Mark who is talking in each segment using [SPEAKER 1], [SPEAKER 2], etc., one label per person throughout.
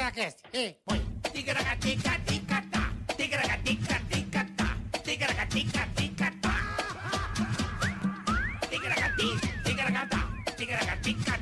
[SPEAKER 1] Ticaracast. E põe.
[SPEAKER 2] Ticaracaticaticatá. Ticaracaticaticatá. Ticaracaticaticatá. Ticaracati, ticaracatá. Ticaracaticatá.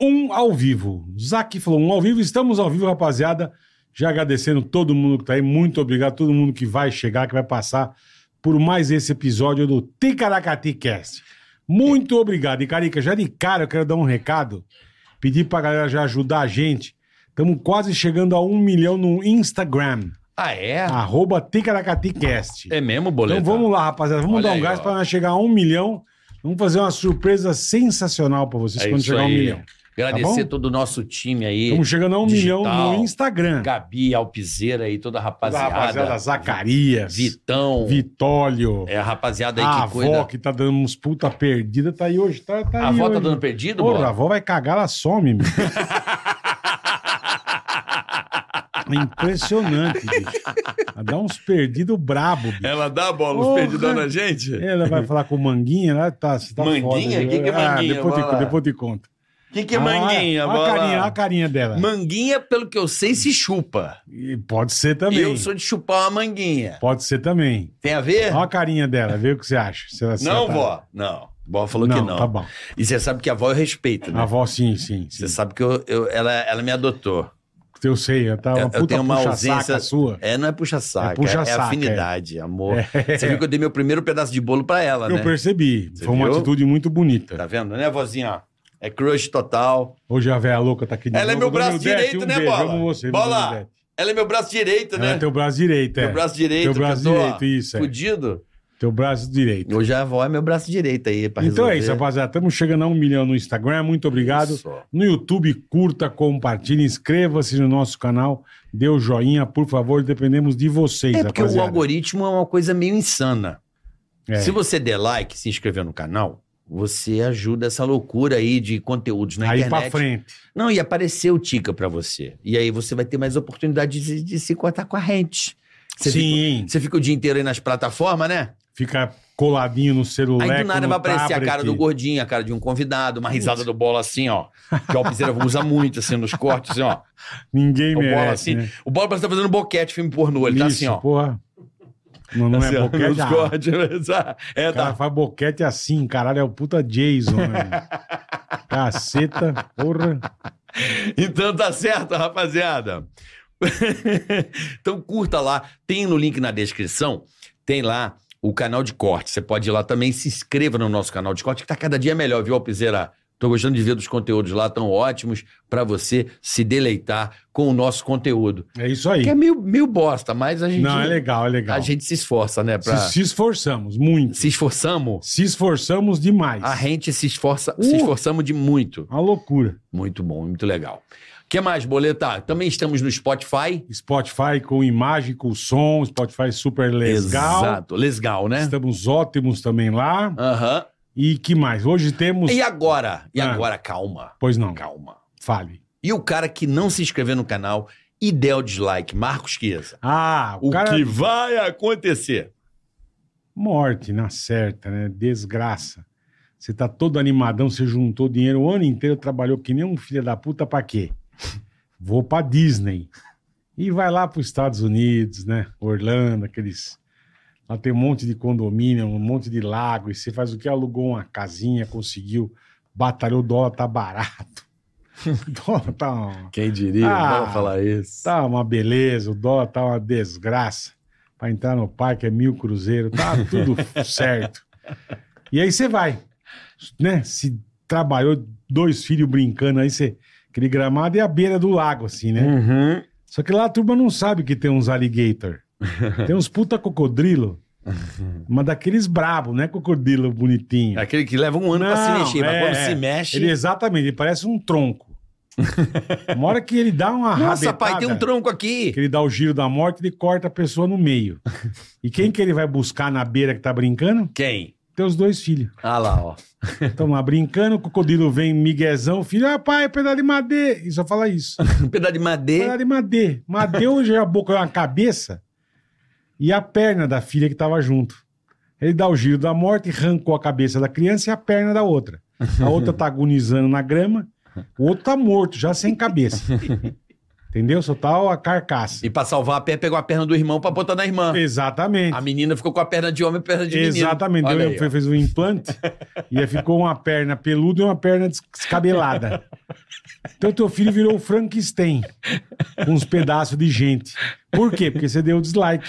[SPEAKER 3] um ao vivo. Zac falou um ao vivo. Estamos ao vivo, rapaziada. Já agradecendo todo mundo que tá aí. Muito obrigado a todo mundo que vai chegar, que vai passar por mais esse episódio do Ticaracati Cast. Muito obrigado. E, Carica, já de cara eu quero dar um recado. Pedir pra galera já ajudar a gente. Estamos quase chegando a um milhão no Instagram.
[SPEAKER 4] Ah, é?
[SPEAKER 3] Arroba TicaracatiCast.
[SPEAKER 4] É mesmo, boleto?
[SPEAKER 3] Então vamos lá, rapaziada. Vamos
[SPEAKER 4] Olha
[SPEAKER 3] dar um
[SPEAKER 4] aí,
[SPEAKER 3] gás
[SPEAKER 4] ó.
[SPEAKER 3] para nós chegar a um milhão. Vamos fazer uma surpresa sensacional para vocês
[SPEAKER 4] É
[SPEAKER 3] quando
[SPEAKER 4] isso
[SPEAKER 3] chegar a um
[SPEAKER 4] aí.
[SPEAKER 3] milhão.
[SPEAKER 4] Agradecer
[SPEAKER 3] bom?
[SPEAKER 4] todo o nosso time aí.
[SPEAKER 3] Estamos chegando a um
[SPEAKER 4] Digital.
[SPEAKER 3] milhão no Instagram.
[SPEAKER 4] Gabi, Alpizeira aí, toda
[SPEAKER 3] Toda a
[SPEAKER 4] a rapaziada.
[SPEAKER 3] rapaziada, Zacarias,
[SPEAKER 4] Vitão.
[SPEAKER 3] Vitólio,
[SPEAKER 4] É a rapaziada aí
[SPEAKER 3] a
[SPEAKER 4] que
[SPEAKER 3] avó
[SPEAKER 4] cuida.
[SPEAKER 3] que tá dando uns puta perdida, tá aí hoje. Tá, tá
[SPEAKER 4] A
[SPEAKER 3] aí
[SPEAKER 4] avó tá
[SPEAKER 3] hoje.
[SPEAKER 4] dando perdido,
[SPEAKER 3] Porra, a
[SPEAKER 4] Porra.
[SPEAKER 3] avó vai cagar, ela some, meu. É impressionante, bicho. Ela dá uns perdidos brabo, bicho.
[SPEAKER 4] Ela dá a bola,
[SPEAKER 3] Porra. É.
[SPEAKER 4] gente?
[SPEAKER 3] Ela vai falar com o Manguinha, ela tá, você tá
[SPEAKER 4] Manguinha?
[SPEAKER 3] foda.
[SPEAKER 4] Que que é Manguinha?
[SPEAKER 3] Ah, depois,
[SPEAKER 4] Vai
[SPEAKER 3] te,
[SPEAKER 4] lá.
[SPEAKER 3] depois te conto.
[SPEAKER 4] Que que é
[SPEAKER 3] Ah,
[SPEAKER 4] manguinha,
[SPEAKER 3] olha
[SPEAKER 4] bola?
[SPEAKER 3] a carinha, olha a carinha dela.
[SPEAKER 4] Manguinha, pelo que eu sei, se chupa.
[SPEAKER 3] E pode ser
[SPEAKER 4] E
[SPEAKER 3] também.
[SPEAKER 4] eu sou de chupar uma manguinha.
[SPEAKER 3] Pode ser também.
[SPEAKER 4] Tem a ver?
[SPEAKER 3] Olha a carinha dela, vê o que você acha. Se ela- se
[SPEAKER 4] não,
[SPEAKER 3] ela tá-
[SPEAKER 4] vó. Não. Vó falou que não.
[SPEAKER 3] Tá bom.
[SPEAKER 4] E você sabe que a vó eu respeito,
[SPEAKER 3] A
[SPEAKER 4] né?
[SPEAKER 3] avó, sim, sim. sim.
[SPEAKER 4] Você sabe que eu, eu- ela, ela me adotou.
[SPEAKER 3] Eu sei, ela tá uma
[SPEAKER 4] Eu- eu
[SPEAKER 3] puta
[SPEAKER 4] tenho uma
[SPEAKER 3] puxa
[SPEAKER 4] ausência-
[SPEAKER 3] saca sua.
[SPEAKER 4] É, não é puxa-saco.
[SPEAKER 3] É
[SPEAKER 4] É,
[SPEAKER 3] puxa-saco,
[SPEAKER 4] é afinidade, amor.
[SPEAKER 3] É.
[SPEAKER 4] Você viu que eu dei meu primeiro pedaço de bolo pra ela,
[SPEAKER 3] eu
[SPEAKER 4] né?
[SPEAKER 3] percebi.
[SPEAKER 4] Você
[SPEAKER 3] Foi uma
[SPEAKER 4] viu?
[SPEAKER 3] atitude muito bonita.
[SPEAKER 4] Tá vendo, né, vozinha? É crush total.
[SPEAKER 3] Hoje a velha louca tá aqui de
[SPEAKER 4] Ela é
[SPEAKER 3] novo.
[SPEAKER 4] meu
[SPEAKER 3] Dona
[SPEAKER 4] braço
[SPEAKER 3] Ildete,
[SPEAKER 4] direito,
[SPEAKER 3] um
[SPEAKER 4] né,
[SPEAKER 3] beijo.
[SPEAKER 4] Bola?
[SPEAKER 3] Amo você,
[SPEAKER 4] Bola,
[SPEAKER 3] Dona Ildete.
[SPEAKER 4] Ela é meu braço direito,
[SPEAKER 3] Ela
[SPEAKER 4] né?
[SPEAKER 3] é teu braço direito, é.
[SPEAKER 4] Meu braço direito.
[SPEAKER 3] Teu braço
[SPEAKER 4] que eu tô, ó,
[SPEAKER 3] direito, isso, é.
[SPEAKER 4] Fudido.
[SPEAKER 3] Teu braço direito.
[SPEAKER 4] Hoje a avó é meu braço direito aí, pra
[SPEAKER 3] Então é
[SPEAKER 4] resolver.
[SPEAKER 3] isso, rapaziada. Estamos chegando a um milhão no Instagram. Muito obrigado.
[SPEAKER 4] Isso.
[SPEAKER 3] No YouTube, curta, compartilhe, inscreva-se no nosso canal. Dê o joinha, por favor. Dependemos de vocês,
[SPEAKER 4] É porque o
[SPEAKER 3] rapaziada.
[SPEAKER 4] algoritmo é uma coisa meio insana.
[SPEAKER 3] É.
[SPEAKER 4] Se você der like, se inscrever no canal, você ajuda essa loucura aí de conteúdos na
[SPEAKER 3] Aí
[SPEAKER 4] internet.
[SPEAKER 3] pra frente.
[SPEAKER 4] Não, e aparecer o Tica pra você. E aí você vai ter mais oportunidade de, de se contar com a gente. Você
[SPEAKER 3] Sim.
[SPEAKER 4] Fica, você fica o dia inteiro aí nas plataformas, né?
[SPEAKER 3] Fica coladinho no celular. tá
[SPEAKER 4] aí do nada
[SPEAKER 3] no
[SPEAKER 4] vai aparecer
[SPEAKER 3] tablet.
[SPEAKER 4] a cara do gordinho, a cara de um convidado, uma risada do bola assim, ó. Que o Alpizeira usa muito, assim, nos cortes, assim, ó.
[SPEAKER 3] Ninguém
[SPEAKER 4] O bola
[SPEAKER 3] merece,
[SPEAKER 4] assim.
[SPEAKER 3] né?
[SPEAKER 4] O bola parece que tá fazendo boquete, filme pornô. Ele tá
[SPEAKER 3] Isso,
[SPEAKER 4] assim, ó.
[SPEAKER 3] Porra. Não, não
[SPEAKER 4] Tá assim,
[SPEAKER 3] é
[SPEAKER 4] ó,
[SPEAKER 3] boquete.
[SPEAKER 4] nos
[SPEAKER 3] ah,
[SPEAKER 4] cortes, né? É,
[SPEAKER 3] O cara
[SPEAKER 4] tá.
[SPEAKER 3] faz boquete assim, caralho. É o puta Jason, né? Caceta, porra.
[SPEAKER 4] Então tá certo, rapaziada. então curta lá, tem no link na descrição, tem lá o canal de corte. Você pode ir lá também, se inscreva no nosso canal de corte, que tá cada dia melhor, viu, Alpizeira? Tô gostando de ver dos conteúdos lá, tão ótimos, pra você se deleitar com o nosso conteúdo.
[SPEAKER 3] É isso aí.
[SPEAKER 4] Que é meio, meio bosta, mas a gente,
[SPEAKER 3] Não, é legal, é legal.
[SPEAKER 4] a gente se esforça, né? Pra...
[SPEAKER 3] se,
[SPEAKER 4] Se,
[SPEAKER 3] se esforçamos muito.
[SPEAKER 4] esforçamos,
[SPEAKER 3] Se esforçamos demais.
[SPEAKER 4] a gente se esforça,
[SPEAKER 3] Uh!
[SPEAKER 4] se esforçamos de muito.
[SPEAKER 3] Uma loucura.
[SPEAKER 4] Muito bom, muito legal. O que mais, Boleta? Também estamos no Spotify.
[SPEAKER 3] Spotify com imagem, com som. Spotify super legal.
[SPEAKER 4] Exato, legal, né?
[SPEAKER 3] Estamos ótimos também lá.
[SPEAKER 4] Aham.
[SPEAKER 3] E que mais? Hoje temos...
[SPEAKER 4] E agora? E
[SPEAKER 3] Ah.
[SPEAKER 4] agora, calma.
[SPEAKER 3] Pois não,
[SPEAKER 4] Calma.
[SPEAKER 3] fale.
[SPEAKER 4] E o cara que não se inscrever no canal e der o dislike, Marcos Chiesa.
[SPEAKER 3] Ah, o,
[SPEAKER 4] O
[SPEAKER 3] cara...
[SPEAKER 4] que vai acontecer?
[SPEAKER 3] Morte na certa, né? Desgraça. Você tá todo animadão, você juntou dinheiro o ano inteiro, trabalhou que nem um filho da puta pra quê? Vou pra Disney. E vai lá pros Estados Unidos, né? Orlando, aqueles. Lá tem um monte de condomínio, um monte de lago. E você faz o que? Alugou uma casinha, conseguiu, batalhou, o dólar tá barato. O dólar tá uma,
[SPEAKER 4] Quem diria?
[SPEAKER 3] Ah. Bora
[SPEAKER 4] falar isso.
[SPEAKER 3] tá uma beleza, o dólar tá uma desgraça. Pra entrar no parque é mil cruzeiro, tá tudo certo. E aí você vai, né? Se trabalhou dois filhos brincando, aí você. Aquele gramado é a beira do lago, assim, né?
[SPEAKER 4] Hum. Uhum.
[SPEAKER 3] Só que lá a turma não sabe que tem uns alligator. Tem uns puta cocodrilo. Mas daqueles brabo, né? Crocodilo bonitinho.
[SPEAKER 4] Aquele que leva um ano pra se
[SPEAKER 3] Não,
[SPEAKER 4] mexer, mas
[SPEAKER 3] é,
[SPEAKER 4] quando
[SPEAKER 3] é.
[SPEAKER 4] se mexe.
[SPEAKER 3] Ele exatamente, ele parece um tronco. Uma hora que ele dá uma
[SPEAKER 4] Nossa,
[SPEAKER 3] rabetada,
[SPEAKER 4] pai, tem um tronco aqui.
[SPEAKER 3] que ele dá o giro da morte, ele corta a pessoa no meio. E quem que ele vai buscar na beira que tá brincando?
[SPEAKER 4] Quem?
[SPEAKER 3] Teus dois filhos.
[SPEAKER 4] Ah lá, ó.
[SPEAKER 3] Estão lá brincando, o crocodilo vem miguezão, filho, ah pai, pedaço de madeira. E só fala isso.
[SPEAKER 4] Um pedaço de madeira.
[SPEAKER 3] Pedaço de madeira. Madeira hoje a boca é uma cabeça e a perna da filha que tava junto. Ele dá o giro da morte, arrancou a cabeça da criança e a perna da outra. A outra tá agonizando na grama, o outro tá morto, já sem cabeça. Entendeu? Só tá a carcaça.
[SPEAKER 4] E pra salvar a perna, pegou a perna do irmão pra botar na irmã.
[SPEAKER 3] Exatamente.
[SPEAKER 4] A menina ficou com a perna de homem e a perna de menino.
[SPEAKER 3] Exatamente.
[SPEAKER 4] Olha
[SPEAKER 3] Deu-
[SPEAKER 4] aí, ó.
[SPEAKER 3] fe- fez um implante e aí ficou uma perna peluda e uma perna des- descabelada. Então teu filho virou o Frankenstein, com uns pedaços de gente. Por quê? Porque você deu dislike.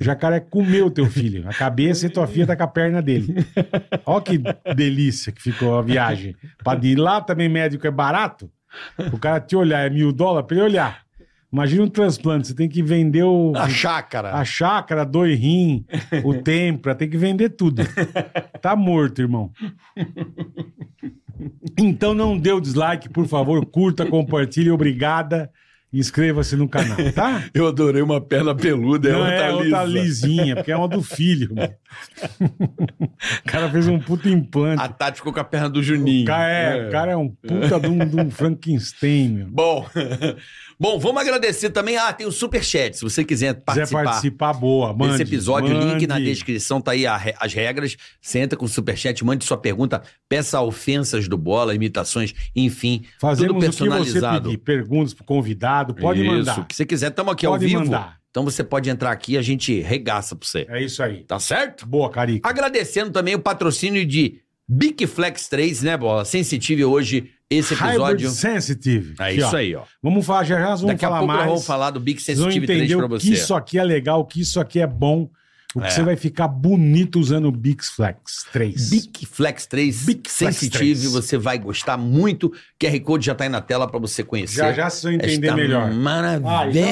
[SPEAKER 3] O jacaré comeu teu filho, a cabeça e tua filha tá com a perna dele. Olha que delícia que ficou a viagem. Para ir lá também médico é barato. O cara te olhar é mil dólares para ele olhar. Imagina um transplante, você tem que vender o
[SPEAKER 4] A chácara.
[SPEAKER 3] a chácara, dois rim, o tempra, tem que vender tudo. Tá morto, irmão. Então não dê o dislike, por favor, curta, compartilhe, obrigada. e Inscreva-se no canal, tá?
[SPEAKER 4] Eu adorei uma perna peluda,
[SPEAKER 3] não é outra lisinha, porque é uma do filho. irmão. O cara fez um puta implante.
[SPEAKER 4] A Tati ficou com a perna do
[SPEAKER 3] O
[SPEAKER 4] Juninho.
[SPEAKER 3] cara é, o cara é um puta de um, de um Frankenstein, meu.
[SPEAKER 4] Bom, bom, vamos agradecer também. Ah, tem o Superchat, se você quiser
[SPEAKER 3] Quiser
[SPEAKER 4] participar.
[SPEAKER 3] participar, boa. Mande,
[SPEAKER 4] Desse episódio, o link na
[SPEAKER 3] mande.
[SPEAKER 4] descrição, tá aí a re- as regras. Você entra com o superchat, mande sua pergunta, peça ofensas do bola, imitações, enfim, tudo
[SPEAKER 3] Fazemos o que você
[SPEAKER 4] personalizado.
[SPEAKER 3] pedir. Perguntas pro convidado, pode
[SPEAKER 4] Isso,
[SPEAKER 3] mandar.
[SPEAKER 4] o que você quiser, estamos aqui
[SPEAKER 3] Pode
[SPEAKER 4] ao vivo.
[SPEAKER 3] mandar.
[SPEAKER 4] Então você pode entrar aqui e a gente regaça pra você.
[SPEAKER 3] É isso aí.
[SPEAKER 4] Tá certo?
[SPEAKER 3] Boa, Carica.
[SPEAKER 4] Agradecendo também o patrocínio de Big Flex 3, né, bola? Sensitivo hoje, esse episódio.
[SPEAKER 3] Hybrid Sensitive.
[SPEAKER 4] É
[SPEAKER 3] Aqui, ó.
[SPEAKER 4] isso aí, ó.
[SPEAKER 3] Vamos falar já, já nós vamos
[SPEAKER 4] Daqui a
[SPEAKER 3] falar
[SPEAKER 4] pouco
[SPEAKER 3] mais.
[SPEAKER 4] eu vou falar do Big
[SPEAKER 3] Vocês vão
[SPEAKER 4] Sensitive 3
[SPEAKER 3] entender
[SPEAKER 4] pra
[SPEAKER 3] o
[SPEAKER 4] você.
[SPEAKER 3] que isso aqui é legal, o que isso aqui é bom, o que
[SPEAKER 4] É.
[SPEAKER 3] você vai ficar bonito usando o Bix Flex 3.
[SPEAKER 4] Bic Flex 3
[SPEAKER 3] Bic Flex
[SPEAKER 4] Sensitive,
[SPEAKER 3] 3.
[SPEAKER 4] você vai gostar muito. QR Code já tá aí na tela pra você conhecer.
[SPEAKER 3] já já vocês vão entender
[SPEAKER 4] Esta
[SPEAKER 3] melhor. Ah, e já
[SPEAKER 4] Maravilha.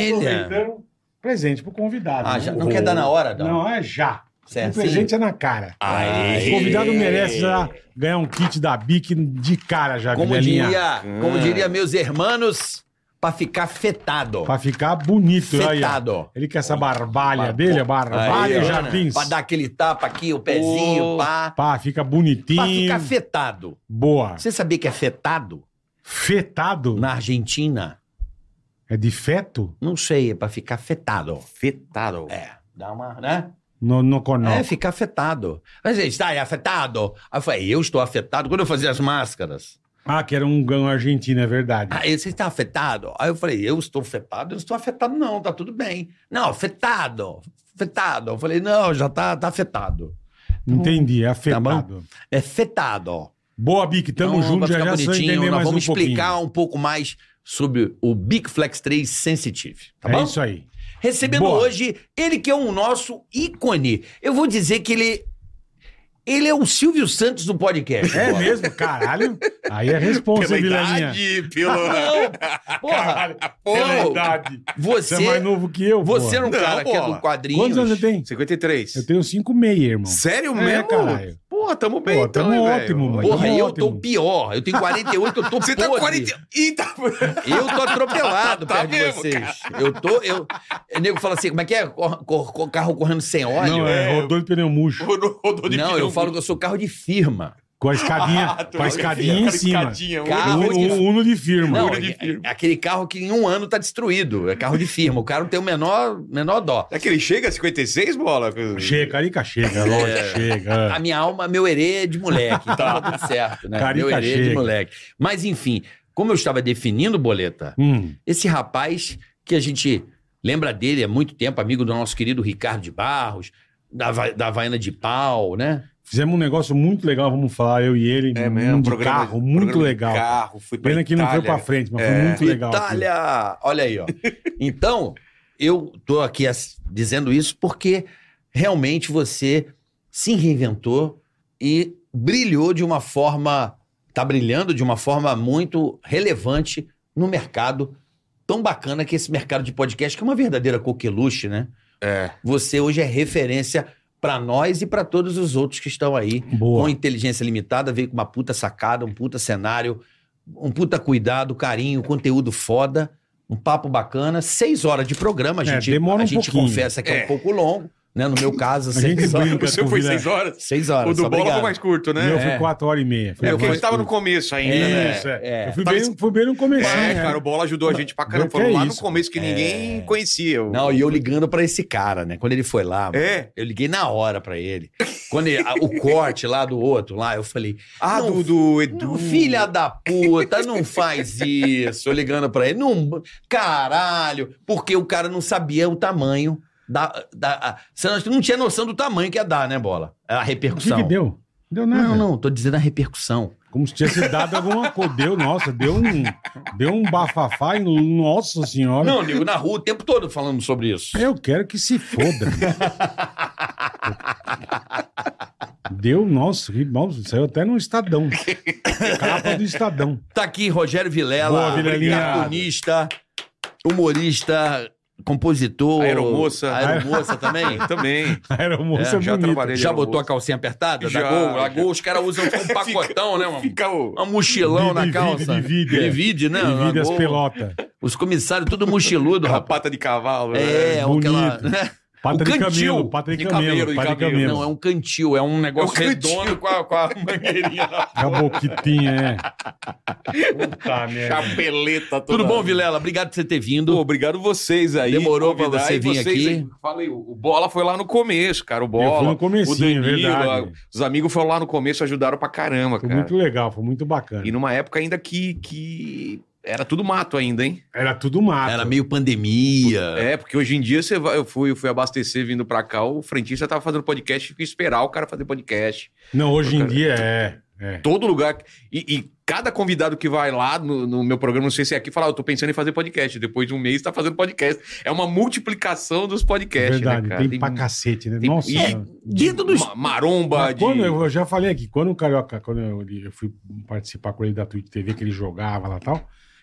[SPEAKER 3] aproveitando, presente pro convidado.
[SPEAKER 4] Ah,
[SPEAKER 3] né?
[SPEAKER 4] já- não
[SPEAKER 3] Boa.
[SPEAKER 4] quer dar na hora, não?
[SPEAKER 3] Não, é já.
[SPEAKER 4] Você é
[SPEAKER 3] o
[SPEAKER 4] assim?
[SPEAKER 3] presente é na cara.
[SPEAKER 4] Aê.
[SPEAKER 3] Ah, O convidado merece já ganhar um kit da Bic de cara já,
[SPEAKER 4] como
[SPEAKER 3] Vilelinha.
[SPEAKER 4] diria, como diria meus irmãos, pra ficar fetado.
[SPEAKER 3] Pra ficar bonito. olha aí, ó.
[SPEAKER 4] Fetado.
[SPEAKER 3] Ele quer essa barbalha dele, a
[SPEAKER 4] Aí,
[SPEAKER 3] barbalha
[SPEAKER 4] ó.
[SPEAKER 3] É Jardins.
[SPEAKER 4] Pra dar aquele tapa aqui, o pezinho,
[SPEAKER 1] Oh.
[SPEAKER 4] pá.
[SPEAKER 3] Pá, fica
[SPEAKER 4] Pra
[SPEAKER 3] bonitinho.
[SPEAKER 4] ficar fetado.
[SPEAKER 3] Boa.
[SPEAKER 4] Você sabia que é fetado
[SPEAKER 3] Fetado?
[SPEAKER 4] na Argentina?
[SPEAKER 3] É de feto?
[SPEAKER 4] Não sei, é pra ficar fetado.
[SPEAKER 1] Fetado.
[SPEAKER 4] É, dá uma, né?
[SPEAKER 3] No, no conó.
[SPEAKER 4] É, ficar afetado. Mas ele está aí afetado. Aí eu falei, eu estou afetado. Quando eu fazia as máscaras,
[SPEAKER 3] Ah, que era um gão argentino, é verdade.
[SPEAKER 4] aí você está afetado. Aí eu falei, eu estou afetado? Eu não estou afetado não, tá tudo bem. Não, afetado, afetado. Eu falei, não, já tá, tá afetado.
[SPEAKER 3] Entendi, é
[SPEAKER 4] bom.
[SPEAKER 3] afetado.
[SPEAKER 4] É afetado.
[SPEAKER 3] Boa, Bic, tamo
[SPEAKER 4] Então,
[SPEAKER 3] junto,
[SPEAKER 4] vai
[SPEAKER 3] já
[SPEAKER 4] ficar
[SPEAKER 3] já você vai entender
[SPEAKER 4] Nós
[SPEAKER 3] mais
[SPEAKER 4] vamos
[SPEAKER 3] um
[SPEAKER 4] explicar
[SPEAKER 3] pouquinho.
[SPEAKER 4] um pouco mais sobre o Big Flex 3 Sensitive, tá
[SPEAKER 3] é
[SPEAKER 4] bom?
[SPEAKER 3] isso aí.
[SPEAKER 4] Recebendo
[SPEAKER 3] Boa.
[SPEAKER 4] hoje ele que é um nosso ícone. Eu vou dizer que ele... Ele é o Silvio Santos do podcast.
[SPEAKER 3] É
[SPEAKER 4] Bola.
[SPEAKER 3] mesmo, caralho. Aí é responsa, Vilaninha.
[SPEAKER 1] pelo...
[SPEAKER 4] Não, porra,
[SPEAKER 3] Pela
[SPEAKER 4] Pô,
[SPEAKER 3] idade. é Você,
[SPEAKER 4] você,
[SPEAKER 3] é mais novo que eu,
[SPEAKER 4] você era
[SPEAKER 3] porra.
[SPEAKER 4] um
[SPEAKER 1] Não,
[SPEAKER 4] cara que é
[SPEAKER 1] bola.
[SPEAKER 4] do quadrinho.
[SPEAKER 3] Quantos anos você tem?
[SPEAKER 1] 53.
[SPEAKER 3] Eu tenho 5,6, irmão.
[SPEAKER 1] Sério
[SPEAKER 3] É,
[SPEAKER 1] mesmo?
[SPEAKER 3] caralho.
[SPEAKER 1] Pô, tamo bem
[SPEAKER 3] Pô,
[SPEAKER 1] então,
[SPEAKER 3] tamo
[SPEAKER 1] hein, velho?
[SPEAKER 3] ótimo, mano.
[SPEAKER 4] Porra,
[SPEAKER 3] Muito
[SPEAKER 4] eu
[SPEAKER 3] é ótimo.
[SPEAKER 4] tô pior. Eu tenho 48, eu tô
[SPEAKER 1] Você tá
[SPEAKER 4] podre.
[SPEAKER 1] com 40... Eita,
[SPEAKER 4] Eu tô atropelado
[SPEAKER 1] Tá
[SPEAKER 4] perto de
[SPEAKER 1] mesmo,
[SPEAKER 4] vocês. Eu tô, eu... O nego fala assim, como é que é? Cor- cor- cor- carro correndo sem óleo?
[SPEAKER 3] Não,
[SPEAKER 4] Não,
[SPEAKER 3] é,
[SPEAKER 1] é.
[SPEAKER 3] rodou de pneu murcho.
[SPEAKER 1] rodou, rodou de pneu.
[SPEAKER 4] eu falo que eu sou carro de firma.
[SPEAKER 3] Com a escadinha,
[SPEAKER 1] Ah, tô
[SPEAKER 3] com a escadinha em
[SPEAKER 1] cara,
[SPEAKER 3] cima.
[SPEAKER 1] escadinha, um
[SPEAKER 4] Cara,
[SPEAKER 1] olho
[SPEAKER 4] hoje
[SPEAKER 1] de-
[SPEAKER 4] que-
[SPEAKER 3] Uno, uno de firma.
[SPEAKER 4] Não,
[SPEAKER 1] Olho de
[SPEAKER 4] é-
[SPEAKER 1] firma.
[SPEAKER 4] é aquele carro que em um ano tá destruído. É carro de firma. O cara não tem o menor, menor dó.
[SPEAKER 1] É que ele chega a 56, bola?
[SPEAKER 3] Chega, Carica chega,
[SPEAKER 1] É.
[SPEAKER 3] lógico, chega. é.
[SPEAKER 4] A minha alma, meu herê é de moleque. Então É. tá tudo certo, né?
[SPEAKER 3] Carica
[SPEAKER 4] meu herê é de
[SPEAKER 3] chega.
[SPEAKER 4] moleque. Mas enfim, como eu estava definindo, Boleta,
[SPEAKER 3] Hum,
[SPEAKER 4] esse rapaz que a gente lembra dele há muito tempo, amigo do nosso querido Ricardo de Barros, da, va- da Vaina de Pau, né?
[SPEAKER 3] fizemos um negócio muito legal, vamos falar, eu e ele,
[SPEAKER 1] É
[SPEAKER 3] um
[SPEAKER 1] mesmo,
[SPEAKER 3] de
[SPEAKER 1] programa-
[SPEAKER 3] carro, muito
[SPEAKER 1] programa de
[SPEAKER 3] legal.
[SPEAKER 1] Carro, fui pra
[SPEAKER 3] Pena que não foi
[SPEAKER 1] Itália.
[SPEAKER 3] pra frente, mas foi
[SPEAKER 1] É.
[SPEAKER 3] muito legal.
[SPEAKER 4] Itália! Olha aí, ó. Então, eu tô aqui as- dizendo isso porque realmente você se reinventou e brilhou de uma forma, tá brilhando de uma forma muito relevante no mercado tão bacana que é esse mercado de podcast, que é uma verdadeira coqueluche, né?
[SPEAKER 1] É.
[SPEAKER 4] Você hoje é referência pra nós e pra todos os outros que estão aí com
[SPEAKER 3] Boa.
[SPEAKER 4] inteligência limitada, veio com uma puta sacada, um puta cenário, um puta cuidado, carinho, conteúdo foda, um papo bacana. Seis horas de programa, a
[SPEAKER 3] É,
[SPEAKER 4] gente,
[SPEAKER 3] demora
[SPEAKER 4] a
[SPEAKER 3] um
[SPEAKER 4] gente
[SPEAKER 3] pouquinho.
[SPEAKER 4] confessa que é.
[SPEAKER 1] É.
[SPEAKER 4] um pouco longo, né? No meu caso,
[SPEAKER 3] A gente
[SPEAKER 4] seis horas.
[SPEAKER 3] brinca.
[SPEAKER 1] O seu foi
[SPEAKER 3] Vila.
[SPEAKER 1] seis horas.
[SPEAKER 4] Seis horas,
[SPEAKER 1] o do
[SPEAKER 4] só
[SPEAKER 1] bola foi
[SPEAKER 4] obrigado.
[SPEAKER 1] mais curto,
[SPEAKER 3] O meu
[SPEAKER 1] né?
[SPEAKER 3] foi quatro horas e meia. Foi
[SPEAKER 1] É, porque a
[SPEAKER 3] mais
[SPEAKER 1] gente tava no
[SPEAKER 3] curto.
[SPEAKER 1] começo ainda, né?
[SPEAKER 3] Isso, é.
[SPEAKER 4] é.
[SPEAKER 3] Eu fui
[SPEAKER 1] Tava
[SPEAKER 3] bem, fui bem no começo.
[SPEAKER 1] É,
[SPEAKER 3] né?
[SPEAKER 1] cara, o Bola ajudou a gente pra caramba.
[SPEAKER 3] Que é
[SPEAKER 1] Falou lá no
[SPEAKER 3] isso,
[SPEAKER 1] começo que ninguém conhecia. o-
[SPEAKER 4] É. Não, e eu ligando pra esse cara, né? Quando ele foi lá,
[SPEAKER 1] É.
[SPEAKER 4] eu liguei na hora pra ele. Quando ele- a- o corte lá do outro lá, eu falei:
[SPEAKER 1] Ah,
[SPEAKER 4] Não,
[SPEAKER 1] do, do Edu.
[SPEAKER 4] "Não, filha da puta, não faz isso". Eu ligando pra ele: "Não, caralho", porque o cara não sabia o tamanho da da a- você não- não tinha noção do tamanho que ia dar, né, bola? A
[SPEAKER 3] O que,
[SPEAKER 4] repercussão.
[SPEAKER 3] que deu? Deu nada.
[SPEAKER 4] Não, não, tô dizendo a repercussão.
[SPEAKER 3] Como se tivesse dado alguma coisa. Deu, nossa, deu um, deu um bafafá. e Nossa senhora.
[SPEAKER 4] Não, nego, na rua o tempo todo falando sobre isso.
[SPEAKER 3] Eu quero que se foda. Deu, um nossa, que bom. Saiu até no Estadão. Capa do Estadão.
[SPEAKER 4] Tá aqui Rogério Vilela,
[SPEAKER 3] Boa, Vilelinha.
[SPEAKER 4] cartunista, humorista, compositor.
[SPEAKER 1] Aeromoça.
[SPEAKER 4] Aeromoça também.
[SPEAKER 1] Também.
[SPEAKER 3] Era uma moça
[SPEAKER 1] É, já
[SPEAKER 3] bonita.
[SPEAKER 1] trabalhei.
[SPEAKER 4] Já botou
[SPEAKER 1] Aeromoça.
[SPEAKER 4] a calcinha apertada?
[SPEAKER 1] Já,
[SPEAKER 4] da Gol, a
[SPEAKER 1] já.
[SPEAKER 4] Gol, os caras usam tipo um pacotão, né, mano?
[SPEAKER 1] Fica o.
[SPEAKER 4] Um mochilão na
[SPEAKER 3] Divide,
[SPEAKER 4] calça.
[SPEAKER 3] divide, é.
[SPEAKER 4] divide né?
[SPEAKER 3] E vida
[SPEAKER 4] Na
[SPEAKER 3] as
[SPEAKER 4] Gol,
[SPEAKER 3] pelotas.
[SPEAKER 4] Os comissários tudo mochiludo,
[SPEAKER 1] A
[SPEAKER 4] rapaz.
[SPEAKER 1] pata de cavalo. né?
[SPEAKER 4] É,
[SPEAKER 3] Bonito.
[SPEAKER 4] aquela...
[SPEAKER 3] Pata
[SPEAKER 4] O
[SPEAKER 3] de
[SPEAKER 4] cantil.
[SPEAKER 3] camelo, pata de
[SPEAKER 1] De
[SPEAKER 3] camelo,
[SPEAKER 1] camelo,
[SPEAKER 3] pata de
[SPEAKER 1] de camelo.
[SPEAKER 4] Não, é
[SPEAKER 3] camelo.
[SPEAKER 4] um cantil, é um negócio
[SPEAKER 1] É um cantil.
[SPEAKER 4] redondo com a, com a mangueirinha. lá.
[SPEAKER 3] Com a boquitinha, é. Puta merda.
[SPEAKER 1] Chapeleta toda.
[SPEAKER 4] Tudo bom, Vilela? Obrigado por você ter
[SPEAKER 1] Pô,
[SPEAKER 4] vindo.
[SPEAKER 1] obrigado vocês aí.
[SPEAKER 4] Demorou pra
[SPEAKER 1] convidar,
[SPEAKER 4] você
[SPEAKER 1] e
[SPEAKER 4] vir
[SPEAKER 1] vocês
[SPEAKER 4] aqui.
[SPEAKER 1] aí. Falei, o o Bola foi lá no começo, cara. O
[SPEAKER 3] Eu
[SPEAKER 1] Bola.
[SPEAKER 3] fui no comecinho, é
[SPEAKER 1] o Danilo,
[SPEAKER 3] verdade.
[SPEAKER 1] a- os amigos foram lá no começo, ajudaram pra caramba,
[SPEAKER 3] Foi
[SPEAKER 1] cara.
[SPEAKER 3] muito legal, foi muito bacana.
[SPEAKER 1] E numa época ainda que, que era tudo mato ainda, hein?
[SPEAKER 3] Era tudo mato.
[SPEAKER 4] Era meio pandemia.
[SPEAKER 1] É, porque hoje em dia você vai, eu fui, eu fui abastecer vindo pra cá, o frentista tava fazendo podcast, tive que esperar o cara fazer podcast.
[SPEAKER 3] Não, hoje em dia é. é.
[SPEAKER 1] Todo lugar. E, e cada convidado que vai lá no, no meu programa, não sei se é aqui, fala, "Ah, eu tô pensando em fazer podcast. Depois de um mês tá fazendo podcast. É uma multiplicação dos podcasts,
[SPEAKER 3] Verdade,
[SPEAKER 1] né, cara?
[SPEAKER 3] tem, pra cacete, né?
[SPEAKER 1] tem-
[SPEAKER 3] Nossa.
[SPEAKER 1] e-
[SPEAKER 3] senhora.
[SPEAKER 4] Dentro dos
[SPEAKER 1] Ma- maromba
[SPEAKER 3] Mas
[SPEAKER 1] de...
[SPEAKER 3] quando eu, eu já falei aqui, quando o Carioca, quando eu, ele- eu fui participar com ele da Twitch TV, que ele jogava lá e tal,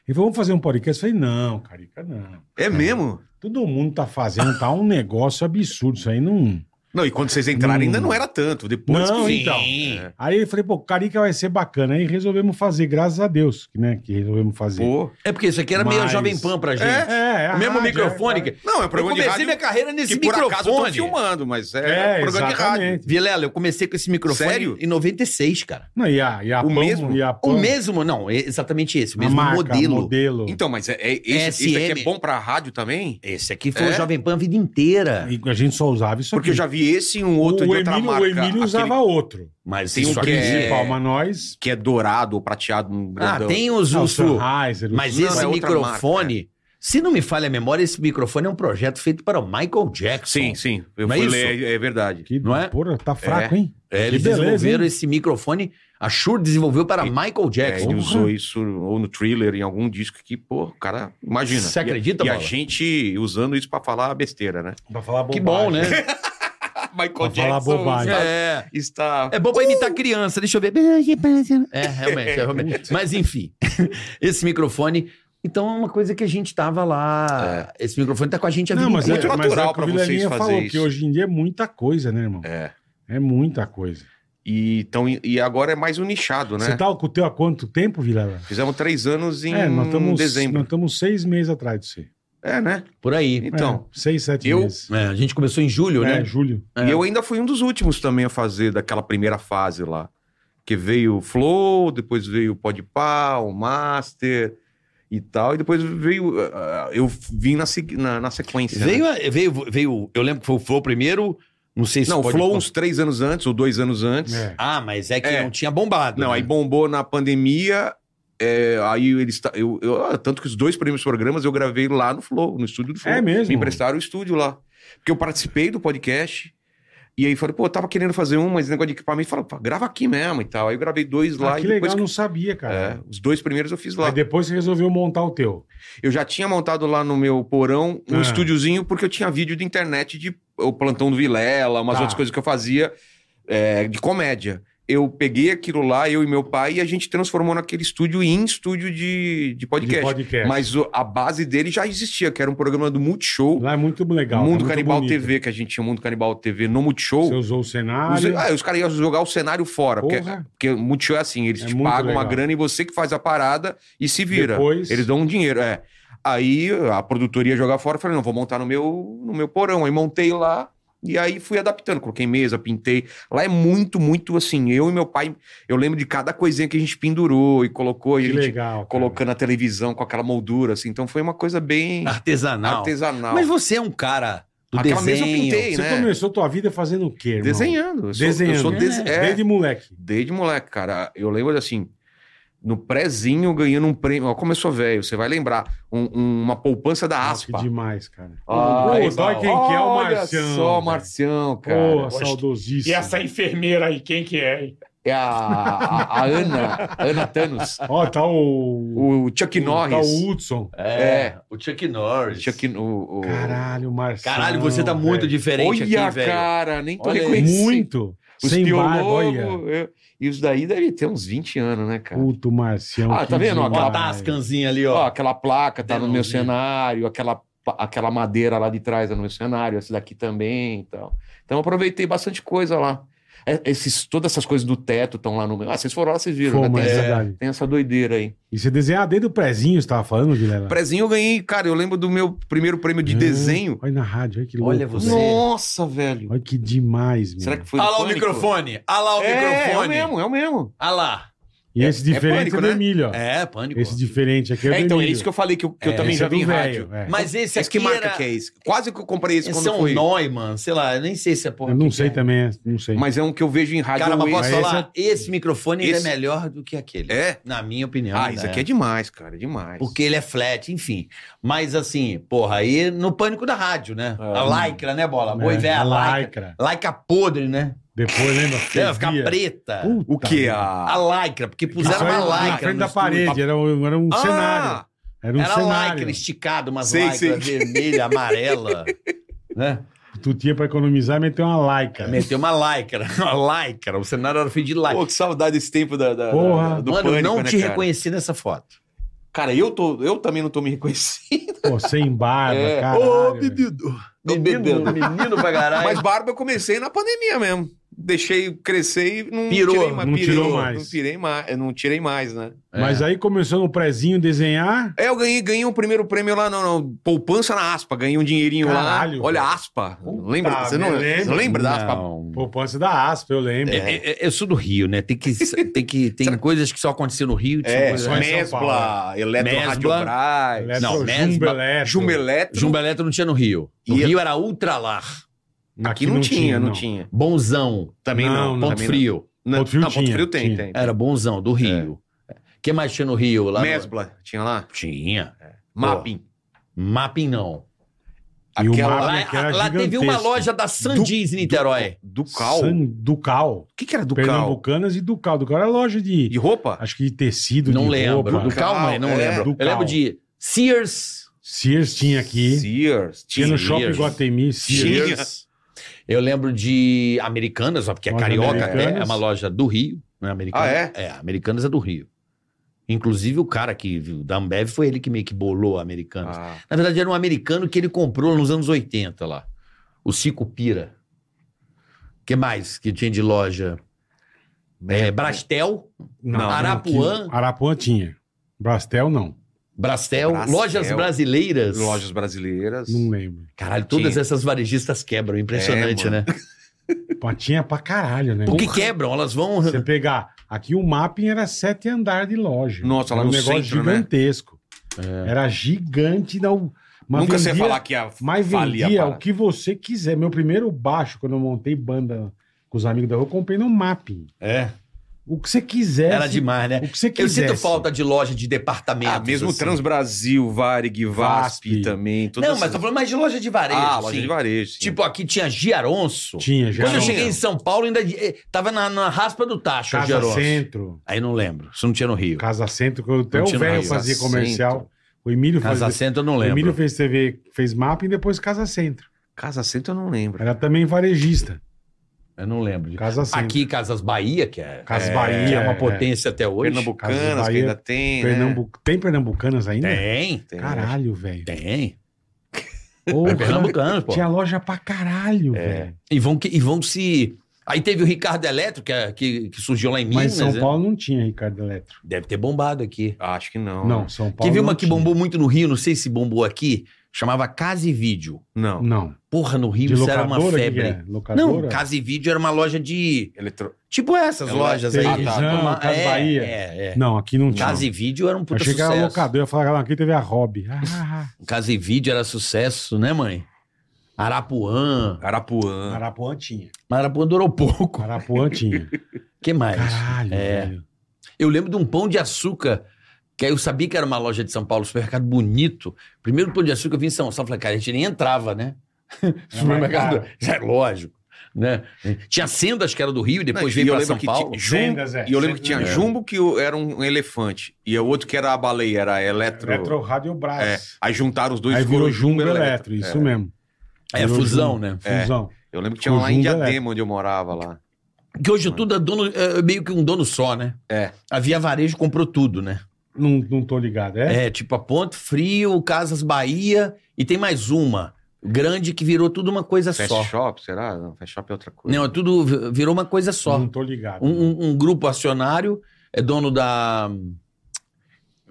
[SPEAKER 3] ele falou, vamos fazer um podcast? Eu falei, não, Carica, não.
[SPEAKER 1] É mesmo?
[SPEAKER 3] Todo mundo tá fazendo, tá um negócio absurdo, isso aí não...
[SPEAKER 1] Não, e quando vocês entraram
[SPEAKER 3] Hum.
[SPEAKER 1] ainda não era tanto. Depois
[SPEAKER 3] Não,
[SPEAKER 1] que...
[SPEAKER 3] então.
[SPEAKER 1] É.
[SPEAKER 3] Aí eu falei, pô, Carica vai ser bacana. Aí resolvemos fazer, graças a Deus, que, né, que resolvemos fazer.
[SPEAKER 1] Pô.
[SPEAKER 4] É porque isso aqui era meio
[SPEAKER 3] Mas-
[SPEAKER 4] Jovem Pan pra gente.
[SPEAKER 3] É, é a
[SPEAKER 4] o mesmo
[SPEAKER 3] rádio,
[SPEAKER 4] microfone.
[SPEAKER 3] é,
[SPEAKER 4] que-
[SPEAKER 1] Não, é um
[SPEAKER 4] Eu
[SPEAKER 1] programa de
[SPEAKER 4] comecei
[SPEAKER 1] rádio
[SPEAKER 4] minha carreira
[SPEAKER 1] que
[SPEAKER 4] nesse
[SPEAKER 1] por acaso eu tô
[SPEAKER 4] microfone.
[SPEAKER 1] filmando, mas é,
[SPEAKER 3] É,
[SPEAKER 1] um programa de rádio.
[SPEAKER 3] exatamente.
[SPEAKER 4] Vilela, eu comecei com esse microfone
[SPEAKER 1] Sério?
[SPEAKER 4] em 96, cara.
[SPEAKER 3] Não, e a, e a
[SPEAKER 1] O
[SPEAKER 3] Pão-
[SPEAKER 1] mesmo?
[SPEAKER 3] E a
[SPEAKER 4] O
[SPEAKER 3] Pão-
[SPEAKER 4] mesmo, não, é exatamente esse, o
[SPEAKER 3] a
[SPEAKER 4] mesmo
[SPEAKER 3] marca,
[SPEAKER 4] modelo.
[SPEAKER 3] modelo.
[SPEAKER 1] Então, mas é, é, esse, esse aqui
[SPEAKER 4] SM.
[SPEAKER 1] é bom pra rádio também?
[SPEAKER 4] Esse aqui foi o
[SPEAKER 1] É?
[SPEAKER 4] Jovem Pan a vida inteira.
[SPEAKER 3] E a gente só usava isso
[SPEAKER 1] Porque eu
[SPEAKER 3] aqui.
[SPEAKER 1] já vi esse e um outro de
[SPEAKER 3] o,
[SPEAKER 1] outra
[SPEAKER 3] Emílio,
[SPEAKER 1] marca.
[SPEAKER 3] o Emílio
[SPEAKER 1] aquele
[SPEAKER 3] usava outro.
[SPEAKER 4] Mas
[SPEAKER 1] Tem
[SPEAKER 4] isso
[SPEAKER 1] um
[SPEAKER 4] aqui...
[SPEAKER 1] que é-
[SPEAKER 3] Principal, mas nós...
[SPEAKER 1] que é dourado ou prateado, um
[SPEAKER 4] Ah,
[SPEAKER 1] grandão.
[SPEAKER 4] tem os...
[SPEAKER 3] Não,
[SPEAKER 4] os-
[SPEAKER 3] Sennheiser,
[SPEAKER 4] Mas
[SPEAKER 1] Não,
[SPEAKER 4] esse
[SPEAKER 1] é outra
[SPEAKER 4] microfone, se não me falha a memória, esse microfone é um projeto feito para o Michael Jackson.
[SPEAKER 1] Sim, sim. Eu
[SPEAKER 4] Não é
[SPEAKER 1] fui
[SPEAKER 4] isso?
[SPEAKER 1] ler, é verdade.
[SPEAKER 3] Que,
[SPEAKER 4] Não é?
[SPEAKER 3] Porra, tá fraco,
[SPEAKER 1] É.
[SPEAKER 3] hein?
[SPEAKER 4] É, eles
[SPEAKER 3] Que beleza,
[SPEAKER 4] desenvolveram
[SPEAKER 3] hein?
[SPEAKER 4] esse microfone, a Shure desenvolveu para Michael
[SPEAKER 1] É,
[SPEAKER 4] Jackson.
[SPEAKER 1] ele usou isso ou no thriller, em algum disco que, pô, o cara, imagina.
[SPEAKER 4] Você
[SPEAKER 1] E-
[SPEAKER 4] acredita,
[SPEAKER 1] E a
[SPEAKER 4] Bola?
[SPEAKER 1] gente usando isso pra falar besteira, né?
[SPEAKER 3] Pra falar
[SPEAKER 4] que bom, né?
[SPEAKER 3] Pra
[SPEAKER 1] Michael
[SPEAKER 3] falar bobagem.
[SPEAKER 4] é.
[SPEAKER 1] está...
[SPEAKER 4] É bom pra imitar criança, deixa eu ver. É, realmente, é, realmente. Mas enfim, esse microfone. Então é uma coisa que a gente tava lá. Esse microfone tá com a gente a vida
[SPEAKER 3] Não, mas é,
[SPEAKER 4] inteira.
[SPEAKER 1] muito
[SPEAKER 3] mas é
[SPEAKER 1] natural
[SPEAKER 3] o que
[SPEAKER 1] pra
[SPEAKER 3] o
[SPEAKER 1] vocês
[SPEAKER 3] Vilelinha
[SPEAKER 1] fazer
[SPEAKER 3] falou,
[SPEAKER 1] isso.
[SPEAKER 3] que hoje em dia é muita coisa, né, irmão?
[SPEAKER 1] É.
[SPEAKER 3] É muita coisa.
[SPEAKER 1] E, então, e- e agora é mais um nichado, né?
[SPEAKER 3] Você tá com o teu há quanto tempo, Vilela?
[SPEAKER 1] Fizemos três anos em
[SPEAKER 3] É, nós estamos
[SPEAKER 1] dezembro.
[SPEAKER 3] nós estamos seis meses atrás de você.
[SPEAKER 1] É, né?
[SPEAKER 4] Por aí.
[SPEAKER 1] Então,
[SPEAKER 3] É, seis, sete
[SPEAKER 1] eu-
[SPEAKER 3] meses.
[SPEAKER 4] É, a gente começou em julho,
[SPEAKER 3] É,
[SPEAKER 4] né?
[SPEAKER 3] julho.
[SPEAKER 4] É.
[SPEAKER 1] E eu ainda fui um dos últimos também a fazer daquela primeira fase lá. Que veio o Flow, depois veio o Podpah, o Master e tal. E depois veio... ah, eu vim na, segui- na, na sequência. né?
[SPEAKER 4] Veio, a- veio, veio. Eu lembro que foi o Flow primeiro. Não sei se
[SPEAKER 1] Não, o
[SPEAKER 4] pode-
[SPEAKER 1] Flow uns três anos antes ou dois anos antes.
[SPEAKER 3] É.
[SPEAKER 4] Ah, mas é que
[SPEAKER 1] É.
[SPEAKER 4] não tinha bombado.
[SPEAKER 1] Não,
[SPEAKER 4] né?
[SPEAKER 1] aí bombou na pandemia. é, aí eles... ta- Eu, eu- ah, tanto que os dois primeiros programas eu gravei lá no Flow, no estúdio do Flow.
[SPEAKER 3] É mesmo?
[SPEAKER 1] Me emprestaram o estúdio lá. Porque eu participei do podcast. E aí falei, pô, eu tava querendo fazer um, mas esse negócio de equipamento. Falei, pô, grava aqui mesmo e tal. Aí eu gravei dois lá.
[SPEAKER 3] Ah,
[SPEAKER 1] e
[SPEAKER 3] que
[SPEAKER 1] depois
[SPEAKER 3] legal, eu não sabia,
[SPEAKER 1] É,
[SPEAKER 3] cara.
[SPEAKER 1] os dois primeiros eu fiz lá.
[SPEAKER 3] Aí depois você resolveu montar o teu.
[SPEAKER 1] Eu já tinha montado lá no meu porão um
[SPEAKER 3] Ah.
[SPEAKER 1] estúdiozinho, porque eu tinha vídeo de internet de o plantão do Vilela, umas
[SPEAKER 3] Tá.
[SPEAKER 1] outras coisas que eu fazia é, de comédia. eu peguei aquilo lá, eu e meu pai, e a gente transformou naquele estúdio em estúdio de, de podcast.
[SPEAKER 3] De podcast.
[SPEAKER 1] Mas o- a base dele já existia, que era um programa do Multishow,
[SPEAKER 3] Lá é muito legal.
[SPEAKER 1] Mundo
[SPEAKER 3] tá muito
[SPEAKER 1] Canibal
[SPEAKER 3] bonito.
[SPEAKER 1] TV, que a gente tinha Mundo Canibal TV no Multishow.
[SPEAKER 3] Você usou o
[SPEAKER 1] Os,
[SPEAKER 3] cenário.
[SPEAKER 1] ah, os caras iam jogar o cenário fora. Porque,
[SPEAKER 3] Porra.
[SPEAKER 1] porque o Multishow é assim, eles
[SPEAKER 3] É
[SPEAKER 1] te
[SPEAKER 3] muito
[SPEAKER 1] pagam
[SPEAKER 3] legal.
[SPEAKER 1] uma grana e você que faz a parada e se vira.
[SPEAKER 3] Depois-
[SPEAKER 1] Eles dão um dinheiro, é. Aí a produtoria jogar fora, eu falei, não, vou montar no meu, no meu porão. Aí montei lá e aí fui adaptando. Coloquei mesa, pintei. Lá é muito, muito assim. Eu e meu pai, eu lembro de cada coisinha que a gente pendurou e colocou. E
[SPEAKER 3] que
[SPEAKER 1] a gente
[SPEAKER 3] legal. cara.
[SPEAKER 1] colocando a televisão com aquela moldura, assim. Então foi uma coisa bem
[SPEAKER 4] Artesanal.
[SPEAKER 1] artesanal.
[SPEAKER 4] Mas você é um cara do
[SPEAKER 1] Aquela mesa eu
[SPEAKER 4] desenho.
[SPEAKER 1] pintei.
[SPEAKER 3] Você
[SPEAKER 1] né?
[SPEAKER 3] começou tua vida fazendo o quê, irmão?
[SPEAKER 1] Desenhando. Eu sou-
[SPEAKER 3] Desenhando.
[SPEAKER 1] Eu sou, dese- é.
[SPEAKER 3] Desde moleque.
[SPEAKER 1] Desde moleque, cara. Eu lembro assim, no prézinho ganhando um prêmio. Ó, começou velho, você vai lembrar. um- um- uma poupança da
[SPEAKER 3] Nossa, que
[SPEAKER 1] aspa.
[SPEAKER 3] demais, cara.
[SPEAKER 1] Ah,
[SPEAKER 3] Pô,
[SPEAKER 1] aí,
[SPEAKER 3] dói quem
[SPEAKER 1] Olha
[SPEAKER 3] que é o Marcião.
[SPEAKER 1] só,
[SPEAKER 3] velho.
[SPEAKER 1] Marcião, cara.
[SPEAKER 3] Porra,
[SPEAKER 5] E
[SPEAKER 3] saudosíssimo.
[SPEAKER 5] essa enfermeira aí, quem que é? hein?
[SPEAKER 1] É a, a- a Ana, Ana Thanos.
[SPEAKER 3] Ó, tá o...
[SPEAKER 1] O Chuck Norris.
[SPEAKER 3] Tá o Hudson.
[SPEAKER 4] É,
[SPEAKER 1] É.
[SPEAKER 4] o Chuck Norris.
[SPEAKER 1] Chuck, o, o...
[SPEAKER 3] Caralho, Marcião.
[SPEAKER 4] Caralho, você tá muito
[SPEAKER 3] velho.
[SPEAKER 4] diferente
[SPEAKER 1] Olha,
[SPEAKER 4] aqui, velho.
[SPEAKER 1] cara, nem tô
[SPEAKER 4] Olha aí.
[SPEAKER 1] reconhecendo.
[SPEAKER 3] Muito.
[SPEAKER 1] Os
[SPEAKER 3] Sem barba, olha.
[SPEAKER 1] piologos, eu- E os daí deve ter uns 20 anos, né, cara?
[SPEAKER 3] Puto Marcião.
[SPEAKER 1] Ah,
[SPEAKER 3] que
[SPEAKER 1] tá vendo? Ó,
[SPEAKER 4] Ó,
[SPEAKER 3] demais.
[SPEAKER 4] a tascanzinha ali,
[SPEAKER 1] Ó,
[SPEAKER 4] ó.
[SPEAKER 1] aquela placa tá no meu
[SPEAKER 4] Denãozinho.
[SPEAKER 1] cenário, aquela, pa- aquela madeira lá de trás tá no meu cenário, essa daqui também e tal. Então eu aproveitei bastante coisa lá. É, Esses, todas essas coisas do teto estão lá no meu. Ah, vocês foram lá, vocês viram.
[SPEAKER 3] Pô,
[SPEAKER 1] né?
[SPEAKER 3] mas
[SPEAKER 1] Tem,
[SPEAKER 3] é
[SPEAKER 1] essa,
[SPEAKER 3] verdade.
[SPEAKER 1] tem essa doideira aí.
[SPEAKER 3] E você desenhava desde o prezinho, você tava falando, Vilela?
[SPEAKER 1] Prezinho eu ganhei, cara, eu lembro do meu primeiro prêmio de
[SPEAKER 3] Ah,
[SPEAKER 1] desenho.
[SPEAKER 3] Olha na rádio, olha que louco.
[SPEAKER 4] Olha você.
[SPEAKER 1] Nossa, velho. Tá
[SPEAKER 3] Olha que demais, meu.
[SPEAKER 1] Será que foi
[SPEAKER 4] Olha
[SPEAKER 1] do
[SPEAKER 4] Tá lá o
[SPEAKER 1] Pânico?
[SPEAKER 4] microfone. Olha lá o
[SPEAKER 1] É, é o
[SPEAKER 4] microfone.
[SPEAKER 1] mesmo, é o mesmo.
[SPEAKER 4] Olha lá.
[SPEAKER 3] E esse diferente é,
[SPEAKER 1] pânico,
[SPEAKER 3] do
[SPEAKER 1] né?
[SPEAKER 3] Emílio, ó.
[SPEAKER 4] É, pânico.
[SPEAKER 3] esse diferente aqui é, o
[SPEAKER 1] É,
[SPEAKER 3] do
[SPEAKER 1] então, é
[SPEAKER 3] Emílio.
[SPEAKER 1] isso que eu falei, que eu, que eu
[SPEAKER 4] É,
[SPEAKER 1] também
[SPEAKER 3] Esse
[SPEAKER 1] já
[SPEAKER 3] é do
[SPEAKER 1] vi em
[SPEAKER 3] velho,
[SPEAKER 1] rádio.
[SPEAKER 3] é.
[SPEAKER 4] Mas esse
[SPEAKER 1] Mas
[SPEAKER 4] aqui
[SPEAKER 1] que marca
[SPEAKER 4] era...
[SPEAKER 1] que é esse? Quase que eu comprei esse é um quando
[SPEAKER 4] São
[SPEAKER 1] foi.
[SPEAKER 4] Neumann, sei lá, eu nem sei se é porra.
[SPEAKER 3] Eu não
[SPEAKER 4] que
[SPEAKER 3] sei
[SPEAKER 4] que é.
[SPEAKER 3] também, não sei.
[SPEAKER 1] Mas é um que eu vejo em rádio.
[SPEAKER 4] Cara, mas
[SPEAKER 1] eu-
[SPEAKER 4] posso
[SPEAKER 3] Mas esse é
[SPEAKER 4] falar? Esse, microfone ele
[SPEAKER 1] Esse-
[SPEAKER 4] é melhor do que aquele.
[SPEAKER 1] É?
[SPEAKER 4] Na minha opinião. né?
[SPEAKER 1] Ah, isso aqui é demais, cara, é demais.
[SPEAKER 4] Porque ele é flat, enfim. Mas assim, porra, aí no pânico da rádio, né?
[SPEAKER 1] É.
[SPEAKER 4] A lycra, né, bola? Boa
[SPEAKER 3] É,
[SPEAKER 4] ideia, a
[SPEAKER 3] a
[SPEAKER 4] lycra.
[SPEAKER 3] lycra.
[SPEAKER 4] Lycra podre, né?
[SPEAKER 3] Depois, lembra?
[SPEAKER 4] Deve ficar
[SPEAKER 3] fervia.
[SPEAKER 4] preta.
[SPEAKER 1] O Ah,
[SPEAKER 3] Puta
[SPEAKER 1] que?
[SPEAKER 3] merda.
[SPEAKER 1] A...
[SPEAKER 4] A lycra, porque
[SPEAKER 3] Isso
[SPEAKER 4] puseram
[SPEAKER 3] aí
[SPEAKER 4] uma
[SPEAKER 3] Na
[SPEAKER 4] lycra
[SPEAKER 3] frente
[SPEAKER 4] no
[SPEAKER 3] da
[SPEAKER 4] estúdio.
[SPEAKER 3] parede, era um, era um
[SPEAKER 1] Ah!
[SPEAKER 3] cenário. Era um
[SPEAKER 4] Era
[SPEAKER 3] cenário.
[SPEAKER 4] lycra esticada, umas
[SPEAKER 1] Sei,
[SPEAKER 4] lycra vermelha, amarela. né?
[SPEAKER 3] Tu tinha pra economizar, meteu uma lycra.
[SPEAKER 4] Meteu uma lycra. Uma lycra. O cenário era feito de lycra.
[SPEAKER 1] Pô, que saudade desse tempo da, da-
[SPEAKER 3] Porra.
[SPEAKER 1] da- do
[SPEAKER 4] Mano, eu
[SPEAKER 1] pânico,
[SPEAKER 4] não
[SPEAKER 1] né,
[SPEAKER 4] te
[SPEAKER 1] cara?
[SPEAKER 4] reconheci nessa foto.
[SPEAKER 1] Cara, eu, tô, eu também não tô me reconhecendo.
[SPEAKER 3] Pô, sem barba,
[SPEAKER 1] É.
[SPEAKER 3] caralho. velho.
[SPEAKER 1] Tô bebendo.
[SPEAKER 4] menino pra caralho.
[SPEAKER 1] Mas barba eu comecei na pandemia mesmo. Deixei crescer e não
[SPEAKER 4] Pirou,
[SPEAKER 1] tirei mais.
[SPEAKER 3] não
[SPEAKER 1] pirei,
[SPEAKER 3] tirou mais.
[SPEAKER 1] Não tirei mais, não tirei mais, né?
[SPEAKER 4] É.
[SPEAKER 3] Mas aí começou no prezinho desenhar.
[SPEAKER 1] É, eu ganhei, ganhei um primeiro prêmio lá, não, não, poupança na aspa, ganhei um dinheirinho
[SPEAKER 3] Caralho.
[SPEAKER 1] lá. Olha, aspa.
[SPEAKER 3] Puta,
[SPEAKER 1] lembra? Você não,
[SPEAKER 3] me
[SPEAKER 1] você
[SPEAKER 3] lembro.
[SPEAKER 1] lembra da aspa?
[SPEAKER 3] Poupança da aspa, eu lembro.
[SPEAKER 4] É, é, é, eu sou do Rio, né? Tem, que, tem, que, tem coisas que só acontecem no Rio. que são
[SPEAKER 1] É,
[SPEAKER 4] coisas-
[SPEAKER 3] só em São
[SPEAKER 1] Mesbla,
[SPEAKER 3] Paulo.
[SPEAKER 1] Eletro
[SPEAKER 4] Mesbla.
[SPEAKER 1] Radiobras,
[SPEAKER 3] Eletro,
[SPEAKER 4] não, Mesbla,
[SPEAKER 3] Jumbeleto.
[SPEAKER 1] Jumeletro.
[SPEAKER 4] Jumba Eletro não tinha no Rio. No
[SPEAKER 1] E-
[SPEAKER 4] Rio era Ultralar,
[SPEAKER 1] Aqui não, tinha, não tinha.
[SPEAKER 4] Bonzão,
[SPEAKER 1] Também
[SPEAKER 3] Não,
[SPEAKER 1] não, também
[SPEAKER 4] Ponto Frio.
[SPEAKER 1] Não,
[SPEAKER 3] Ponto Frio
[SPEAKER 1] não,
[SPEAKER 3] tinha,
[SPEAKER 1] Frio tem,
[SPEAKER 3] tinha. É,
[SPEAKER 1] tem.
[SPEAKER 4] Era Bonzão, do Rio. O que mais tinha no Rio? Lá no-
[SPEAKER 1] Mesbla, tinha lá?
[SPEAKER 4] Tinha.
[SPEAKER 1] Mapping.
[SPEAKER 4] Mapping não.
[SPEAKER 3] E o
[SPEAKER 1] Aquela
[SPEAKER 3] Mapping
[SPEAKER 4] Lá,
[SPEAKER 3] que era
[SPEAKER 4] lá teve
[SPEAKER 3] gigantesco.
[SPEAKER 4] uma loja da Sandis em Niterói.
[SPEAKER 1] Ducal.
[SPEAKER 3] San- Ducal.
[SPEAKER 1] O que, que era Ducal?
[SPEAKER 3] Pernambucanas e Ducal. Ducal era loja de.
[SPEAKER 1] De roupa?
[SPEAKER 3] Acho que de tecido,
[SPEAKER 4] não
[SPEAKER 3] de
[SPEAKER 4] lembro.
[SPEAKER 3] roupa.
[SPEAKER 4] Do Calma, não
[SPEAKER 1] É,
[SPEAKER 4] lembro.
[SPEAKER 3] do
[SPEAKER 4] Eu lembro
[SPEAKER 3] Cal.
[SPEAKER 4] de Sears.
[SPEAKER 3] Sears tinha aqui.
[SPEAKER 1] Sears.
[SPEAKER 3] Tinha no
[SPEAKER 4] Sears.
[SPEAKER 3] shopping Guatemi, Sears.
[SPEAKER 1] Tinha.
[SPEAKER 4] Eu lembro de Americanas, ó, porque é
[SPEAKER 3] Loja
[SPEAKER 4] carioca,
[SPEAKER 3] Americanas.
[SPEAKER 4] é, é uma loja do Rio, não é Americanas?
[SPEAKER 1] Ah, é?
[SPEAKER 4] Americanas é do Rio. Inclusive o cara que viu da Ambev foi ele que meio que bolou a Americanas.
[SPEAKER 1] Ah,
[SPEAKER 4] Na verdade era um americano que ele comprou nos anos 80 lá. O Cico Pira. que mais que tinha de loja? É, Brastel,
[SPEAKER 1] Não,
[SPEAKER 4] Arapuã.
[SPEAKER 3] que- Arapuã tinha. Brastel, não.
[SPEAKER 4] Brastel,
[SPEAKER 1] Brastel.
[SPEAKER 4] lojas brasileiras.
[SPEAKER 1] lojas brasileiras.
[SPEAKER 3] Não lembro.
[SPEAKER 4] Caralho, todas
[SPEAKER 1] Tinha.
[SPEAKER 4] essas varejistas quebram, impressionante,
[SPEAKER 1] É,
[SPEAKER 4] né?
[SPEAKER 1] mano.
[SPEAKER 3] Pô, tinha pra caralho, né?
[SPEAKER 4] Por que quebram? Elas vão
[SPEAKER 3] Você pegar. Aqui o mapping era sete andar de loja.
[SPEAKER 1] Nossa,
[SPEAKER 3] era um
[SPEAKER 1] lá no centro, né?
[SPEAKER 3] gigantesco.
[SPEAKER 4] É.
[SPEAKER 3] Era gigante. Não, mas
[SPEAKER 1] Nunca você ia
[SPEAKER 3] vendia-
[SPEAKER 1] falar que a
[SPEAKER 3] Mas
[SPEAKER 1] valia
[SPEAKER 3] vendia
[SPEAKER 1] a
[SPEAKER 3] o
[SPEAKER 1] parada.
[SPEAKER 3] que você quiser. Meu primeiro baixo, quando eu montei banda com os amigos da rua, eu comprei no mapping.
[SPEAKER 4] É.
[SPEAKER 3] O que você quiser.
[SPEAKER 4] Era demais, né?
[SPEAKER 3] O que você
[SPEAKER 4] Eu
[SPEAKER 3] quiser.
[SPEAKER 4] sinto falta de loja de departamentos.
[SPEAKER 1] Ah, mesmo
[SPEAKER 4] assim.
[SPEAKER 1] Transbrasil, Varig, Vasp,
[SPEAKER 3] Vasp.
[SPEAKER 1] também. todas
[SPEAKER 4] Não, mas tô
[SPEAKER 1] essas-
[SPEAKER 4] falando mais de loja de varejo.
[SPEAKER 1] Ah,
[SPEAKER 4] assim.
[SPEAKER 1] loja de varejo. sim.
[SPEAKER 4] Tipo, aqui tinha Giaronso.
[SPEAKER 3] Tinha, já.
[SPEAKER 4] Quando eu
[SPEAKER 1] Giaronso.
[SPEAKER 4] cheguei em São Paulo, ainda eh, tava na, na raspa do tacho,
[SPEAKER 3] Casa
[SPEAKER 4] Giaronso.
[SPEAKER 3] Centro.
[SPEAKER 4] Aí não lembro. Isso não tinha no Rio.
[SPEAKER 3] Casa Centro, que eu- até
[SPEAKER 4] Não
[SPEAKER 3] o
[SPEAKER 4] tinha no
[SPEAKER 3] velho
[SPEAKER 4] Rio.
[SPEAKER 3] fazia
[SPEAKER 1] Casa
[SPEAKER 3] comercial.
[SPEAKER 1] Centro.
[SPEAKER 3] O Emílio
[SPEAKER 4] Casa
[SPEAKER 3] fazia.
[SPEAKER 4] Centro eu não
[SPEAKER 3] o
[SPEAKER 4] lembro.
[SPEAKER 3] Emílio fez TV, fez mapa e depois Casa Centro.
[SPEAKER 1] Casa Centro eu não lembro.
[SPEAKER 3] Era também varejista.
[SPEAKER 4] Eu não lembro. de-
[SPEAKER 3] Casa Centro.
[SPEAKER 4] Aqui, Casas Bahia, que é,
[SPEAKER 3] Casas
[SPEAKER 4] é,
[SPEAKER 3] Bahia,
[SPEAKER 4] que é
[SPEAKER 3] é.
[SPEAKER 4] uma potência até hoje.
[SPEAKER 3] Casas
[SPEAKER 1] Pernambucanas, que
[SPEAKER 3] Bahia,
[SPEAKER 1] ainda tem. né?
[SPEAKER 3] Pernambu- Tem pernambucanas ainda?
[SPEAKER 4] Tem,
[SPEAKER 1] Tem,
[SPEAKER 3] Caralho, velho.
[SPEAKER 4] tem.
[SPEAKER 3] Porra,
[SPEAKER 4] É pernambucano, pô. É.
[SPEAKER 3] Tinha loja pra caralho, velho.
[SPEAKER 4] E vão, que- e vão se. Aí teve o Ricardo Eletro, que, é- que, que surgiu lá em Minas.
[SPEAKER 3] Mas São
[SPEAKER 4] né?
[SPEAKER 3] Paulo não tinha Ricardo Eletro.
[SPEAKER 4] Deve ter bombado aqui.
[SPEAKER 1] Acho que não.
[SPEAKER 3] Não,
[SPEAKER 1] né?
[SPEAKER 3] São Paulo.
[SPEAKER 4] Teve uma
[SPEAKER 3] não
[SPEAKER 4] que
[SPEAKER 3] tinha.
[SPEAKER 4] bombou muito no Rio, não sei se bombou aqui, chamava Casa e Vídeo.
[SPEAKER 1] Não.
[SPEAKER 3] Não.
[SPEAKER 4] Porra, no Rio isso era uma
[SPEAKER 3] que que
[SPEAKER 4] febre.
[SPEAKER 3] é? Locadora?
[SPEAKER 4] Não, Casa e Vídeo era uma loja de.
[SPEAKER 1] Eletro...
[SPEAKER 4] Tipo essas
[SPEAKER 1] É,
[SPEAKER 4] lojas aí.
[SPEAKER 1] televisão,
[SPEAKER 4] Uma-
[SPEAKER 3] Casa
[SPEAKER 4] é,
[SPEAKER 3] Bahia.
[SPEAKER 4] É, é.
[SPEAKER 3] Não, aqui não tinha.
[SPEAKER 4] Casa e Vídeo era um puta
[SPEAKER 3] Achei que era
[SPEAKER 4] sucesso.
[SPEAKER 3] locadora. Eu ia falar, aqui teve a Hobby. Ah, ah,
[SPEAKER 4] Casa e Vídeo era sucesso, né, mãe? Arapuã.
[SPEAKER 3] ah.
[SPEAKER 1] Arapuã.
[SPEAKER 3] Arapuã tinha.
[SPEAKER 4] Mas Arapuã durou pouco.
[SPEAKER 3] Arapuã tinha.
[SPEAKER 4] que mais?
[SPEAKER 3] Caralho,
[SPEAKER 4] É.
[SPEAKER 3] velho.
[SPEAKER 4] Eu lembro de um pão de açúcar, que aí eu sabia que era uma loja de São Paulo, um supermercado bonito. Primeiro pão de açúcar eu vim em São Paulo. Falei, cara, a gente nem entrava, né? supermercado, já é lógico. Né? Tinha sendas que era do Rio e depois
[SPEAKER 1] Não, e
[SPEAKER 4] veio
[SPEAKER 1] eu
[SPEAKER 4] pra
[SPEAKER 1] lembro
[SPEAKER 4] São
[SPEAKER 1] que
[SPEAKER 4] Paulo.
[SPEAKER 1] ti- Jumbo-
[SPEAKER 3] Vendas, é.
[SPEAKER 1] E eu lembro que tinha
[SPEAKER 4] É.
[SPEAKER 1] Jumbo, que o- era um elefante. E o outro que era a baleia, era a Eletro.
[SPEAKER 3] Eletro Rádio
[SPEAKER 1] É,
[SPEAKER 3] Brás.
[SPEAKER 1] aí juntaram os dois
[SPEAKER 3] Aí
[SPEAKER 1] e
[SPEAKER 3] virou Jumbo
[SPEAKER 1] Eletro.
[SPEAKER 3] Eletro, isso mesmo.
[SPEAKER 4] É,
[SPEAKER 3] Virou
[SPEAKER 4] fusão,
[SPEAKER 3] Jumbo.
[SPEAKER 4] né?
[SPEAKER 1] É.
[SPEAKER 3] Fusão.
[SPEAKER 1] Eu lembro que tinha
[SPEAKER 3] Ficou
[SPEAKER 1] lá em
[SPEAKER 3] Jumbo
[SPEAKER 1] Diadema,
[SPEAKER 3] Eletro.
[SPEAKER 1] onde eu morava lá.
[SPEAKER 4] Que hoje tudo é, dono, é meio que um dono só, né?
[SPEAKER 1] É.
[SPEAKER 4] A Via Varejo comprou tudo, né?
[SPEAKER 3] Não, não tô ligado, é?
[SPEAKER 4] É, tipo a Ponto Frio, Casas Bahia e tem mais uma grande que virou tudo uma coisa
[SPEAKER 1] Fast
[SPEAKER 4] só.
[SPEAKER 1] Shop, será? Não, Fast Shop é outra coisa.
[SPEAKER 4] Não, é tudo vi- virou uma coisa só.
[SPEAKER 1] Hum.
[SPEAKER 3] Não tô ligado.
[SPEAKER 4] Um, um- um grupo acionário é dono da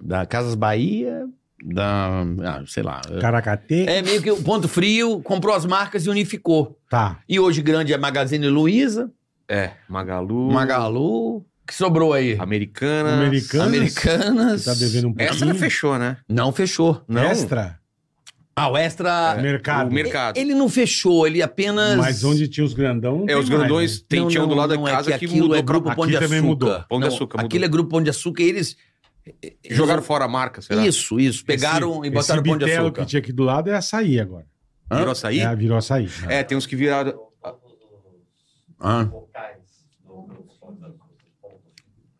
[SPEAKER 4] da Casas Bahia, da ah, sei lá.
[SPEAKER 1] um.
[SPEAKER 3] Caracatê?
[SPEAKER 4] É meio que o Ponto Frio comprou as marcas e unificou.
[SPEAKER 3] Tá.
[SPEAKER 4] E hoje grande é Magazine Luiza,
[SPEAKER 1] É, Magalu,
[SPEAKER 4] Magalu, o que sobrou aí?
[SPEAKER 1] Americanas.
[SPEAKER 3] Americanas.
[SPEAKER 4] Americanas.
[SPEAKER 3] Você tá devendo um pouquinho.
[SPEAKER 1] Essa não fechou, né?
[SPEAKER 4] Não fechou.
[SPEAKER 1] Não. É,
[SPEAKER 3] Extra?
[SPEAKER 4] Ah, o Extra
[SPEAKER 3] Mercado.
[SPEAKER 1] O mercado.
[SPEAKER 4] Ele não fechou, ele apenas.
[SPEAKER 3] Mas onde tinha os grandão. não
[SPEAKER 1] É,
[SPEAKER 3] tem
[SPEAKER 1] os
[SPEAKER 3] mais,
[SPEAKER 1] grandões
[SPEAKER 3] né?
[SPEAKER 1] tem,
[SPEAKER 4] Não,
[SPEAKER 1] tinham
[SPEAKER 4] não,
[SPEAKER 1] do lado
[SPEAKER 4] não,
[SPEAKER 1] da
[SPEAKER 4] é
[SPEAKER 1] casa
[SPEAKER 4] que
[SPEAKER 1] que,
[SPEAKER 4] aquilo
[SPEAKER 1] mudou
[SPEAKER 4] é grupo
[SPEAKER 1] pra...
[SPEAKER 4] Pão de
[SPEAKER 3] também
[SPEAKER 4] Açúcar.
[SPEAKER 3] mudou.
[SPEAKER 1] Pão de
[SPEAKER 4] Não,
[SPEAKER 1] Açúcar mudou.
[SPEAKER 4] Aquilo é grupo Pão de Açúcar e eles.
[SPEAKER 1] Jogaram fora a marca, será?
[SPEAKER 4] Isso, isso. Pegaram
[SPEAKER 3] Esse-
[SPEAKER 4] e botaram Pão de
[SPEAKER 3] Esse bitelo
[SPEAKER 4] Açúcar.
[SPEAKER 3] que tinha aqui do lado é açaí agora.
[SPEAKER 4] Hã?
[SPEAKER 1] Virou açaí?
[SPEAKER 3] É, virou açaí.
[SPEAKER 1] É, tem uns que viraram...
[SPEAKER 4] Ah.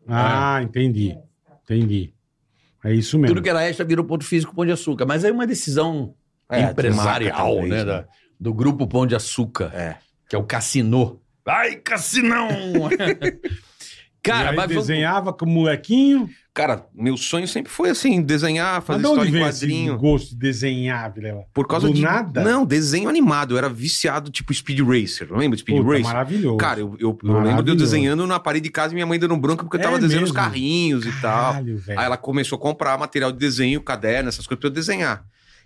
[SPEAKER 3] Ah,
[SPEAKER 1] É.
[SPEAKER 3] entendi. Entendi. É isso mesmo.
[SPEAKER 4] Tudo que era extra virou ponto físico Pão de Açúcar. Mas aí uma decisão
[SPEAKER 1] É, de marca,
[SPEAKER 4] empresarial,
[SPEAKER 1] talvez,
[SPEAKER 4] né?
[SPEAKER 1] né?
[SPEAKER 4] da- do grupo Pão de Açúcar,
[SPEAKER 1] É.
[SPEAKER 4] que é o Cassinô. Ai, Cassinão!
[SPEAKER 1] é
[SPEAKER 3] E
[SPEAKER 4] Cara,
[SPEAKER 3] aí
[SPEAKER 4] mas vamos-
[SPEAKER 3] desenhava com o molequinho.
[SPEAKER 1] Cara, meu sonho sempre foi assim, desenhar,
[SPEAKER 3] Mas
[SPEAKER 1] fazer
[SPEAKER 3] de onde
[SPEAKER 1] história em
[SPEAKER 3] vem esse
[SPEAKER 1] quadrinho.
[SPEAKER 3] gosto de desenhar, Vilela?
[SPEAKER 1] Por causa
[SPEAKER 3] Do
[SPEAKER 1] de.
[SPEAKER 3] nada?
[SPEAKER 1] Não, desenho animado. Eu era viciado, tipo Speed Racer. Lembra de Speed
[SPEAKER 3] Puta,
[SPEAKER 1] Racer?
[SPEAKER 3] maravilhoso.
[SPEAKER 1] Cara, eu, eu- eu lembro de eu
[SPEAKER 3] Maravilhoso.
[SPEAKER 1] desenhando na parede de casa e minha mãe dando bronca porque eu tava
[SPEAKER 3] É
[SPEAKER 1] desenhando os
[SPEAKER 3] mesmo?
[SPEAKER 1] carrinhos e tal.
[SPEAKER 3] Caralho, velho.
[SPEAKER 1] Aí ela começou a comprar material de desenho, caderno, essas coisas pra eu desenhar.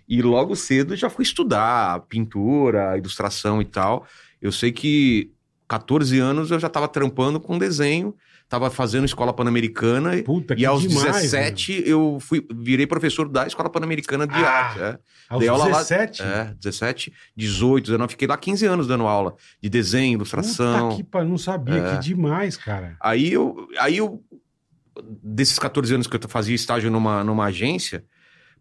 [SPEAKER 1] E logo cedo eu já fui estudar pintura, ilustração e tal. Eu sei que 14 anos eu já tava trampando com desenho, tava fazendo escola pan-americana. e-
[SPEAKER 3] Puta, que
[SPEAKER 1] E aos
[SPEAKER 3] demais,
[SPEAKER 1] 17 eu fui, virei professor da Escola Pan-Americana de
[SPEAKER 3] Ah,
[SPEAKER 1] Arte. é.
[SPEAKER 3] Aos
[SPEAKER 1] Dei aula lá-
[SPEAKER 3] 17?
[SPEAKER 1] É, 17, 18, 19. Fiquei lá 15 anos dando aula de desenho, ilustração.
[SPEAKER 3] Puta que pa- não sabia,
[SPEAKER 1] É.
[SPEAKER 3] que demais, cara.
[SPEAKER 1] Aí eu, aí eu, desses 14 anos que eu fazia estágio numa, numa agência,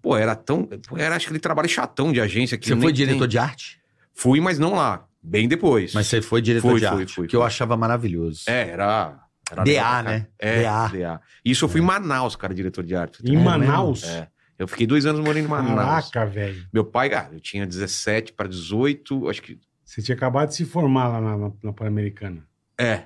[SPEAKER 1] pô, era tão, pô, era acho que ele trabalho chatão de agência que
[SPEAKER 4] você
[SPEAKER 1] nem
[SPEAKER 4] foi
[SPEAKER 1] tem-
[SPEAKER 4] diretor de arte?
[SPEAKER 1] Fui, mas não lá, bem depois.
[SPEAKER 4] Mas você foi diretor
[SPEAKER 1] Fui,
[SPEAKER 4] de
[SPEAKER 1] fui,
[SPEAKER 4] arte,
[SPEAKER 1] fui,
[SPEAKER 4] que eu
[SPEAKER 1] fui.
[SPEAKER 4] achava maravilhoso.
[SPEAKER 1] é, era, era
[SPEAKER 4] DA,
[SPEAKER 1] legal pra cá.
[SPEAKER 4] né? É.
[SPEAKER 1] É,
[SPEAKER 4] DA.
[SPEAKER 1] DA. Isso eu fui em Manaus, cara, diretor de arte.
[SPEAKER 3] Em Manaus?
[SPEAKER 1] É. Eu fiquei dois anos morando em Manaus.
[SPEAKER 3] Caraca, velho.
[SPEAKER 1] Meu pai, ah, eu tinha 17 para 18, acho que
[SPEAKER 3] Você tinha acabado de se formar lá na, na, na Pan-Americana.
[SPEAKER 1] É.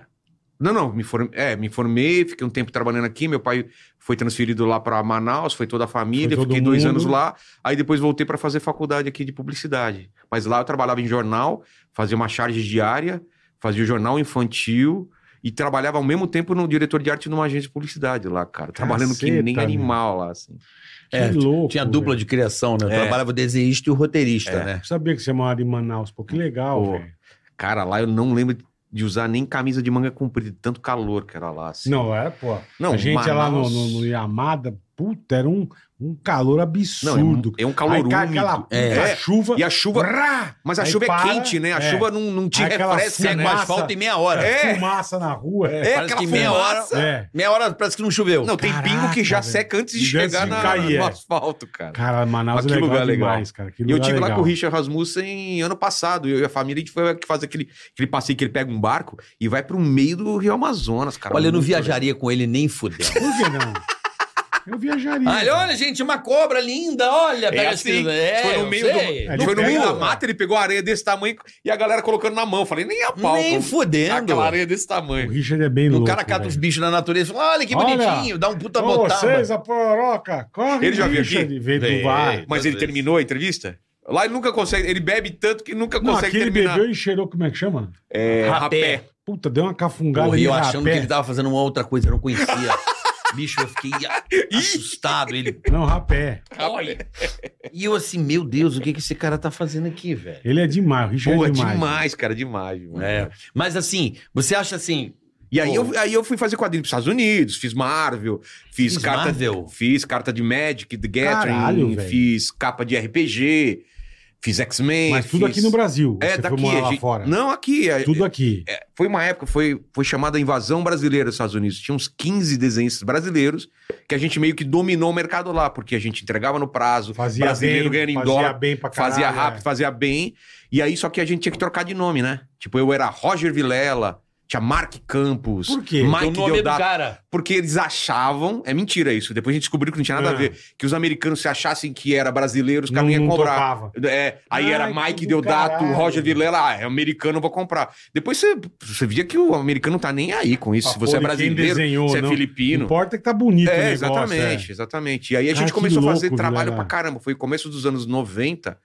[SPEAKER 1] Não, não, me formei, é, me formei, fiquei um tempo trabalhando aqui. Meu pai foi transferido lá para Manaus, foi toda a família,
[SPEAKER 3] Foi todo
[SPEAKER 1] fiquei dois
[SPEAKER 3] mundo.
[SPEAKER 1] anos lá. Aí depois voltei para fazer faculdade aqui de publicidade. Mas lá eu trabalhava em jornal, fazia uma charge diária, fazia o jornal infantil e trabalhava ao mesmo tempo no diretor de arte numa agência de publicidade lá, cara. Trabalhando que nem
[SPEAKER 3] Caceta,
[SPEAKER 1] animal lá, assim.
[SPEAKER 3] Que
[SPEAKER 4] É,
[SPEAKER 3] louco.
[SPEAKER 4] Tinha dupla de criação, né? Eu
[SPEAKER 1] É.
[SPEAKER 4] trabalhava o desenhista e o roteirista,
[SPEAKER 1] É.
[SPEAKER 4] né?
[SPEAKER 3] Eu sabia que você morava em Manaus, pô. Que legal,
[SPEAKER 1] Pô.
[SPEAKER 3] velho.
[SPEAKER 1] Cara, lá eu não lembro de usar nem camisa de manga comprida, de tanto calor que era lá, assim.
[SPEAKER 3] Não, era, pô.
[SPEAKER 1] Não,
[SPEAKER 3] a gente ia lá no,
[SPEAKER 1] Manaus-
[SPEAKER 3] no, no Yamada, puta, era um, um calor
[SPEAKER 1] Não, é um-
[SPEAKER 3] absurdo.
[SPEAKER 1] é, um calor
[SPEAKER 3] Aí cai aquela
[SPEAKER 1] úmido.
[SPEAKER 3] puta
[SPEAKER 4] É.
[SPEAKER 3] chuva.
[SPEAKER 1] E a chuva.
[SPEAKER 3] Rá!
[SPEAKER 1] Mas a
[SPEAKER 3] Aí
[SPEAKER 1] chuva
[SPEAKER 3] para,
[SPEAKER 1] é quente, né? A
[SPEAKER 3] é.
[SPEAKER 1] chuva não, não te
[SPEAKER 3] Aí aquela
[SPEAKER 1] refresca,
[SPEAKER 3] fumaça.
[SPEAKER 1] né?
[SPEAKER 4] Mas falta em meia hora.
[SPEAKER 1] É.
[SPEAKER 3] Fumaça na rua.
[SPEAKER 1] É,
[SPEAKER 4] Parece
[SPEAKER 1] aquela
[SPEAKER 4] que meia hora.
[SPEAKER 1] fumaça.
[SPEAKER 3] É.
[SPEAKER 4] Meia hora parece que não choveu.
[SPEAKER 1] Não, tem
[SPEAKER 3] Caraca,
[SPEAKER 1] pingo que já
[SPEAKER 3] velho.
[SPEAKER 1] seca antes de
[SPEAKER 3] E antes
[SPEAKER 1] chegar
[SPEAKER 3] de
[SPEAKER 1] na-
[SPEAKER 3] cair,
[SPEAKER 1] no
[SPEAKER 3] é.
[SPEAKER 1] asfalto, cara.
[SPEAKER 3] Cara, Manaus
[SPEAKER 1] Mas
[SPEAKER 3] é
[SPEAKER 1] Ah, que
[SPEAKER 3] legal,
[SPEAKER 1] lugar legal.
[SPEAKER 3] demais, cara. Que
[SPEAKER 1] E eu
[SPEAKER 3] lugar
[SPEAKER 1] tive lá
[SPEAKER 3] legal.
[SPEAKER 1] com o Richard Rasmussen ano passado. Eu e a família, a gente foi que faz aquele, aquele passeio que ele pega um barco e vai pro meio do Rio Amazonas, cara.
[SPEAKER 4] Olha, eu não
[SPEAKER 1] Muito
[SPEAKER 4] viajaria com ele nem fudendo.
[SPEAKER 3] Por que não? Eu viajaria.
[SPEAKER 1] Ah,
[SPEAKER 4] Olha, olha, gente, uma cobra linda, olha.
[SPEAKER 1] É
[SPEAKER 4] pega
[SPEAKER 1] assim,
[SPEAKER 4] esse- é,
[SPEAKER 1] foi no
[SPEAKER 4] eu
[SPEAKER 1] meio
[SPEAKER 4] sei.
[SPEAKER 1] do,
[SPEAKER 3] Ele
[SPEAKER 1] foi no meio
[SPEAKER 3] pega-
[SPEAKER 1] da mata, ele pegou areia desse tamanho e a galera colocando na mão. Falei, nem a pau.
[SPEAKER 4] Nem
[SPEAKER 1] cara.
[SPEAKER 4] fudendo.
[SPEAKER 1] Aquela areia desse
[SPEAKER 3] O
[SPEAKER 1] tamanho.
[SPEAKER 3] Richard é bem
[SPEAKER 4] O
[SPEAKER 3] louco.
[SPEAKER 4] cara cata os
[SPEAKER 3] velho.
[SPEAKER 4] bichos na natureza e fala, "Ah, olha que
[SPEAKER 3] Olha,
[SPEAKER 4] bonitinho, dá um puta
[SPEAKER 3] Ô,
[SPEAKER 4] botão.
[SPEAKER 3] Vocês, a pororoca, corre.
[SPEAKER 1] Ele já veio aqui?
[SPEAKER 3] Richard, Veio do
[SPEAKER 4] Veio.
[SPEAKER 3] VAR.
[SPEAKER 1] Mas ele terminou a entrevista? Lá ele nunca consegue, ele bebe tanto que nunca
[SPEAKER 3] Não,
[SPEAKER 1] consegue
[SPEAKER 3] aqui ele
[SPEAKER 1] terminar.
[SPEAKER 3] bebeu e cheirou, como é que chama?
[SPEAKER 1] É, rapé.
[SPEAKER 3] Puta, deu uma cafungada
[SPEAKER 4] Porra,
[SPEAKER 3] é um de
[SPEAKER 4] eu achando
[SPEAKER 3] rapé.
[SPEAKER 4] que ele tava fazendo uma outra coisa, eu não conhecia. Bicho, eu fiquei a- assustado. Ele.
[SPEAKER 3] Não, rapé.
[SPEAKER 1] Rapé.
[SPEAKER 4] E eu assim, meu Deus, o que, que esse cara tá fazendo aqui, velho?
[SPEAKER 3] Ele é demais, o Richard
[SPEAKER 1] Pô,
[SPEAKER 3] é
[SPEAKER 1] demais.
[SPEAKER 3] demais.
[SPEAKER 1] cara, demais. mano.
[SPEAKER 4] É. Mas assim, você acha assim.
[SPEAKER 1] E aí
[SPEAKER 4] Pô.
[SPEAKER 1] eu, aí eu fui fazer quadrinho pros Estados Unidos, fiz Marvel, fiz,
[SPEAKER 4] Fiz
[SPEAKER 1] carta.
[SPEAKER 4] Marvel?
[SPEAKER 1] Fiz carta de Magic, The Gathering,
[SPEAKER 3] Caralho, velho.
[SPEAKER 1] fiz capa de RPG, fiz X-Men.
[SPEAKER 3] Mas tudo
[SPEAKER 1] fiz-
[SPEAKER 3] aqui no Brasil. Você
[SPEAKER 1] É,
[SPEAKER 3] foi
[SPEAKER 1] daqui.
[SPEAKER 3] morar
[SPEAKER 1] a
[SPEAKER 3] lá
[SPEAKER 1] gente-
[SPEAKER 3] fora.
[SPEAKER 1] Não, aqui. é-
[SPEAKER 3] Tudo aqui.
[SPEAKER 1] Foi uma época, foi, foi chamada invasão brasileira dos Estados Unidos. Tinha uns 15 desenhistas brasileiros que a gente meio que dominou o mercado lá, porque a gente entregava no prazo,
[SPEAKER 3] Fazia
[SPEAKER 1] brasileiro
[SPEAKER 3] bem,
[SPEAKER 1] ganhando em
[SPEAKER 3] fazia
[SPEAKER 1] dólar,
[SPEAKER 3] bem pra caralho. é.
[SPEAKER 1] fazia rápido, fazia bem. E aí, só que a gente tinha que trocar de nome, né? Tipo, eu era Roger Vilela, tinha Mark Campos.
[SPEAKER 3] Por quê?
[SPEAKER 1] Mike
[SPEAKER 4] o nome é
[SPEAKER 1] Deodato.
[SPEAKER 4] do cara.
[SPEAKER 1] Porque eles achavam, é mentira isso, depois a gente descobriu que não tinha nada
[SPEAKER 3] Ah.
[SPEAKER 1] a ver, que os americanos se achassem que era brasileiro, os caras não,
[SPEAKER 3] não,
[SPEAKER 1] iam
[SPEAKER 3] não
[SPEAKER 1] comprar.
[SPEAKER 3] tocava.
[SPEAKER 1] É, aí
[SPEAKER 3] Ai,
[SPEAKER 1] era
[SPEAKER 3] que
[SPEAKER 1] Mike
[SPEAKER 3] do
[SPEAKER 1] Deodato,
[SPEAKER 3] caralho.
[SPEAKER 1] Roger Vilela, ah, é americano, vou comprar. Depois você, você via que o americano não tá nem aí com isso.
[SPEAKER 3] Ah,
[SPEAKER 1] Se você é
[SPEAKER 3] pô, e quem
[SPEAKER 1] brasileiro,
[SPEAKER 3] desenhou,
[SPEAKER 1] se é
[SPEAKER 3] não?
[SPEAKER 1] filipino.
[SPEAKER 3] importa é que tá bonito o
[SPEAKER 1] É,
[SPEAKER 3] negócio.
[SPEAKER 1] exatamente, exatamente. E aí a
[SPEAKER 3] Cara,
[SPEAKER 1] gente
[SPEAKER 3] que
[SPEAKER 1] começou a fazer
[SPEAKER 3] louco,
[SPEAKER 1] trabalho
[SPEAKER 3] Vilela.
[SPEAKER 1] pra caramba. Foi começo dos anos 90.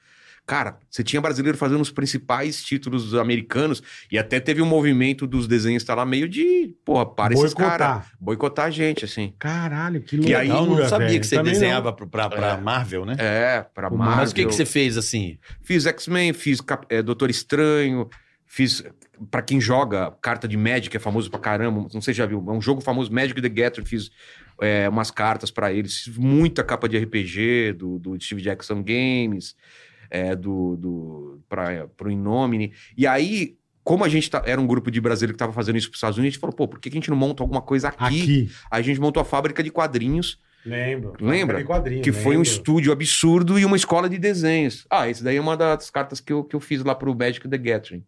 [SPEAKER 1] Cara, você tinha brasileiro fazendo os principais títulos americanos e até teve um movimento dos desenhistas lá meio de, porra, para esses
[SPEAKER 3] Boicotar.
[SPEAKER 1] caras. Boicotar a gente, assim.
[SPEAKER 3] Caralho, que loucura,
[SPEAKER 1] E aí,
[SPEAKER 4] eu não sabia
[SPEAKER 3] velho.
[SPEAKER 4] que você
[SPEAKER 3] Também não.
[SPEAKER 4] desenhava pro- pra, pra
[SPEAKER 1] É.
[SPEAKER 4] Marvel, né?
[SPEAKER 1] É, pra
[SPEAKER 3] Pô,
[SPEAKER 1] Marvel.
[SPEAKER 4] Mas o que, que você fez assim?
[SPEAKER 1] Fiz X-Men, fiz Cap- eh, Doutor Estranho, fiz... Pra quem joga carta de Magic, é famoso pra caramba. Não sei se já viu. É um jogo famoso, Magic the Gathering. Fiz eh, umas cartas pra eles. Fiz muita capa de RPG do, do Steve Jackson Games, eh, do, do, pra, pro Inomine. E aí... Como a gente tá- era um grupo de brasileiros que tava fazendo isso pros Estados Unidos, a gente falou, pô, por que, que a gente não monta alguma coisa aqui?
[SPEAKER 3] Aqui.
[SPEAKER 1] Aí a gente montou a fábrica de quadrinhos
[SPEAKER 3] Lembro.
[SPEAKER 1] Lembra?
[SPEAKER 3] Aquele quadrinho,
[SPEAKER 1] Que foi um
[SPEAKER 3] lembro.
[SPEAKER 1] estúdio absurdo e uma escola de desenhos. Ah, esse daí é uma das cartas que eu, que eu fiz lá pro Magic the Gathering.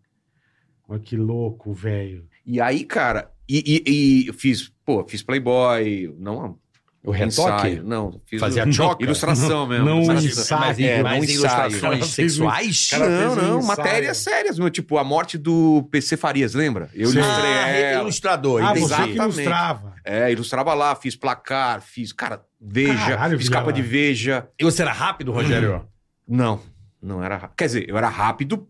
[SPEAKER 3] Olha que louco, velho.
[SPEAKER 1] E aí, cara, e, e- e eu fiz, pô, fiz Playboy, não
[SPEAKER 4] O
[SPEAKER 1] ensaio, não, fiz
[SPEAKER 4] Fazia
[SPEAKER 1] o-
[SPEAKER 4] choca?
[SPEAKER 1] ilustração mesmo.
[SPEAKER 3] Não
[SPEAKER 4] Mas,
[SPEAKER 3] ensaio. um-
[SPEAKER 4] mas,
[SPEAKER 1] É,
[SPEAKER 4] mas
[SPEAKER 1] não ensaio.
[SPEAKER 4] ilustrações sexuais?
[SPEAKER 3] Cara, fez
[SPEAKER 1] não,
[SPEAKER 3] um
[SPEAKER 1] não,
[SPEAKER 3] ensaio.
[SPEAKER 1] matérias sérias, meu, tipo a morte do PC Farias, lembra? Eu
[SPEAKER 3] Sim.
[SPEAKER 1] ilustrei
[SPEAKER 4] Ah,
[SPEAKER 1] ela.
[SPEAKER 4] ilustrador,
[SPEAKER 3] Ah,
[SPEAKER 4] entendi.
[SPEAKER 3] você que
[SPEAKER 1] Exatamente.
[SPEAKER 3] ilustrava.
[SPEAKER 1] É, ilustrava lá, fiz placar, fiz, cara, Veja,
[SPEAKER 3] Caralho,
[SPEAKER 1] fiz
[SPEAKER 3] Vilela.
[SPEAKER 1] capa de Veja.
[SPEAKER 4] E você era rápido,
[SPEAKER 3] Uhum.
[SPEAKER 4] Rogério?
[SPEAKER 1] Não, não era rápido. Quer dizer, eu era rápido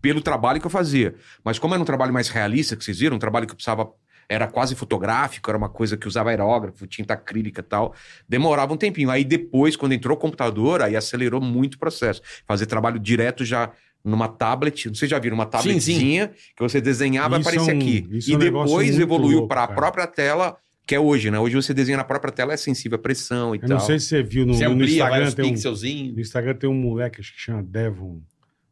[SPEAKER 1] pelo trabalho que eu fazia. Mas como era um trabalho mais realista, que vocês viram, um trabalho que eu precisava. Era quase fotográfico, era uma coisa que usava aerógrafo, tinta acrílica e tal. Demorava um tempinho. Aí depois, quando entrou o computador, aí acelerou muito o processo. Fazer trabalho direto já numa tablet. Não sei já viram, uma
[SPEAKER 4] Sim, sim.
[SPEAKER 1] tabletzinha que você desenhava e
[SPEAKER 3] Isso é
[SPEAKER 1] aparecia
[SPEAKER 3] um-
[SPEAKER 1] aqui.
[SPEAKER 3] isso é
[SPEAKER 1] E
[SPEAKER 3] um negócio
[SPEAKER 1] depois
[SPEAKER 3] muito
[SPEAKER 1] evoluiu
[SPEAKER 3] louco,
[SPEAKER 1] para a
[SPEAKER 3] cara.
[SPEAKER 1] própria tela, que é hoje, né? Hoje você desenha na própria tela, é sensível à pressão e
[SPEAKER 3] Eu
[SPEAKER 1] tal.
[SPEAKER 3] não sei se você viu no,
[SPEAKER 4] Você
[SPEAKER 3] no
[SPEAKER 4] amplia
[SPEAKER 3] Instagram.
[SPEAKER 4] vários
[SPEAKER 3] Tem um,
[SPEAKER 4] pixelzinhos.
[SPEAKER 3] no Instagram tem um moleque, acho que chama Devon.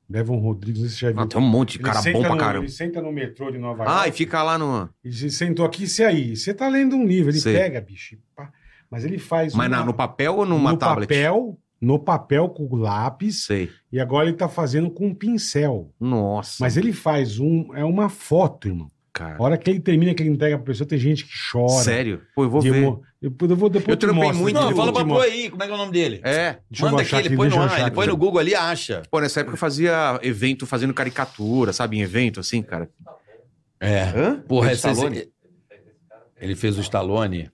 [SPEAKER 3] Devon Rodrigues, não sei se você já viu.
[SPEAKER 1] Não, tem um monte de
[SPEAKER 3] Ele
[SPEAKER 1] cara
[SPEAKER 3] senta
[SPEAKER 1] bom pra
[SPEAKER 3] no-
[SPEAKER 1] caramba.
[SPEAKER 3] Ele senta no metrô de Nova York.
[SPEAKER 1] Ah, e fica lá no.
[SPEAKER 3] Ele se sentou aqui, você aí. Você tá lendo um livro, ele
[SPEAKER 1] Sei.
[SPEAKER 3] pega, bicho. e pá. Mas ele faz. um
[SPEAKER 1] Mas na-
[SPEAKER 3] uma-
[SPEAKER 1] no papel ou numa
[SPEAKER 3] no
[SPEAKER 1] tablet?
[SPEAKER 3] papel, no papel com lápis,
[SPEAKER 1] Sei.
[SPEAKER 3] e agora ele tá fazendo com um pincel.
[SPEAKER 1] Nossa.
[SPEAKER 3] Mas ele faz um. É uma foto, irmão. A
[SPEAKER 1] cara.
[SPEAKER 3] hora que ele termina, que ele entrega pra pessoa, tem gente que chora.
[SPEAKER 1] Sério? Pô, eu vou
[SPEAKER 3] De
[SPEAKER 1] ver.
[SPEAKER 3] emo- Depois eu vou depois
[SPEAKER 1] Eu
[SPEAKER 3] te
[SPEAKER 1] trampei
[SPEAKER 3] mostro, depois
[SPEAKER 1] muito.
[SPEAKER 4] Não,
[SPEAKER 1] Não,
[SPEAKER 3] eu
[SPEAKER 4] fala
[SPEAKER 3] te
[SPEAKER 4] pra pôr
[SPEAKER 3] mostro.
[SPEAKER 4] aí, como é que é o nome dele?
[SPEAKER 1] É.
[SPEAKER 3] Deixa eu
[SPEAKER 4] Manda aqui,
[SPEAKER 3] baixar
[SPEAKER 4] ele põe
[SPEAKER 3] deixa
[SPEAKER 4] no
[SPEAKER 3] eu
[SPEAKER 4] ar,
[SPEAKER 3] achar
[SPEAKER 4] ele põe no
[SPEAKER 3] aqui.
[SPEAKER 4] Google ali e acha.
[SPEAKER 1] Pô, nessa época eu fazia evento fazendo caricatura, sabe? Em evento, assim, cara.
[SPEAKER 4] É.
[SPEAKER 1] Hã?
[SPEAKER 4] Porra,
[SPEAKER 1] esse
[SPEAKER 4] esse, esse- ele fez o Stallone.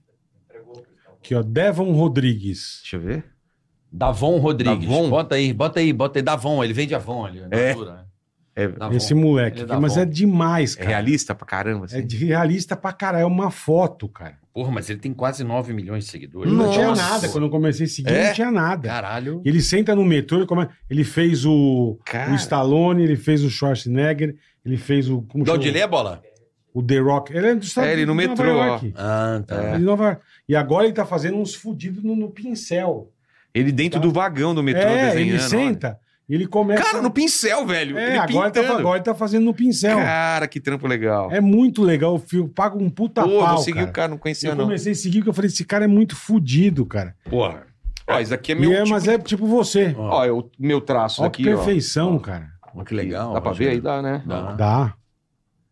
[SPEAKER 3] Aqui, ó. Devon Rodrigues.
[SPEAKER 1] Deixa eu ver.
[SPEAKER 4] Davon Rodrigues.
[SPEAKER 1] Davon?
[SPEAKER 4] Bota aí, bota aí, bota aí. Davon, ele vende Avon ali. né?
[SPEAKER 1] É.
[SPEAKER 4] Natura,
[SPEAKER 1] É,
[SPEAKER 4] né? Davon.
[SPEAKER 3] Esse moleque.
[SPEAKER 4] Ele
[SPEAKER 3] aqui,
[SPEAKER 4] dá
[SPEAKER 3] mas
[SPEAKER 4] bom.
[SPEAKER 3] é demais,
[SPEAKER 1] é
[SPEAKER 3] cara.
[SPEAKER 1] realista pra
[SPEAKER 3] É
[SPEAKER 1] caramba, assim.
[SPEAKER 3] de realista pra caralho. É uma foto, cara.
[SPEAKER 4] Porra, mas ele tem quase 9 milhões de seguidores.
[SPEAKER 3] Eu Não tinha
[SPEAKER 1] Nossa.
[SPEAKER 3] nada. Quando eu comecei a seguir,
[SPEAKER 1] É?
[SPEAKER 3] não tinha nada.
[SPEAKER 4] Caralho.
[SPEAKER 3] Ele senta no metrô, ele, come... ele fez o...
[SPEAKER 1] Cara.
[SPEAKER 3] o Stallone, ele fez o Schwarzenegger, ele fez o. Como
[SPEAKER 4] De
[SPEAKER 3] chama?
[SPEAKER 4] onde ele é, bola?
[SPEAKER 3] O The Rock. Ele é do estado
[SPEAKER 1] É, ele no
[SPEAKER 3] de
[SPEAKER 1] metrô,
[SPEAKER 3] Nova
[SPEAKER 1] ó. É.
[SPEAKER 3] York.
[SPEAKER 4] Ah, tá.
[SPEAKER 3] Ele Nova... E agora ele tá fazendo uns fudidos no, no pincel.
[SPEAKER 1] Ele dentro do vagão do metrô
[SPEAKER 3] é,
[SPEAKER 1] desenhando.
[SPEAKER 3] ele senta, e ele começa.
[SPEAKER 1] olha. Cara, no pincel, velho.
[SPEAKER 3] É,
[SPEAKER 1] ele
[SPEAKER 3] agora ele, tá,
[SPEAKER 1] pintando.
[SPEAKER 3] agora ele tá fazendo no pincel.
[SPEAKER 1] Cara, que trampo legal.
[SPEAKER 3] É muito legal o filme. Paga um puta
[SPEAKER 1] Pô,
[SPEAKER 3] pau.
[SPEAKER 1] vou seguir
[SPEAKER 3] cara.
[SPEAKER 1] o cara, não conhecia
[SPEAKER 3] Eu
[SPEAKER 1] não.
[SPEAKER 3] comecei a seguir porque eu falei, esse cara é muito fudido, cara.
[SPEAKER 4] Porra.
[SPEAKER 1] Ó, isso daqui é
[SPEAKER 3] E
[SPEAKER 1] meu
[SPEAKER 3] é,
[SPEAKER 1] tipo...
[SPEAKER 3] Mas é tipo você.
[SPEAKER 1] Ó, é o meu traço
[SPEAKER 3] Olha
[SPEAKER 1] aqui,
[SPEAKER 3] que
[SPEAKER 1] ó.
[SPEAKER 3] perfeição,
[SPEAKER 1] Ó.
[SPEAKER 3] cara.
[SPEAKER 4] Ó, que legal.
[SPEAKER 1] Dá pra ver aí? Dá, né?
[SPEAKER 4] Dá.
[SPEAKER 3] Dá.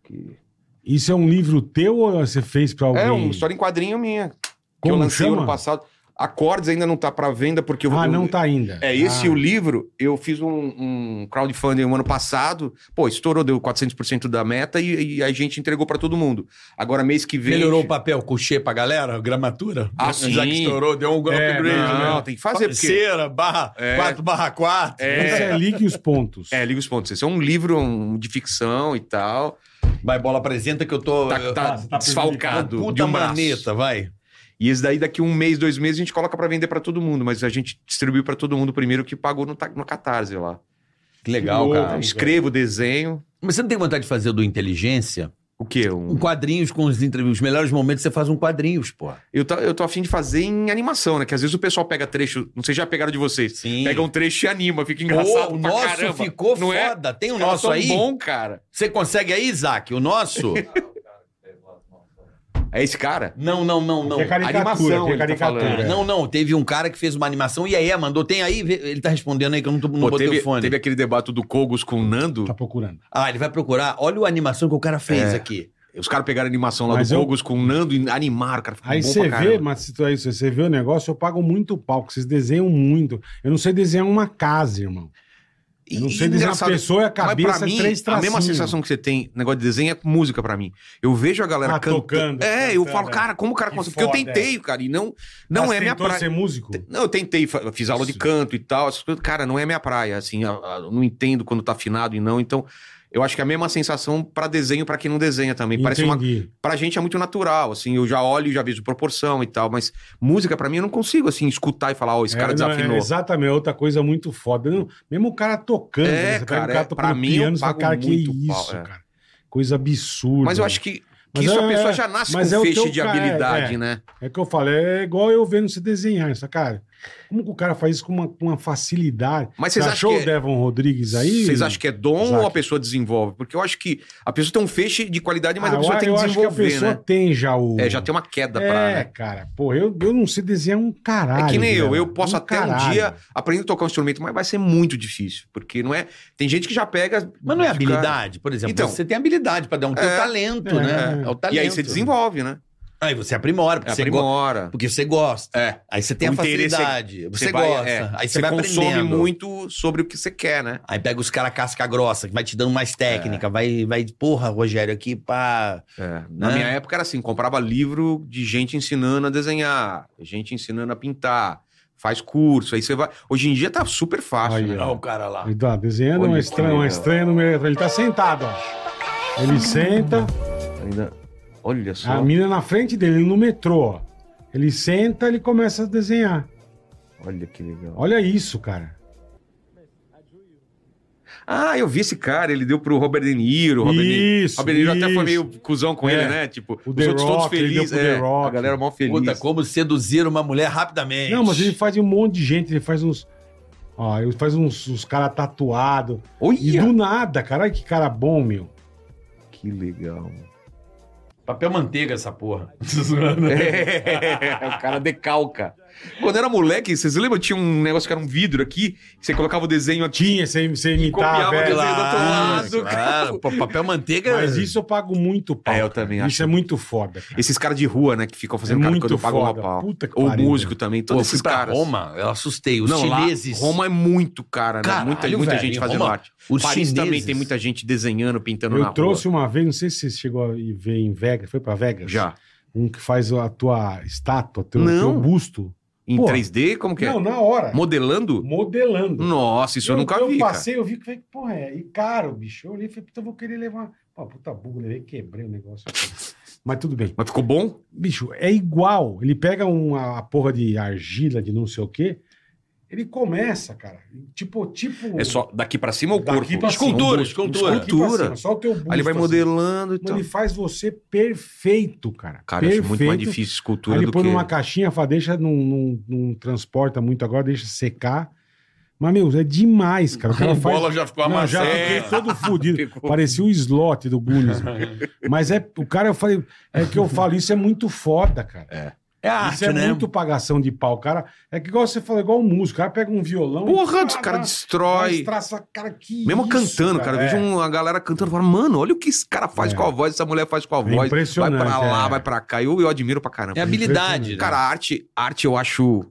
[SPEAKER 1] Aqui.
[SPEAKER 3] Isso é um livro teu ou você fez pra alguém?
[SPEAKER 1] É, uma história em quadrinho minha. que
[SPEAKER 3] Como
[SPEAKER 1] eu lancei
[SPEAKER 3] chama?
[SPEAKER 1] ano passado. Acordes ainda não tá para venda, porque eu
[SPEAKER 3] Ah,
[SPEAKER 1] eu-
[SPEAKER 3] não tá ainda.
[SPEAKER 1] É, esse
[SPEAKER 3] Ah,
[SPEAKER 1] e o livro, eu fiz um, um crowdfunding um ano passado, pô, estourou, deu 400% da meta e, e a gente entregou pra todo mundo. Agora, mês que vem.
[SPEAKER 4] Melhorou o papel, cochê pra galera, gramatura?
[SPEAKER 1] Ah,
[SPEAKER 4] Já
[SPEAKER 1] sim.
[SPEAKER 4] que estourou, deu um
[SPEAKER 3] É,
[SPEAKER 4] upgrade,
[SPEAKER 1] Não,
[SPEAKER 4] né?
[SPEAKER 1] tem que fazer, porque.
[SPEAKER 4] Cera, barra,
[SPEAKER 1] É.
[SPEAKER 4] 4 barra 4.
[SPEAKER 3] Esse é Ligue os Pontos.
[SPEAKER 1] É, Liga os Pontos. Esse é um livro um, de ficção e tal.
[SPEAKER 4] Vai, bola, apresenta que eu tô...
[SPEAKER 1] Tá,
[SPEAKER 4] eu-
[SPEAKER 1] tá
[SPEAKER 4] Ah,
[SPEAKER 1] desfalcado. de
[SPEAKER 4] Puta
[SPEAKER 1] um braço.
[SPEAKER 4] maneta, vai.
[SPEAKER 1] E esse daí, daqui um mês, dois meses, a gente coloca pra vender pra todo mundo. Mas a gente distribuiu pra todo mundo primeiro que pagou no, ta- no Catarse lá.
[SPEAKER 4] Que legal,
[SPEAKER 3] louco. tá
[SPEAKER 4] cara.
[SPEAKER 1] Escrevo, desenho.
[SPEAKER 4] Mas você não tem vontade de fazer do Inteligência?
[SPEAKER 1] O quê?
[SPEAKER 4] Um
[SPEAKER 1] Um...
[SPEAKER 4] quadrinhos com os, entre- os melhores momentos, você faz um quadrinhos, pô.
[SPEAKER 1] Eu, tá, eu tô afim de fazer em animação, né? Que às vezes o pessoal pega trecho. Não sei se já pegaram de vocês.
[SPEAKER 4] Sim.
[SPEAKER 1] Pega um trecho e anima, fica engraçado.
[SPEAKER 4] Pô, o
[SPEAKER 1] pra
[SPEAKER 4] nosso
[SPEAKER 1] caramba.
[SPEAKER 4] ficou
[SPEAKER 1] não é?
[SPEAKER 4] foda. Tem o
[SPEAKER 1] Os caras
[SPEAKER 4] nosso
[SPEAKER 1] são
[SPEAKER 4] aí.
[SPEAKER 1] bom, cara.
[SPEAKER 4] Você consegue aí, Isaac? O nosso?
[SPEAKER 1] É esse cara?
[SPEAKER 4] não, não, não, não.
[SPEAKER 3] Que é caricatura,
[SPEAKER 1] Animação,
[SPEAKER 3] que é
[SPEAKER 1] ele tá
[SPEAKER 3] caricatura.
[SPEAKER 1] falando.
[SPEAKER 4] Não, não. Teve um cara que fez uma animação e aí é, mandou. Tem aí? Vê- Ele tá respondendo aí que eu não, tô, não
[SPEAKER 1] Pô,
[SPEAKER 4] botei
[SPEAKER 1] teve,
[SPEAKER 4] o fone.
[SPEAKER 1] teve aquele debate do Kogos com o Nando.
[SPEAKER 3] Tá procurando.
[SPEAKER 4] Ah, ele vai procurar. Olha a animação que o cara fez
[SPEAKER 1] É.
[SPEAKER 4] aqui.
[SPEAKER 1] Os caras pegaram a animação lá
[SPEAKER 3] Mas
[SPEAKER 1] do
[SPEAKER 3] eu-
[SPEAKER 1] Kogos com o Nando e animaram, cara. Ficou
[SPEAKER 3] Aí
[SPEAKER 1] bom
[SPEAKER 3] você
[SPEAKER 1] pra caramba.
[SPEAKER 3] vê, mas se tu- aí você vê o negócio, eu pago muito pau, porque vocês desenham muito. Eu não sei desenhar uma casa, irmão. Eu não
[SPEAKER 1] E-
[SPEAKER 3] sei desenhar
[SPEAKER 1] engraçado,
[SPEAKER 3] uma pessoa e a
[SPEAKER 1] mas
[SPEAKER 3] cabeça,
[SPEAKER 1] pra mim,
[SPEAKER 3] três
[SPEAKER 1] A
[SPEAKER 3] tracinhos.
[SPEAKER 1] mesma sensação que você tem, negócio de desenho é com música pra mim. Eu vejo a galera
[SPEAKER 3] Ah,
[SPEAKER 1] canta-
[SPEAKER 3] tocando,
[SPEAKER 1] É, eu
[SPEAKER 3] cantando,
[SPEAKER 1] falo,
[SPEAKER 3] é.
[SPEAKER 1] cara, como o cara
[SPEAKER 3] Que
[SPEAKER 1] consegue? Porque eu
[SPEAKER 3] foda, é.
[SPEAKER 1] tentei, cara, e não, não
[SPEAKER 3] Mas
[SPEAKER 1] é minha
[SPEAKER 3] tentou
[SPEAKER 1] praia.
[SPEAKER 3] ser músico?
[SPEAKER 1] Não, eu tentei, fa- fiz aula de
[SPEAKER 3] Isso.
[SPEAKER 1] canto e tal, essas coisas. Cara, não é minha praia, assim, a- a- eu não entendo quando tá afinado e não, então eu acho que é a mesma sensação pra desenho, pra quem não desenha também. Parece uma
[SPEAKER 3] Entendi.
[SPEAKER 1] pra gente é muito natural, assim, eu já olho e já vejo proporção e tal, mas música pra mim eu não consigo assim escutar e falar, ó, esse cara
[SPEAKER 3] É, não,
[SPEAKER 1] desafinou.
[SPEAKER 3] é, exatamente, é outra coisa muito foda. Não, mesmo o cara tocando,
[SPEAKER 1] É,
[SPEAKER 3] né? Você pega
[SPEAKER 1] cara,
[SPEAKER 3] o cara
[SPEAKER 1] é,
[SPEAKER 3] tocando
[SPEAKER 1] pra mim, eu
[SPEAKER 3] piano, você fala,
[SPEAKER 1] pago
[SPEAKER 3] cara, que
[SPEAKER 1] muito
[SPEAKER 3] isso,
[SPEAKER 1] pau, é.
[SPEAKER 3] cara. Coisa absurda.
[SPEAKER 1] Mas eu acho que, que
[SPEAKER 3] Mas
[SPEAKER 1] isso
[SPEAKER 3] é-
[SPEAKER 1] a pessoa
[SPEAKER 3] é-
[SPEAKER 1] já nasce com
[SPEAKER 3] mas é o
[SPEAKER 1] feixe
[SPEAKER 3] teu
[SPEAKER 1] de
[SPEAKER 3] cara,
[SPEAKER 1] habilidade,
[SPEAKER 3] é.
[SPEAKER 1] né?
[SPEAKER 3] É que eu falo, é igual eu vendo você desenhar isso, cara. Como que o cara faz isso com uma, com uma facilidade?
[SPEAKER 1] Mas
[SPEAKER 3] Você
[SPEAKER 1] vocês
[SPEAKER 3] achou
[SPEAKER 1] acham
[SPEAKER 3] o
[SPEAKER 1] que é,
[SPEAKER 3] Devon Rodrigues aí?
[SPEAKER 1] vocês acham que é dom
[SPEAKER 3] Isaac?
[SPEAKER 1] ou a pessoa desenvolve? Porque eu acho que a pessoa tem um feixe de qualidade, mas
[SPEAKER 3] Ah,
[SPEAKER 1] a pessoa
[SPEAKER 3] eu,
[SPEAKER 1] tem que
[SPEAKER 3] eu acho que a
[SPEAKER 1] desenvolver,
[SPEAKER 3] pessoa
[SPEAKER 1] né?
[SPEAKER 3] tem já o...
[SPEAKER 1] É, já tem uma queda
[SPEAKER 3] É,
[SPEAKER 1] pra. né?
[SPEAKER 3] cara. Pô, eu, eu não sei desenhar um caralho.
[SPEAKER 1] É que nem eu,
[SPEAKER 3] velho.
[SPEAKER 1] eu posso
[SPEAKER 3] Um
[SPEAKER 1] até um
[SPEAKER 3] caralho.
[SPEAKER 1] dia aprender a tocar um instrumento, mas vai ser muito difícil, porque não é. Tem gente que já pega.
[SPEAKER 4] Mas não é
[SPEAKER 1] fica-
[SPEAKER 4] habilidade, por exemplo.
[SPEAKER 1] Então.
[SPEAKER 4] você tem habilidade pra dar um teu
[SPEAKER 1] É.
[SPEAKER 4] talento,
[SPEAKER 3] É.
[SPEAKER 4] né? É o talento.
[SPEAKER 1] E aí você desenvolve, né?
[SPEAKER 4] Aí você aprimora, porque, você, go...
[SPEAKER 1] Aprimora.
[SPEAKER 4] porque você gosta.
[SPEAKER 1] É.
[SPEAKER 4] Aí você tem
[SPEAKER 1] O
[SPEAKER 4] a
[SPEAKER 1] interesse é-
[SPEAKER 4] facilidade. Você,
[SPEAKER 1] vai-
[SPEAKER 4] gosta.
[SPEAKER 1] é,
[SPEAKER 4] Aí você, vai
[SPEAKER 1] consome
[SPEAKER 4] aprendendo.
[SPEAKER 1] muito sobre o que você quer, né?
[SPEAKER 4] Aí pega os caras casca grossa, que vai te dando mais
[SPEAKER 1] É.
[SPEAKER 4] técnica, vai, vai, porra, Rogério, aqui, pá.
[SPEAKER 1] Na
[SPEAKER 4] Né?
[SPEAKER 1] minha época era assim, comprava livro de gente ensinando a desenhar, gente ensinando a pintar, faz curso, aí você vai... Hoje em dia tá super fácil,
[SPEAKER 3] Aí,
[SPEAKER 1] né?
[SPEAKER 4] Olha
[SPEAKER 3] ó.
[SPEAKER 4] o cara lá.
[SPEAKER 3] Ele tá desenhando
[SPEAKER 1] Olha
[SPEAKER 3] uma
[SPEAKER 1] que
[SPEAKER 3] estranha, uma
[SPEAKER 1] legal.
[SPEAKER 3] estranha no meio. Ele tá sentado, ó. Ele senta,
[SPEAKER 1] Ainda... Olha só.
[SPEAKER 3] a mina na frente dele, ele no metrô, ó. Ele senta, ele começa a desenhar.
[SPEAKER 1] Olha que legal.
[SPEAKER 3] Olha isso, cara.
[SPEAKER 1] Ah, eu vi esse cara, ele deu pro Robert De Niro. Robert De-
[SPEAKER 3] Isso,
[SPEAKER 1] Robert De Niro até
[SPEAKER 3] isso.
[SPEAKER 1] foi meio cuzão com
[SPEAKER 3] É.
[SPEAKER 1] ele, né? Tipo,
[SPEAKER 3] O The Rock, ele deu pro The
[SPEAKER 1] é,
[SPEAKER 3] Rock.
[SPEAKER 1] a galera mal feliz.
[SPEAKER 4] Puta, como seduzir uma mulher rapidamente.
[SPEAKER 3] Não, mas ele faz um monte de gente, ele faz uns. Ó, ele faz uns, uns caras tatuados.
[SPEAKER 1] Olha,
[SPEAKER 3] E do nada, caralho, que cara bom, meu.
[SPEAKER 1] que legal.
[SPEAKER 4] Papel manteiga essa porra.
[SPEAKER 1] É, o cara decalca. Quando era moleque, vocês lembram? Tinha um negócio que era um vidro aqui, que você colocava o desenho aqui.
[SPEAKER 3] Tinha, você, você imitar,
[SPEAKER 1] copiava
[SPEAKER 3] velho.
[SPEAKER 1] do
[SPEAKER 4] Claro,
[SPEAKER 1] outro lado,
[SPEAKER 4] claro. Pô, papel manteiga.
[SPEAKER 3] Mas isso eu pago muito pau.
[SPEAKER 1] É, eu também
[SPEAKER 3] cara.
[SPEAKER 1] acho.
[SPEAKER 3] Isso é muito foda, cara.
[SPEAKER 1] Esses caras de rua, né, que ficam fazendo
[SPEAKER 3] É
[SPEAKER 1] cara
[SPEAKER 3] muito
[SPEAKER 1] quando pagam uma
[SPEAKER 3] foda.
[SPEAKER 1] pau.
[SPEAKER 3] Puta que
[SPEAKER 1] Ou
[SPEAKER 3] pariu,
[SPEAKER 1] músico
[SPEAKER 3] velho.
[SPEAKER 1] também,
[SPEAKER 4] Pô, eu
[SPEAKER 1] todos
[SPEAKER 4] fui
[SPEAKER 1] esses
[SPEAKER 4] pra
[SPEAKER 1] caras.
[SPEAKER 4] Roma, eu assustei. Os
[SPEAKER 1] Não, lá,
[SPEAKER 4] chineses.
[SPEAKER 1] Roma é muito cara, né?
[SPEAKER 4] Caralho,
[SPEAKER 1] muita muita
[SPEAKER 4] velho,
[SPEAKER 1] gente fazendo
[SPEAKER 4] Roma-
[SPEAKER 1] arte.
[SPEAKER 4] Os
[SPEAKER 1] Paris
[SPEAKER 4] chineses.
[SPEAKER 1] também tem muita gente desenhando, pintando na
[SPEAKER 3] Eu
[SPEAKER 1] rua.
[SPEAKER 3] trouxe uma vez, não sei se você chegou a ir ver em Vegas, foi pra Vegas?
[SPEAKER 1] Já.
[SPEAKER 3] Um que faz a tua estátua, teu,
[SPEAKER 1] Não.
[SPEAKER 3] teu busto.
[SPEAKER 1] Em
[SPEAKER 3] Pô.
[SPEAKER 1] 3D, como que é?
[SPEAKER 3] Não, na hora.
[SPEAKER 1] Modelando?
[SPEAKER 3] Modelando.
[SPEAKER 1] Nossa, isso eu, nunca vi,
[SPEAKER 3] Eu
[SPEAKER 1] cara.
[SPEAKER 3] passei, eu vi que, falei, porra, é, e caro, bicho. Eu olhei e falei, puta, eu vou querer levar. Pô, puta burro, levei, quebrei o negócio. Mas tudo bem.
[SPEAKER 1] Mas ficou bom?
[SPEAKER 3] Bicho, é igual. Ele pega uma a porra de argila, de não sei o quê. Ele começa, cara. Tipo, tipo.
[SPEAKER 1] É só daqui pra cima ou o
[SPEAKER 3] Daqui
[SPEAKER 1] corpo?
[SPEAKER 3] pra cima.
[SPEAKER 4] Daqui
[SPEAKER 1] Escultura,
[SPEAKER 4] pra
[SPEAKER 1] escultura.
[SPEAKER 3] Aqui pra
[SPEAKER 1] Escultura.
[SPEAKER 3] cima, Só o teu busto,
[SPEAKER 1] Aí ele vai
[SPEAKER 3] assim.
[SPEAKER 1] modelando e
[SPEAKER 3] Mas
[SPEAKER 1] tal.
[SPEAKER 3] ele faz você perfeito, cara.
[SPEAKER 1] Cara, eu
[SPEAKER 3] perfeito.
[SPEAKER 1] acho muito mais difícil escultura
[SPEAKER 3] Aí ele
[SPEAKER 1] do
[SPEAKER 3] põe
[SPEAKER 1] que...
[SPEAKER 3] numa caixinha, fala, deixa, não, não, não transporta muito agora, deixa secar. Mas, meu, é demais, cara. O cara
[SPEAKER 4] A
[SPEAKER 3] faz...
[SPEAKER 4] bola já ficou
[SPEAKER 3] Não, já
[SPEAKER 4] amassada.
[SPEAKER 3] fiquei todo fudido. Parecia o slot do Gunis. Mas é, o cara, eu falei, é que eu falo, isso é muito foda, cara.
[SPEAKER 4] É
[SPEAKER 3] isso
[SPEAKER 4] arte,
[SPEAKER 3] é
[SPEAKER 4] né?
[SPEAKER 3] muito pagação de pau, cara. É que igual você falou, igual o músico. O cara pega um violão.
[SPEAKER 1] Porra, os
[SPEAKER 3] pá,
[SPEAKER 1] caras
[SPEAKER 3] pá,
[SPEAKER 1] destrói.
[SPEAKER 3] faz traça, cara, que
[SPEAKER 1] Mesmo
[SPEAKER 3] isso,
[SPEAKER 1] cantando, cara. Eu
[SPEAKER 3] é.
[SPEAKER 1] vejo um uma galera cantando e falo, mano, olha o que esse cara faz
[SPEAKER 3] É.
[SPEAKER 1] com a voz, essa mulher faz com a voz. Vai
[SPEAKER 3] impressionante,
[SPEAKER 1] pra lá,
[SPEAKER 3] é.
[SPEAKER 1] vai pra cá. Eu, eu admiro pra caramba.
[SPEAKER 4] É habilidade.
[SPEAKER 3] Impressionante.
[SPEAKER 4] né?
[SPEAKER 1] Cara, a arte, a arte eu acho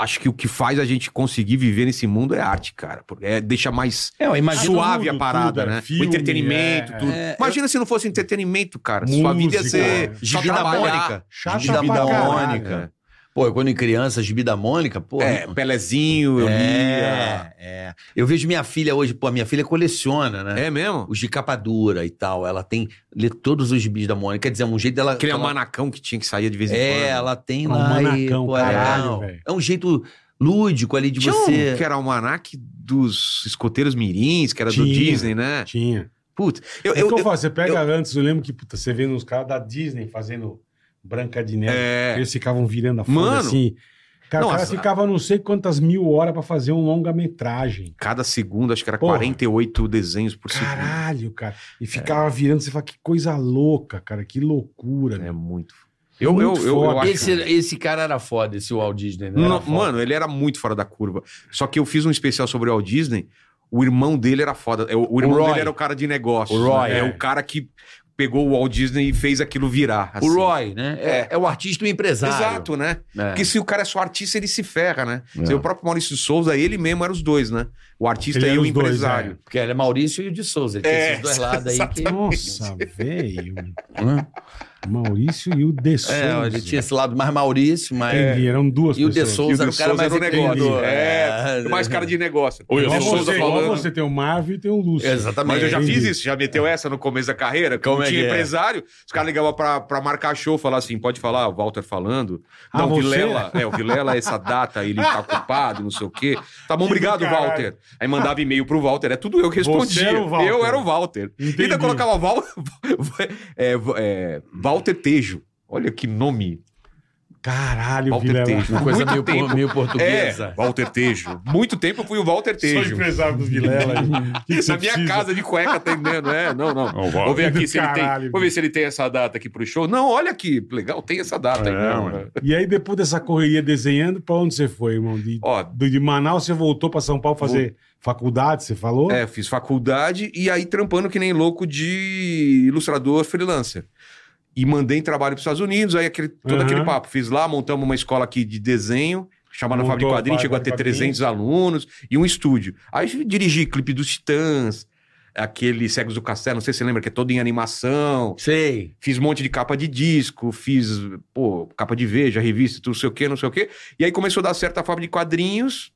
[SPEAKER 1] acho que o que faz a gente conseguir viver nesse mundo é arte, cara. Porque é, deixa mais
[SPEAKER 4] É, eu imagino
[SPEAKER 1] suave
[SPEAKER 3] tudo,
[SPEAKER 1] a parada,
[SPEAKER 3] tudo, é
[SPEAKER 1] né?
[SPEAKER 3] filme,
[SPEAKER 1] o entretenimento,
[SPEAKER 3] é,
[SPEAKER 1] tudo.
[SPEAKER 4] é.
[SPEAKER 1] Imagina se não fosse entretenimento, cara. Sua vida ia
[SPEAKER 3] Música,
[SPEAKER 1] ser
[SPEAKER 3] é.
[SPEAKER 1] só
[SPEAKER 4] Gibi da
[SPEAKER 1] trabalhar.
[SPEAKER 4] Mônica.
[SPEAKER 3] Chata
[SPEAKER 4] Gibi da
[SPEAKER 3] pra caralho.
[SPEAKER 4] Mônica. Pô, eu quando em criança, gibi da Mônica, pô.
[SPEAKER 1] É, Pelezinho, eu lia.
[SPEAKER 4] é, é. Eu vejo minha filha hoje, pô, minha filha coleciona, né?
[SPEAKER 1] É mesmo?
[SPEAKER 4] Os de capa dura e tal. Ela tem. Lê todos os gibis da Mônica. Quer dizer, é um jeito dela.
[SPEAKER 1] Aquele
[SPEAKER 4] ela-
[SPEAKER 1] manacão que tinha que sair de vez em
[SPEAKER 4] É,
[SPEAKER 1] quando.
[SPEAKER 4] ela tem
[SPEAKER 3] Um
[SPEAKER 4] lá. e,
[SPEAKER 3] manacão,
[SPEAKER 4] pô, é,
[SPEAKER 3] caralho,
[SPEAKER 4] não.
[SPEAKER 3] velho.
[SPEAKER 4] é um jeito lúdico ali de
[SPEAKER 1] Tinha
[SPEAKER 4] você.
[SPEAKER 1] um que era o almanac dos escoteiros mirins, que era do
[SPEAKER 3] Tinha.
[SPEAKER 1] Disney, né?
[SPEAKER 3] Tinha.
[SPEAKER 1] Putz, eu,
[SPEAKER 3] É o
[SPEAKER 1] eu,
[SPEAKER 3] que eu
[SPEAKER 1] eu,
[SPEAKER 3] falo, você pega antes, eu lembro que puta, você vê nos caras da Disney fazendo Branca de Neve.
[SPEAKER 1] é,
[SPEAKER 3] Eles ficavam virando a folha
[SPEAKER 1] Mano.
[SPEAKER 3] assim. Cara, o
[SPEAKER 1] Não,
[SPEAKER 3] cara
[SPEAKER 1] as-
[SPEAKER 3] ficava não sei quantas mil horas pra fazer um longa-metragem.
[SPEAKER 1] cada segundo acho que era
[SPEAKER 3] Porra.
[SPEAKER 1] 48 desenhos por segundo.
[SPEAKER 3] Caralho, cara.
[SPEAKER 1] É.
[SPEAKER 3] E ficava virando, você fala, que coisa louca, cara, que loucura.
[SPEAKER 1] É
[SPEAKER 3] meu.
[SPEAKER 1] muito. Eu,
[SPEAKER 3] Muito
[SPEAKER 1] eu, eu, eu
[SPEAKER 3] foda.
[SPEAKER 1] acho.
[SPEAKER 4] Esse, esse cara era foda, esse Walt Disney, né? Era
[SPEAKER 1] Não,
[SPEAKER 4] foda.
[SPEAKER 1] mano, ele era muito fora da curva. Só que eu fiz um especial sobre o Walt Disney. O irmão dele era foda. É, O, o irmão
[SPEAKER 4] Roy.
[SPEAKER 1] dele era o cara de negócio.
[SPEAKER 4] O Roy,
[SPEAKER 1] É,
[SPEAKER 4] é.
[SPEAKER 1] o cara que pegou o Walt Disney e fez aquilo virar. assim.
[SPEAKER 4] O Roy, né? É, é o artista e o empresário.
[SPEAKER 1] Exato, né?
[SPEAKER 4] É.
[SPEAKER 1] Porque se o cara é só artista, ele se ferra, né?
[SPEAKER 4] É.
[SPEAKER 1] Se o próprio Maurício Souza, ele mesmo era os dois, né? O artista
[SPEAKER 3] Ele
[SPEAKER 1] e
[SPEAKER 3] era
[SPEAKER 1] o
[SPEAKER 3] os dois,
[SPEAKER 1] empresário.
[SPEAKER 4] Porque ele é Maurício e o de Souza.
[SPEAKER 1] É,
[SPEAKER 4] Ele tem esses dois lados aí que.
[SPEAKER 3] Nossa, velho.
[SPEAKER 4] Hã?
[SPEAKER 3] Maurício e o De
[SPEAKER 4] É,
[SPEAKER 3] Souza.
[SPEAKER 4] ele tinha esse lado mais Maurício, mais.
[SPEAKER 3] Entendi, eram duas
[SPEAKER 4] E o De
[SPEAKER 3] pessoas.
[SPEAKER 4] Souza era
[SPEAKER 1] né? E o
[SPEAKER 4] o
[SPEAKER 1] De
[SPEAKER 4] cara
[SPEAKER 1] Souza
[SPEAKER 4] mais
[SPEAKER 1] era o negócio.
[SPEAKER 4] empreendedor.
[SPEAKER 1] É, mais cara de negócio.
[SPEAKER 5] Oi, eu
[SPEAKER 1] De
[SPEAKER 3] Igual
[SPEAKER 5] sou
[SPEAKER 3] você, igual você tem o Marvel e tem o Lúcio.
[SPEAKER 4] Exatamente.
[SPEAKER 1] Mas eu já
[SPEAKER 3] Entendi.
[SPEAKER 1] fiz isso, já meteu
[SPEAKER 3] É.
[SPEAKER 1] essa no começo da carreira. Como
[SPEAKER 4] Como é
[SPEAKER 1] tinha
[SPEAKER 4] que é?
[SPEAKER 1] empresário, os caras ligavam pra, pra marcar show, falar assim: pode falar, o Walter falando.
[SPEAKER 3] Ah,
[SPEAKER 1] não, o
[SPEAKER 3] você?
[SPEAKER 1] Vilela, é, o Vilela, essa data, ele tá ocupado, não sei o quê. Tá bom,
[SPEAKER 3] Que do
[SPEAKER 1] obrigado,
[SPEAKER 3] caralho.
[SPEAKER 1] Walter. Aí mandava e-mail pro Walter, é tudo eu que
[SPEAKER 3] Você
[SPEAKER 1] respondia.
[SPEAKER 3] era o Walter.
[SPEAKER 1] Eu era o Walter.
[SPEAKER 3] Entendi.
[SPEAKER 1] Ainda colocava Val, é, é, Walter Tejo. Olha que nome.
[SPEAKER 3] Caralho,
[SPEAKER 1] Walter
[SPEAKER 3] Vilela.
[SPEAKER 1] Tejo.
[SPEAKER 4] Coisa
[SPEAKER 1] Muito
[SPEAKER 4] meio,
[SPEAKER 1] tempo.
[SPEAKER 4] por- meio
[SPEAKER 1] É,
[SPEAKER 4] portuguesa.
[SPEAKER 1] Walter Tejo. Muito tempo eu fui o Walter
[SPEAKER 3] Sou
[SPEAKER 1] Tejo.
[SPEAKER 3] empresário do Vilela. aí. Que que
[SPEAKER 1] Isso,
[SPEAKER 3] você
[SPEAKER 1] na minha
[SPEAKER 3] precisa?
[SPEAKER 1] casa de cueca atendendo, é. Não, não. Vou ver aqui se ele tem.
[SPEAKER 3] Caralho,
[SPEAKER 1] Vou ver se ele tem essa data aqui pro show. Não, olha aqui, legal, tem essa
[SPEAKER 3] É,
[SPEAKER 1] data aí. Não, né?
[SPEAKER 3] E aí, depois dessa correria desenhando, pra onde você foi, irmão? De,
[SPEAKER 1] Ó,
[SPEAKER 3] do- de Manaus, você voltou pra São Paulo fazer faculdade, você falou?
[SPEAKER 1] é, fiz faculdade e aí trampando que nem louco de ilustrador freelancer. E mandei trabalho pros Estados Unidos, aí aquele, todo
[SPEAKER 3] Aham.
[SPEAKER 1] aquele papo. Fiz lá, montamos uma escola aqui de desenho, chamada
[SPEAKER 3] Montou
[SPEAKER 1] Fábrica de
[SPEAKER 3] a
[SPEAKER 1] Quadrinhos,
[SPEAKER 3] Fábrica
[SPEAKER 1] chegou a ter
[SPEAKER 3] de Quadrinhos.
[SPEAKER 1] 300 alunos e um estúdio. Aí dirigi clipe dos Titãs, aquele Cegos do Castelo, não sei se você lembra, que é todo em animação.
[SPEAKER 4] Sei.
[SPEAKER 1] Fiz um monte de capa de disco, fiz, pô, capa de veja, revista, tudo não sei o quê, não sei o quê. E aí começou a dar certa forma de quadrinhos.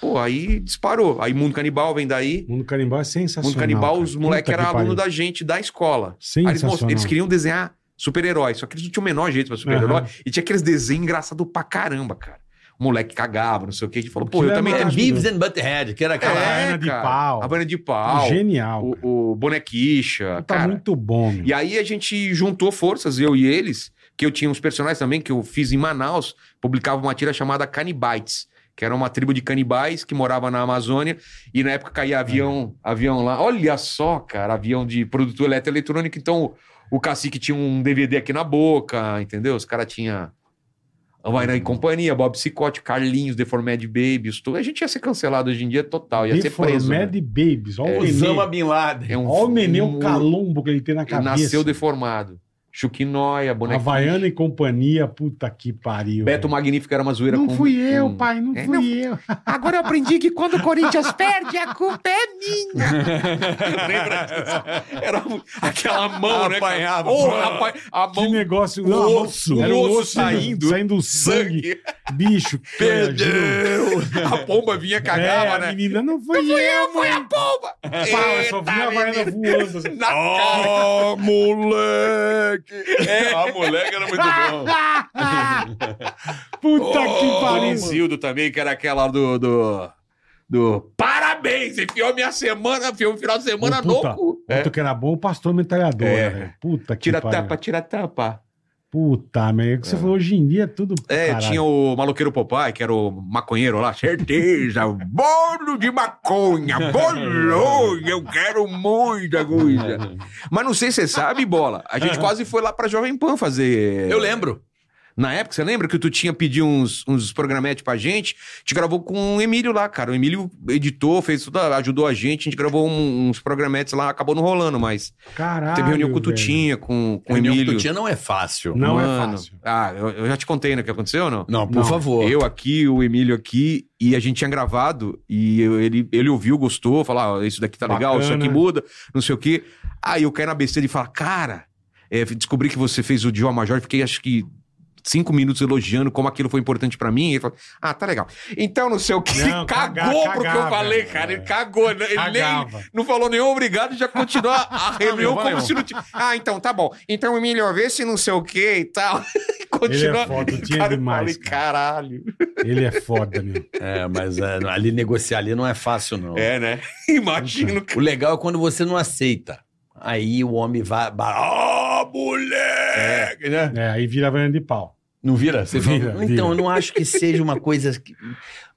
[SPEAKER 1] Pô, aí disparou. Aí Mundo Canibal vem daí.
[SPEAKER 3] Mundo Canibal é sensacional.
[SPEAKER 1] Mundo Canibal, os moleques eram aluno
[SPEAKER 3] alunos
[SPEAKER 1] da gente, da escola. Aí eles,
[SPEAKER 3] Sensacional.
[SPEAKER 1] mostram- eles queriam desenhar super-herói, só que eles não tinham o menor jeito pra super-herói. E tinha aqueles desenhos engraçados pra caramba, cara. O moleque cagava, não sei o quê. A gente falou, pô, eu
[SPEAKER 3] Aquilo é
[SPEAKER 1] também...
[SPEAKER 4] É
[SPEAKER 3] Acho que-
[SPEAKER 4] Beavis and Butthead, que era
[SPEAKER 1] É,
[SPEAKER 4] aquela.
[SPEAKER 3] Havaiana de
[SPEAKER 1] cara.
[SPEAKER 3] pau.
[SPEAKER 1] Havaiana de pau.
[SPEAKER 3] Genial. cara.
[SPEAKER 1] O, o Bonequicha,
[SPEAKER 3] tá
[SPEAKER 1] cara.
[SPEAKER 3] muito bom, meu.
[SPEAKER 1] E aí a gente juntou forças, eu e eles, que eu tinha uns personagens também que eu fiz em Manaus, publicava uma tira chamada Canibites, que era uma tribo de canibais que morava na Amazônia, e na época caía avião, avião lá. Olha só, cara, avião de produto eletroeletrônico, então o cacique tinha um DVD aqui na boca, entendeu? Os caras tinham... Havaiana e Companhia, Bob Psicote, Carlinhos, Deformed Babies, tudo. A gente ia ser cancelado hoje em dia total, ia ser preso. né?
[SPEAKER 3] Deformed Babies. Olha o
[SPEAKER 4] Osama
[SPEAKER 3] neném.
[SPEAKER 4] Bin Laden.
[SPEAKER 1] É um-
[SPEAKER 3] Olha o neném, o
[SPEAKER 1] um-
[SPEAKER 3] calombo que ele tem na
[SPEAKER 1] ele
[SPEAKER 3] cabeça.
[SPEAKER 1] nasceu deformado. Chuquinóia,
[SPEAKER 3] é
[SPEAKER 1] bonequinho.
[SPEAKER 3] Havaiana e companhia, puta que pariu. velho.
[SPEAKER 1] Beto
[SPEAKER 3] Hum.
[SPEAKER 1] Magnífico era uma zoeira
[SPEAKER 3] Não
[SPEAKER 1] com-
[SPEAKER 3] fui eu,
[SPEAKER 1] com-
[SPEAKER 3] pai, não
[SPEAKER 1] É,
[SPEAKER 3] fui
[SPEAKER 1] não.
[SPEAKER 3] eu.
[SPEAKER 2] Agora eu aprendi que quando o Corinthians perde, a culpa é minha.
[SPEAKER 1] Lembra disso? Era um- aquela mão, né?
[SPEAKER 4] Apanhava.
[SPEAKER 1] Ou apa- a
[SPEAKER 3] Que
[SPEAKER 1] mão
[SPEAKER 3] negócio.
[SPEAKER 1] o
[SPEAKER 3] Não, a mão-
[SPEAKER 1] osso,
[SPEAKER 3] era
[SPEAKER 1] o
[SPEAKER 3] o
[SPEAKER 1] osso
[SPEAKER 3] osso saindo.
[SPEAKER 1] saindo.
[SPEAKER 3] Saindo o sangue.
[SPEAKER 1] sangue.
[SPEAKER 3] Bicho, perdeu.
[SPEAKER 1] a pomba vinha
[SPEAKER 3] É,
[SPEAKER 1] cagava,
[SPEAKER 3] a
[SPEAKER 1] né?
[SPEAKER 3] menina não foi eu.
[SPEAKER 1] Foi a pomba!
[SPEAKER 3] Pau, eu só vi a
[SPEAKER 1] Eita,
[SPEAKER 3] Havaiana
[SPEAKER 1] menino.
[SPEAKER 3] voando. assim.
[SPEAKER 1] Na cara.
[SPEAKER 4] moleque! Ah, moleque era muito bom.
[SPEAKER 3] Puta que
[SPEAKER 1] O
[SPEAKER 3] pariu.
[SPEAKER 1] Zildo Oh, também, que era aquela do... do... do Parabéns! Enfiou minha semana, enfiou o final de semana
[SPEAKER 3] Ô, puta,
[SPEAKER 1] tá louco.
[SPEAKER 3] Outro que era bom, o pastor metralhadora,
[SPEAKER 1] É.
[SPEAKER 3] velho. Puta que
[SPEAKER 1] Tira
[SPEAKER 3] pariu.
[SPEAKER 1] tapa, tira tapa.
[SPEAKER 3] Puta, meu. É que você falou hoje em dia é tudo.
[SPEAKER 1] É,
[SPEAKER 3] caralho.
[SPEAKER 1] tinha o maloqueiro Popeye, que era o maconheiro lá. Certeza, bolo de maconha, bolonha, eu quero muita coisa.
[SPEAKER 3] Ah.
[SPEAKER 1] Mas não sei se você sabe, Bola, a gente quase foi lá pra Jovem Pan fazer...
[SPEAKER 4] Eu lembro.
[SPEAKER 1] Na época, você lembra que tu tinha pedido uns, uns programetes pra gente? A gente gravou com o Emílio lá, cara. O Emílio editou, fez tudo, ajudou a gente. A gente gravou um- uns programetes lá, acabou não rolando, mas
[SPEAKER 3] Caralho.
[SPEAKER 1] um- teve reunião com o
[SPEAKER 3] velho.
[SPEAKER 1] Tutinha, com, com o
[SPEAKER 4] Reunião com
[SPEAKER 1] Um Emílio.
[SPEAKER 4] Tutinha não é fácil.
[SPEAKER 3] Não é
[SPEAKER 1] Mano,
[SPEAKER 3] fácil.
[SPEAKER 1] Ah, eu, eu já te contei, né, o que aconteceu, não?
[SPEAKER 4] Não, por
[SPEAKER 3] Não.
[SPEAKER 4] favor.
[SPEAKER 1] Eu aqui, o Emílio aqui, e a gente tinha gravado, e eu- ele, ele ouviu, gostou, falou: "Ah, isso daqui tá legal, isso
[SPEAKER 3] Bacana.
[SPEAKER 1] aqui muda, não sei o quê. Aí eu caí na besteira e falar, cara, é, descobri que você fez o Dio Major, fiquei acho que cinco minutos elogiando como aquilo foi importante pra mim. E ele falou, ah, tá legal. Então, não sei o quê,
[SPEAKER 3] Não,
[SPEAKER 1] cagou
[SPEAKER 3] cagar,
[SPEAKER 1] pro que eu
[SPEAKER 3] cagava,
[SPEAKER 1] falei, cara.
[SPEAKER 3] é.
[SPEAKER 1] Ele cagou, né? ele nem,
[SPEAKER 3] Cagava.
[SPEAKER 1] não falou nenhum obrigado, já continua a reunião
[SPEAKER 4] Não,
[SPEAKER 1] como
[SPEAKER 4] não.
[SPEAKER 1] se não tivesse. Ah, então tá bom. Então, Emílio, vê se não sei o quê e tal. continua.
[SPEAKER 3] é foda, tinha
[SPEAKER 1] Cara, eu
[SPEAKER 3] demais,
[SPEAKER 1] falei, caralho.
[SPEAKER 3] Ele é foda, meu.
[SPEAKER 4] É, mas é, ali negociar ali não é fácil, não.
[SPEAKER 1] É, né? Imagino.
[SPEAKER 4] O legal é quando você não aceita. Aí o homem vai. ba- Ah, moleque! Né?
[SPEAKER 3] É, aí vira venda de pau.
[SPEAKER 4] Não vira? Você
[SPEAKER 3] Vira,
[SPEAKER 4] fala,
[SPEAKER 3] vira.
[SPEAKER 4] Então, eu não acho que seja uma coisa. Que...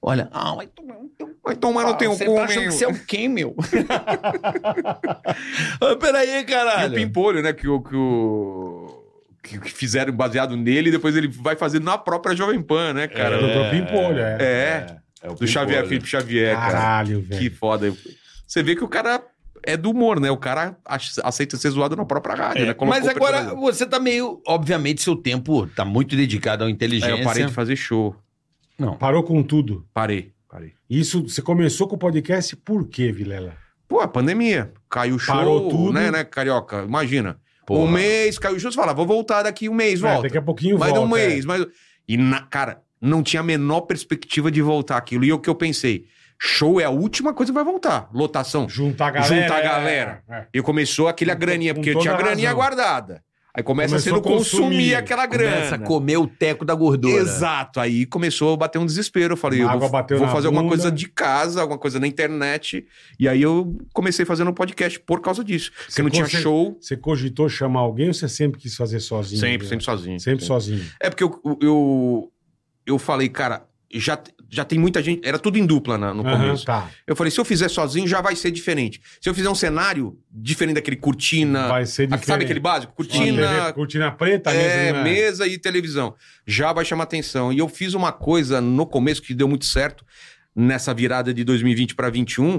[SPEAKER 4] Olha, ah, vai tomar no teu
[SPEAKER 1] Mas tomar no teu
[SPEAKER 4] Você
[SPEAKER 1] cu,
[SPEAKER 4] tá achando
[SPEAKER 1] meu.
[SPEAKER 4] que você é o quem, meu? Ah, Peraí,
[SPEAKER 1] E o
[SPEAKER 4] caralho.
[SPEAKER 1] Pimpolho, né? Que o. Que o... Que que fizeram baseado nele e depois ele vai fazer na própria Jovem Pan, né,
[SPEAKER 3] É,
[SPEAKER 1] cara?
[SPEAKER 3] do próprio Pimpolho, é.
[SPEAKER 1] É,
[SPEAKER 4] é o
[SPEAKER 1] do Xavier,
[SPEAKER 4] Pimpolho.
[SPEAKER 1] Felipe Xavier, cara.
[SPEAKER 3] Caralho,
[SPEAKER 1] Que
[SPEAKER 3] velho.
[SPEAKER 1] foda. Você vê que o cara é do humor, né? O cara ace- aceita ser zoado na própria rádio, né? Colocou
[SPEAKER 4] É, Mas agora
[SPEAKER 1] personalidade.
[SPEAKER 4] você tá meio. Obviamente, seu tempo tá muito dedicado à
[SPEAKER 1] É,
[SPEAKER 4] inteligência.
[SPEAKER 1] eu parei de fazer show.
[SPEAKER 3] Parou com tudo.
[SPEAKER 1] Parei, parei.
[SPEAKER 3] Isso, você começou com o podcast por quê, Vilela?
[SPEAKER 1] Pô, a pandemia. Caiu o show,
[SPEAKER 3] Parou tudo.
[SPEAKER 1] né, né, Carioca? Imagina.
[SPEAKER 4] Porra.
[SPEAKER 1] Um mês, caiu o show, você fala, vou voltar daqui um mês,
[SPEAKER 3] É,
[SPEAKER 1] volta.
[SPEAKER 3] daqui a pouquinho
[SPEAKER 1] mais
[SPEAKER 3] volta. é.
[SPEAKER 1] um mês, mais. E, na, cara, não tinha a menor perspectiva de voltar aquilo. E o que eu pensei? Show é a última coisa que vai voltar. Lotação.
[SPEAKER 3] É. Juntar a galera.
[SPEAKER 1] Juntar a
[SPEAKER 3] é,
[SPEAKER 1] galera.
[SPEAKER 3] é, é.
[SPEAKER 1] E começou aquele a
[SPEAKER 3] Com-
[SPEAKER 1] graninha,
[SPEAKER 3] com
[SPEAKER 1] porque eu tinha a
[SPEAKER 3] toda a
[SPEAKER 1] graninha
[SPEAKER 3] razão.
[SPEAKER 1] guardada. Aí começa
[SPEAKER 3] Começou
[SPEAKER 1] sendo
[SPEAKER 3] a consumir.
[SPEAKER 1] consumir aquela
[SPEAKER 4] Começa a
[SPEAKER 1] grana.
[SPEAKER 4] comer o teco da gordura.
[SPEAKER 1] Exato. Aí começou a bater um desespero. Eu falei,
[SPEAKER 3] A
[SPEAKER 1] eu
[SPEAKER 3] água
[SPEAKER 1] vou,
[SPEAKER 3] bateu
[SPEAKER 1] vou
[SPEAKER 3] na
[SPEAKER 1] fazer alguma
[SPEAKER 3] bunda.
[SPEAKER 1] coisa de casa, alguma coisa na internet. E aí eu comecei fazendo um podcast por causa disso. Porque
[SPEAKER 3] Você
[SPEAKER 1] não tinha
[SPEAKER 3] consegue-
[SPEAKER 1] show.
[SPEAKER 3] Você cogitou chamar alguém ou você sempre quis fazer sozinho?
[SPEAKER 1] Sempre,
[SPEAKER 3] Vilela?
[SPEAKER 1] sempre sozinho.
[SPEAKER 3] Sempre sozinho.
[SPEAKER 1] É porque eu, eu, eu falei, cara, já, já tem muita gente. Era tudo em dupla na- no
[SPEAKER 3] Aham,
[SPEAKER 1] começo.
[SPEAKER 3] tá.
[SPEAKER 1] Eu falei, se eu fizer sozinho, já vai ser diferente. Se eu fizer um cenário diferente daquele cortina.
[SPEAKER 3] Vai ser
[SPEAKER 1] a-
[SPEAKER 3] diferente.
[SPEAKER 1] sabe aquele básico?
[SPEAKER 3] Cortina,
[SPEAKER 1] Cortina.
[SPEAKER 3] cortina preta mesmo,
[SPEAKER 1] é,
[SPEAKER 3] né?
[SPEAKER 1] mesa e televisão. Já vai chamar atenção. E eu fiz uma coisa no começo que deu muito certo, nessa virada de 2020 para 21,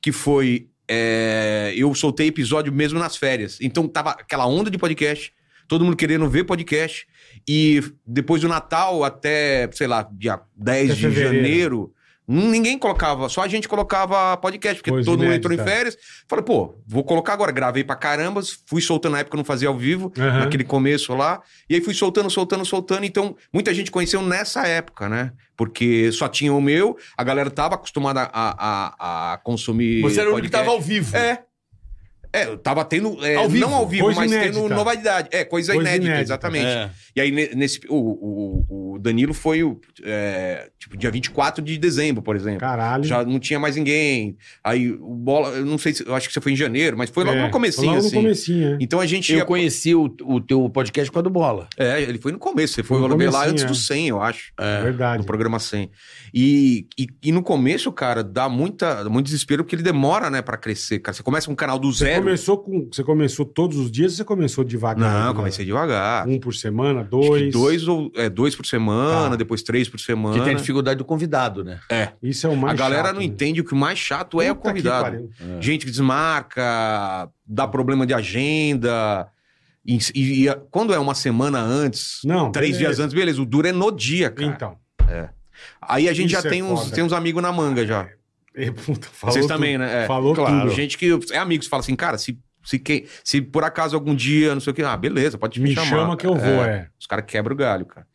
[SPEAKER 1] que foi. é, eu soltei episódio mesmo nas férias. Então tava aquela onda de podcast, todo mundo querendo ver podcast. E depois do Natal até, sei lá, dia 10
[SPEAKER 3] Até
[SPEAKER 1] de
[SPEAKER 3] fevereiro.
[SPEAKER 1] janeiro. hum, Ninguém colocava, só a gente colocava podcast, porque
[SPEAKER 3] Coisa
[SPEAKER 1] todo mundo
[SPEAKER 3] inédita.
[SPEAKER 1] entrou em férias. Falei, pô, vou colocar agora. Gravei pra caramba, fui soltando na época, eu não fazia ao vivo
[SPEAKER 3] Aham.
[SPEAKER 1] naquele começo lá. E aí fui soltando, soltando, soltando. Então, muita gente conheceu nessa época, né? Porque só tinha o meu, a galera tava acostumada a, a, a consumir.
[SPEAKER 4] Você era o único que
[SPEAKER 1] podcast.
[SPEAKER 4] tava ao vivo.
[SPEAKER 1] É. É, eu tava tendo. é,
[SPEAKER 4] Ao vivo,
[SPEAKER 1] não ao vivo,
[SPEAKER 3] coisa
[SPEAKER 1] mas tendo
[SPEAKER 3] inédita.
[SPEAKER 1] novidade. É, coisa,
[SPEAKER 3] Coisa
[SPEAKER 1] inédita,
[SPEAKER 3] inédita.
[SPEAKER 1] exatamente.
[SPEAKER 4] É.
[SPEAKER 1] E aí, ne- nesse. O, o, o Danilo foi o. é, tipo, dia 24 de dezembro, por exemplo.
[SPEAKER 3] Caralho.
[SPEAKER 1] Já não tinha mais ninguém. Aí o bola, eu não sei se. Eu acho que você foi em janeiro, mas foi logo
[SPEAKER 3] É,
[SPEAKER 1] no comecinho,
[SPEAKER 3] logo
[SPEAKER 1] assim.
[SPEAKER 3] no comecinho, é.
[SPEAKER 1] Então a gente.
[SPEAKER 4] Eu conheci o, o teu podcast com a do Bola.
[SPEAKER 1] É, ele foi no começo. Você foi
[SPEAKER 3] No
[SPEAKER 1] ver lá
[SPEAKER 3] comecinho,
[SPEAKER 1] antes
[SPEAKER 3] é.
[SPEAKER 1] do 100, eu acho.
[SPEAKER 3] Verdade.
[SPEAKER 1] Do programa 100. E, e, e no começo, cara, dá muita, muito desespero porque ele demora, né, pra crescer, cara. Você começa um canal do
[SPEAKER 3] Você
[SPEAKER 1] zero.
[SPEAKER 3] começou, com, você começou todos os dias ou você começou devagar?
[SPEAKER 1] Não, eu
[SPEAKER 3] Vilela?
[SPEAKER 1] comecei devagar.
[SPEAKER 3] Um por semana,
[SPEAKER 1] Acho que
[SPEAKER 3] dois.
[SPEAKER 1] dois, ou, é, dois por semana,
[SPEAKER 3] Tá.
[SPEAKER 1] depois três por semana.
[SPEAKER 4] Que tem a dificuldade do convidado, né?
[SPEAKER 3] Isso é o mais
[SPEAKER 1] a galera
[SPEAKER 3] chato,
[SPEAKER 1] não
[SPEAKER 3] né?
[SPEAKER 1] entende o que o mais chato é o
[SPEAKER 3] Puta que
[SPEAKER 1] convidado.
[SPEAKER 3] pariu.
[SPEAKER 1] Gente que desmarca, dá problema de agenda. E, e- e quando é uma semana antes,
[SPEAKER 3] Não,
[SPEAKER 1] três
[SPEAKER 3] beleza.
[SPEAKER 1] dias antes, beleza, o duro é no dia, cara.
[SPEAKER 3] Então.
[SPEAKER 1] Aí a gente
[SPEAKER 3] Isso
[SPEAKER 1] já
[SPEAKER 3] é
[SPEAKER 1] tem, uns,
[SPEAKER 3] foda.
[SPEAKER 1] tem uns amigos na manga já.
[SPEAKER 3] e, puta, falou
[SPEAKER 1] Vocês
[SPEAKER 3] tudo.
[SPEAKER 1] também, né? É.
[SPEAKER 3] Falou
[SPEAKER 1] Claro.
[SPEAKER 3] tudo.
[SPEAKER 1] Gente que é amigos fala assim, cara, se, se, quem, se por acaso algum dia, não sei o que, ah, beleza, pode me,
[SPEAKER 3] Me
[SPEAKER 1] chamar.
[SPEAKER 3] chama que eu vou, é.
[SPEAKER 1] Os caras quebram o galho, cara.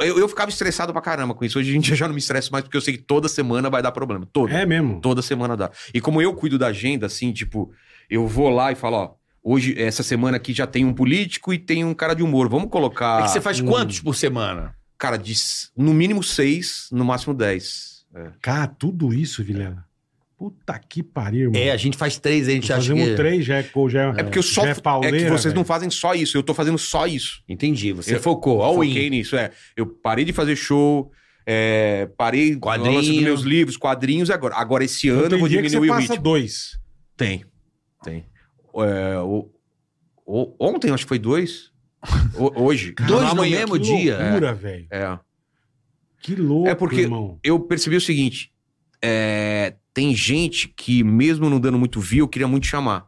[SPEAKER 1] Eu, eu ficava estressado pra caramba com isso. Hoje em dia eu já não me estresso mais, porque eu sei que toda semana vai dar problema. Toda.
[SPEAKER 3] É, mesmo.
[SPEAKER 1] Toda semana dá. E como eu cuido da agenda, assim, tipo, eu vou lá e falo, ó, hoje, essa semana aqui já tem um político e tem um cara de humor. Vamos colocar.
[SPEAKER 4] é que você faz
[SPEAKER 3] hum.
[SPEAKER 4] quantos por semana?
[SPEAKER 1] Cara, de, s- no mínimo seis, no máximo dez. É.
[SPEAKER 3] Cara, tudo isso, Vilela. Puta que pariu, irmão.
[SPEAKER 4] É, a gente faz três, a gente acha
[SPEAKER 3] Fazemos
[SPEAKER 4] que...
[SPEAKER 3] três, já é, co- já
[SPEAKER 1] É porque eu só.
[SPEAKER 3] já
[SPEAKER 1] É,
[SPEAKER 3] pauleira,
[SPEAKER 1] que vocês
[SPEAKER 3] velho.
[SPEAKER 1] não fazem só isso. Eu tô fazendo só isso.
[SPEAKER 4] Entendi, você
[SPEAKER 1] Eu-
[SPEAKER 4] focou, all
[SPEAKER 1] Foquei
[SPEAKER 4] in.
[SPEAKER 1] nisso, é. Eu parei de fazer show, é, parei com o
[SPEAKER 4] Quadrinho.
[SPEAKER 1] lance dos meus livros, quadrinhos. e Agora, agora esse
[SPEAKER 3] Então,
[SPEAKER 1] ano eu
[SPEAKER 3] tem
[SPEAKER 1] vou
[SPEAKER 3] dia que
[SPEAKER 1] diminuir
[SPEAKER 3] você
[SPEAKER 1] o
[SPEAKER 3] passa
[SPEAKER 1] ritmo.
[SPEAKER 3] dois.
[SPEAKER 1] Tem, tem. É, o- o- ontem, acho que foi dois. ho- hoje.
[SPEAKER 4] Dois no
[SPEAKER 1] Amanhã.
[SPEAKER 4] mesmo
[SPEAKER 3] que
[SPEAKER 4] dia.
[SPEAKER 3] loucura, velho.
[SPEAKER 1] É.
[SPEAKER 3] Que louco,
[SPEAKER 1] É porque-
[SPEAKER 3] irmão.
[SPEAKER 1] Eu percebi o seguinte: é, tem gente que, mesmo não dando muito view, queria muito chamar.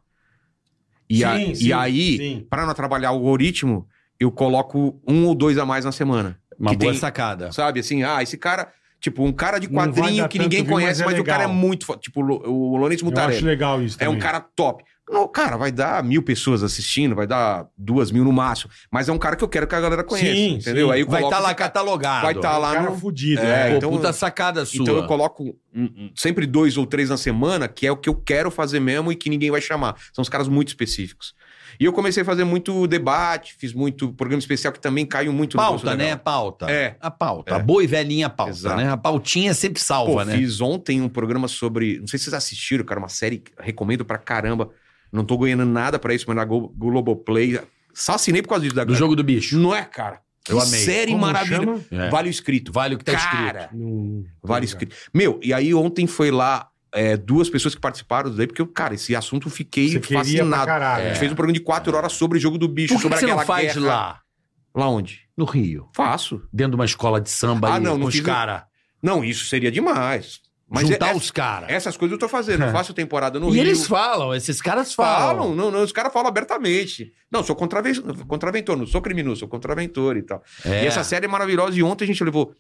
[SPEAKER 1] E, a-
[SPEAKER 3] Sim,
[SPEAKER 1] e
[SPEAKER 3] sim,
[SPEAKER 1] aí,
[SPEAKER 3] sim.
[SPEAKER 1] para não atrapalhar o algoritmo, eu coloco um ou dois a mais na semana.
[SPEAKER 4] Uma
[SPEAKER 1] Que
[SPEAKER 4] boa
[SPEAKER 1] tem-
[SPEAKER 4] sacada.
[SPEAKER 1] Sabe assim, ah, esse cara. Tipo, um cara de
[SPEAKER 3] Não vai
[SPEAKER 1] quadrinho
[SPEAKER 3] dar
[SPEAKER 1] que
[SPEAKER 3] tanto
[SPEAKER 1] ninguém
[SPEAKER 3] view, mas
[SPEAKER 1] conhece,
[SPEAKER 3] é
[SPEAKER 1] mas, o cara é
[SPEAKER 3] legal.
[SPEAKER 1] muito foda. Tipo, o Lo- o Lourenço
[SPEAKER 3] Eu acho
[SPEAKER 1] Mutarelli.
[SPEAKER 3] legal isso
[SPEAKER 1] É um
[SPEAKER 3] também.
[SPEAKER 1] cara top. Não, cara, vai dar mil pessoas assistindo, vai dar duas mil no máximo. Mas é um cara que eu quero que a galera conheça.
[SPEAKER 3] Sim,
[SPEAKER 1] entendeu?
[SPEAKER 3] sim.
[SPEAKER 1] Aí eu
[SPEAKER 4] Vai tá
[SPEAKER 1] coloco-
[SPEAKER 4] estar lá catalogado.
[SPEAKER 1] Vai estar
[SPEAKER 3] É um
[SPEAKER 1] lá
[SPEAKER 3] cara
[SPEAKER 1] no.
[SPEAKER 3] fudido.
[SPEAKER 1] É,
[SPEAKER 3] né?
[SPEAKER 4] Pô,
[SPEAKER 1] então-
[SPEAKER 4] tá, puta sacada sua.
[SPEAKER 1] Então eu coloco hum, hum, sempre dois ou três na semana, que é o que eu quero fazer mesmo e que ninguém vai chamar. São os caras muito específicos. E eu comecei a fazer muito debate, fiz muito programa especial que também caiu muito
[SPEAKER 4] Pauta,
[SPEAKER 1] Bolso
[SPEAKER 4] né?
[SPEAKER 1] Legal.
[SPEAKER 4] Pauta.
[SPEAKER 1] É.
[SPEAKER 4] A pauta.
[SPEAKER 1] É.
[SPEAKER 4] A boa e velhinha pauta,
[SPEAKER 1] Exato.
[SPEAKER 4] né? A pautinha sempre salva,
[SPEAKER 1] Pô,
[SPEAKER 4] né?
[SPEAKER 1] fiz ontem um programa sobre. Não sei se vocês assistiram, cara, uma série que recomendo pra caramba. Não tô ganhando nada pra isso, mas na Glo- Globoplay. Só assinei por causa disso da
[SPEAKER 4] Do jogo do bicho.
[SPEAKER 1] Não é, cara?
[SPEAKER 4] Eu amei.
[SPEAKER 1] série
[SPEAKER 3] Como
[SPEAKER 1] maravilhosa.
[SPEAKER 3] chama?
[SPEAKER 4] É.
[SPEAKER 1] Vale o escrito.
[SPEAKER 4] Vale o que tá
[SPEAKER 1] Cara,
[SPEAKER 4] escrito.
[SPEAKER 3] Não-
[SPEAKER 1] Vale
[SPEAKER 3] Tá
[SPEAKER 1] escrito. Meu, e aí ontem foi lá é, duas pessoas que participaram daí, porque, eu, cara, esse assunto eu fiquei
[SPEAKER 3] Você queria pra
[SPEAKER 1] fascinado.
[SPEAKER 3] caralho. É.
[SPEAKER 1] A gente fez um programa de quatro horas sobre o jogo do bicho,
[SPEAKER 4] Por que,
[SPEAKER 1] sobre
[SPEAKER 4] que você
[SPEAKER 1] aquela
[SPEAKER 4] não faz
[SPEAKER 1] guerra.
[SPEAKER 4] lá?
[SPEAKER 1] Lá onde?
[SPEAKER 4] No Rio.
[SPEAKER 1] Faço.
[SPEAKER 4] Dentro de uma escola de samba
[SPEAKER 1] Ah,
[SPEAKER 4] aí,
[SPEAKER 1] não,
[SPEAKER 4] com
[SPEAKER 1] não
[SPEAKER 4] os
[SPEAKER 1] fiz-
[SPEAKER 4] caras.
[SPEAKER 1] Não, isso seria demais. Mas
[SPEAKER 4] Juntar
[SPEAKER 1] é-
[SPEAKER 4] os caras.
[SPEAKER 1] essas coisas eu tô fazendo.
[SPEAKER 3] É.
[SPEAKER 1] Eu faço temporada no
[SPEAKER 4] e
[SPEAKER 1] Rio.
[SPEAKER 4] eles falam, esses caras falam.
[SPEAKER 1] falam. Não, não, os caras falam abertamente. Não, sou contrave- contraventor, não sou criminoso, sou contraventor e tal.
[SPEAKER 4] É.
[SPEAKER 1] E essa série é maravilhosa. E ontem a gente levou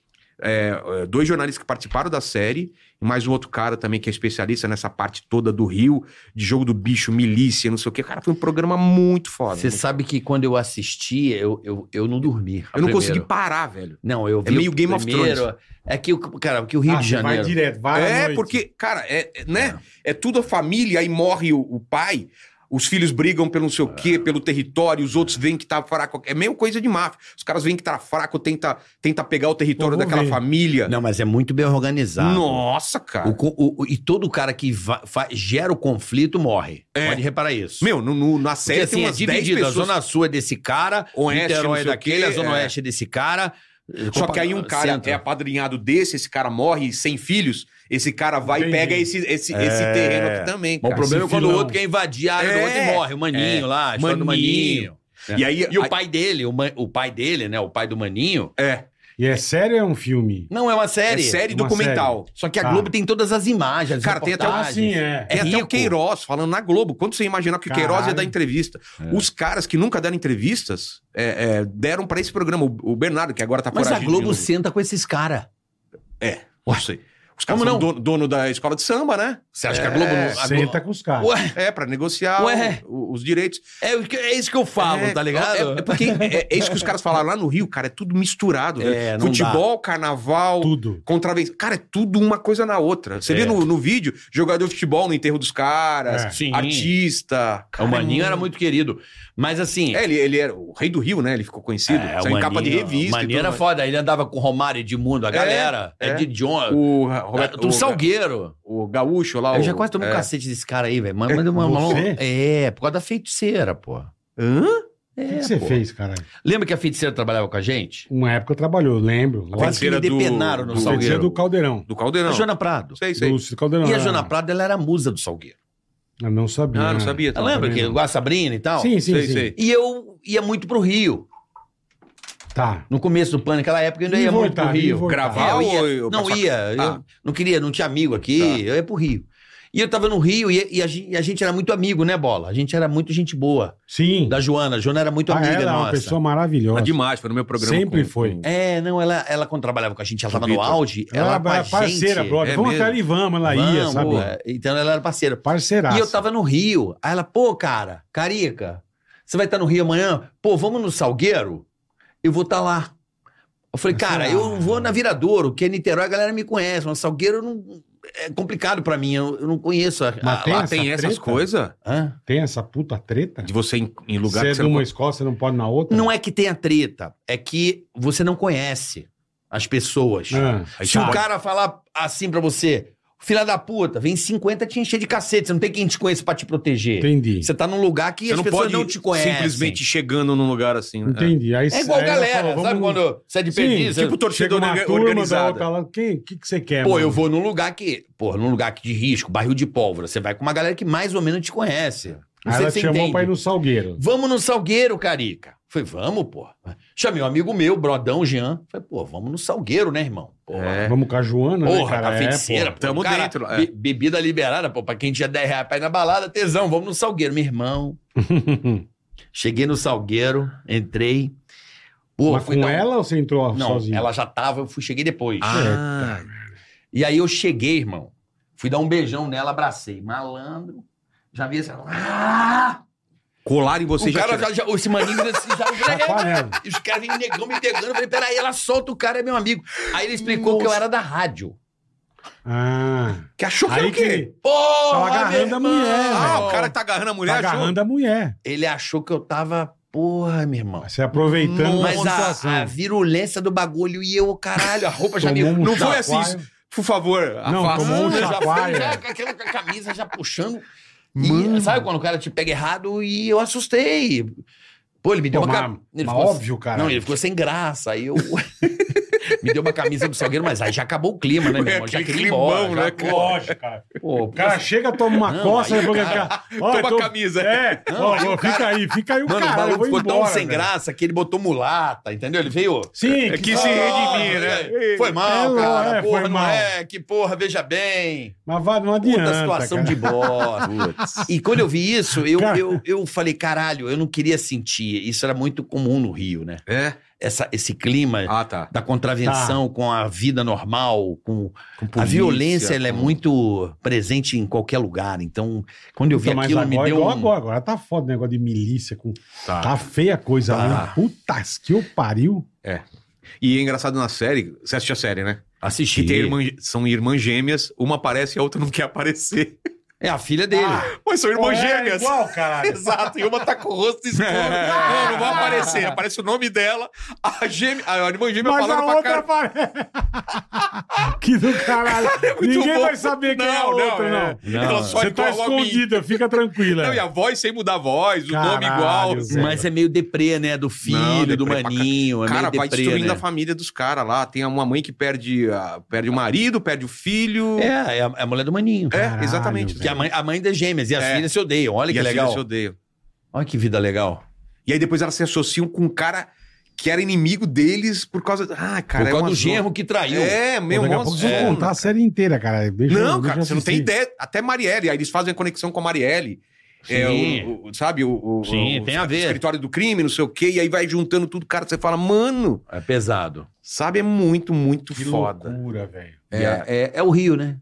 [SPEAKER 1] é, é, dois jornalistas que participaram da série, e mais um outro cara também que é especialista nessa parte toda do Rio, de jogo do bicho, milícia, não sei o quê. Cara, foi um programa muito foda. né?
[SPEAKER 4] Você sabe que quando eu assisti, eu, eu, eu não dormi. a
[SPEAKER 1] Eu não
[SPEAKER 4] primeira.
[SPEAKER 1] consegui parar, velho.
[SPEAKER 4] Não, eu vi.
[SPEAKER 1] meio
[SPEAKER 4] o
[SPEAKER 1] Game of
[SPEAKER 4] primeiro.
[SPEAKER 1] Thrones.
[SPEAKER 4] É que, o- cara, que o Rio
[SPEAKER 3] Ah,
[SPEAKER 4] de
[SPEAKER 3] você Vai
[SPEAKER 4] Janeiro.
[SPEAKER 3] direto, vai à
[SPEAKER 1] é,
[SPEAKER 3] noite.
[SPEAKER 1] porque, cara, é, é, né? É. tudo a família, aí morre o, o pai, os filhos brigam pelo não
[SPEAKER 4] É.
[SPEAKER 1] sei o quê, pelo território, os outros veem que tá fraco. É a mesma coisa de máfia. Os caras veem que tá fraco, tenta, tenta pegar o território
[SPEAKER 3] Eu vou
[SPEAKER 1] daquela
[SPEAKER 3] ver.
[SPEAKER 1] família.
[SPEAKER 4] Não, mas é muito bem organizado.
[SPEAKER 1] Nossa, cara.
[SPEAKER 4] O co- o- o- e todo cara que va- fa- gera o conflito morre. Pode reparar isso.
[SPEAKER 1] É. Meu, no, no- na
[SPEAKER 4] Porque
[SPEAKER 1] série
[SPEAKER 4] assim,
[SPEAKER 1] tem
[SPEAKER 4] é
[SPEAKER 1] umas 10
[SPEAKER 4] dividido. A
[SPEAKER 1] pessoas.
[SPEAKER 4] zona sul é desse cara, o
[SPEAKER 1] Oeste,
[SPEAKER 4] Niterói
[SPEAKER 1] não sei
[SPEAKER 4] é
[SPEAKER 1] o
[SPEAKER 4] daquele,
[SPEAKER 1] quê,
[SPEAKER 4] a zona
[SPEAKER 1] é.
[SPEAKER 4] oeste é desse cara.
[SPEAKER 1] Só que aí um cara
[SPEAKER 4] Centro.
[SPEAKER 1] é apadrinhado desse, esse cara morre sem filhos, esse cara vai
[SPEAKER 3] Entendi. É.
[SPEAKER 1] e pega esse, esse, esse terreno aqui também,
[SPEAKER 4] Mas o
[SPEAKER 1] cara.
[SPEAKER 4] problema é
[SPEAKER 3] esse
[SPEAKER 4] quando o
[SPEAKER 3] vilão.
[SPEAKER 4] outro quer invadir a área do
[SPEAKER 1] É.
[SPEAKER 4] outro e morre. O Maninho lá, a história do Maninho.
[SPEAKER 1] Maninho. E aí...
[SPEAKER 4] E o
[SPEAKER 1] aí-
[SPEAKER 4] pai dele, o, ma- o pai dele, né? O pai do Maninho.
[SPEAKER 1] É,
[SPEAKER 3] E é sério ou é um filme?
[SPEAKER 4] Não, é uma
[SPEAKER 1] é
[SPEAKER 4] série. Ah.
[SPEAKER 1] série
[SPEAKER 3] Uma
[SPEAKER 1] documental.
[SPEAKER 4] Só que a
[SPEAKER 3] Tá.
[SPEAKER 4] Globo tem todas as imagens.
[SPEAKER 1] Cara, tem até um
[SPEAKER 4] reportagens.
[SPEAKER 3] assim, é.
[SPEAKER 4] É
[SPEAKER 1] Tem até
[SPEAKER 4] rico.
[SPEAKER 1] o Queiroz falando na Globo. Quando você imaginar que o Queiroz ia
[SPEAKER 3] Caralho. É.
[SPEAKER 1] dar entrevista. Os caras que nunca deram entrevistas é, é, deram pra esse programa. O, o Bernardo, que agora tá
[SPEAKER 4] Mas a
[SPEAKER 1] foragido de
[SPEAKER 4] Globo
[SPEAKER 1] novo.
[SPEAKER 4] senta com esses caras.
[SPEAKER 1] Não sei. Os caras
[SPEAKER 4] Como
[SPEAKER 1] são
[SPEAKER 4] não?
[SPEAKER 1] dono, dono da escola de samba, né?
[SPEAKER 4] Você acha que a Globo não. a Globo-
[SPEAKER 3] É, Senta com os caras.
[SPEAKER 4] Ué,
[SPEAKER 1] É, pra negociar
[SPEAKER 4] Ué.
[SPEAKER 1] o- os direitos.
[SPEAKER 4] é, o que- é isso que eu falo,
[SPEAKER 1] É,
[SPEAKER 4] tá ligado?
[SPEAKER 1] É, é porque é, é isso que os caras falaram lá no Rio, cara, é tudo misturado. velho.
[SPEAKER 4] É, não
[SPEAKER 1] Futebol, carnaval,
[SPEAKER 3] Tudo.
[SPEAKER 1] contravenção. Cara, é tudo uma coisa na outra. Você
[SPEAKER 4] É.
[SPEAKER 1] vê no, no vídeo, jogador de futebol no enterro dos
[SPEAKER 3] É.
[SPEAKER 1] caras,
[SPEAKER 4] Sim. É
[SPEAKER 1] artista.
[SPEAKER 4] O Maninho era muito querido. Mas assim.
[SPEAKER 1] É, ele, ele era o rei do Rio, né? Ele ficou conhecido.
[SPEAKER 4] é,
[SPEAKER 1] Saiu em capa de revista. e
[SPEAKER 4] Maninho era
[SPEAKER 1] tudo
[SPEAKER 4] foda. Ele andava com o Romário Edmundo, a
[SPEAKER 1] É,
[SPEAKER 4] galera. É,
[SPEAKER 1] é.
[SPEAKER 4] de John.
[SPEAKER 1] mais. O, Roberto,
[SPEAKER 4] É, do
[SPEAKER 1] o,
[SPEAKER 4] Salgueiro.
[SPEAKER 1] o Gaúcho lá.
[SPEAKER 4] eu
[SPEAKER 1] o-
[SPEAKER 4] já quase tomei
[SPEAKER 1] é.
[SPEAKER 4] um cacete desse cara aí, velho. Mas mas uma, uma,
[SPEAKER 3] você?
[SPEAKER 4] É, por causa da feiticeira, pô.
[SPEAKER 1] Hã?
[SPEAKER 4] É,
[SPEAKER 3] O que que você
[SPEAKER 4] pô.
[SPEAKER 3] fez, caralho?
[SPEAKER 4] Lembra que a feiticeira trabalhava com a gente?
[SPEAKER 3] Uma época trabalhou, lembro. Lá
[SPEAKER 4] Quase que me
[SPEAKER 1] feiticeira do-
[SPEAKER 4] depenaram no
[SPEAKER 1] do-
[SPEAKER 3] Você tinha
[SPEAKER 4] Salgueiro.
[SPEAKER 3] do Caldeirão.
[SPEAKER 1] Do Caldeirão.
[SPEAKER 4] A Joana Prado.
[SPEAKER 1] Sei, sei.
[SPEAKER 3] Do Ciro Caldeirão.
[SPEAKER 4] E a
[SPEAKER 3] né?
[SPEAKER 4] Joana Prado, ela era a musa do Salgueiro.
[SPEAKER 3] Eu não sabia.
[SPEAKER 1] Ah,
[SPEAKER 3] né?
[SPEAKER 1] não sabia.
[SPEAKER 4] Ela tá. lembra
[SPEAKER 3] também
[SPEAKER 4] que
[SPEAKER 3] não.
[SPEAKER 4] a Sabrina e tal?
[SPEAKER 3] Sim, sim,
[SPEAKER 1] Sei,
[SPEAKER 3] sim.
[SPEAKER 1] sei.
[SPEAKER 4] E eu ia muito pro Rio.
[SPEAKER 3] Tá.
[SPEAKER 4] No começo do pânico, naquela época, eu ainda
[SPEAKER 3] E
[SPEAKER 4] ia
[SPEAKER 3] voltar,
[SPEAKER 4] muito pro
[SPEAKER 3] e
[SPEAKER 4] Rio.
[SPEAKER 3] voltar.
[SPEAKER 4] É, eu
[SPEAKER 1] Gravar
[SPEAKER 4] ia-
[SPEAKER 1] ou eu
[SPEAKER 4] não
[SPEAKER 1] passar-
[SPEAKER 4] ia, eu
[SPEAKER 1] Tá.
[SPEAKER 4] não queria, não tinha amigo aqui,
[SPEAKER 1] Tá.
[SPEAKER 4] eu ia pro Rio. E eu tava no Rio e, e a, gen- e a gente, era muito amigo, né, Bola? A gente era muito gente boa.
[SPEAKER 3] Sim.
[SPEAKER 4] Da Joana, a Joana era muito
[SPEAKER 3] Ah,
[SPEAKER 4] amiga
[SPEAKER 3] ela é uma
[SPEAKER 4] nossa.
[SPEAKER 3] pessoa
[SPEAKER 1] Ah,
[SPEAKER 3] maravilhosa.
[SPEAKER 4] um
[SPEAKER 1] demais, foi no meu programa.
[SPEAKER 3] Sempre foi.
[SPEAKER 4] É, não, ela, ela quando trabalhava com a gente, ela
[SPEAKER 1] Com o
[SPEAKER 4] tava no
[SPEAKER 1] Vitor.
[SPEAKER 4] auge, ela,
[SPEAKER 3] Ela
[SPEAKER 4] era
[SPEAKER 3] era parceira,
[SPEAKER 4] gente.
[SPEAKER 3] brother.
[SPEAKER 1] É
[SPEAKER 3] vamos
[SPEAKER 1] mesmo?
[SPEAKER 3] até ali, vamos. Ela ia,
[SPEAKER 4] Vamos,
[SPEAKER 3] sabe?
[SPEAKER 4] é. Então ela era parceira.
[SPEAKER 3] Parceiraça.
[SPEAKER 4] E eu tava no Rio. Aí ela, pô, cara, Carica, você vai estar no Rio amanhã? Pô, vamos no Salgueiro? Eu vou estar lá. Eu falei, cara,
[SPEAKER 3] né?"
[SPEAKER 4] eu vou na Viradouro, que é Niterói, a galera me conhece, mas Salgueiro eu não- é complicado pra mim, eu, eu não conheço. A,
[SPEAKER 3] Mas
[SPEAKER 4] a-
[SPEAKER 3] tem
[SPEAKER 4] lá-
[SPEAKER 1] Ah, tem
[SPEAKER 3] Essa
[SPEAKER 1] essas
[SPEAKER 3] treta?
[SPEAKER 1] coisas?
[SPEAKER 4] Hã?
[SPEAKER 3] Tem essa puta treta?
[SPEAKER 1] De você em, em lugar
[SPEAKER 3] Você é
[SPEAKER 1] que
[SPEAKER 3] de
[SPEAKER 1] você não
[SPEAKER 3] uma
[SPEAKER 1] pode...
[SPEAKER 3] escola, você não pode na outra?
[SPEAKER 4] Não é que tenha treta, é que você não conhece as pessoas.
[SPEAKER 3] Ah,
[SPEAKER 1] Aí
[SPEAKER 4] Se
[SPEAKER 1] você
[SPEAKER 4] o
[SPEAKER 1] pode-
[SPEAKER 4] cara falar assim pra você, filha da puta, vem 50 te encher de cacete, você não tem quem te conheça pra te proteger.
[SPEAKER 3] entendi.
[SPEAKER 4] Você tá num lugar que
[SPEAKER 1] Você
[SPEAKER 4] as
[SPEAKER 1] não
[SPEAKER 4] pessoas
[SPEAKER 1] pode
[SPEAKER 4] não te conhecem.
[SPEAKER 1] simplesmente chegando num lugar assim. né?
[SPEAKER 3] Entendi. Aí,
[SPEAKER 4] É igual
[SPEAKER 3] aí ela
[SPEAKER 4] galera,
[SPEAKER 3] falou,
[SPEAKER 4] sabe
[SPEAKER 3] vamos-
[SPEAKER 4] quando você é de
[SPEAKER 3] Sim,
[SPEAKER 4] perdiz?
[SPEAKER 3] tipo
[SPEAKER 4] você-
[SPEAKER 1] torcida
[SPEAKER 3] Chega uma
[SPEAKER 1] orga-
[SPEAKER 3] turma,
[SPEAKER 1] organizada.
[SPEAKER 3] da outra, ela, quem, que que você quer,
[SPEAKER 4] Pô,
[SPEAKER 3] mano?
[SPEAKER 4] eu vou num lugar que. Pô, num lugar que de risco, barril de pólvora. Você vai com uma galera que mais ou menos te conhece.
[SPEAKER 3] Aí
[SPEAKER 4] Não sei
[SPEAKER 3] ela um
[SPEAKER 4] se você
[SPEAKER 3] chamou
[SPEAKER 4] entende.
[SPEAKER 3] pra ir no Salgueiro.
[SPEAKER 4] Vamos no Salgueiro, Carica. Falei, Falei, vamos, pô. Chamei um amigo meu, Brodão Jean. Falei, pô, vamos no Salgueiro, né, irmão? Porra,
[SPEAKER 1] É.
[SPEAKER 3] Vamos com a Joana, né,
[SPEAKER 4] Porra, tá
[SPEAKER 3] cara? É,
[SPEAKER 4] cafeiceira,
[SPEAKER 3] pô.
[SPEAKER 4] pô.
[SPEAKER 1] Tamo
[SPEAKER 4] Cara,
[SPEAKER 1] dentro,
[SPEAKER 3] é.
[SPEAKER 4] be- bebida liberada, pô. Pra quem tinha 10 reais pra ir na balada, tesão, vamos no salgueiro, meu irmão. Cheguei no salgueiro, entrei. Pô,
[SPEAKER 3] Mas
[SPEAKER 4] fui
[SPEAKER 3] com
[SPEAKER 4] dar um-
[SPEAKER 3] ela ou você entrou
[SPEAKER 4] Não,
[SPEAKER 3] sozinho?
[SPEAKER 4] ela já tava, eu fui, cheguei depois.
[SPEAKER 3] É,
[SPEAKER 1] Ah,
[SPEAKER 4] E aí eu cheguei, irmão. Fui dar um beijão nela, abracei. Malandro. Já vi assim. Ah!
[SPEAKER 1] colar em
[SPEAKER 4] O
[SPEAKER 1] você já,
[SPEAKER 4] cara
[SPEAKER 1] tira-
[SPEAKER 4] já, já, esse maninho assim, já.
[SPEAKER 3] Chacoalhando.
[SPEAKER 4] E os caras vêm negão me pegando. Eu falei, peraí, ela solta o cara, é meu amigo. Aí ele explicou que eu era da rádio.
[SPEAKER 3] Ah,
[SPEAKER 1] Que achou que era
[SPEAKER 3] aí
[SPEAKER 1] o quê?
[SPEAKER 3] que
[SPEAKER 4] Porra!
[SPEAKER 3] Tava agarrando
[SPEAKER 4] meu
[SPEAKER 3] a mulher,
[SPEAKER 4] irmão!
[SPEAKER 1] Ah, o cara tá agarrando a mulher,
[SPEAKER 3] tá
[SPEAKER 1] achou?
[SPEAKER 3] agarrando a mulher.
[SPEAKER 4] Ele achou que eu tava. Porra, meu irmão.
[SPEAKER 3] Você aproveitando
[SPEAKER 4] Mas
[SPEAKER 3] da situação.
[SPEAKER 4] a, a virulência do bagulho e eu, caralho, a roupa já me.
[SPEAKER 3] Tomou um
[SPEAKER 4] Não
[SPEAKER 1] foi
[SPEAKER 3] chacoalho.
[SPEAKER 1] assim, Por favor,
[SPEAKER 3] Não,
[SPEAKER 1] afasta.
[SPEAKER 3] tomou um
[SPEAKER 4] já
[SPEAKER 3] chacoalho.
[SPEAKER 4] fui, já com aquela com a camisa já puxando. E
[SPEAKER 1] Mano.
[SPEAKER 4] sabe quando o cara te pega errado e eu assustei. Pô, ele me deu
[SPEAKER 3] Pô,
[SPEAKER 4] uma
[SPEAKER 3] mas-
[SPEAKER 4] camisa.
[SPEAKER 3] mas óbvio, cara.
[SPEAKER 4] Não, ele ficou sem graça. Aí eu. me deu uma camisa do Salgueiro, mas aí já acabou o clima,
[SPEAKER 3] É,
[SPEAKER 4] né, meu irmão? Já
[SPEAKER 1] Aquele
[SPEAKER 4] queria ir embora.
[SPEAKER 1] climão,
[SPEAKER 4] já,
[SPEAKER 1] né,
[SPEAKER 4] pô,
[SPEAKER 3] Lógico, cara.
[SPEAKER 4] pô,
[SPEAKER 3] O cara chega, toma uma
[SPEAKER 4] Não,
[SPEAKER 3] coça,
[SPEAKER 4] aí,
[SPEAKER 3] depois
[SPEAKER 4] cara,
[SPEAKER 3] cara,
[SPEAKER 1] Toma
[SPEAKER 3] ó, tô-
[SPEAKER 1] a camisa.
[SPEAKER 3] É, ó,
[SPEAKER 4] aí
[SPEAKER 3] ó,
[SPEAKER 4] o
[SPEAKER 3] fica aí, fica aí o
[SPEAKER 4] Mano, o
[SPEAKER 3] cara, eu
[SPEAKER 4] maluco
[SPEAKER 3] vou
[SPEAKER 4] ficou tão
[SPEAKER 3] embora,
[SPEAKER 4] sem
[SPEAKER 3] velho.
[SPEAKER 4] graça que ele botou mulata, entendeu? Ele veio.
[SPEAKER 3] Sim,
[SPEAKER 1] É que se redimir, né?
[SPEAKER 4] Foi mal,
[SPEAKER 3] É,
[SPEAKER 4] cara.
[SPEAKER 3] é,
[SPEAKER 4] porra,
[SPEAKER 3] foi
[SPEAKER 4] não
[SPEAKER 3] mal.
[SPEAKER 4] é? Que porra, veja bem.
[SPEAKER 3] Mas vai, não
[SPEAKER 4] Puta
[SPEAKER 3] adianta,
[SPEAKER 4] situação
[SPEAKER 3] cara.
[SPEAKER 4] de bosta.
[SPEAKER 1] Putz.
[SPEAKER 4] E quando eu vi isso, eu,
[SPEAKER 3] Cara.
[SPEAKER 4] eu, eu falei, caralho, eu não queria sentir. Isso era muito comum no Rio, né?
[SPEAKER 1] É?
[SPEAKER 4] Essa, esse clima
[SPEAKER 1] Ah, tá.
[SPEAKER 4] da contravenção com a vida normal, com
[SPEAKER 1] Com
[SPEAKER 4] a violência, ela é
[SPEAKER 1] com-
[SPEAKER 4] muito presente em qualquer lugar. Então, quando eu vi
[SPEAKER 3] Puta, mas
[SPEAKER 4] aquilo,
[SPEAKER 3] agora, é
[SPEAKER 4] me deu
[SPEAKER 3] igual
[SPEAKER 4] um...
[SPEAKER 3] agora, agora tá foda o negócio de milícia. Com...
[SPEAKER 1] Tá.
[SPEAKER 3] Tá feia a coisa
[SPEAKER 4] Tá.
[SPEAKER 3] lá. Putas que eu pariu.
[SPEAKER 1] E é engraçado na série, você assiste a série, né?
[SPEAKER 4] Assisti.
[SPEAKER 1] Que tem irmã, são irmãs gêmeas, uma aparece e a outra não quer aparecer.
[SPEAKER 4] É a filha dele.
[SPEAKER 1] Mas são irmãs
[SPEAKER 3] É,
[SPEAKER 1] gêmeas.
[SPEAKER 3] igual, caralho.
[SPEAKER 1] Exato, e uma tá com o rosto escuro. não, não vai aparecer. Aparece o nome dela, a gêmea, a irmã gêmea
[SPEAKER 3] Mas a
[SPEAKER 1] falando pra
[SPEAKER 3] outra
[SPEAKER 1] cara. é
[SPEAKER 3] aparece. que do caralho.
[SPEAKER 1] muito
[SPEAKER 3] Ninguém
[SPEAKER 1] bom.
[SPEAKER 3] vai saber quem é a
[SPEAKER 1] Não, não,
[SPEAKER 3] outra,
[SPEAKER 1] é.
[SPEAKER 3] não.
[SPEAKER 4] Não.
[SPEAKER 1] Ela só é
[SPEAKER 3] Você tá
[SPEAKER 1] igual a mim.
[SPEAKER 3] escondida, fica tranquila.
[SPEAKER 1] Não,
[SPEAKER 4] É.
[SPEAKER 1] e a voz sem mudar a voz, o nome
[SPEAKER 3] Caralho,
[SPEAKER 1] igual.
[SPEAKER 3] Zé.
[SPEAKER 4] Mas é meio deprê, né? Do filho,
[SPEAKER 1] Não,
[SPEAKER 4] do
[SPEAKER 1] deprê pra
[SPEAKER 4] maninho. É
[SPEAKER 1] Cara,
[SPEAKER 4] meio
[SPEAKER 1] vai
[SPEAKER 4] deprê,
[SPEAKER 1] destruindo
[SPEAKER 4] né?
[SPEAKER 1] a família dos caras lá. Tem uma mãe que perde, a- perde o marido, perde o filho.
[SPEAKER 4] É, é a, é a mulher do maninho.
[SPEAKER 1] É,
[SPEAKER 3] Caralho,
[SPEAKER 1] exatamente.
[SPEAKER 3] velho.
[SPEAKER 4] Que a mãe, a mãe das gêmeas e as
[SPEAKER 1] É.
[SPEAKER 4] filhas se odeiam. Olha
[SPEAKER 1] E
[SPEAKER 4] que
[SPEAKER 1] as filhas
[SPEAKER 4] legal.
[SPEAKER 1] se odeiam.
[SPEAKER 4] Olha que vida legal.
[SPEAKER 1] E aí depois elas se associam com um cara que era inimigo deles por causa. Ah, cara,
[SPEAKER 4] Por
[SPEAKER 1] é
[SPEAKER 4] causa
[SPEAKER 1] uma
[SPEAKER 4] do
[SPEAKER 1] zona.
[SPEAKER 4] genro que traiu.
[SPEAKER 1] É,
[SPEAKER 3] Pô,
[SPEAKER 1] meu
[SPEAKER 3] Daqui a
[SPEAKER 1] irmão.
[SPEAKER 3] pouco vocês vão contar a série inteira, cara. Deixa,
[SPEAKER 1] Não,
[SPEAKER 3] deixa
[SPEAKER 1] cara,
[SPEAKER 3] eu
[SPEAKER 1] você não tem
[SPEAKER 3] assistir.
[SPEAKER 1] ideia. Até Marielle. Aí eles fazem a conexão com a Marielle. É,
[SPEAKER 4] Sim.
[SPEAKER 1] o, o- sabe, o, o-
[SPEAKER 4] Sim,
[SPEAKER 1] o-
[SPEAKER 4] tem a ver.
[SPEAKER 1] escritório do crime, não sei o quê. E aí vai juntando tudo, cara. Você fala, mano,
[SPEAKER 4] É pesado.
[SPEAKER 1] sabe, é muito, muito
[SPEAKER 3] Que
[SPEAKER 1] foda.
[SPEAKER 3] loucura, velho.
[SPEAKER 4] É, é, é o Rio, né?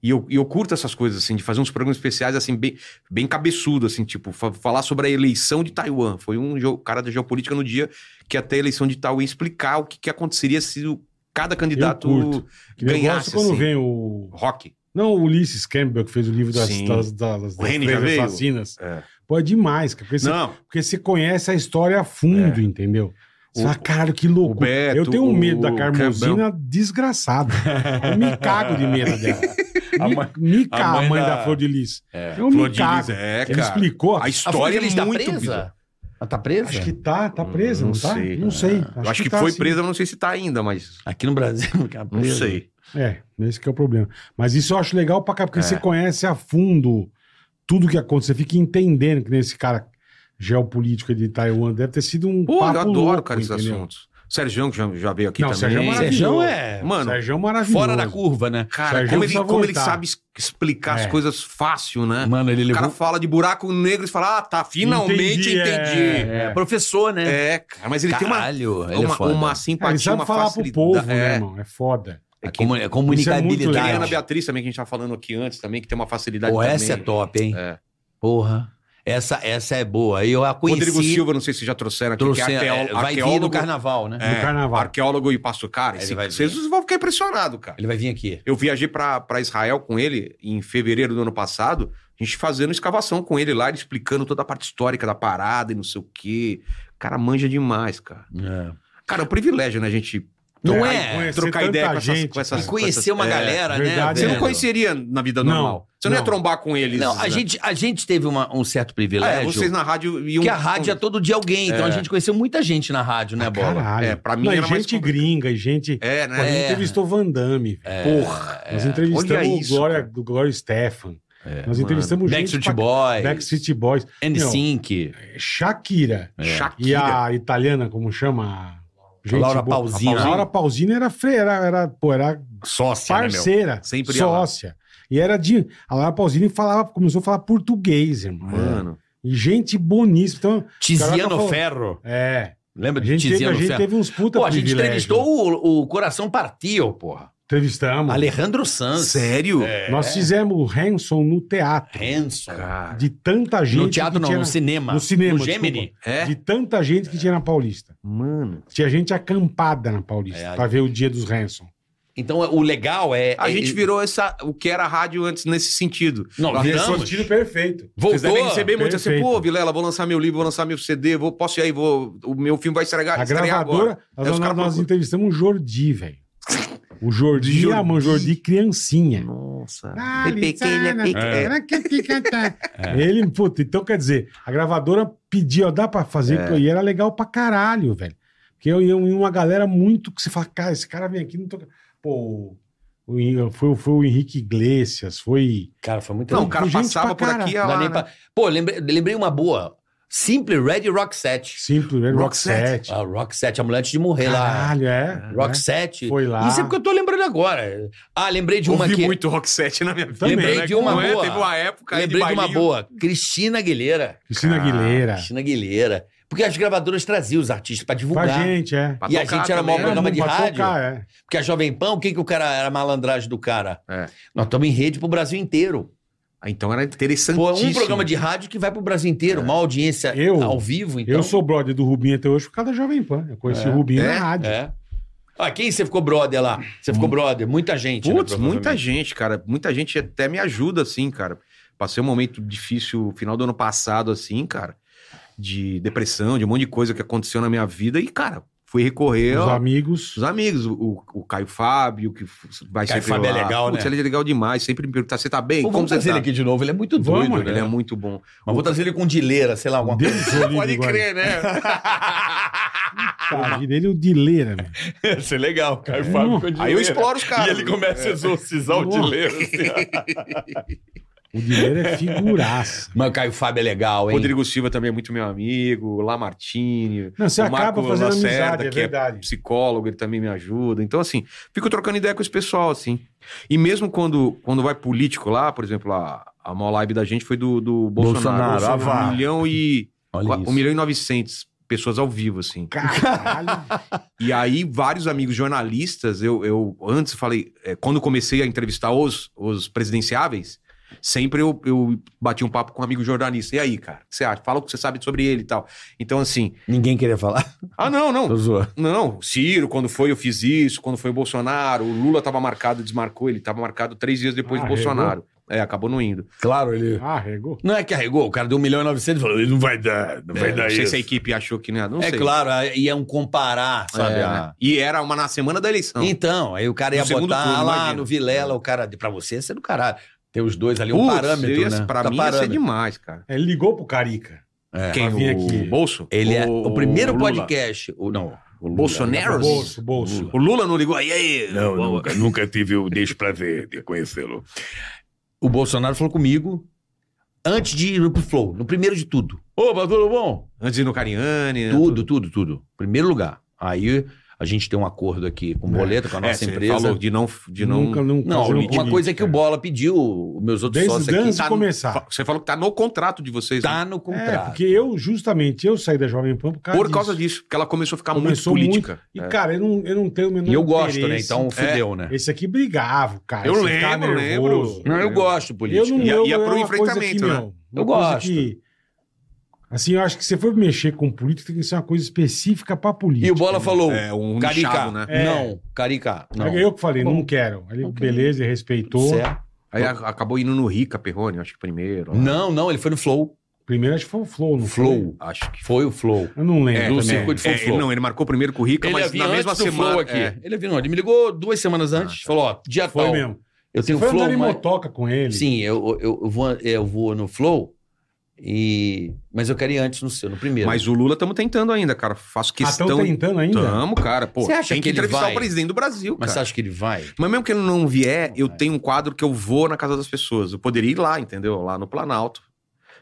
[SPEAKER 1] E eu, e eu curto essas coisas, assim, de fazer uns programas especiais, assim, bem, bem cabeçudo, assim, tipo, fa- falar sobre a eleição de Taiwan. Foi um geo- cara da geopolítica no dia que até a eleição de Taiwan explicar o que, que aconteceria se o- cada candidato
[SPEAKER 3] curto. eu gosto
[SPEAKER 1] ganhasse,
[SPEAKER 3] quando
[SPEAKER 1] assim.
[SPEAKER 3] vem o...
[SPEAKER 1] Rock.
[SPEAKER 3] Não, o Ulisses Campbell, que fez o livro das,
[SPEAKER 1] Sim.
[SPEAKER 3] das, das, das
[SPEAKER 1] O Reni
[SPEAKER 3] três
[SPEAKER 1] já veio?
[SPEAKER 3] assassinas.
[SPEAKER 1] É.
[SPEAKER 3] Pô, é demais, cara. Porque, você,
[SPEAKER 1] Não,
[SPEAKER 3] porque você conhece a história a fundo, entendeu? Você
[SPEAKER 1] É. O-
[SPEAKER 3] fala, caralho, que
[SPEAKER 1] o
[SPEAKER 3] louco.
[SPEAKER 1] Beto,
[SPEAKER 3] Eu tenho um
[SPEAKER 1] o
[SPEAKER 3] medo da
[SPEAKER 1] Campbell.
[SPEAKER 3] Carmozina desgraçado. Eu me cago de medo dela.
[SPEAKER 4] A
[SPEAKER 3] Me,
[SPEAKER 4] mãe-
[SPEAKER 3] me
[SPEAKER 4] a
[SPEAKER 3] cago, a
[SPEAKER 4] mãe
[SPEAKER 3] mãe
[SPEAKER 4] da-
[SPEAKER 3] da Flor de Lis.
[SPEAKER 4] É.
[SPEAKER 3] Eu me cago.
[SPEAKER 1] é,
[SPEAKER 3] Ele
[SPEAKER 1] cara.
[SPEAKER 3] explicou.
[SPEAKER 1] A
[SPEAKER 4] A
[SPEAKER 1] história
[SPEAKER 4] Florida
[SPEAKER 1] é
[SPEAKER 3] tá
[SPEAKER 4] está
[SPEAKER 1] muito
[SPEAKER 4] presa?
[SPEAKER 1] bizarra.
[SPEAKER 4] Ela tá presa?
[SPEAKER 3] Acho que tá, tá presa, não,
[SPEAKER 1] Hum, Não
[SPEAKER 3] tá?
[SPEAKER 1] sei, é.
[SPEAKER 3] não sei.
[SPEAKER 1] Eu acho, que,
[SPEAKER 3] tá,
[SPEAKER 1] foi
[SPEAKER 4] assim.
[SPEAKER 3] sim.
[SPEAKER 1] presa, eu não sei se tá ainda, mas
[SPEAKER 4] Aqui no Brasil não tá
[SPEAKER 1] não
[SPEAKER 4] presa.
[SPEAKER 1] sei.
[SPEAKER 3] É, esse que é o problema. Mas isso eu acho legal pra cá, porque
[SPEAKER 1] É.
[SPEAKER 3] você conhece a fundo tudo que acontece. Você fica entendendo que nesse cara geopolítico de Taiwan deve ter sido um
[SPEAKER 1] Pô, eu
[SPEAKER 3] papo
[SPEAKER 1] adoro,
[SPEAKER 3] louco,
[SPEAKER 1] cara, esses
[SPEAKER 3] entendeu?
[SPEAKER 1] assuntos. Sérgio já, já veio aqui
[SPEAKER 3] Não,
[SPEAKER 1] também.
[SPEAKER 3] Sérgio é maravilhoso.
[SPEAKER 4] Serjão é
[SPEAKER 1] Mano,
[SPEAKER 3] Sérgio é maravilhoso.
[SPEAKER 4] fora da curva, né?
[SPEAKER 1] Cara,
[SPEAKER 3] Sérgio
[SPEAKER 1] como ele,
[SPEAKER 3] precisa
[SPEAKER 1] como ele
[SPEAKER 3] voltar.
[SPEAKER 1] sabe es- explicar
[SPEAKER 3] É.
[SPEAKER 1] as coisas fácil, né?
[SPEAKER 4] Mano, ele
[SPEAKER 1] o cara
[SPEAKER 4] levou...
[SPEAKER 1] fala de buraco negro e fala, ah, tá, finalmente
[SPEAKER 3] Entendi,
[SPEAKER 1] entendi.
[SPEAKER 3] é.
[SPEAKER 4] É professor, né?
[SPEAKER 1] É, cara, mas ele
[SPEAKER 4] Caralho, ele
[SPEAKER 1] tem
[SPEAKER 4] é
[SPEAKER 1] uma, uma,
[SPEAKER 4] foda.
[SPEAKER 1] uma
[SPEAKER 3] É, ele
[SPEAKER 1] simpatia,
[SPEAKER 3] sabe
[SPEAKER 1] uma
[SPEAKER 3] falar pro
[SPEAKER 1] facilidade.
[SPEAKER 3] povo, né,
[SPEAKER 1] é.
[SPEAKER 3] irmão? É foda.
[SPEAKER 4] A comu- a comunicabilidade.
[SPEAKER 3] muito
[SPEAKER 1] Tem a
[SPEAKER 3] legal.
[SPEAKER 1] Ana Beatriz também, que a gente tava falando aqui antes também, que tem uma facilidade
[SPEAKER 4] Pô,
[SPEAKER 1] também.
[SPEAKER 4] essa é top, hein?
[SPEAKER 1] É.
[SPEAKER 4] Porra. Essa, essa é boa. Eu a conheci.
[SPEAKER 1] Rodrigo Silva, não sei se já trouxeram aqui,
[SPEAKER 4] trouxe,
[SPEAKER 1] que é arqueó-
[SPEAKER 4] é, vai vir no
[SPEAKER 1] arqueólogo,
[SPEAKER 4] carnaval, né?
[SPEAKER 3] No
[SPEAKER 1] É.
[SPEAKER 3] carnaval.
[SPEAKER 1] arqueólogo e passo cara.
[SPEAKER 4] Ele
[SPEAKER 1] esse-
[SPEAKER 4] vai vir.
[SPEAKER 1] Vocês vão ficar impressionados, cara.
[SPEAKER 4] Ele vai vir aqui.
[SPEAKER 1] Eu viajei pra pra Israel com ele em fevereiro do ano passado, a gente fazendo escavação com ele lá, ele explicando toda a parte histórica da parada e não sei o quê. O cara manja demais, cara. Cara, é um privilégio, né, a gente
[SPEAKER 4] Não
[SPEAKER 1] trocar-
[SPEAKER 4] é?
[SPEAKER 3] Conhecer
[SPEAKER 1] trocar
[SPEAKER 3] tanta
[SPEAKER 1] ideia com essas,
[SPEAKER 3] gente,
[SPEAKER 1] com essas
[SPEAKER 4] E conhecer
[SPEAKER 1] com
[SPEAKER 4] uma
[SPEAKER 1] essas- é.
[SPEAKER 4] galera,
[SPEAKER 3] verdade,
[SPEAKER 4] né?
[SPEAKER 1] Você
[SPEAKER 4] velho?
[SPEAKER 1] não conheceria na vida
[SPEAKER 3] Não,
[SPEAKER 1] normal. Você não,
[SPEAKER 3] não.
[SPEAKER 1] ia trombar com eles.
[SPEAKER 4] Não, a
[SPEAKER 1] né?
[SPEAKER 4] gente, a gente teve uma- um certo
[SPEAKER 1] Ah,
[SPEAKER 4] privilégio.
[SPEAKER 1] é, vocês na rádio iam.
[SPEAKER 4] Que a rádio é todo dia alguém, então
[SPEAKER 1] É.
[SPEAKER 4] a gente conheceu muita gente na rádio,
[SPEAKER 3] Ah,
[SPEAKER 4] né, Bola?
[SPEAKER 3] Caralho.
[SPEAKER 1] É, pra mim
[SPEAKER 3] Não, e
[SPEAKER 1] era mais
[SPEAKER 3] gente
[SPEAKER 1] complicado.
[SPEAKER 3] gringa, e gente...
[SPEAKER 1] É,
[SPEAKER 3] Pô, a
[SPEAKER 1] né? É.
[SPEAKER 3] gente entrevistou Van Damme, velho.
[SPEAKER 1] Porra.
[SPEAKER 3] Nós entrevistamos
[SPEAKER 1] Olha
[SPEAKER 3] o
[SPEAKER 1] isso,
[SPEAKER 3] Glória,
[SPEAKER 1] cara. É,
[SPEAKER 3] do Glória Stefan. Nós entrevistamos
[SPEAKER 4] Backstreet
[SPEAKER 3] pra-
[SPEAKER 4] Boys.
[SPEAKER 3] Backstreet Boys. É,
[SPEAKER 4] NSYNC.
[SPEAKER 3] Shakira.
[SPEAKER 4] É.
[SPEAKER 3] E
[SPEAKER 1] Shakira.
[SPEAKER 3] a italiana, como chama?
[SPEAKER 4] Laura
[SPEAKER 3] boa.
[SPEAKER 4] Pausini.
[SPEAKER 3] A Laura Pausini era freira, era, pô, era
[SPEAKER 4] Sócia, né,
[SPEAKER 3] parceira,
[SPEAKER 1] Sempre ia lá.
[SPEAKER 3] sócia. E era de. A Laura Pausini falava, começou a falar português, irmão.
[SPEAKER 1] Mano.
[SPEAKER 3] E gente boníssima. Então,
[SPEAKER 4] meu? Tiziano
[SPEAKER 3] Caraca, falou-
[SPEAKER 4] Ferro.
[SPEAKER 3] é.
[SPEAKER 4] Lembra
[SPEAKER 3] A
[SPEAKER 4] de
[SPEAKER 3] gente, teve, a
[SPEAKER 4] Tiziano
[SPEAKER 3] gente
[SPEAKER 4] Ferro?
[SPEAKER 3] teve uns puta
[SPEAKER 4] Pô, a gente
[SPEAKER 3] privilégio.
[SPEAKER 4] entrevistou o, o Coração Partiu, porra.
[SPEAKER 3] Entrevistamos.
[SPEAKER 4] Alejandro Sanz.
[SPEAKER 1] Sério?
[SPEAKER 4] É.
[SPEAKER 3] Nós fizemos o Hanson no teatro.
[SPEAKER 4] Hanson.
[SPEAKER 1] Cara.
[SPEAKER 3] De tanta gente.
[SPEAKER 4] No
[SPEAKER 3] que
[SPEAKER 4] teatro não,
[SPEAKER 3] tinha
[SPEAKER 4] no
[SPEAKER 3] na-
[SPEAKER 4] cinema.
[SPEAKER 3] No cinema.
[SPEAKER 4] No Gemini.
[SPEAKER 3] desculpa.
[SPEAKER 1] É?
[SPEAKER 3] De tanta gente que tinha na Paulista.
[SPEAKER 1] Mano.
[SPEAKER 3] Tinha gente acampada na Paulista
[SPEAKER 4] É, a-
[SPEAKER 3] pra ver o dia dos Hanson.
[SPEAKER 4] Então o legal é...
[SPEAKER 1] A
[SPEAKER 4] é-
[SPEAKER 1] gente virou essa, o que era a rádio antes nesse sentido.
[SPEAKER 4] Não,
[SPEAKER 1] Nós
[SPEAKER 4] viramos.
[SPEAKER 1] recebemos-
[SPEAKER 3] Sentido perfeito.
[SPEAKER 1] Vocês devem
[SPEAKER 4] Voltou.
[SPEAKER 1] receber muito assim,
[SPEAKER 3] Perfeito.
[SPEAKER 1] pô, Vilela, vou lançar meu livro, vou lançar meu CD, vou, posso ir aí, vou, o meu filme vai estrear,
[SPEAKER 3] A
[SPEAKER 1] estrear agora.
[SPEAKER 3] gravadora,
[SPEAKER 1] Tá, Aí
[SPEAKER 3] nós,
[SPEAKER 1] os
[SPEAKER 3] nós,
[SPEAKER 1] caras procuram.
[SPEAKER 3] entrevistamos o Jordi, velho. O Jordi,
[SPEAKER 1] Jordi.
[SPEAKER 3] a mãe Jordi criancinha. tá
[SPEAKER 1] Nossa.
[SPEAKER 2] Ah,
[SPEAKER 1] Pepe,
[SPEAKER 2] Lizana,
[SPEAKER 1] pepe,
[SPEAKER 4] É.
[SPEAKER 2] Será que que canta?
[SPEAKER 1] É.
[SPEAKER 3] Ele, puta, então quer dizer, a gravadora pediu, ó, dá pra fazer,
[SPEAKER 1] É.
[SPEAKER 3] e era legal pra caralho, velho. Porque eu ia em uma galera muito que você fala, cara, esse cara vem aqui, não toca. Pô, o Hen- foi, foi o Henrique Iglesias, foi.
[SPEAKER 4] Cara, foi muito
[SPEAKER 1] Não, o
[SPEAKER 4] legal.
[SPEAKER 1] cara
[SPEAKER 3] Gente pra
[SPEAKER 1] passava por
[SPEAKER 3] cara.
[SPEAKER 1] aqui e ia
[SPEAKER 4] Não dá
[SPEAKER 1] lá,
[SPEAKER 4] nem
[SPEAKER 1] né?
[SPEAKER 4] pra- Pô, lembrei, lembrei uma boa. Simple Red Roxette.
[SPEAKER 3] Simples, era
[SPEAKER 1] Roxette.
[SPEAKER 3] Roxette.
[SPEAKER 4] Ah, Roxette, a mulher antes de morrer lá.
[SPEAKER 3] Caralho, é. né?
[SPEAKER 4] Roxette.
[SPEAKER 3] Foi lá.
[SPEAKER 4] Isso é porque eu tô lembrando agora. Ah, lembrei de uma
[SPEAKER 1] Ouvi
[SPEAKER 4] que...
[SPEAKER 1] muito rock set na minha vida.
[SPEAKER 3] Também,
[SPEAKER 4] lembrei
[SPEAKER 3] né?
[SPEAKER 4] de uma
[SPEAKER 1] Não é?
[SPEAKER 4] boa.
[SPEAKER 1] Teve uma época aí
[SPEAKER 4] lembrei de, uma
[SPEAKER 1] bailinho.
[SPEAKER 4] boa. Cristina Aguilera.
[SPEAKER 3] Cristina
[SPEAKER 1] Cara,
[SPEAKER 3] Aguilera.
[SPEAKER 4] Cristina Aguilera. Porque as gravadoras traziam os artistas pra
[SPEAKER 3] Com a
[SPEAKER 4] divulgar.
[SPEAKER 3] gente, é.
[SPEAKER 1] Pra
[SPEAKER 4] E a
[SPEAKER 1] tocar
[SPEAKER 4] gente era mó
[SPEAKER 1] também, né?
[SPEAKER 4] programa de
[SPEAKER 3] pra
[SPEAKER 4] rádio?
[SPEAKER 3] é.
[SPEAKER 4] Porque a Jovem Pan, o que, que o cara era a malandragem do cara?
[SPEAKER 1] É.
[SPEAKER 4] Nós estamos em rede pro Brasil inteiro.
[SPEAKER 1] Ah, Então era interessantíssimo.
[SPEAKER 4] Pô, é um programa de rádio que vai pro Brasil inteiro. Uma audiência
[SPEAKER 3] É. Eu-
[SPEAKER 4] ao vivo, então.
[SPEAKER 3] Eu sou brother do Rubinho até hoje por causa da Jovem Pan. Eu conheci o Rubinho
[SPEAKER 1] É?
[SPEAKER 3] na rádio.
[SPEAKER 4] É. Ah, quem você ficou brother lá? Você ficou brother? Hum. Muita gente.
[SPEAKER 1] Putz,
[SPEAKER 4] né,
[SPEAKER 1] muita gente, cara. Muita gente até me ajuda, assim, cara. Passei um momento difícil, final do ano passado, assim, cara. De depressão, de um monte de coisa que aconteceu na minha vida. E, cara, fui recorrer
[SPEAKER 3] Os
[SPEAKER 1] aos
[SPEAKER 3] amigos.
[SPEAKER 1] É. os amigos. O, o- o Caio Fábio, que f- vai
[SPEAKER 4] Caio
[SPEAKER 1] sempre
[SPEAKER 4] Fábio é
[SPEAKER 1] lá.
[SPEAKER 4] legal,
[SPEAKER 1] Putz,
[SPEAKER 4] né?
[SPEAKER 1] ele é legal demais. Sempre me perguntar, você tá bem?
[SPEAKER 4] Pô,
[SPEAKER 1] Como
[SPEAKER 4] vamos
[SPEAKER 1] você
[SPEAKER 4] trazer
[SPEAKER 1] tá?
[SPEAKER 4] ele aqui de novo. Ele é muito doido,
[SPEAKER 3] Vamos,
[SPEAKER 4] né?
[SPEAKER 1] Ele é muito bom.
[SPEAKER 4] Mas vou trazer ele com dileira, sei lá, alguma coisa.
[SPEAKER 3] Deus o livre agora.
[SPEAKER 1] né?
[SPEAKER 3] Puta vida, ele é o Dileira, meu.
[SPEAKER 4] Isso é legal, Caio
[SPEAKER 3] É.
[SPEAKER 4] Fábio com
[SPEAKER 1] Aí eu
[SPEAKER 4] dileira.
[SPEAKER 1] exploro os caras.
[SPEAKER 4] E ele começa a exorcizar o
[SPEAKER 3] Nossa.
[SPEAKER 4] dileira. assim, ó.
[SPEAKER 3] O Dileira é figuraça.
[SPEAKER 4] Mas o Caio Fábio é legal, hein?
[SPEAKER 1] Rodrigo Silva também é muito meu amigo, o Lamartine,
[SPEAKER 3] Não, você
[SPEAKER 1] O
[SPEAKER 3] acaba
[SPEAKER 1] Marco
[SPEAKER 3] fazendo
[SPEAKER 1] Lacerda,
[SPEAKER 3] amizade, é
[SPEAKER 1] que é
[SPEAKER 3] verdade.
[SPEAKER 1] psicólogo, ele também me ajuda. Então, assim, fico trocando ideia com esse pessoal, assim. E mesmo quando, quando vai político lá, por exemplo, a, a maior live da gente foi do, do Bolsonaro.
[SPEAKER 4] Bolsonaro, ah, vá.
[SPEAKER 1] um milhão e.
[SPEAKER 4] Olha isso.
[SPEAKER 1] Um milhão e novecentos pessoas ao vivo, assim.
[SPEAKER 3] Caralho.
[SPEAKER 1] E aí, vários amigos jornalistas, eu, eu antes falei, é, quando comecei a entrevistar os, os presidenciáveis, sempre eu, eu bati um papo com um amigo jornalista. E aí, cara, o que você acha? Fala o que você sabe sobre ele e tal. Então, assim,
[SPEAKER 4] Ninguém queria falar.
[SPEAKER 1] ah, não, não,
[SPEAKER 4] Tô zoando.
[SPEAKER 1] não, o Ciro, quando foi, eu fiz isso. Quando foi o Bolsonaro, o Lula tava marcado, desmarcou. Ele tava marcado três dias depois
[SPEAKER 3] Ah,
[SPEAKER 1] do Bolsonaro. É, acabou não indo.
[SPEAKER 4] Claro, ele...
[SPEAKER 3] Ah, regou.
[SPEAKER 4] Não é que arregou, o cara deu 1 milhão e 900 e falou, ele não vai dar, não vai
[SPEAKER 1] É,
[SPEAKER 4] dar
[SPEAKER 1] não sei
[SPEAKER 4] isso.
[SPEAKER 1] se a equipe achou que... Não, não
[SPEAKER 4] é
[SPEAKER 1] sei.
[SPEAKER 4] claro, aí é um comparar, sabe? Ah,
[SPEAKER 1] É,
[SPEAKER 4] a-
[SPEAKER 1] né? E era uma na semana da eleição.
[SPEAKER 4] Então, aí o cara ia
[SPEAKER 1] No segundo
[SPEAKER 4] botar
[SPEAKER 1] turno,
[SPEAKER 4] lá
[SPEAKER 1] imagina.
[SPEAKER 4] no Vilela, o cara, pra você, você é do caralho. Tem os dois ali, um
[SPEAKER 1] Putz,
[SPEAKER 4] parâmetro,
[SPEAKER 1] eu ia-
[SPEAKER 4] né?
[SPEAKER 1] Pra
[SPEAKER 4] Tá
[SPEAKER 1] mim ia ser
[SPEAKER 4] parâmetro.
[SPEAKER 1] demais, cara.
[SPEAKER 3] É, Ele ligou pro Carica.
[SPEAKER 4] É.
[SPEAKER 1] Quem?
[SPEAKER 3] pra vir
[SPEAKER 1] o
[SPEAKER 3] aqui.
[SPEAKER 1] Bolso?
[SPEAKER 4] Ele é o primeiro
[SPEAKER 1] Lula.
[SPEAKER 4] podcast, o não, o
[SPEAKER 1] Bolsonaros?
[SPEAKER 3] Bolso, bolso.
[SPEAKER 1] O Lula não ligou aí, aí.
[SPEAKER 6] Não,
[SPEAKER 1] Boa.
[SPEAKER 6] nunca, nunca tive o desprazer de conhecê-lo.
[SPEAKER 4] O Bolsonaro falou comigo antes de ir pro Flow, no primeiro de tudo. Opa, tudo bom?
[SPEAKER 1] Antes de ir no Cariani. né?
[SPEAKER 4] Tudo, tudo, tudo. Primeiro lugar. Aí a gente tem um acordo aqui com o Boleto, com a
[SPEAKER 1] É,
[SPEAKER 4] nossa
[SPEAKER 1] você
[SPEAKER 4] empresa.
[SPEAKER 1] falou de não... De não... um
[SPEAKER 3] Nunca, nunca.
[SPEAKER 4] Não,
[SPEAKER 3] fazer
[SPEAKER 4] uma
[SPEAKER 3] política.
[SPEAKER 4] coisa é que o é Bola pediu, os meus outros
[SPEAKER 3] Desde
[SPEAKER 4] sócios aqui.
[SPEAKER 3] antes de
[SPEAKER 1] tá-
[SPEAKER 3] começar.
[SPEAKER 1] Você falou que tá no contrato de vocês. né?
[SPEAKER 4] Tá no
[SPEAKER 3] É,
[SPEAKER 4] contrato.
[SPEAKER 3] porque eu, justamente, eu saí da Jovem Pan por causa
[SPEAKER 1] Por causa disso. Porque ela começou a ficar
[SPEAKER 3] Começou
[SPEAKER 1] muito política.
[SPEAKER 3] E,
[SPEAKER 1] É.
[SPEAKER 3] cara, eu não, eu não tenho o menor
[SPEAKER 4] E eu gosto, né?
[SPEAKER 3] interesse. É.
[SPEAKER 4] Então fudeu, né?
[SPEAKER 3] Esse aqui brigava, cara.
[SPEAKER 1] Eu
[SPEAKER 3] Esse
[SPEAKER 1] lembro,
[SPEAKER 3] ficava
[SPEAKER 1] lembro.
[SPEAKER 3] nervoso.
[SPEAKER 4] Não, eu gosto de
[SPEAKER 3] Eu
[SPEAKER 4] política.
[SPEAKER 3] não
[SPEAKER 1] E-
[SPEAKER 3] eu,
[SPEAKER 1] e é
[SPEAKER 3] é
[SPEAKER 1] pro
[SPEAKER 3] uma coisa
[SPEAKER 1] enfrentamento,
[SPEAKER 3] que,
[SPEAKER 1] né?
[SPEAKER 3] meu, uma
[SPEAKER 4] Eu
[SPEAKER 3] coisa
[SPEAKER 4] gosto.
[SPEAKER 3] que- assim, eu acho que se você for mexer com política, tem que ser uma coisa específica pra política. né?
[SPEAKER 4] E o Bola falou,
[SPEAKER 1] É, um
[SPEAKER 4] Carica,
[SPEAKER 1] nichado, né?
[SPEAKER 3] É.
[SPEAKER 4] não, Carica, não.
[SPEAKER 3] É Eu que falei, não quero. Ele, beleza, ele respeitou.
[SPEAKER 4] Certo.
[SPEAKER 1] Aí a- acabou indo no Rica Perrone, acho que primeiro. lá.
[SPEAKER 4] Não, não, ele foi no Flow.
[SPEAKER 3] Primeiro acho que foi o Flow, não foi?
[SPEAKER 4] Flow.
[SPEAKER 1] Acho que
[SPEAKER 4] Foi o Flow.
[SPEAKER 3] Eu não lembro.
[SPEAKER 1] É,
[SPEAKER 4] do
[SPEAKER 3] também.
[SPEAKER 4] circuito de
[SPEAKER 1] É,
[SPEAKER 4] Flow.
[SPEAKER 1] ele não, ele marcou primeiro com o Rica, mas na mesma semana. é. Ah,
[SPEAKER 4] Ele havia, não, ele me ligou duas semanas antes, falou, ó, dia
[SPEAKER 3] Foi
[SPEAKER 4] tal.
[SPEAKER 3] mesmo.
[SPEAKER 4] Eu tenho
[SPEAKER 3] Foi
[SPEAKER 4] Flow,
[SPEAKER 3] andar em
[SPEAKER 4] mas...
[SPEAKER 3] motoca com ele.
[SPEAKER 4] Sim, eu, eu, eu vou, eu vou no Flow E... Mas eu quero ir antes no seu, no primeiro.
[SPEAKER 1] É, Mas o Lula estamos tentando ainda, cara. Faço
[SPEAKER 3] Ah,
[SPEAKER 1] questão.
[SPEAKER 3] tão tentando ainda?
[SPEAKER 1] Tamo, cara. Pô,
[SPEAKER 4] Você acha
[SPEAKER 1] tem que,
[SPEAKER 4] que ele
[SPEAKER 1] entrevistar
[SPEAKER 4] vai?
[SPEAKER 1] o presidente do Brasil,
[SPEAKER 4] Mas você
[SPEAKER 1] cara.
[SPEAKER 4] acha que ele vai?
[SPEAKER 1] Mas mesmo que ele não vier, eu
[SPEAKER 4] vai.
[SPEAKER 1] tenho um quadro que eu vou na casa das pessoas. Eu poderia ir lá, entendeu? Lá no Planalto.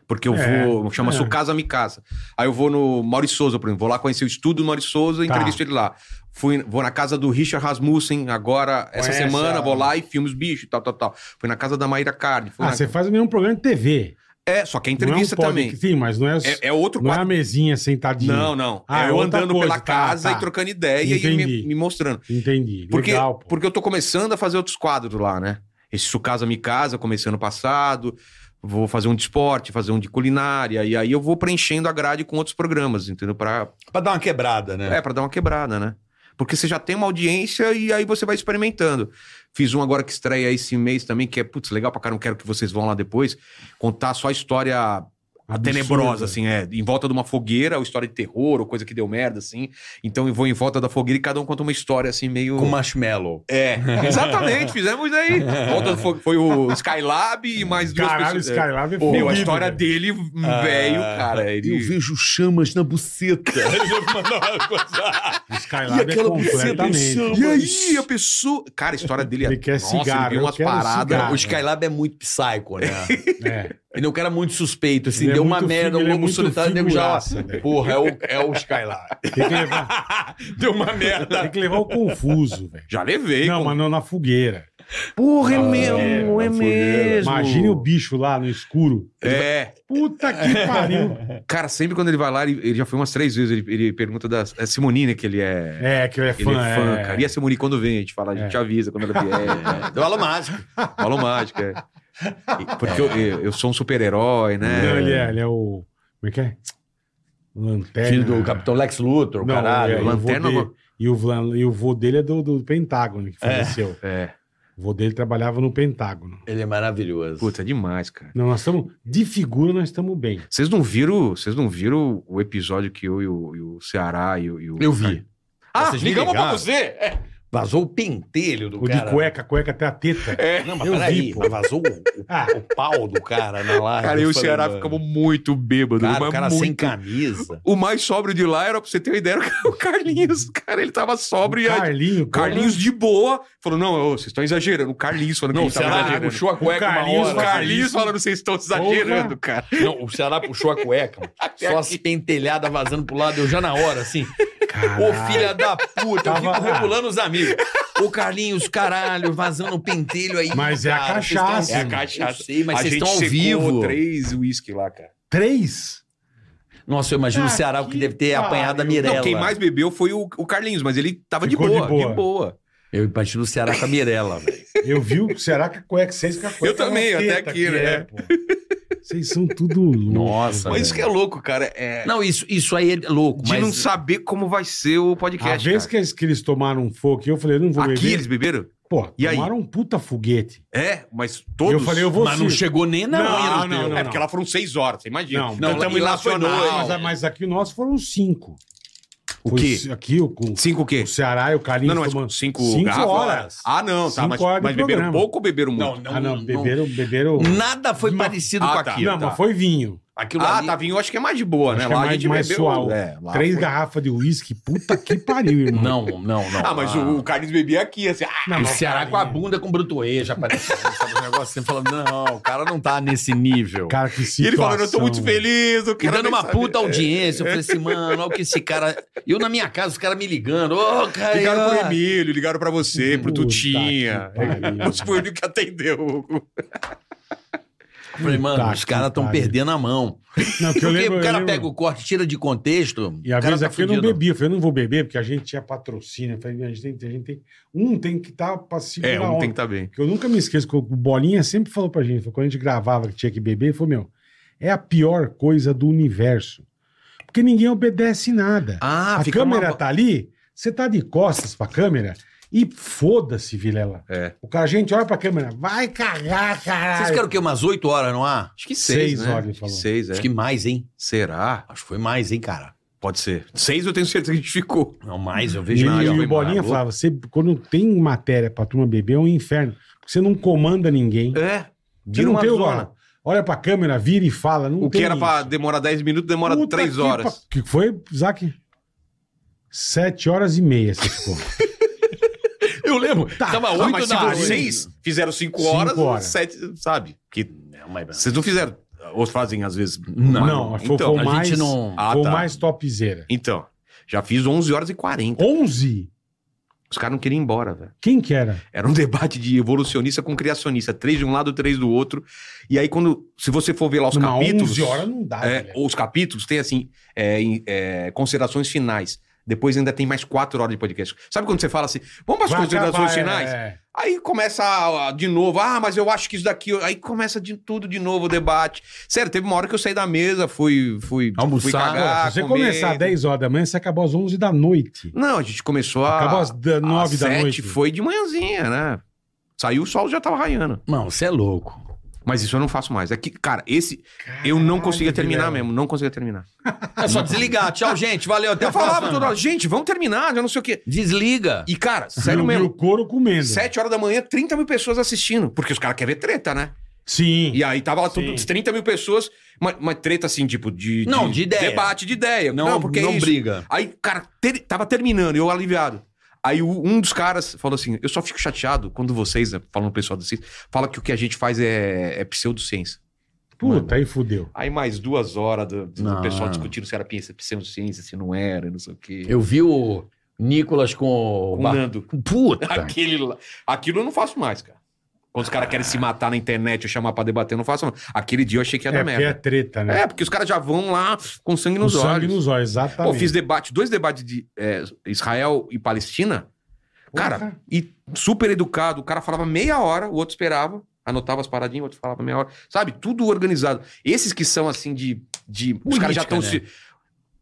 [SPEAKER 1] Porque eu
[SPEAKER 3] É,
[SPEAKER 1] vou, chama
[SPEAKER 3] é.
[SPEAKER 1] Sua Casa Me Casa. Aí eu vou no Maurício Souza, por exemplo. Vou lá conhecer o estudo do Maurício Souza e
[SPEAKER 3] Tá.
[SPEAKER 1] entrevisto ele lá. Fui, vou na casa do Richard Rasmussen agora, essa
[SPEAKER 3] Conhece
[SPEAKER 1] semana.
[SPEAKER 3] a-
[SPEAKER 1] Vou lá e filmo os bichos e tal, tal, tal. Fui na casa da Maíra Carne. fui
[SPEAKER 3] Ah,
[SPEAKER 1] na-
[SPEAKER 3] você faz mesmo um programa de TV.
[SPEAKER 1] É, só que é
[SPEAKER 3] Não é um
[SPEAKER 1] entrevista
[SPEAKER 3] pod-
[SPEAKER 1] também.
[SPEAKER 3] Sim, mas não é,
[SPEAKER 1] É, é outro
[SPEAKER 3] não é
[SPEAKER 1] quadro.
[SPEAKER 3] a mesinha sentadinha.
[SPEAKER 1] Não, não.
[SPEAKER 3] Ah,
[SPEAKER 1] é
[SPEAKER 3] é
[SPEAKER 1] eu
[SPEAKER 3] outra
[SPEAKER 1] andando
[SPEAKER 3] coisa. Tá,
[SPEAKER 1] pela casa
[SPEAKER 3] tá.
[SPEAKER 1] e trocando ideia e
[SPEAKER 3] Entendi.
[SPEAKER 1] me, me mostrando.
[SPEAKER 3] Entendi.
[SPEAKER 1] Porque,
[SPEAKER 3] Legal, pô.
[SPEAKER 1] porque eu tô começando a fazer outros quadros lá, né? Esse Su Casa Me Casa, comecei ano passado. Vou fazer um de esporte, fazer um de culinária. E aí eu vou preenchendo a grade com outros programas, entendeu? Pra,
[SPEAKER 4] Pra dar uma quebrada, né?
[SPEAKER 1] é, pra dar uma quebrada, né? Porque você já tem uma audiência e aí você vai experimentando. Fiz um agora que estreia esse mês também, que é, putz, legal pra caramba, quero que vocês vão lá depois. Contar só a história
[SPEAKER 3] Absurdo.
[SPEAKER 1] tenebrosa, assim, é. Em volta de uma fogueira, ou história de terror, ou coisa que deu merda, assim. Então eu vou em volta da fogueira e cada um conta uma história, assim, meio.
[SPEAKER 4] Com marshmallow.
[SPEAKER 1] É, exatamente, fizemos aí. Volta do fo- Foi o Skylab e mais duas
[SPEAKER 3] Caralho,
[SPEAKER 1] pessoas.
[SPEAKER 3] esse cara lá é
[SPEAKER 1] Pô, meu, a
[SPEAKER 3] fudido,
[SPEAKER 1] história
[SPEAKER 3] velho.
[SPEAKER 1] dele, um
[SPEAKER 4] Ah,
[SPEAKER 1] velho, cara. Ele...
[SPEAKER 4] vejo chamas na buceta.
[SPEAKER 3] Skylab é completamente.
[SPEAKER 4] pensando-
[SPEAKER 1] E aí, a pessoa. Cara, a história dele é.
[SPEAKER 3] Ele quer cigarro,
[SPEAKER 1] ele viu
[SPEAKER 3] eu
[SPEAKER 1] umas
[SPEAKER 3] quero
[SPEAKER 1] paradas.
[SPEAKER 3] cigarro.
[SPEAKER 4] o Skylab é muito psycho, né?
[SPEAKER 3] É.
[SPEAKER 4] Ele é um cara muito suspeito, assim.
[SPEAKER 3] Ele é
[SPEAKER 4] deu uma
[SPEAKER 3] muito
[SPEAKER 4] merda,
[SPEAKER 3] figu- ele é
[SPEAKER 4] um lobo
[SPEAKER 3] muito
[SPEAKER 4] solitário, nego já. ó,
[SPEAKER 3] figuraça, velho.
[SPEAKER 4] Porra, é o, é o Skylab.
[SPEAKER 3] Tem que levar,
[SPEAKER 4] deu uma merda.
[SPEAKER 3] tem que levar o confuso, velho.
[SPEAKER 1] Já levei.
[SPEAKER 3] Não,
[SPEAKER 1] com-
[SPEAKER 3] mas não na fogueira. Ah,
[SPEAKER 1] Porra, é
[SPEAKER 4] é,
[SPEAKER 1] mesmo, é
[SPEAKER 4] na fogueira.
[SPEAKER 1] mesmo.
[SPEAKER 3] Imagine o bicho lá no escuro.
[SPEAKER 1] É.
[SPEAKER 3] Puta que pariu.
[SPEAKER 1] Cara, sempre quando ele vai lá, ele, ele já foi umas três vezes, ele, ele pergunta da é Simonina que ele é.
[SPEAKER 3] É, que ele é
[SPEAKER 1] Ele
[SPEAKER 3] fã.
[SPEAKER 1] é fã,
[SPEAKER 3] é.
[SPEAKER 1] cara. E a Simone quando vem, a gente fala, a gente avisa quando ela vier. né?
[SPEAKER 4] Deu aula mágica.
[SPEAKER 1] Falou mágica. é. E- Porque eu, eu- eu sou um super-herói,
[SPEAKER 3] Não, ele
[SPEAKER 1] né?
[SPEAKER 3] é, ele é o. Como é que é? Lanterna.
[SPEAKER 4] Filho do Capitão Lex Luthor, o
[SPEAKER 3] É, né? Não, é,
[SPEAKER 4] caralho.
[SPEAKER 3] e o vô
[SPEAKER 1] Lanterna-
[SPEAKER 3] dele- E o, vlan- e o vô dele é do, do Pentágono, que faleceu.
[SPEAKER 1] É.
[SPEAKER 3] O vô dele trabalhava no Pentágono.
[SPEAKER 4] Ele é maravilhoso.
[SPEAKER 1] Puta, é demais, cara.
[SPEAKER 3] Não, nós estamos. De figura, nós estamos bem.
[SPEAKER 1] Vocês não viram, vocês não viram o episódio que eu e o, e o Ceará e o, e o-
[SPEAKER 4] Eu vi.
[SPEAKER 1] Ah,
[SPEAKER 4] Vocês me
[SPEAKER 1] ligamos pra
[SPEAKER 4] ligaram?
[SPEAKER 1] você. É.
[SPEAKER 4] Vazou o pentelho do
[SPEAKER 3] o
[SPEAKER 4] cara.
[SPEAKER 3] de cueca, cueca até a teta.
[SPEAKER 1] É,
[SPEAKER 4] Não, mas
[SPEAKER 3] Eu
[SPEAKER 4] peraí,
[SPEAKER 3] vi, pô.
[SPEAKER 4] mas vazou o, o-
[SPEAKER 3] Ah,
[SPEAKER 4] o pau do cara na live.
[SPEAKER 1] Cara, eu e o
[SPEAKER 4] falei,
[SPEAKER 1] Ceará
[SPEAKER 4] mano,
[SPEAKER 1] ficamos muito bêbados.
[SPEAKER 4] Cara,
[SPEAKER 1] mas
[SPEAKER 4] o cara sem
[SPEAKER 1] muito.
[SPEAKER 4] camisa.
[SPEAKER 1] O mais sóbrio de lá era, pra você ter uma ideia, era o Carlinhos. Cara, ele tava sóbrio e aí-
[SPEAKER 3] Carlinho,
[SPEAKER 1] Carlinhos de boa. Falou, não, ô, vocês estão exagerando. O Carlinhos falando
[SPEAKER 4] Não, o
[SPEAKER 1] que ele tava
[SPEAKER 4] Ceará
[SPEAKER 1] exagerando.
[SPEAKER 4] puxou a cueca
[SPEAKER 3] O
[SPEAKER 4] uma
[SPEAKER 3] Carlinhos
[SPEAKER 1] Os
[SPEAKER 4] hora.
[SPEAKER 1] Carlinhos falando, vocês estão exagerando, cara.
[SPEAKER 4] Não, o Ceará puxou a cueca. mano. Só as pentelhadas vazando pro lado, eu já na hora, assim. Ô, filha da puta, eu
[SPEAKER 3] Tava
[SPEAKER 4] fico
[SPEAKER 3] lá.
[SPEAKER 4] regulando os amigos. Ô, Carlinhos, caralho, vazando o pentelho aí.
[SPEAKER 3] Mas é a
[SPEAKER 4] cara, vocês
[SPEAKER 3] cachaça,
[SPEAKER 4] estão-
[SPEAKER 3] mano.
[SPEAKER 4] É a cachaça. Eu sei, mas
[SPEAKER 1] A
[SPEAKER 4] vocês
[SPEAKER 1] gente
[SPEAKER 4] estão ao
[SPEAKER 1] secou
[SPEAKER 4] vivo.
[SPEAKER 1] três uísque lá, cara.
[SPEAKER 3] Três?
[SPEAKER 4] Nossa, eu imagino o
[SPEAKER 3] Ah,
[SPEAKER 4] Ceará o que
[SPEAKER 3] que
[SPEAKER 4] deve ter
[SPEAKER 3] pariu.
[SPEAKER 4] apanhado a
[SPEAKER 3] Não,
[SPEAKER 4] Mirella.
[SPEAKER 1] Não, quem mais bebeu foi o, o Carlinhos, mas ele tava de
[SPEAKER 3] Ficou
[SPEAKER 1] boa, de
[SPEAKER 3] de
[SPEAKER 1] boa,
[SPEAKER 3] boa.
[SPEAKER 4] Eu imagino o Ceará com a Mirella, velho.
[SPEAKER 3] Eu vi o será que a cueca, vocês com a cueca.
[SPEAKER 1] Eu também,
[SPEAKER 3] na
[SPEAKER 1] até
[SPEAKER 3] teta
[SPEAKER 1] aqui,
[SPEAKER 3] que
[SPEAKER 1] né?
[SPEAKER 3] é, pô. Vocês são tudo louco. Tá
[SPEAKER 4] Nossa,
[SPEAKER 1] Mas isso que é louco, cara. É
[SPEAKER 4] Não, isso, isso aí é louco,
[SPEAKER 1] de
[SPEAKER 4] mas...
[SPEAKER 1] não saber como vai ser o podcast.
[SPEAKER 3] A vez
[SPEAKER 1] cara.
[SPEAKER 3] que eles, que eles tomaram um fogo, eu falei, eu não vou
[SPEAKER 1] Aqui
[SPEAKER 3] beber.
[SPEAKER 1] eles beberam?
[SPEAKER 3] Pô,
[SPEAKER 1] E aí?
[SPEAKER 3] tomaram um puta foguete.
[SPEAKER 1] É, mas todos.
[SPEAKER 3] Eu falei, eu vou
[SPEAKER 4] Mas não
[SPEAKER 3] sim.
[SPEAKER 4] chegou nem na
[SPEAKER 3] Não,
[SPEAKER 4] unha do
[SPEAKER 3] não,
[SPEAKER 4] teu.
[SPEAKER 3] não.
[SPEAKER 1] É porque lá foram seis horas, você imagina. Então,
[SPEAKER 3] Não,
[SPEAKER 4] não,
[SPEAKER 1] Tentamos
[SPEAKER 4] e lá foi
[SPEAKER 1] ilacionar.
[SPEAKER 4] noite.
[SPEAKER 3] Mas, mas aqui o nosso foram cinco.
[SPEAKER 1] O
[SPEAKER 3] Foi
[SPEAKER 1] quê?
[SPEAKER 3] ci- Aqui o, com
[SPEAKER 1] Cinco o quê?
[SPEAKER 3] o Ceará e o Carlinhos
[SPEAKER 1] Não, não,
[SPEAKER 3] tomando-
[SPEAKER 1] mas cinco,
[SPEAKER 3] cinco
[SPEAKER 1] garrafas?
[SPEAKER 3] horas.
[SPEAKER 1] Ah, não, tá.
[SPEAKER 3] Cinco
[SPEAKER 1] Mas,
[SPEAKER 3] horas de
[SPEAKER 1] mas beberam
[SPEAKER 3] programa.
[SPEAKER 1] pouco ou beberam muito?
[SPEAKER 4] Não, não,
[SPEAKER 3] ah, não,
[SPEAKER 4] não.
[SPEAKER 3] beberam... beberam...
[SPEAKER 4] Nada foi parecido
[SPEAKER 1] Ah,
[SPEAKER 4] com
[SPEAKER 1] tá.
[SPEAKER 4] aquilo.
[SPEAKER 3] não, mas foi vinho.
[SPEAKER 4] Aquilo
[SPEAKER 1] ah,
[SPEAKER 4] ali-
[SPEAKER 1] tá vinho, eu acho que é mais de boa,
[SPEAKER 3] Acho
[SPEAKER 1] né?
[SPEAKER 3] que é
[SPEAKER 1] Lá a
[SPEAKER 3] mais-
[SPEAKER 1] gente
[SPEAKER 3] mais
[SPEAKER 1] bebeu.
[SPEAKER 3] suave.
[SPEAKER 1] É, lá
[SPEAKER 3] Três
[SPEAKER 1] foi-
[SPEAKER 3] garrafas de uísque, puta que pariu, irmão.
[SPEAKER 4] Não, não, não.
[SPEAKER 1] Ah, mas o, o Carlinhos bebia aqui, assim. ah,
[SPEAKER 3] Não,
[SPEAKER 4] O
[SPEAKER 3] mas
[SPEAKER 4] Ceará
[SPEAKER 3] Carlinhos-
[SPEAKER 4] com a bunda com brutoê, já apareceu. Sabe um negócio assim, falando, não, o cara não tá nesse nível.
[SPEAKER 3] Cara, que situação.
[SPEAKER 1] E ele falando, eu tô muito feliz, eu
[SPEAKER 4] E
[SPEAKER 1] quero
[SPEAKER 4] dando
[SPEAKER 1] nem
[SPEAKER 4] uma
[SPEAKER 1] saber.
[SPEAKER 4] puta audiência. Eu falei assim, mano, olha o que esse cara... Eu na minha casa, os caras me ligando. Ô, cara...
[SPEAKER 1] Ligaram pro
[SPEAKER 4] ah,
[SPEAKER 1] Emílio, ligaram pra você, pro
[SPEAKER 3] Puta
[SPEAKER 1] Tutinha.
[SPEAKER 3] que pariu.
[SPEAKER 1] Você foi o único que atendeu.
[SPEAKER 4] eu Falei, mano,
[SPEAKER 3] Puta
[SPEAKER 4] os caras
[SPEAKER 3] que
[SPEAKER 4] tão
[SPEAKER 3] pariu.
[SPEAKER 4] perdendo a mão.
[SPEAKER 3] Não, tá que
[SPEAKER 4] Porque
[SPEAKER 3] eu lembro,
[SPEAKER 4] o cara
[SPEAKER 3] eu lembro-
[SPEAKER 4] pega o corte, tira de contexto,
[SPEAKER 3] E
[SPEAKER 4] o
[SPEAKER 3] às
[SPEAKER 4] cara
[SPEAKER 3] vezes
[SPEAKER 4] tá
[SPEAKER 3] aqui eu não
[SPEAKER 4] fudido.
[SPEAKER 3] bebi. Eu falei, eu não vou beber, porque a gente tinha patrocínio. Eu falei, a gente tem... A gente tem um tem que estar tá pra segurar
[SPEAKER 1] É,
[SPEAKER 3] a
[SPEAKER 1] um
[SPEAKER 3] onda.
[SPEAKER 1] tem que tá bem.
[SPEAKER 3] Que eu nunca me esqueço, que o Bolinha sempre falou pra gente, quando a gente gravava que tinha que beber, ele falou, meu, é a pior coisa do universo. Porque ninguém obedece nada.
[SPEAKER 1] Ah,
[SPEAKER 3] a
[SPEAKER 1] fica
[SPEAKER 3] câmera
[SPEAKER 1] uma-
[SPEAKER 3] tá ali, você tá de costas pra câmera e foda-se, Vilela.
[SPEAKER 1] É.
[SPEAKER 3] O cara, a gente olha pra câmera, vai cagar, caralho.
[SPEAKER 4] Vocês querem o quê? Umas oito horas, não há?
[SPEAKER 1] Acho que seis,
[SPEAKER 3] Seis
[SPEAKER 1] né?
[SPEAKER 3] horas ele
[SPEAKER 1] Acho que
[SPEAKER 3] falou.
[SPEAKER 1] seis, é.
[SPEAKER 4] Acho que mais, hein?
[SPEAKER 1] Será?
[SPEAKER 4] Acho que foi mais, hein, cara?
[SPEAKER 1] Pode ser. Seis eu tenho certeza que a gente ficou.
[SPEAKER 4] Não, mais, eu
[SPEAKER 3] E,
[SPEAKER 4] vejo mais.
[SPEAKER 3] e
[SPEAKER 4] ó.
[SPEAKER 1] foi
[SPEAKER 3] o Bolinha
[SPEAKER 1] maluco.
[SPEAKER 3] falava, você, quando tem matéria pra turma beber, é um inferno. Porque você não comanda ninguém.
[SPEAKER 1] É.
[SPEAKER 3] Você não tem o- olha pra câmera, vira e fala. Não
[SPEAKER 1] O que
[SPEAKER 3] tem
[SPEAKER 1] era pra
[SPEAKER 3] isso.
[SPEAKER 1] demorar 10 minutos, demora
[SPEAKER 3] Puta
[SPEAKER 1] 3
[SPEAKER 3] que
[SPEAKER 1] horas.
[SPEAKER 3] pa- Que foi, Isaac? Sete horas e meia você ficou.
[SPEAKER 4] Eu lembro.
[SPEAKER 3] Tá,
[SPEAKER 4] Tava
[SPEAKER 1] Ah,
[SPEAKER 4] oito
[SPEAKER 1] mas se
[SPEAKER 4] da
[SPEAKER 1] vocês fizeram 5
[SPEAKER 3] Cinco
[SPEAKER 1] horas,
[SPEAKER 3] horas.
[SPEAKER 1] 7, sabe? Que
[SPEAKER 4] Não, mas-
[SPEAKER 1] vocês não fizeram. Ou fazem, às vezes.
[SPEAKER 4] Não.
[SPEAKER 3] Não, foi,
[SPEAKER 1] então,
[SPEAKER 3] foi
[SPEAKER 4] a
[SPEAKER 3] mais,
[SPEAKER 4] gente não-
[SPEAKER 1] Ah,
[SPEAKER 3] foi
[SPEAKER 1] tá.
[SPEAKER 3] mais topzera.
[SPEAKER 1] Então, já fiz 11 horas e 40.
[SPEAKER 3] 11?
[SPEAKER 1] Os caras não queriam ir embora, velho.
[SPEAKER 3] Quem que era?
[SPEAKER 1] Era um debate de evolucionista com criacionista. Três de um lado, três do outro. E aí, quando. Se você for ver lá os
[SPEAKER 3] Numa
[SPEAKER 1] capítulos.
[SPEAKER 3] 11 horas não dá. né?
[SPEAKER 1] é,
[SPEAKER 3] velho.
[SPEAKER 1] os capítulos tem assim. é, em- é, considerações finais. Depois ainda tem mais quatro horas de podcast. Sabe quando você fala assim? Vamos para as
[SPEAKER 3] Vai
[SPEAKER 1] considerações
[SPEAKER 3] acabar,
[SPEAKER 1] finais?
[SPEAKER 3] é.
[SPEAKER 1] Aí começa a- a- de novo, ah, mas eu acho que isso daqui. Aí começa de tudo de novo o debate. Sério, teve uma hora que eu saí da mesa, fui, fui,
[SPEAKER 4] Almoçar.
[SPEAKER 1] fui cagar.
[SPEAKER 3] Se você
[SPEAKER 1] Ah, comer.
[SPEAKER 3] começar às 10 horas da manhã, você acabou às 11 da noite.
[SPEAKER 1] Não, a gente começou a.
[SPEAKER 3] Acabou às da- 9
[SPEAKER 1] às
[SPEAKER 3] da
[SPEAKER 1] sete,
[SPEAKER 3] noite.
[SPEAKER 1] foi de manhãzinha, né? Saiu o sol já tava raiando.
[SPEAKER 4] Não, você é louco.
[SPEAKER 1] Mas isso eu não faço mais. É que, cara, esse. eu não conseguia terminar
[SPEAKER 3] Guilherme.
[SPEAKER 1] mesmo, não conseguia terminar.
[SPEAKER 4] É só desligar. Tchau, gente. Valeu. Até
[SPEAKER 1] Eu
[SPEAKER 4] a próxima.
[SPEAKER 1] falava toda hora, gente, vamos terminar, já não sei o quê.
[SPEAKER 4] Desliga.
[SPEAKER 1] E, cara,
[SPEAKER 3] E
[SPEAKER 1] sério
[SPEAKER 3] o- E
[SPEAKER 1] mesmo.
[SPEAKER 3] o couro comendo.
[SPEAKER 1] Sete horas da manhã, 30 mil pessoas assistindo. Porque os caras querem ver treta, né?
[SPEAKER 3] Sim.
[SPEAKER 1] E aí tava lá tudo,
[SPEAKER 3] Sim.
[SPEAKER 1] 30 mil pessoas, uma, uma treta assim, tipo, de.
[SPEAKER 4] Não, de ideia.
[SPEAKER 1] Debate de ideia. Não, porque é isso.
[SPEAKER 4] briga.
[SPEAKER 1] Aí, cara, ter- tava terminando, eu aliviado. Aí o- um dos caras falou assim: Eu só fico chateado quando vocês, né, falando o pessoal do CIS, fala que o que a gente faz é, é pseudociência.
[SPEAKER 3] Puta, aí fudeu.
[SPEAKER 1] Aí mais duas horas do, do
[SPEAKER 4] Não.
[SPEAKER 1] pessoal discutindo se era pse- pseudociência, se não era, não sei o quê.
[SPEAKER 4] Eu vi o Nicolas com o
[SPEAKER 1] Com o
[SPEAKER 4] Bar-
[SPEAKER 1] Nando.
[SPEAKER 4] Puta.
[SPEAKER 1] Aquele lá- Aquilo eu não faço mais, cara. Quando os caras querem se matar na internet ou chamar pra debater, eu não faço, não. Aquele dia eu achei que ia
[SPEAKER 3] É,
[SPEAKER 1] dar
[SPEAKER 3] porque
[SPEAKER 1] merda.
[SPEAKER 3] é treta, né?
[SPEAKER 1] É, porque os caras já vão lá com sangue
[SPEAKER 3] Com
[SPEAKER 1] nos
[SPEAKER 3] sangue
[SPEAKER 1] olhos.
[SPEAKER 3] nos olhos,
[SPEAKER 1] Pô,
[SPEAKER 3] exatamente.
[SPEAKER 1] fiz debate, dois debates de é, Israel e Palestina. Cara,
[SPEAKER 3] Porra.
[SPEAKER 1] e super educado. O cara falava meia hora, o outro esperava, anotava as paradinhas, o outro falava meia hora. Sabe? Tudo organizado. Esses que são assim de. de os caras
[SPEAKER 4] Política,
[SPEAKER 1] já estão
[SPEAKER 4] né?
[SPEAKER 1] se.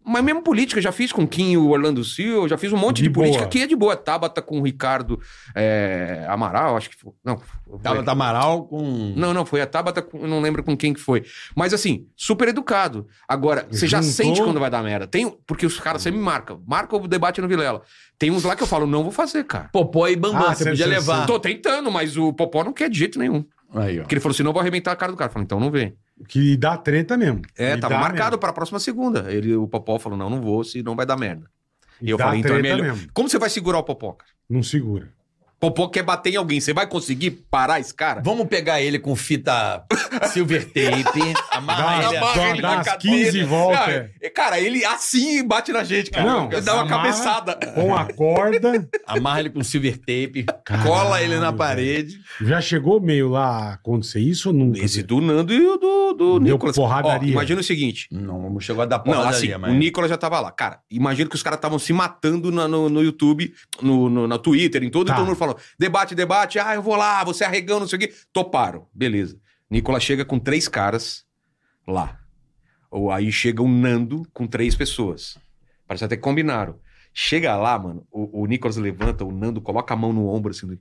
[SPEAKER 1] Mas mesmo política, eu já fiz com o Kim, o Orlando Silva, eu já fiz um monte
[SPEAKER 3] De
[SPEAKER 1] de, política
[SPEAKER 3] boa.
[SPEAKER 1] que é de boa. Tabata com o Ricardo é, Amaral, acho que foi. Não,
[SPEAKER 4] Tava
[SPEAKER 1] foi-
[SPEAKER 4] da Amaral com.
[SPEAKER 1] não, não, foi a Tabata, com- eu não lembro com quem que foi. Mas assim, super educado. Agora, você já
[SPEAKER 3] Juntou.
[SPEAKER 1] sente quando vai dar merda. Tem, porque os caras sempre me marcam. Marca o debate no Vilela. Tem uns lá que eu falo, não vou fazer, cara.
[SPEAKER 4] Popó e Bambam.
[SPEAKER 3] Ah,
[SPEAKER 4] você
[SPEAKER 3] sim,
[SPEAKER 4] podia
[SPEAKER 3] sim,
[SPEAKER 4] levar.
[SPEAKER 1] Tô tentando, mas o Popó não quer de jeito nenhum.
[SPEAKER 4] Aí, ó.
[SPEAKER 1] Porque ele falou assim, não vou arrebentar a cara do cara. Eu falei, então não vem.
[SPEAKER 3] Que dá treta mesmo.
[SPEAKER 1] É,
[SPEAKER 3] E
[SPEAKER 1] tava
[SPEAKER 3] dá
[SPEAKER 1] marcado
[SPEAKER 3] mesmo.
[SPEAKER 1] pra próxima segunda. Ele, o Popó falou, não, não vou, senão vai dar merda. E
[SPEAKER 3] E
[SPEAKER 1] eu
[SPEAKER 3] dá
[SPEAKER 1] falei, então é
[SPEAKER 3] treta
[SPEAKER 1] melhor.
[SPEAKER 3] mesmo.
[SPEAKER 1] Como você vai segurar o Popó, cara?
[SPEAKER 3] Não segura.
[SPEAKER 1] Popó quer bater em alguém. Você vai conseguir parar esse cara?
[SPEAKER 4] Vamos pegar ele com fita silver tape, amarra
[SPEAKER 3] Dá-
[SPEAKER 4] ele.
[SPEAKER 3] dá-
[SPEAKER 1] amarra ele
[SPEAKER 3] dá
[SPEAKER 1] na
[SPEAKER 3] as
[SPEAKER 1] cadeira.
[SPEAKER 3] 15 voltas.
[SPEAKER 1] Cara, Ah, é, cara, ele assim bate na gente, cara.
[SPEAKER 3] Não,
[SPEAKER 1] ele dá uma
[SPEAKER 3] amarra-
[SPEAKER 1] cabeçada.
[SPEAKER 3] Com a corda.
[SPEAKER 4] Amarra ele com silver tape,
[SPEAKER 3] Caralho,
[SPEAKER 4] cola ele na
[SPEAKER 3] velho.
[SPEAKER 4] parede.
[SPEAKER 3] Já chegou meio lá a acontecer isso ou nunca?
[SPEAKER 1] Esse do Nando e o do, do
[SPEAKER 3] Deu
[SPEAKER 1] Nicolas.
[SPEAKER 3] porradaria.
[SPEAKER 1] Ó, imagina o seguinte.
[SPEAKER 4] Não, não chegou a dar
[SPEAKER 1] Não,
[SPEAKER 4] porradaria,
[SPEAKER 1] assim,
[SPEAKER 4] mas.
[SPEAKER 1] o Nicolas já tava lá. Cara, imagina que os caras estavam se matando na- no, no YouTube, no, no, na Twitter, em todo,
[SPEAKER 3] Tá.
[SPEAKER 1] todo mundo falando: debate, debate, ah, eu vou lá, você arregando, não sei o quê. Toparam, beleza. Nicolas chega com três caras lá. Ou aí chega o Nando com três pessoas. Parece até que combinaram. Chega lá, mano, o, o Nicolas levanta, o Nando coloca a mão no ombro assim.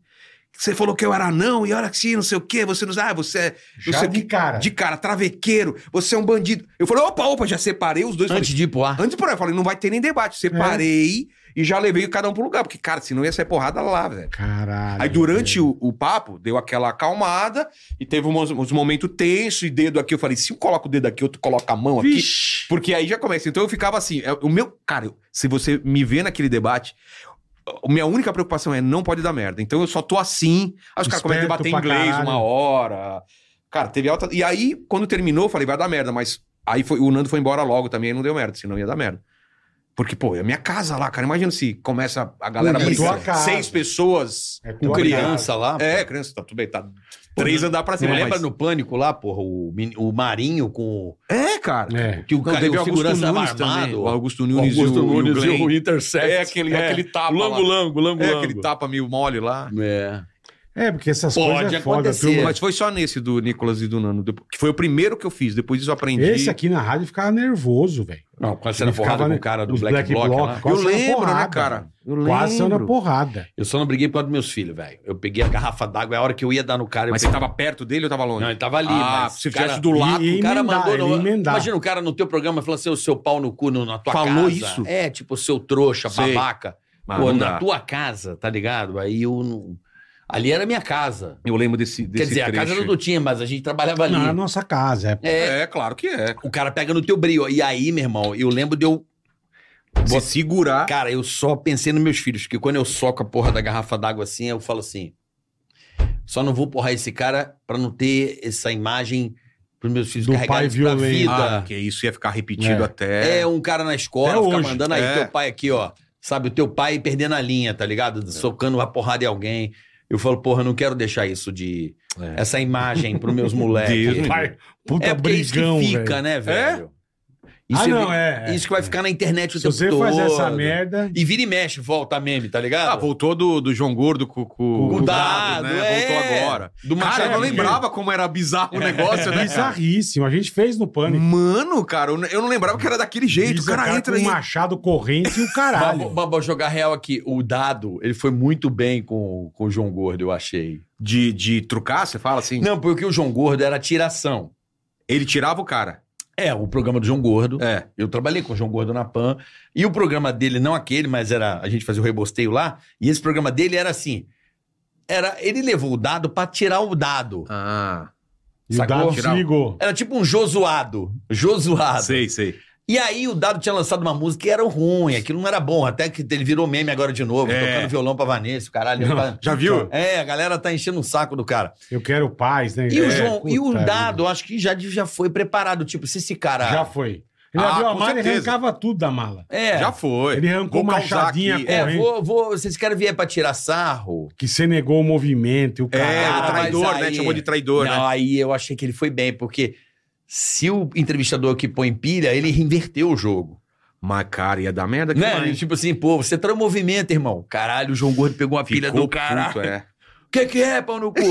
[SPEAKER 1] Você falou que eu era não, e olha que sim, não sei o quê, você não. Ah, você é. não
[SPEAKER 3] Já
[SPEAKER 1] sei o
[SPEAKER 3] de
[SPEAKER 1] quê.
[SPEAKER 3] cara.
[SPEAKER 1] De cara, travequeiro, você é um bandido. Eu falei, opa, opa, já separei os dois. Falei,
[SPEAKER 4] Antes de ir pro ar.
[SPEAKER 1] Antes por aí, eu falei, não vai ter nem debate. Separei e já levei cada um pro lugar, porque, cara, senão ia sair porrada lá, velho.
[SPEAKER 3] Caralho.
[SPEAKER 1] Aí durante
[SPEAKER 3] velho.
[SPEAKER 1] o, o papo, deu aquela acalmada e teve uns, uns momentos tenso e dedo aqui. Eu falei, se um coloca o dedo aqui, outro coloca a mão um aqui.
[SPEAKER 3] Vixe.
[SPEAKER 1] Porque aí já começa. Então eu ficava assim, é, o meu. Cara, eu- se você me vê naquele debate. a Minha única preocupação é não pode dar merda. Então eu só tô assim. Aí os
[SPEAKER 3] Esperto
[SPEAKER 1] caras começam a debater em
[SPEAKER 3] pra
[SPEAKER 1] inglês
[SPEAKER 3] caralho.
[SPEAKER 1] uma hora. Cara, teve alta. E aí, quando terminou, eu falei, vai dar merda. Mas aí foi, o Nando foi embora logo também, aí não deu merda, senão ia dar merda. Porque, pô, é a minha casa lá, cara. Imagina se começa a galera
[SPEAKER 4] Com
[SPEAKER 1] brigar.
[SPEAKER 3] É tua casa.
[SPEAKER 1] Seis pessoas.
[SPEAKER 3] É com
[SPEAKER 4] Com
[SPEAKER 3] tua
[SPEAKER 4] criança lá.
[SPEAKER 1] É, criança, tá tudo bem, tá três andar pra
[SPEAKER 4] Você
[SPEAKER 1] cima.
[SPEAKER 4] lembra
[SPEAKER 1] mas-
[SPEAKER 4] no pânico lá, porra, o, meni- o Marinho com
[SPEAKER 1] É, cara.
[SPEAKER 3] É.
[SPEAKER 4] que o
[SPEAKER 1] Não,
[SPEAKER 4] cara
[SPEAKER 1] teve
[SPEAKER 4] o
[SPEAKER 1] o Augusto
[SPEAKER 4] segurança tava
[SPEAKER 1] Nunes também.
[SPEAKER 4] armado.
[SPEAKER 1] O Augusto Nunes,
[SPEAKER 4] Augusto
[SPEAKER 1] e o,
[SPEAKER 4] Nunes
[SPEAKER 1] e o Glenn.
[SPEAKER 4] Intercept.
[SPEAKER 1] É aquele,
[SPEAKER 4] É.
[SPEAKER 1] aquele tapa lá.
[SPEAKER 4] lango, lango,
[SPEAKER 1] É, aquele tapa meio mole lá.
[SPEAKER 4] É.
[SPEAKER 3] É, porque essas
[SPEAKER 4] Pode
[SPEAKER 3] coisas é foda.
[SPEAKER 4] acontecer.
[SPEAKER 3] turma.
[SPEAKER 1] Mas foi só nesse do Nicolas e do Nano. depo- Que foi o primeiro que eu fiz. Depois disso eu aprendi.
[SPEAKER 3] Esse aqui na rádio ficava nervoso, velho.
[SPEAKER 4] Não, quase sendo
[SPEAKER 3] Ele
[SPEAKER 4] porrada
[SPEAKER 3] ficava,
[SPEAKER 4] com
[SPEAKER 3] né,
[SPEAKER 4] o cara do
[SPEAKER 3] os
[SPEAKER 4] Black, Block. lá.
[SPEAKER 3] quase saiu
[SPEAKER 1] Eu
[SPEAKER 3] na
[SPEAKER 1] lembro, né,
[SPEAKER 3] porrada,
[SPEAKER 1] cara?
[SPEAKER 3] velho.
[SPEAKER 1] Eu
[SPEAKER 3] Quase saiu na
[SPEAKER 1] lembro.
[SPEAKER 3] porrada.
[SPEAKER 4] Eu só não briguei por causa dos meus filhos, velho. Eu peguei a garrafa d'água, é a hora que eu ia dar no cara... eu
[SPEAKER 1] Mas você
[SPEAKER 4] peguei-
[SPEAKER 1] tava perto dele ou tava longe?
[SPEAKER 4] Não, ele tava ali,
[SPEAKER 1] Ah,
[SPEAKER 4] mas...
[SPEAKER 1] se
[SPEAKER 4] o cara-
[SPEAKER 1] tivesse do lado,
[SPEAKER 3] E-
[SPEAKER 4] O cara
[SPEAKER 3] emendar,
[SPEAKER 4] mandou.
[SPEAKER 3] ele
[SPEAKER 4] no-
[SPEAKER 3] emendar.
[SPEAKER 4] Imagina o cara no teu programa falando assim: o seu pau no cu no- na tua casa.
[SPEAKER 1] Falou isso?
[SPEAKER 4] É, tipo, seu trouxa,
[SPEAKER 1] Sei.
[SPEAKER 4] babaca.
[SPEAKER 1] Mas
[SPEAKER 4] Pô,
[SPEAKER 1] não
[SPEAKER 4] na
[SPEAKER 1] dá.
[SPEAKER 4] tua casa, tá ligado? Aí eu não. Ali era minha casa.
[SPEAKER 1] Eu lembro desse, desse
[SPEAKER 4] Quer dizer, a casa
[SPEAKER 1] trecho. Ah,
[SPEAKER 4] era do Tim, mas a gente trabalhava ali.
[SPEAKER 3] Na nossa casa, é.
[SPEAKER 4] É,
[SPEAKER 1] É, claro que é.
[SPEAKER 4] o cara pega no teu brilho. E aí, meu irmão, eu lembro de eu.
[SPEAKER 1] Se segurar.
[SPEAKER 4] Cara, eu só pensei nos meus filhos, que quando eu soco a porra da garrafa d'água assim, eu falo assim: só não vou porrar esse cara pra não ter essa imagem pros meus filhos
[SPEAKER 3] Do
[SPEAKER 4] carregarem
[SPEAKER 3] pai
[SPEAKER 4] pra
[SPEAKER 3] violento.
[SPEAKER 4] vida.
[SPEAKER 1] Ah, porque isso ia ficar repetido
[SPEAKER 3] É.
[SPEAKER 1] até.
[SPEAKER 4] É um cara na escola,
[SPEAKER 3] Até
[SPEAKER 4] fica
[SPEAKER 3] hoje.
[SPEAKER 4] mandando aí
[SPEAKER 1] É.
[SPEAKER 4] teu pai aqui, ó. Sabe, o teu pai perdendo a linha, tá
[SPEAKER 1] É.
[SPEAKER 4] ligado? Socando a porrada de alguém. Eu falo, porra, eu não quero deixar isso de.
[SPEAKER 1] É.
[SPEAKER 4] Essa imagem pros meus
[SPEAKER 1] Deus
[SPEAKER 4] moleques.
[SPEAKER 1] me
[SPEAKER 3] Pai, puta
[SPEAKER 4] É porque é isso
[SPEAKER 3] brigão,
[SPEAKER 4] que fica,
[SPEAKER 3] velho.
[SPEAKER 4] né, velho? Isso
[SPEAKER 3] Ah, não,
[SPEAKER 4] vi-
[SPEAKER 3] é. é.
[SPEAKER 4] Isso que vai ficar na internet o
[SPEAKER 3] Se
[SPEAKER 4] tempo
[SPEAKER 3] você
[SPEAKER 4] todo.
[SPEAKER 3] faz essa merda,
[SPEAKER 4] E vira e mexe, volta a meme, tá ligado?
[SPEAKER 1] Ah, voltou do, do João Gordo com, né? com,
[SPEAKER 4] Com
[SPEAKER 1] com
[SPEAKER 4] o dado,
[SPEAKER 1] Voltou
[SPEAKER 4] é.
[SPEAKER 1] agora.
[SPEAKER 4] Do
[SPEAKER 1] Cara, eu não
[SPEAKER 4] Machado.
[SPEAKER 1] lembrava como era bizarro o negócio, né? cara?
[SPEAKER 3] bizarríssimo. A gente fez no pânico.
[SPEAKER 1] Mano, cara, eu n- eu não lembrava que era daquele jeito.
[SPEAKER 3] Diz
[SPEAKER 1] O cara, entra
[SPEAKER 3] com
[SPEAKER 1] aí.
[SPEAKER 3] um machado corrente e o caralho.
[SPEAKER 4] Mas vou jogar real aqui. O Dado, ele foi muito bem com, com o João Gordo, eu achei.
[SPEAKER 1] De, de trucar, você fala assim?
[SPEAKER 4] Não, porque o João Gordo era tiração.
[SPEAKER 1] Ele tirava o cara.
[SPEAKER 4] É, o programa do João Gordo.
[SPEAKER 1] É.
[SPEAKER 4] Eu trabalhei com o João Gordo na PAN. E o programa dele, não aquele, mas era. A gente fazia o rebosteio lá. E esse programa dele era assim. Era, ele levou o dado pra tirar o dado.
[SPEAKER 1] Ah.
[SPEAKER 3] e o
[SPEAKER 4] sacou?
[SPEAKER 3] Dado se
[SPEAKER 1] Tirava.
[SPEAKER 3] ligou.
[SPEAKER 4] Era tipo um josuado. Josuado.
[SPEAKER 1] Sei, sei.
[SPEAKER 4] E aí o Dado tinha lançado uma música que era ruim, aquilo não era bom, até que ele virou meme agora de novo,
[SPEAKER 1] É.
[SPEAKER 4] tocando violão pra Vanessa, o caralho. tá-
[SPEAKER 1] Já viu?
[SPEAKER 4] É, a galera tá enchendo o saco do cara.
[SPEAKER 3] Eu quero paz, né?
[SPEAKER 4] E
[SPEAKER 3] É,
[SPEAKER 4] o João, e o
[SPEAKER 3] puta
[SPEAKER 4] Dado, acho que já, já foi preparado, tipo, se esse cara...
[SPEAKER 3] vida. Já foi. Ele
[SPEAKER 1] Ah,
[SPEAKER 3] abriu a
[SPEAKER 1] com
[SPEAKER 3] mala e
[SPEAKER 1] certeza.
[SPEAKER 3] arrancava tudo da mala.
[SPEAKER 4] É,
[SPEAKER 1] Já foi.
[SPEAKER 3] Ele arrancou
[SPEAKER 1] Vou causar
[SPEAKER 3] machadinha
[SPEAKER 1] aqui.
[SPEAKER 3] com-
[SPEAKER 1] É,
[SPEAKER 4] é
[SPEAKER 3] foi.
[SPEAKER 4] vou, vou, se esse cara vier pra tirar sarro...
[SPEAKER 3] Que você negou o movimento e o
[SPEAKER 1] é,
[SPEAKER 3] caralho.
[SPEAKER 4] Ah,
[SPEAKER 1] o traidor,
[SPEAKER 4] mas
[SPEAKER 1] né?
[SPEAKER 4] aí-
[SPEAKER 1] Chamou de traidor,
[SPEAKER 4] não,
[SPEAKER 1] né?
[SPEAKER 4] aí eu achei que ele foi bem, porque se o entrevistador que põe pilha, ele inverteu o jogo.
[SPEAKER 1] Mas, cara, ia dar merda que
[SPEAKER 4] Né?
[SPEAKER 1] mais.
[SPEAKER 4] Ele, Tipo assim, pô, você tá no movimento, irmão. Caralho, o João Gordo pegou uma pilha
[SPEAKER 1] Ficou
[SPEAKER 4] do cara.
[SPEAKER 1] puto, é.
[SPEAKER 4] O que, que é, pau no cu?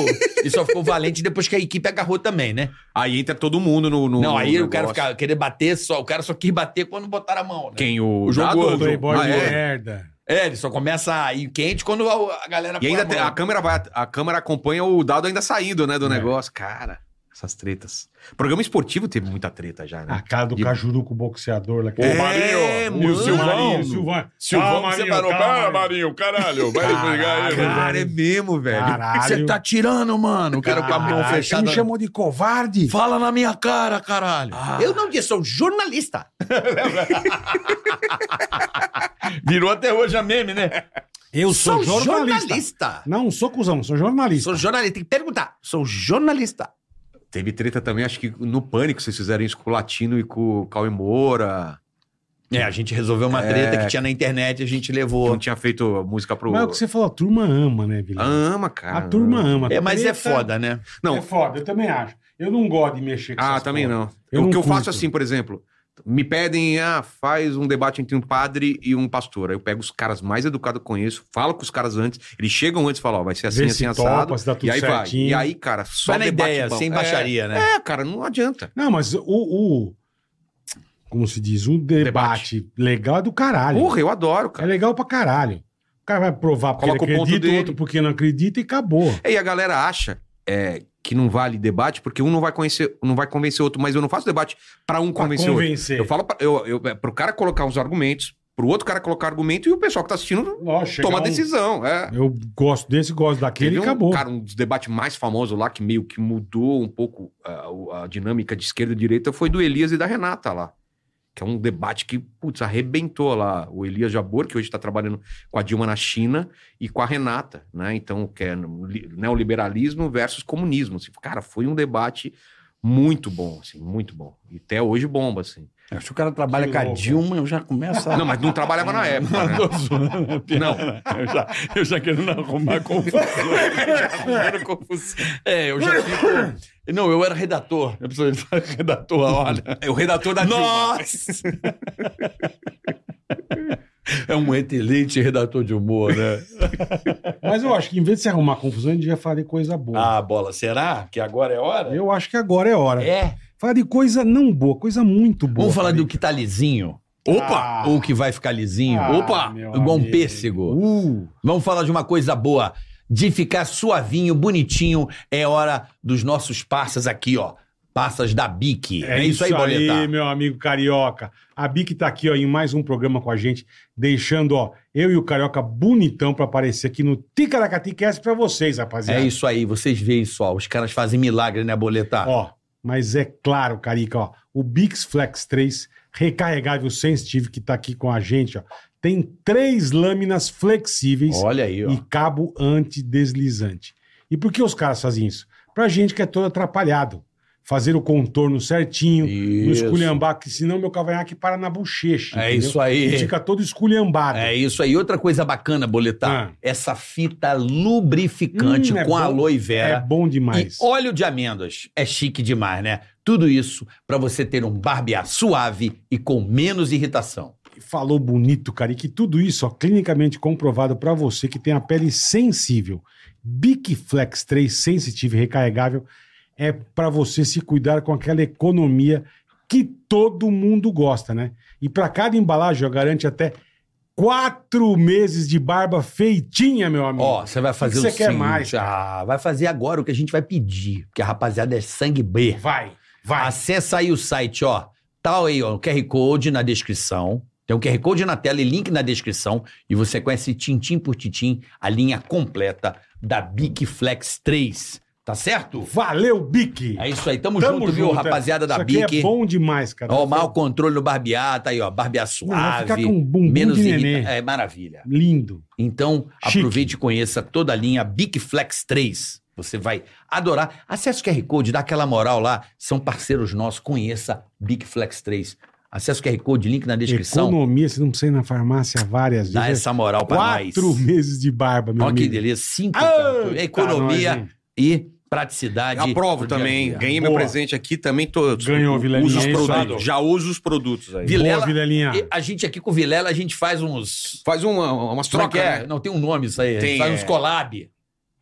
[SPEAKER 4] e só ficou valente depois que a equipe agarrou também, né?
[SPEAKER 1] Aí entra todo mundo no. no-
[SPEAKER 4] não,
[SPEAKER 1] no
[SPEAKER 4] aí o cara
[SPEAKER 1] negócio.
[SPEAKER 4] fica, querer bater só. O cara só quis bater quando botaram a mão, né?
[SPEAKER 1] Quem? O,
[SPEAKER 4] O João
[SPEAKER 1] Dado?
[SPEAKER 4] Gordo,
[SPEAKER 1] O João-
[SPEAKER 3] Playboy né?
[SPEAKER 1] Ah,
[SPEAKER 3] de
[SPEAKER 1] é.
[SPEAKER 3] merda.
[SPEAKER 4] É, ele só começa a ir quente quando a, a galera
[SPEAKER 1] E
[SPEAKER 4] põe
[SPEAKER 1] ainda
[SPEAKER 4] a
[SPEAKER 1] tem-
[SPEAKER 4] mão.
[SPEAKER 1] a câmera vai, a câmera acompanha o dado ainda saindo, né, do
[SPEAKER 3] É.
[SPEAKER 1] negócio. Cara, essas tretas. Programa esportivo teve muita treta já, né?
[SPEAKER 3] A cara do
[SPEAKER 1] De-
[SPEAKER 3] Cajuru com o boxeador lá. que-
[SPEAKER 1] É,
[SPEAKER 3] E o
[SPEAKER 1] mano.
[SPEAKER 3] Silvão? o Silvão.
[SPEAKER 6] Silvão,
[SPEAKER 3] Calma,
[SPEAKER 6] você
[SPEAKER 3] Marinho,
[SPEAKER 4] "Ah,
[SPEAKER 6] parou.
[SPEAKER 3] calma,
[SPEAKER 6] Para,
[SPEAKER 3] Marinho.
[SPEAKER 6] Marinho, caralho. Vai
[SPEAKER 3] Caralho.
[SPEAKER 6] brigar aí. mano.
[SPEAKER 1] Cara, é mesmo, velho.
[SPEAKER 4] O que
[SPEAKER 3] Caralho.
[SPEAKER 4] Você tá tirando, mano. O cara com a mão
[SPEAKER 3] Caralho,
[SPEAKER 4] fechada.
[SPEAKER 3] Me chamou de covarde.
[SPEAKER 4] Fala na minha cara, caralho.
[SPEAKER 1] Ah.
[SPEAKER 4] Eu não disse, sou jornalista. Virou até hoje a meme, né?
[SPEAKER 3] Eu sou, jornalista.
[SPEAKER 4] jornalista.
[SPEAKER 3] Não, sou cuzão, sou jornalista.
[SPEAKER 4] Sou jornalista. Tem que perguntar. Sou jornalista.
[SPEAKER 1] Teve treta também, acho que no Pânico vocês fizeram isso com o Latino e com o Cauê Moura.
[SPEAKER 4] É, a gente resolveu uma treta que tinha na internet e a gente
[SPEAKER 1] que Não
[SPEAKER 4] levou.
[SPEAKER 1] tinha feito música pro.
[SPEAKER 3] Mas é o que você falou, a turma ama, né,
[SPEAKER 1] Ah,
[SPEAKER 3] Vilela?
[SPEAKER 1] Ama, cara.
[SPEAKER 3] a turma ama.
[SPEAKER 4] É, mas é
[SPEAKER 3] Treta-
[SPEAKER 4] foda, né?
[SPEAKER 1] Não.
[SPEAKER 3] É foda, eu também acho. Eu não gosto de mexer com
[SPEAKER 1] Ah,
[SPEAKER 3] essas
[SPEAKER 1] também
[SPEAKER 3] porra.
[SPEAKER 1] não.
[SPEAKER 3] Eu
[SPEAKER 1] o
[SPEAKER 3] não
[SPEAKER 1] que eu faço
[SPEAKER 3] curto.
[SPEAKER 1] assim, por exemplo, me pedem, ah, faz um debate entre um padre e um pastor. Aí eu pego os caras mais educados que eu conheço, falo com os caras antes, eles chegam antes e falam, ó, vai ser assim,
[SPEAKER 3] Vê
[SPEAKER 1] assim,
[SPEAKER 3] se
[SPEAKER 1] assado.
[SPEAKER 3] topa, se dá tudo
[SPEAKER 1] e aí
[SPEAKER 3] certinho.
[SPEAKER 1] vai. E aí, cara,
[SPEAKER 4] Só
[SPEAKER 1] só
[SPEAKER 4] na
[SPEAKER 1] debate
[SPEAKER 4] ideia,
[SPEAKER 1] bom.
[SPEAKER 4] sem
[SPEAKER 1] É,
[SPEAKER 4] baixaria, né?
[SPEAKER 1] É, cara, não adianta.
[SPEAKER 3] Não, mas o, o- Como se diz? O debate, legal é do caralho.
[SPEAKER 1] Porra, eu adoro,
[SPEAKER 3] é
[SPEAKER 1] cara.
[SPEAKER 3] legal pra caralho. O cara vai provar porque
[SPEAKER 1] Coloca
[SPEAKER 3] ele
[SPEAKER 1] o ponto
[SPEAKER 3] acredita, o
[SPEAKER 1] dele.
[SPEAKER 3] outro porque não acredita e acabou.
[SPEAKER 1] E a galera acha é, que não vale debate porque um não vai conhecer, não vai convencer o outro, mas eu não faço debate pra um
[SPEAKER 3] Pra
[SPEAKER 1] convencer o outro.
[SPEAKER 3] convencer.
[SPEAKER 1] Eu falo pra, eu, eu, é, pro cara colocar uns argumentos, pro outro cara colocar argumento e o pessoal que tá assistindo
[SPEAKER 3] Lógico, chegar
[SPEAKER 1] toma a
[SPEAKER 3] um-
[SPEAKER 1] decisão. É.
[SPEAKER 3] Eu gosto desse, gosto daquele
[SPEAKER 1] Teve
[SPEAKER 3] e
[SPEAKER 1] um,
[SPEAKER 3] acabou.
[SPEAKER 1] Cara, um dos debates mais famosos lá, que meio que mudou um pouco ah, o- a, dinâmica de esquerda e direita, foi do Elias e da Renata lá. Que é um debate que, putz, arrebentou lá. O Elias Jabor, que hoje está trabalhando com a Dilma na China, e com a Renata, né? Então, que é no- li- neoliberalismo versus comunismo. Assim, cara, foi um debate muito bom, assim, muito bom. E até hoje bomba, assim.
[SPEAKER 4] Se É, o cara trabalha
[SPEAKER 3] Que louco.
[SPEAKER 4] eu já começo
[SPEAKER 1] Não, mas não trabalhava na época, né? Não.
[SPEAKER 6] Eu já, eu já querendo arrumar confusão.
[SPEAKER 4] É, eu já fico. Não, eu era redator. Eu preciso redator, olha.
[SPEAKER 1] É o redator da
[SPEAKER 4] Nossa! É um excelente redator de humor, né?
[SPEAKER 3] Mas eu acho que em vez de se arrumar confusão, a gente já falar de coisa boa.
[SPEAKER 4] Ah, bola, será que agora é hora?
[SPEAKER 3] Eu acho que agora é hora.
[SPEAKER 4] É.
[SPEAKER 3] Falar de coisa não boa, coisa muito boa.
[SPEAKER 4] Vamos falar
[SPEAKER 3] Carica.
[SPEAKER 4] do que tá lisinho.
[SPEAKER 3] Opa!
[SPEAKER 4] Ou que vai ficar lisinho.
[SPEAKER 3] Ah,
[SPEAKER 4] Opa!
[SPEAKER 3] meu
[SPEAKER 4] Igual um
[SPEAKER 3] amigo.
[SPEAKER 4] pêssego. Vamos falar de uma coisa boa. De ficar suavinho, bonitinho. É hora dos nossos parças aqui, ó. Passas da Bic. É, isso aí, Boletar.
[SPEAKER 3] meu amigo Carioca. A Bic tá aqui, ó, em mais um programa com a gente, deixando, ó, eu e o Carioca bonitão pra aparecer aqui no Ticaracatiquest pra vocês, rapaziada.
[SPEAKER 4] É isso aí, vocês veem só. Os caras fazem milagre, né, Boletar?
[SPEAKER 3] Ó, mas é claro, Carica, ó, o Bix Flex 3 recarregável sensitive que tá aqui com a gente, ó, tem três lâminas flexíveis
[SPEAKER 4] Olha aí, ó.
[SPEAKER 3] e cabo antideslizante. E por que os caras fazem isso? Pra gente que é todo atrapalhado. Fazer o contorno certinho, não
[SPEAKER 4] Isso.
[SPEAKER 3] esculhambar, que senão meu cavanhaque para na bochecha.
[SPEAKER 4] É
[SPEAKER 3] entendeu?
[SPEAKER 4] isso aí.
[SPEAKER 3] E fica todo esculhambado.
[SPEAKER 4] É isso aí. Outra coisa bacana, Boletar.
[SPEAKER 3] Ah.
[SPEAKER 4] Essa fita lubrificante
[SPEAKER 3] Hum, é
[SPEAKER 4] com
[SPEAKER 3] bom.
[SPEAKER 4] aloe vera.
[SPEAKER 3] É bom
[SPEAKER 4] E
[SPEAKER 3] demais.
[SPEAKER 4] óleo de amêndoas. É chique demais, né? Tudo isso pra você ter um barbear suave e com menos irritação.
[SPEAKER 3] Falou bonito, cara. E que tudo isso, ó, clinicamente comprovado pra você que tem a pele sensível. Bic Flex 3 sensitivo e recarregável é pra você se cuidar com aquela economia que todo mundo gosta, né? E pra cada embalagem, ó, garante até quatro meses de barba feitinha, meu amigo.
[SPEAKER 4] Ó, você vai fazer
[SPEAKER 3] Hum. que
[SPEAKER 4] o
[SPEAKER 3] você quer
[SPEAKER 4] seguinte,
[SPEAKER 3] mais,
[SPEAKER 4] ah, vai fazer agora o que a gente vai pedir, porque a rapaziada é sangue B.
[SPEAKER 3] Vai, vai.
[SPEAKER 4] Acessa aí o site, ó. Tá aí, ó, o QR Code na descrição. Tem um QR Code na tela e link na descrição. E você conhece tintim por tintim a linha completa da Bic Flex 3. Tá certo?
[SPEAKER 3] Valeu, Bic.
[SPEAKER 4] É isso aí. Tamo,
[SPEAKER 3] Tamo
[SPEAKER 4] junto, viu,
[SPEAKER 3] junto, é.
[SPEAKER 4] rapaziada da
[SPEAKER 3] Isso aqui
[SPEAKER 4] Bic.
[SPEAKER 3] é bom demais, cara.
[SPEAKER 4] Ó, o maior controle no barbear, tá aí, ó. Barbear
[SPEAKER 3] Não, vai
[SPEAKER 4] suave.
[SPEAKER 3] ficar com um bumbum
[SPEAKER 4] menos
[SPEAKER 3] de
[SPEAKER 4] irrita-
[SPEAKER 3] nenê.
[SPEAKER 4] É maravilha.
[SPEAKER 3] Lindo.
[SPEAKER 4] Então,
[SPEAKER 3] Chique.
[SPEAKER 4] aproveite e conheça toda a linha Big Flex 3. Você vai adorar. Acesse o QR Code, dá aquela moral lá. São parceiros nossos. Conheça Big Flex 3. Acesse o QR Code, link na descrição.
[SPEAKER 3] Economia, você não precisa ir na farmácia várias vezes.
[SPEAKER 4] Dá
[SPEAKER 3] É
[SPEAKER 4] essa moral pra nós.
[SPEAKER 3] Quatro meses de barba, meu
[SPEAKER 4] Olha que
[SPEAKER 3] amigo.
[SPEAKER 4] delícia. Cinco.
[SPEAKER 3] Ah,
[SPEAKER 4] cantos.
[SPEAKER 3] tá
[SPEAKER 4] Economia
[SPEAKER 3] nós, hein?
[SPEAKER 4] e praticidade. do
[SPEAKER 1] Aprovo
[SPEAKER 4] dia a
[SPEAKER 1] também.
[SPEAKER 4] dia.
[SPEAKER 1] Ganhei meu
[SPEAKER 3] Boa.
[SPEAKER 1] presente aqui também. Tô,
[SPEAKER 3] Ganhou, Vilela,
[SPEAKER 1] uso os
[SPEAKER 3] é isso
[SPEAKER 1] produtos.
[SPEAKER 3] aí.
[SPEAKER 1] Já uso os produtos aí.
[SPEAKER 4] Vi- Vilela-
[SPEAKER 3] Boa, Vilelinha.
[SPEAKER 4] E a gente aqui com o Vilela, a gente faz uns...
[SPEAKER 1] Faz uma, umas
[SPEAKER 4] Como é que
[SPEAKER 1] trocas.
[SPEAKER 4] é?
[SPEAKER 1] né?
[SPEAKER 4] Não, tem um nome isso aí. A gente
[SPEAKER 1] Tem,
[SPEAKER 4] faz
[SPEAKER 1] é.
[SPEAKER 4] uns collab.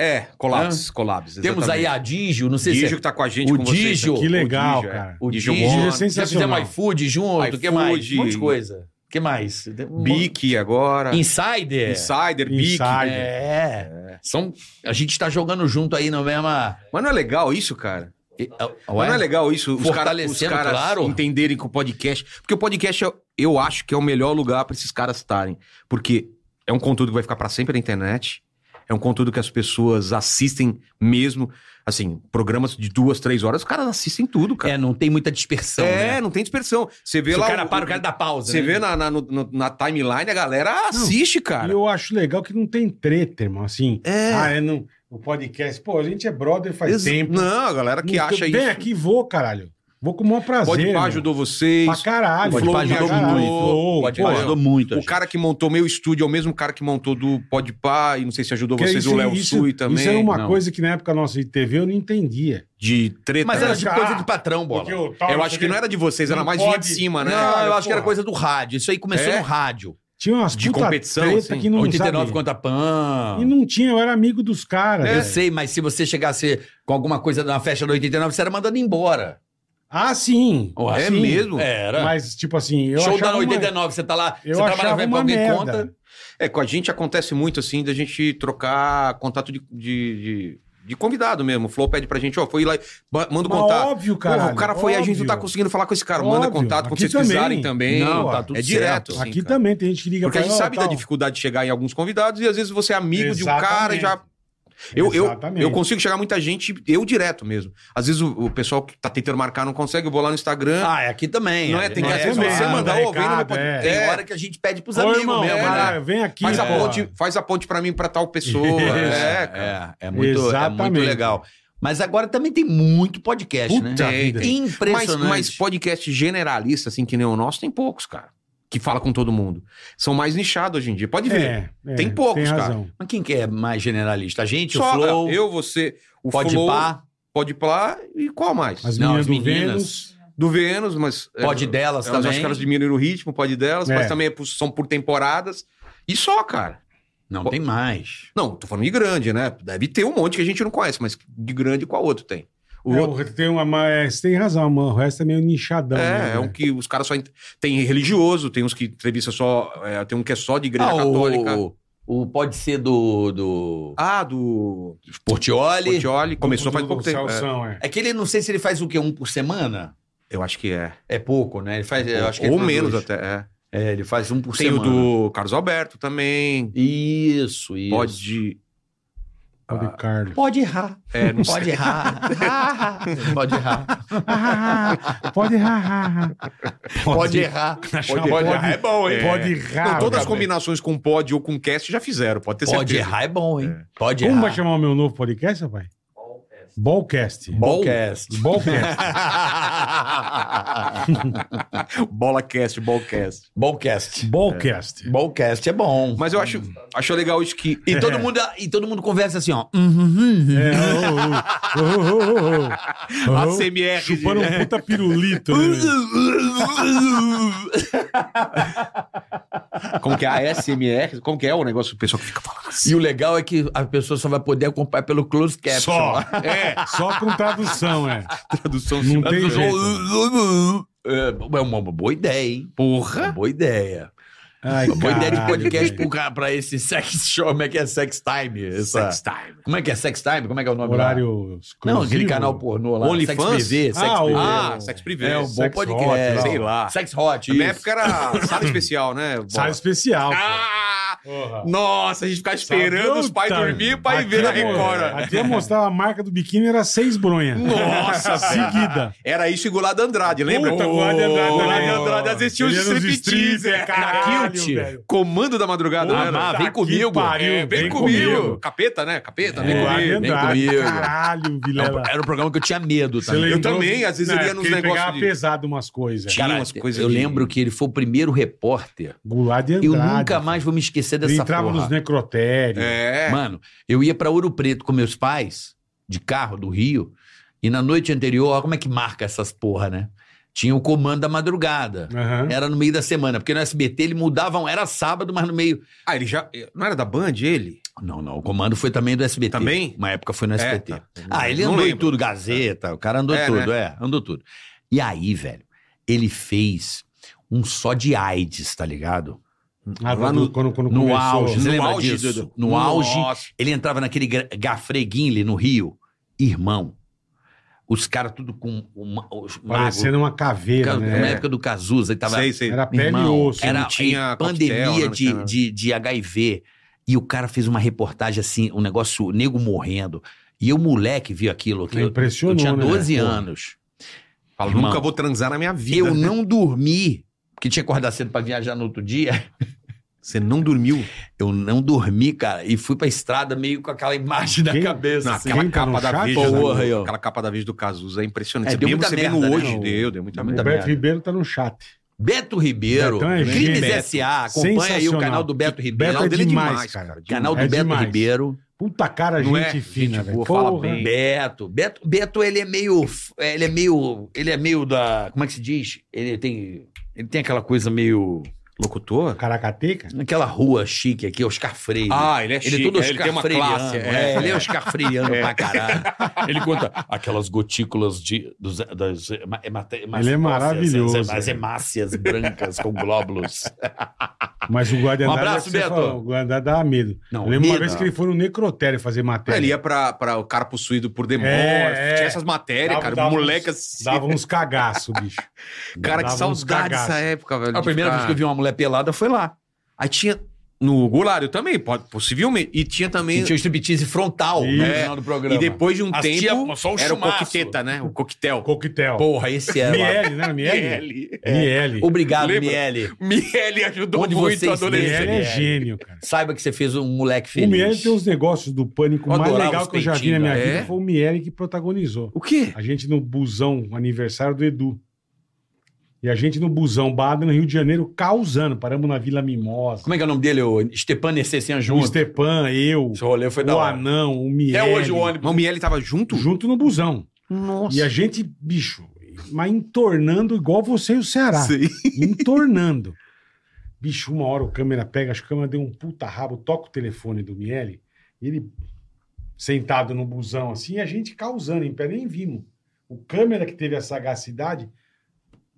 [SPEAKER 1] É, colapso, colapso.
[SPEAKER 4] Temos aí a Digio, não sei se
[SPEAKER 1] Digio
[SPEAKER 4] é...
[SPEAKER 1] que tá com a gente,
[SPEAKER 4] O
[SPEAKER 1] com vocês
[SPEAKER 4] Digio.
[SPEAKER 1] aqui.
[SPEAKER 3] Que legal,
[SPEAKER 1] Digio, é.
[SPEAKER 3] cara.
[SPEAKER 4] O
[SPEAKER 1] Digio
[SPEAKER 4] Digio,
[SPEAKER 1] Mono.
[SPEAKER 3] é
[SPEAKER 4] já
[SPEAKER 3] sensacional.
[SPEAKER 4] fizemos iFood junto, o que mais? Um
[SPEAKER 1] iFood.
[SPEAKER 4] monte de coisa. O que mais? Tem um monte-
[SPEAKER 1] Bic agora. É.
[SPEAKER 4] Insider.
[SPEAKER 1] Insider, Bic.
[SPEAKER 3] Insider.
[SPEAKER 4] É. São, a gente tá jogando junto aí na mesma...
[SPEAKER 1] Mas não é legal isso, cara?
[SPEAKER 4] E- ah,
[SPEAKER 1] Mas
[SPEAKER 4] Ué?
[SPEAKER 1] não é legal isso? Os, cara, os
[SPEAKER 4] Fortalecendo,
[SPEAKER 1] caras
[SPEAKER 4] claro.
[SPEAKER 1] entenderem que o podcast... Porque o podcast, eu, eu acho que é o melhor lugar pra esses caras estarem. Porque é um conteúdo que vai ficar pra sempre na internet. É um conteúdo que as pessoas assistem mesmo. Assim, programas de duas, três horas, os caras assistem tudo, cara.
[SPEAKER 4] É, não tem muita dispersão,
[SPEAKER 1] É,
[SPEAKER 4] né?
[SPEAKER 1] não tem dispersão. Você vê
[SPEAKER 4] Se o
[SPEAKER 1] lá...
[SPEAKER 4] cara para, o cara dá pausa.
[SPEAKER 1] Você
[SPEAKER 4] né?
[SPEAKER 1] vê na, na, no- no- na timeline, a galera assiste,
[SPEAKER 3] E
[SPEAKER 1] cara.
[SPEAKER 3] eu acho legal que não tem treta, irmão. Assim,
[SPEAKER 1] É.
[SPEAKER 3] ah, é no, o podcast. Pô, a gente é brother faz
[SPEAKER 1] Ex-
[SPEAKER 3] tempo.
[SPEAKER 1] Não, a galera que
[SPEAKER 3] Não-
[SPEAKER 1] acha
[SPEAKER 3] vem
[SPEAKER 1] isso.
[SPEAKER 3] aqui, vou, caralho. Vou com o maior prazer.
[SPEAKER 1] Pode
[SPEAKER 3] irmão.
[SPEAKER 1] pá, ajudou vocês.
[SPEAKER 3] Pra caralho.
[SPEAKER 1] O
[SPEAKER 4] Pode
[SPEAKER 1] Flow
[SPEAKER 4] pá,
[SPEAKER 1] me
[SPEAKER 4] ajudou
[SPEAKER 1] ajudou.
[SPEAKER 4] muito.
[SPEAKER 1] Flow,
[SPEAKER 4] Pode
[SPEAKER 1] pô,
[SPEAKER 4] pá, ajudou muito.
[SPEAKER 1] O cara que montou meu estúdio é o mesmo cara que montou do Pode Pá, e não sei se ajudou vocês, o Léo Sui também.
[SPEAKER 3] é Isso era uma
[SPEAKER 4] não.
[SPEAKER 3] coisa que na época nossa de TV eu não entendia.
[SPEAKER 1] De treta.
[SPEAKER 4] Mas era
[SPEAKER 1] né?
[SPEAKER 4] de
[SPEAKER 3] Ah,
[SPEAKER 4] coisa de patrão, bola.
[SPEAKER 3] Porque o tal-
[SPEAKER 1] Eu acho que não era de vocês, era
[SPEAKER 3] Não
[SPEAKER 1] mais vinha de
[SPEAKER 3] pode.
[SPEAKER 1] cima, né?
[SPEAKER 4] Não, eu
[SPEAKER 3] Cara,
[SPEAKER 4] acho que era
[SPEAKER 3] porra.
[SPEAKER 4] coisa do rádio. Isso aí começou
[SPEAKER 1] É?
[SPEAKER 4] no rádio.
[SPEAKER 3] Tinha umas
[SPEAKER 1] De
[SPEAKER 3] puta
[SPEAKER 1] competição,
[SPEAKER 3] treta
[SPEAKER 1] assim.
[SPEAKER 3] que não
[SPEAKER 4] 89
[SPEAKER 3] sabia.
[SPEAKER 4] contra Pan.
[SPEAKER 3] E não tinha, eu era amigo dos caras. Assim.
[SPEAKER 4] Eu
[SPEAKER 1] É.
[SPEAKER 3] velho.
[SPEAKER 4] sei, mas se você chegasse com alguma coisa na festa do 89, você era mandado embora.
[SPEAKER 3] Ah, sim.
[SPEAKER 1] É
[SPEAKER 3] sim.
[SPEAKER 1] mesmo?
[SPEAKER 4] Era.
[SPEAKER 3] Mas, tipo assim, eu
[SPEAKER 4] Show da
[SPEAKER 3] achava uma-
[SPEAKER 4] 89, você tá lá,
[SPEAKER 3] Eu
[SPEAKER 4] você trabalha
[SPEAKER 3] achava
[SPEAKER 4] vendo
[SPEAKER 3] uma
[SPEAKER 4] alguém
[SPEAKER 3] merda.
[SPEAKER 4] conta.
[SPEAKER 1] É, com a gente acontece muito assim, da gente trocar contato de. de- de- de convidado mesmo, o Flow pede pra gente, ó, foi lá, e- ba- manda
[SPEAKER 3] Mas
[SPEAKER 1] contar.
[SPEAKER 3] óbvio,
[SPEAKER 1] Porra,
[SPEAKER 3] caralho,
[SPEAKER 1] o cara foi, a gente
[SPEAKER 3] óbvio.
[SPEAKER 1] não tá conseguindo falar com esse cara, manda
[SPEAKER 3] Óbvio,
[SPEAKER 1] contato quando
[SPEAKER 3] aqui
[SPEAKER 1] vocês
[SPEAKER 3] também.
[SPEAKER 1] quiserem também.
[SPEAKER 4] Não,
[SPEAKER 1] Pô,
[SPEAKER 4] tá tudo
[SPEAKER 1] É direto.
[SPEAKER 4] certo.
[SPEAKER 1] assim,
[SPEAKER 3] Aqui
[SPEAKER 1] cara.
[SPEAKER 3] também tem gente que liga
[SPEAKER 1] Porque a
[SPEAKER 3] pra
[SPEAKER 1] gente
[SPEAKER 3] ela,
[SPEAKER 1] sabe
[SPEAKER 3] tal.
[SPEAKER 1] da dificuldade de chegar em alguns convidados e às vezes você é amigo de um cara e já. Eu, eu,
[SPEAKER 3] Exatamente.
[SPEAKER 1] eu consigo chegar muita gente, eu direto mesmo. Às vezes o, o pessoal que tá tentando marcar não consegue, eu vou lá no Instagram.
[SPEAKER 4] Ah, é aqui também.
[SPEAKER 1] não é? Tem que
[SPEAKER 3] é,
[SPEAKER 1] às vezes
[SPEAKER 3] também,
[SPEAKER 1] você
[SPEAKER 3] ah,
[SPEAKER 1] mandar, ô, vem no meu
[SPEAKER 3] recado,
[SPEAKER 1] podcast.
[SPEAKER 4] Tem
[SPEAKER 1] É,
[SPEAKER 4] hora que a gente pede pros
[SPEAKER 3] Ô,
[SPEAKER 4] amigos
[SPEAKER 3] irmão,
[SPEAKER 4] mesmo,
[SPEAKER 3] cara,
[SPEAKER 4] né?
[SPEAKER 3] vem aqui.
[SPEAKER 1] faz, a
[SPEAKER 3] porra.
[SPEAKER 1] ponte, faz a ponte pra mim pra tal pessoa. é, cara.
[SPEAKER 4] É, é, muito, é
[SPEAKER 3] Exatamente.
[SPEAKER 4] muito legal. Mas agora também tem muito podcast,
[SPEAKER 3] Puta
[SPEAKER 4] né?
[SPEAKER 3] vida.
[SPEAKER 1] Mas,
[SPEAKER 4] Impressionante.
[SPEAKER 1] mas podcast generalista, assim, que nem o nosso, tem poucos, cara. Que fala com todo mundo. São mais nichados hoje em dia. Pode ver.
[SPEAKER 3] É, é,
[SPEAKER 1] Tem poucos, cara.
[SPEAKER 3] razão.
[SPEAKER 4] Mas quem que é mais generalista? A gente,
[SPEAKER 1] Só
[SPEAKER 4] o Flow,
[SPEAKER 1] eu, você, o
[SPEAKER 4] o Pode
[SPEAKER 1] Flow,
[SPEAKER 4] Pá,
[SPEAKER 1] Pode Plá e qual mais?
[SPEAKER 3] As
[SPEAKER 4] Não,
[SPEAKER 3] meninas
[SPEAKER 4] as
[SPEAKER 3] do
[SPEAKER 4] meninas.
[SPEAKER 3] Vênus.
[SPEAKER 1] Do Vênus, mas. é,
[SPEAKER 4] Pode Delas
[SPEAKER 1] Elas acho
[SPEAKER 4] também.
[SPEAKER 1] que elas diminuíram o ritmo, pode delas,
[SPEAKER 3] É.
[SPEAKER 1] mas também é por- são por temporadas. E só, cara.
[SPEAKER 4] Não, tem mais.
[SPEAKER 1] Não, tô falando de grande, né? Deve ter um monte que a gente não conhece, mas de grande qual outro tem? O
[SPEAKER 3] É,
[SPEAKER 1] outro
[SPEAKER 3] o- tem uma, mas tem razão, mano. O resto é meio nichadão.
[SPEAKER 1] é,
[SPEAKER 3] né,
[SPEAKER 1] é um
[SPEAKER 3] velho?
[SPEAKER 1] que os caras só. ent- Tem religioso, tem uns que entrevista só. é, tem um que é só de igreja
[SPEAKER 4] Ah, o-
[SPEAKER 1] católica.
[SPEAKER 4] O, O pode ser do. do
[SPEAKER 1] Ah, do
[SPEAKER 4] Portioli.
[SPEAKER 1] Portioli. Começou faz pouco tempo. É,
[SPEAKER 3] Salsão, é.
[SPEAKER 4] É que ele não sei se ele faz o quê? Um por semana?
[SPEAKER 1] eu acho que é.
[SPEAKER 4] É pouco, né? Ele faz. Eu acho que ele
[SPEAKER 1] Ou
[SPEAKER 4] faz
[SPEAKER 1] menos
[SPEAKER 4] dois.
[SPEAKER 1] até. É.
[SPEAKER 4] É, ele faz um por
[SPEAKER 1] Tem
[SPEAKER 4] semana.
[SPEAKER 1] o do Carlos Alberto também.
[SPEAKER 4] Isso, isso.
[SPEAKER 1] Pode. Ah.
[SPEAKER 3] O de Carlos.
[SPEAKER 4] Pode errar.
[SPEAKER 1] É, não
[SPEAKER 4] Pode
[SPEAKER 1] sei.
[SPEAKER 4] errar. pode errar.
[SPEAKER 3] Pode errar.
[SPEAKER 4] Pode errar.
[SPEAKER 3] Pode,
[SPEAKER 6] Pode errar, é bom, hein?
[SPEAKER 3] Pode
[SPEAKER 1] Não,
[SPEAKER 3] errar.
[SPEAKER 1] todas as
[SPEAKER 3] velho.
[SPEAKER 1] combinações com pod ou com cast já fizeram, pode ter
[SPEAKER 4] Pode
[SPEAKER 1] certeza.
[SPEAKER 4] errar é bom, hein? Pode
[SPEAKER 3] Como vai
[SPEAKER 4] errar.
[SPEAKER 3] chamar o meu novo podcast, rapaz? Ballcast.
[SPEAKER 4] Ballcast.
[SPEAKER 3] Ballcast.
[SPEAKER 1] Bola cast, bolcast.
[SPEAKER 4] Ballcast.
[SPEAKER 3] Ballcast.
[SPEAKER 4] Ballcast é bom.
[SPEAKER 1] Mas eu acho, acho legal isso que.
[SPEAKER 4] E todo, mundo, e todo mundo conversa assim, ó.
[SPEAKER 3] É, ô, ô, ô, ô, ô, ô, ô.
[SPEAKER 1] ACMR.
[SPEAKER 3] Chupando um puta pirulito. né, velho?
[SPEAKER 1] Como que é a SMR? Como que é o negócio? O pessoal que fica falando assim.
[SPEAKER 4] E o legal é que a pessoa só vai poder acompanhar pelo closed caption.
[SPEAKER 3] Só. É. Só com tradução, é.
[SPEAKER 1] Tradução
[SPEAKER 3] Não tem
[SPEAKER 1] simultânea.
[SPEAKER 3] jeito.
[SPEAKER 4] É é uma boa ideia, hein? Uma
[SPEAKER 1] Porra.
[SPEAKER 4] boa ideia.
[SPEAKER 3] Ai,
[SPEAKER 4] Uma boa ideia de
[SPEAKER 3] caralho,
[SPEAKER 4] podcast
[SPEAKER 3] velho.
[SPEAKER 4] pro cara- pra esse sex show. Como é que é sex time? Essa...
[SPEAKER 1] Sex time.
[SPEAKER 4] Como é que é sex time? Como é que é o nome lá?
[SPEAKER 3] Horário exclusivo.
[SPEAKER 4] Não, aquele canal pornô lá.
[SPEAKER 1] OnlyFans?
[SPEAKER 4] Sex PV. Sex
[SPEAKER 3] Ah,
[SPEAKER 4] PV.
[SPEAKER 3] o-
[SPEAKER 1] Ah, sex privé.
[SPEAKER 4] é um bom
[SPEAKER 3] Sex
[SPEAKER 4] podcast.
[SPEAKER 3] Hot,
[SPEAKER 1] sei lá.
[SPEAKER 4] Sex Hot.
[SPEAKER 1] Na minha
[SPEAKER 4] isso.
[SPEAKER 1] época era sala especial, né? Bola?
[SPEAKER 3] Sala especial. pô.
[SPEAKER 1] Ah!
[SPEAKER 3] Porra.
[SPEAKER 1] Nossa, a gente ficava Ah, esperando os
[SPEAKER 3] Puta,
[SPEAKER 1] pais dormir e o pai
[SPEAKER 3] a
[SPEAKER 1] ver na
[SPEAKER 3] tia mo- A
[SPEAKER 1] Record. né?
[SPEAKER 3] tia mostrava a marca do biquíni, era seis bronhas.
[SPEAKER 1] Nossa,
[SPEAKER 3] Seguida.
[SPEAKER 1] Era isso e Gulado Andrade, lembra?
[SPEAKER 3] Puta, Gulado Andrade
[SPEAKER 1] Gulado
[SPEAKER 3] também.
[SPEAKER 1] Andrade assistia os
[SPEAKER 3] Ele era nos
[SPEAKER 1] striptease.
[SPEAKER 3] striptease,
[SPEAKER 1] é,
[SPEAKER 3] caralho,
[SPEAKER 1] Na Kilt.
[SPEAKER 3] velho.
[SPEAKER 1] Comando da Madrugada. não era?
[SPEAKER 4] Amar,
[SPEAKER 3] Puta
[SPEAKER 4] vem
[SPEAKER 3] que
[SPEAKER 4] comigo.
[SPEAKER 3] pariu,
[SPEAKER 4] É,
[SPEAKER 1] Vem,
[SPEAKER 3] vem
[SPEAKER 1] comigo.
[SPEAKER 3] comigo. É,
[SPEAKER 1] Capeta, né? Capeta, vem
[SPEAKER 3] Gulado
[SPEAKER 1] comigo.
[SPEAKER 4] vem
[SPEAKER 3] Andrade,
[SPEAKER 4] comigo.
[SPEAKER 3] Ah, Caralho, Vilela.
[SPEAKER 4] Era um programa que eu tinha medo
[SPEAKER 3] Você
[SPEAKER 4] também.
[SPEAKER 1] Eu
[SPEAKER 3] lembrou?
[SPEAKER 1] também, às vezes
[SPEAKER 3] Não,
[SPEAKER 1] ele ia nos
[SPEAKER 3] porque ele
[SPEAKER 1] negócios
[SPEAKER 3] pegava
[SPEAKER 1] de-
[SPEAKER 3] pesado umas coisas.
[SPEAKER 1] Tinha umas coisas
[SPEAKER 4] eu
[SPEAKER 1] de-
[SPEAKER 4] lembro que ele foi o primeiro repórter.
[SPEAKER 3] Goulart de Andrade.
[SPEAKER 4] Eu nunca mais vou me esquecer
[SPEAKER 3] Ele
[SPEAKER 4] dessa
[SPEAKER 3] entrava
[SPEAKER 4] porra.
[SPEAKER 3] nos necrotérios.
[SPEAKER 1] É.
[SPEAKER 4] Mano, eu ia pra Ouro Preto com meus pais, de carro, do Rio, e na noite anterior, olha como é que marca essas porra, né? Tinha o comando da madrugada.
[SPEAKER 3] Aham.
[SPEAKER 4] Era no meio da semana, porque no SBT ele mudavam, era sábado, mas no meio.
[SPEAKER 1] Ah, ele já. Não era da Band, ele?
[SPEAKER 4] Não, não, o comando foi também do SBT.
[SPEAKER 1] Também?
[SPEAKER 4] Uma época foi no SBT.
[SPEAKER 1] É, tá.
[SPEAKER 4] Ah, ele
[SPEAKER 1] Não
[SPEAKER 4] andou em
[SPEAKER 1] lembro.
[SPEAKER 4] tudo, Gazeta, o cara andou
[SPEAKER 1] É,
[SPEAKER 4] tudo, é, andou tudo. E aí, velho, ele fez um só de AIDS, tá ligado?
[SPEAKER 3] Ah,
[SPEAKER 1] Lá
[SPEAKER 3] quando-
[SPEAKER 1] no-
[SPEAKER 3] quando, quando
[SPEAKER 4] No
[SPEAKER 3] começou.
[SPEAKER 4] auge, você
[SPEAKER 1] No
[SPEAKER 4] lembra
[SPEAKER 1] auge, né?
[SPEAKER 4] disso?
[SPEAKER 1] Dudu.
[SPEAKER 4] No auge,
[SPEAKER 1] Nossa.
[SPEAKER 4] ele entrava naquele gra- Gafré Guinle, no Rio. Irmão, os caras tudo com... Uma, os magos.
[SPEAKER 3] Parecendo uma caveira,
[SPEAKER 4] Ca- Na
[SPEAKER 3] né?
[SPEAKER 4] época do Cazuza, ele tava...
[SPEAKER 1] Sei, sei.
[SPEAKER 3] Era pele
[SPEAKER 4] Irmão,
[SPEAKER 3] e osso.
[SPEAKER 4] Era
[SPEAKER 1] não tinha
[SPEAKER 4] pandemia
[SPEAKER 1] coquetel, né? Não tinha
[SPEAKER 4] de,
[SPEAKER 1] nada.
[SPEAKER 4] de, de HIV. E o cara fez uma reportagem assim, um negócio, o nego morrendo. E o moleque viu aquilo. Que
[SPEAKER 3] É,
[SPEAKER 4] eu, eu
[SPEAKER 3] impressionou,
[SPEAKER 4] tinha
[SPEAKER 3] né?
[SPEAKER 4] 12
[SPEAKER 3] Pô. né?
[SPEAKER 4] anos.
[SPEAKER 1] Fala,
[SPEAKER 4] Irmão,
[SPEAKER 1] nunca vou transar na minha vida.
[SPEAKER 4] Eu não dormi, porque tinha que acordar cedo pra viajar no outro dia.
[SPEAKER 1] Você não dormiu?
[SPEAKER 4] Eu não dormi, cara, e fui pra estrada meio com aquela imagem na
[SPEAKER 3] Quem?
[SPEAKER 4] cabeça.
[SPEAKER 1] Não,
[SPEAKER 4] assim.
[SPEAKER 1] aquela
[SPEAKER 3] Quem tá
[SPEAKER 1] capa
[SPEAKER 3] no
[SPEAKER 1] da
[SPEAKER 3] chat?
[SPEAKER 1] Veja. né?
[SPEAKER 4] Porra, aí, ó.
[SPEAKER 1] aquela capa da Veja do Cazuza é impressionante.
[SPEAKER 4] É,
[SPEAKER 1] Você
[SPEAKER 4] deu
[SPEAKER 1] mesmo
[SPEAKER 4] muita
[SPEAKER 1] você vendo
[SPEAKER 4] merda,
[SPEAKER 1] hoje,
[SPEAKER 4] né?
[SPEAKER 1] deu, deu
[SPEAKER 4] Muita
[SPEAKER 1] muita merda.
[SPEAKER 4] merda.
[SPEAKER 3] Roberto Ribeiro tá no chat.
[SPEAKER 4] Beto Ribeiro,
[SPEAKER 3] Betão é
[SPEAKER 4] Crimes
[SPEAKER 3] gênio.
[SPEAKER 4] S.A. Acompanha aí o
[SPEAKER 3] Sensacional.
[SPEAKER 4] canal do Beto Ribeiro.
[SPEAKER 3] Beto é
[SPEAKER 1] dele é
[SPEAKER 3] demais,
[SPEAKER 1] demais,
[SPEAKER 3] cara.
[SPEAKER 1] cara.
[SPEAKER 4] canal do
[SPEAKER 3] é
[SPEAKER 4] Beto
[SPEAKER 3] demais.
[SPEAKER 4] Ribeiro.
[SPEAKER 3] Puta cara,
[SPEAKER 1] Não
[SPEAKER 3] gente
[SPEAKER 1] é?
[SPEAKER 3] fina,
[SPEAKER 1] Gente
[SPEAKER 3] velho.
[SPEAKER 1] boa, fala
[SPEAKER 3] Porra.
[SPEAKER 1] bem.
[SPEAKER 4] Beto. Beto, Beto, ele é meio. Ele é meio. Ele é meio da. Como é que se diz? Ele tem. Ele tem aquela coisa meio.
[SPEAKER 1] Locutor?
[SPEAKER 3] Caracateca?
[SPEAKER 4] Naquela rua chique aqui, Oscar Freire.
[SPEAKER 6] Ah,
[SPEAKER 1] ele é
[SPEAKER 4] Ele é todo
[SPEAKER 1] é, ele tem
[SPEAKER 4] Oscar
[SPEAKER 1] uma
[SPEAKER 4] Freireano.
[SPEAKER 1] classe.
[SPEAKER 4] É,
[SPEAKER 1] É.
[SPEAKER 4] ele é Oscar Freireano pra caralho.
[SPEAKER 6] Ele conta aquelas gotículas de, dos, das hema- hemate-
[SPEAKER 3] Ele é maravilhoso,
[SPEAKER 6] As, as
[SPEAKER 3] é.
[SPEAKER 6] hemácias brancas com glóbulos.
[SPEAKER 3] Mas o Guardian
[SPEAKER 4] Um abraço, Beto.
[SPEAKER 3] O Guardian dá medo.
[SPEAKER 4] Não,
[SPEAKER 3] eu lembro uma
[SPEAKER 4] medo.
[SPEAKER 3] vez que ele foi no necrotério fazer matéria.
[SPEAKER 1] Ele ia pra, pra o cara possuído por demônios.
[SPEAKER 3] É, é.
[SPEAKER 1] Tinha essas matérias,
[SPEAKER 3] Dava-
[SPEAKER 1] cara.
[SPEAKER 3] dava
[SPEAKER 1] Moleque
[SPEAKER 3] uns-
[SPEAKER 1] assim.
[SPEAKER 3] Dava uns cagaço, bicho.
[SPEAKER 1] Cara, que
[SPEAKER 3] dava uns
[SPEAKER 1] saudade
[SPEAKER 3] cagaços.
[SPEAKER 1] dessa época, velho.
[SPEAKER 4] A
[SPEAKER 1] de
[SPEAKER 4] primeira
[SPEAKER 1] ficar-
[SPEAKER 4] vez que eu vi uma mulher pelada foi lá.
[SPEAKER 1] Aí tinha. No Gulário também, pode, possivelmente. E tinha também. É,
[SPEAKER 4] E tinha o striptease frontal né? no
[SPEAKER 3] Isso.
[SPEAKER 4] final do programa.
[SPEAKER 1] E depois de um
[SPEAKER 6] As
[SPEAKER 1] tempo.
[SPEAKER 6] tia- só o
[SPEAKER 1] era o
[SPEAKER 6] chumaço.
[SPEAKER 1] coqueteta, né? O coquetel.
[SPEAKER 3] Coquetel.
[SPEAKER 4] Porra, esse era.
[SPEAKER 3] Miele, né? Miele?
[SPEAKER 1] Miele. é.
[SPEAKER 3] Miele.
[SPEAKER 4] Obrigado,
[SPEAKER 1] Lembra?
[SPEAKER 4] Miele.
[SPEAKER 1] Miele ajudou
[SPEAKER 4] Onde
[SPEAKER 1] muito
[SPEAKER 4] vocês
[SPEAKER 1] a
[SPEAKER 3] Miele
[SPEAKER 1] adolescência.
[SPEAKER 3] é
[SPEAKER 4] Miele.
[SPEAKER 3] gênio, cara.
[SPEAKER 4] Saiba que você fez um moleque
[SPEAKER 3] O Miele
[SPEAKER 4] feliz.
[SPEAKER 3] tem uns negócios do pânico
[SPEAKER 4] Eu
[SPEAKER 3] mais
[SPEAKER 4] adorava
[SPEAKER 3] legal
[SPEAKER 4] os
[SPEAKER 3] que eu já vi na minha
[SPEAKER 1] peitinhos,
[SPEAKER 3] vida.
[SPEAKER 1] é?
[SPEAKER 3] Foi o Miele que protagonizou.
[SPEAKER 1] O quê?
[SPEAKER 3] A gente no busão, aniversário do Edu. E a gente no busão, Bada, no Rio de Janeiro, causando. Paramos na Vila Mimosa.
[SPEAKER 4] Como é que é o nome dele? O Stepan Essessian
[SPEAKER 3] O
[SPEAKER 1] é
[SPEAKER 4] Júnior.
[SPEAKER 3] Stepan, eu,
[SPEAKER 4] Esse rolê foi da
[SPEAKER 3] o
[SPEAKER 4] hora.
[SPEAKER 3] Anão, o Miele.
[SPEAKER 6] Até hoje o ônibus.
[SPEAKER 1] Mas o Miele tava junto?
[SPEAKER 3] Junto no busão.
[SPEAKER 1] Nossa.
[SPEAKER 3] E a gente, bicho, mas entornando igual você e o Ceará.
[SPEAKER 1] Sei.
[SPEAKER 3] entornando. Bicho, uma hora o câmera pega, acho que a câmera deu um puta rabo, toca o telefone do Miele, e ele sentado no busão assim, e a gente causando, em pé nem vimos. O câmera que teve a sagacidade.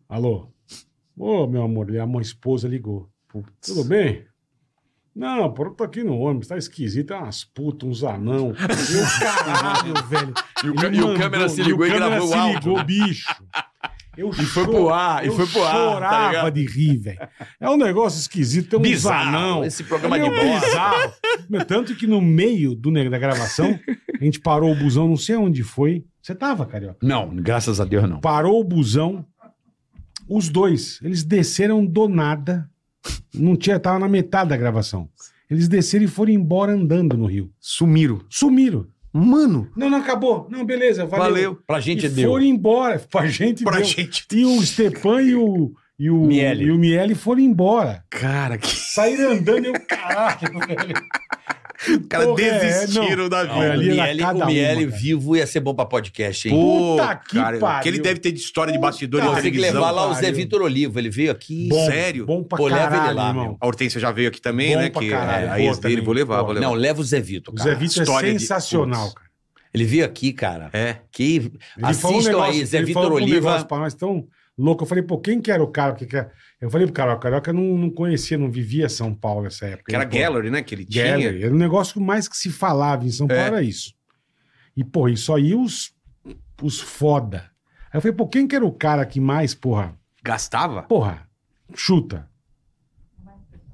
[SPEAKER 3] Alô? Ô, meu amor, a minha esposa ligou. Tudo bem? Não, pô, eu tô aqui no ônibus, tá esquisito, é umas putas, uns anão. E o caralho, velho.
[SPEAKER 4] E o, ca- e o
[SPEAKER 3] mandou-
[SPEAKER 4] câmera se ligou e,
[SPEAKER 3] câmera
[SPEAKER 4] gravou o
[SPEAKER 3] se
[SPEAKER 4] áudio.
[SPEAKER 3] ligou, bicho. Eu e
[SPEAKER 4] foi pro ar, e foi pro ar, tá
[SPEAKER 3] chorava
[SPEAKER 4] ligado?
[SPEAKER 3] de rir, velho. É um negócio esquisito, tem uns anão.
[SPEAKER 4] Esse programa
[SPEAKER 3] É
[SPEAKER 4] de
[SPEAKER 3] meio
[SPEAKER 4] bosta.
[SPEAKER 3] bizarro. Meu, Tanto que no meio do, ne- da gravação, a gente parou o busão, não sei onde foi. Você tava, Carioca?
[SPEAKER 4] Não, graças a Deus não.
[SPEAKER 3] Parou o busão. Os dois, eles desceram do nada. Não tinha, tava na metade da gravação. Eles desceram e foram embora andando no Rio.
[SPEAKER 1] Sumiram.
[SPEAKER 3] Sumiram.
[SPEAKER 1] Mano,
[SPEAKER 3] Não, não acabou. Não, beleza, valeu.
[SPEAKER 1] valeu.
[SPEAKER 4] Pra gente é
[SPEAKER 3] e
[SPEAKER 4] deu.
[SPEAKER 3] foram embora. Pra gente
[SPEAKER 1] Pra
[SPEAKER 3] deu.
[SPEAKER 1] gente.
[SPEAKER 3] E o Stepan e o, e o
[SPEAKER 4] Miele.
[SPEAKER 3] E o Miele foram embora.
[SPEAKER 1] Cara, que
[SPEAKER 3] Saíram andando e eu, caralho, velho.
[SPEAKER 1] cara
[SPEAKER 3] Porra, é,
[SPEAKER 1] desistiram da
[SPEAKER 4] Não,
[SPEAKER 3] Foi
[SPEAKER 1] vida.
[SPEAKER 3] ali
[SPEAKER 4] o
[SPEAKER 3] era
[SPEAKER 4] Miele,
[SPEAKER 3] cada
[SPEAKER 4] o Miele
[SPEAKER 3] uma, cara.
[SPEAKER 4] vivo ia ser bom pra podcast, hein?
[SPEAKER 1] Pô,
[SPEAKER 3] Puta que
[SPEAKER 1] cara, o que
[SPEAKER 3] pariu.
[SPEAKER 1] ele deve ter de história de
[SPEAKER 3] Puta,
[SPEAKER 1] bastidores de
[SPEAKER 4] Pô,
[SPEAKER 3] Pô,
[SPEAKER 4] tem que
[SPEAKER 1] televisão.
[SPEAKER 4] levar lá o Zé
[SPEAKER 3] pariu.
[SPEAKER 4] Vitor Olivo. Ele veio aqui.
[SPEAKER 1] Bom, Sério?
[SPEAKER 3] Bom pra
[SPEAKER 4] Pô, leva ele
[SPEAKER 3] caralho,
[SPEAKER 4] lá, meu.
[SPEAKER 3] irmão.
[SPEAKER 1] A Hortência já veio aqui também,
[SPEAKER 3] Bom
[SPEAKER 1] né?
[SPEAKER 3] pra
[SPEAKER 1] Que
[SPEAKER 3] caralho.
[SPEAKER 1] a ex
[SPEAKER 3] Pô,
[SPEAKER 1] dele,
[SPEAKER 3] também,
[SPEAKER 1] vou levar,
[SPEAKER 3] pô.
[SPEAKER 1] vou levar.
[SPEAKER 4] Não, leva o Zé Vitor,
[SPEAKER 3] O
[SPEAKER 4] cara.
[SPEAKER 3] Zé Vitor é
[SPEAKER 1] história de-
[SPEAKER 3] sensacional,
[SPEAKER 1] Putz.
[SPEAKER 3] cara.
[SPEAKER 4] Ele veio aqui, cara.
[SPEAKER 1] É.
[SPEAKER 4] Que...
[SPEAKER 3] Ele falou um
[SPEAKER 4] Assistam
[SPEAKER 3] negócio-
[SPEAKER 4] aí, Zé
[SPEAKER 3] ele
[SPEAKER 4] Vitor
[SPEAKER 3] falou um
[SPEAKER 4] Oliva.
[SPEAKER 3] negócio pra nós tão louco. Eu falei, pô, quem que era o cara? Que que era? Eu falei pro cara, o Carioca não, não conhecia, não vivia São Paulo nessa época.
[SPEAKER 1] Que era
[SPEAKER 3] Ele, pô,
[SPEAKER 1] Gallery, né? Que ele tinha.
[SPEAKER 3] Gallery. Era um negócio que mais que se falava em São Paulo,
[SPEAKER 1] É.
[SPEAKER 3] era isso. E, pô, isso aí os, os foda. Aí eu falei, pô, quem que era o cara que mais, porra,
[SPEAKER 1] Gastava
[SPEAKER 3] porra, chuta?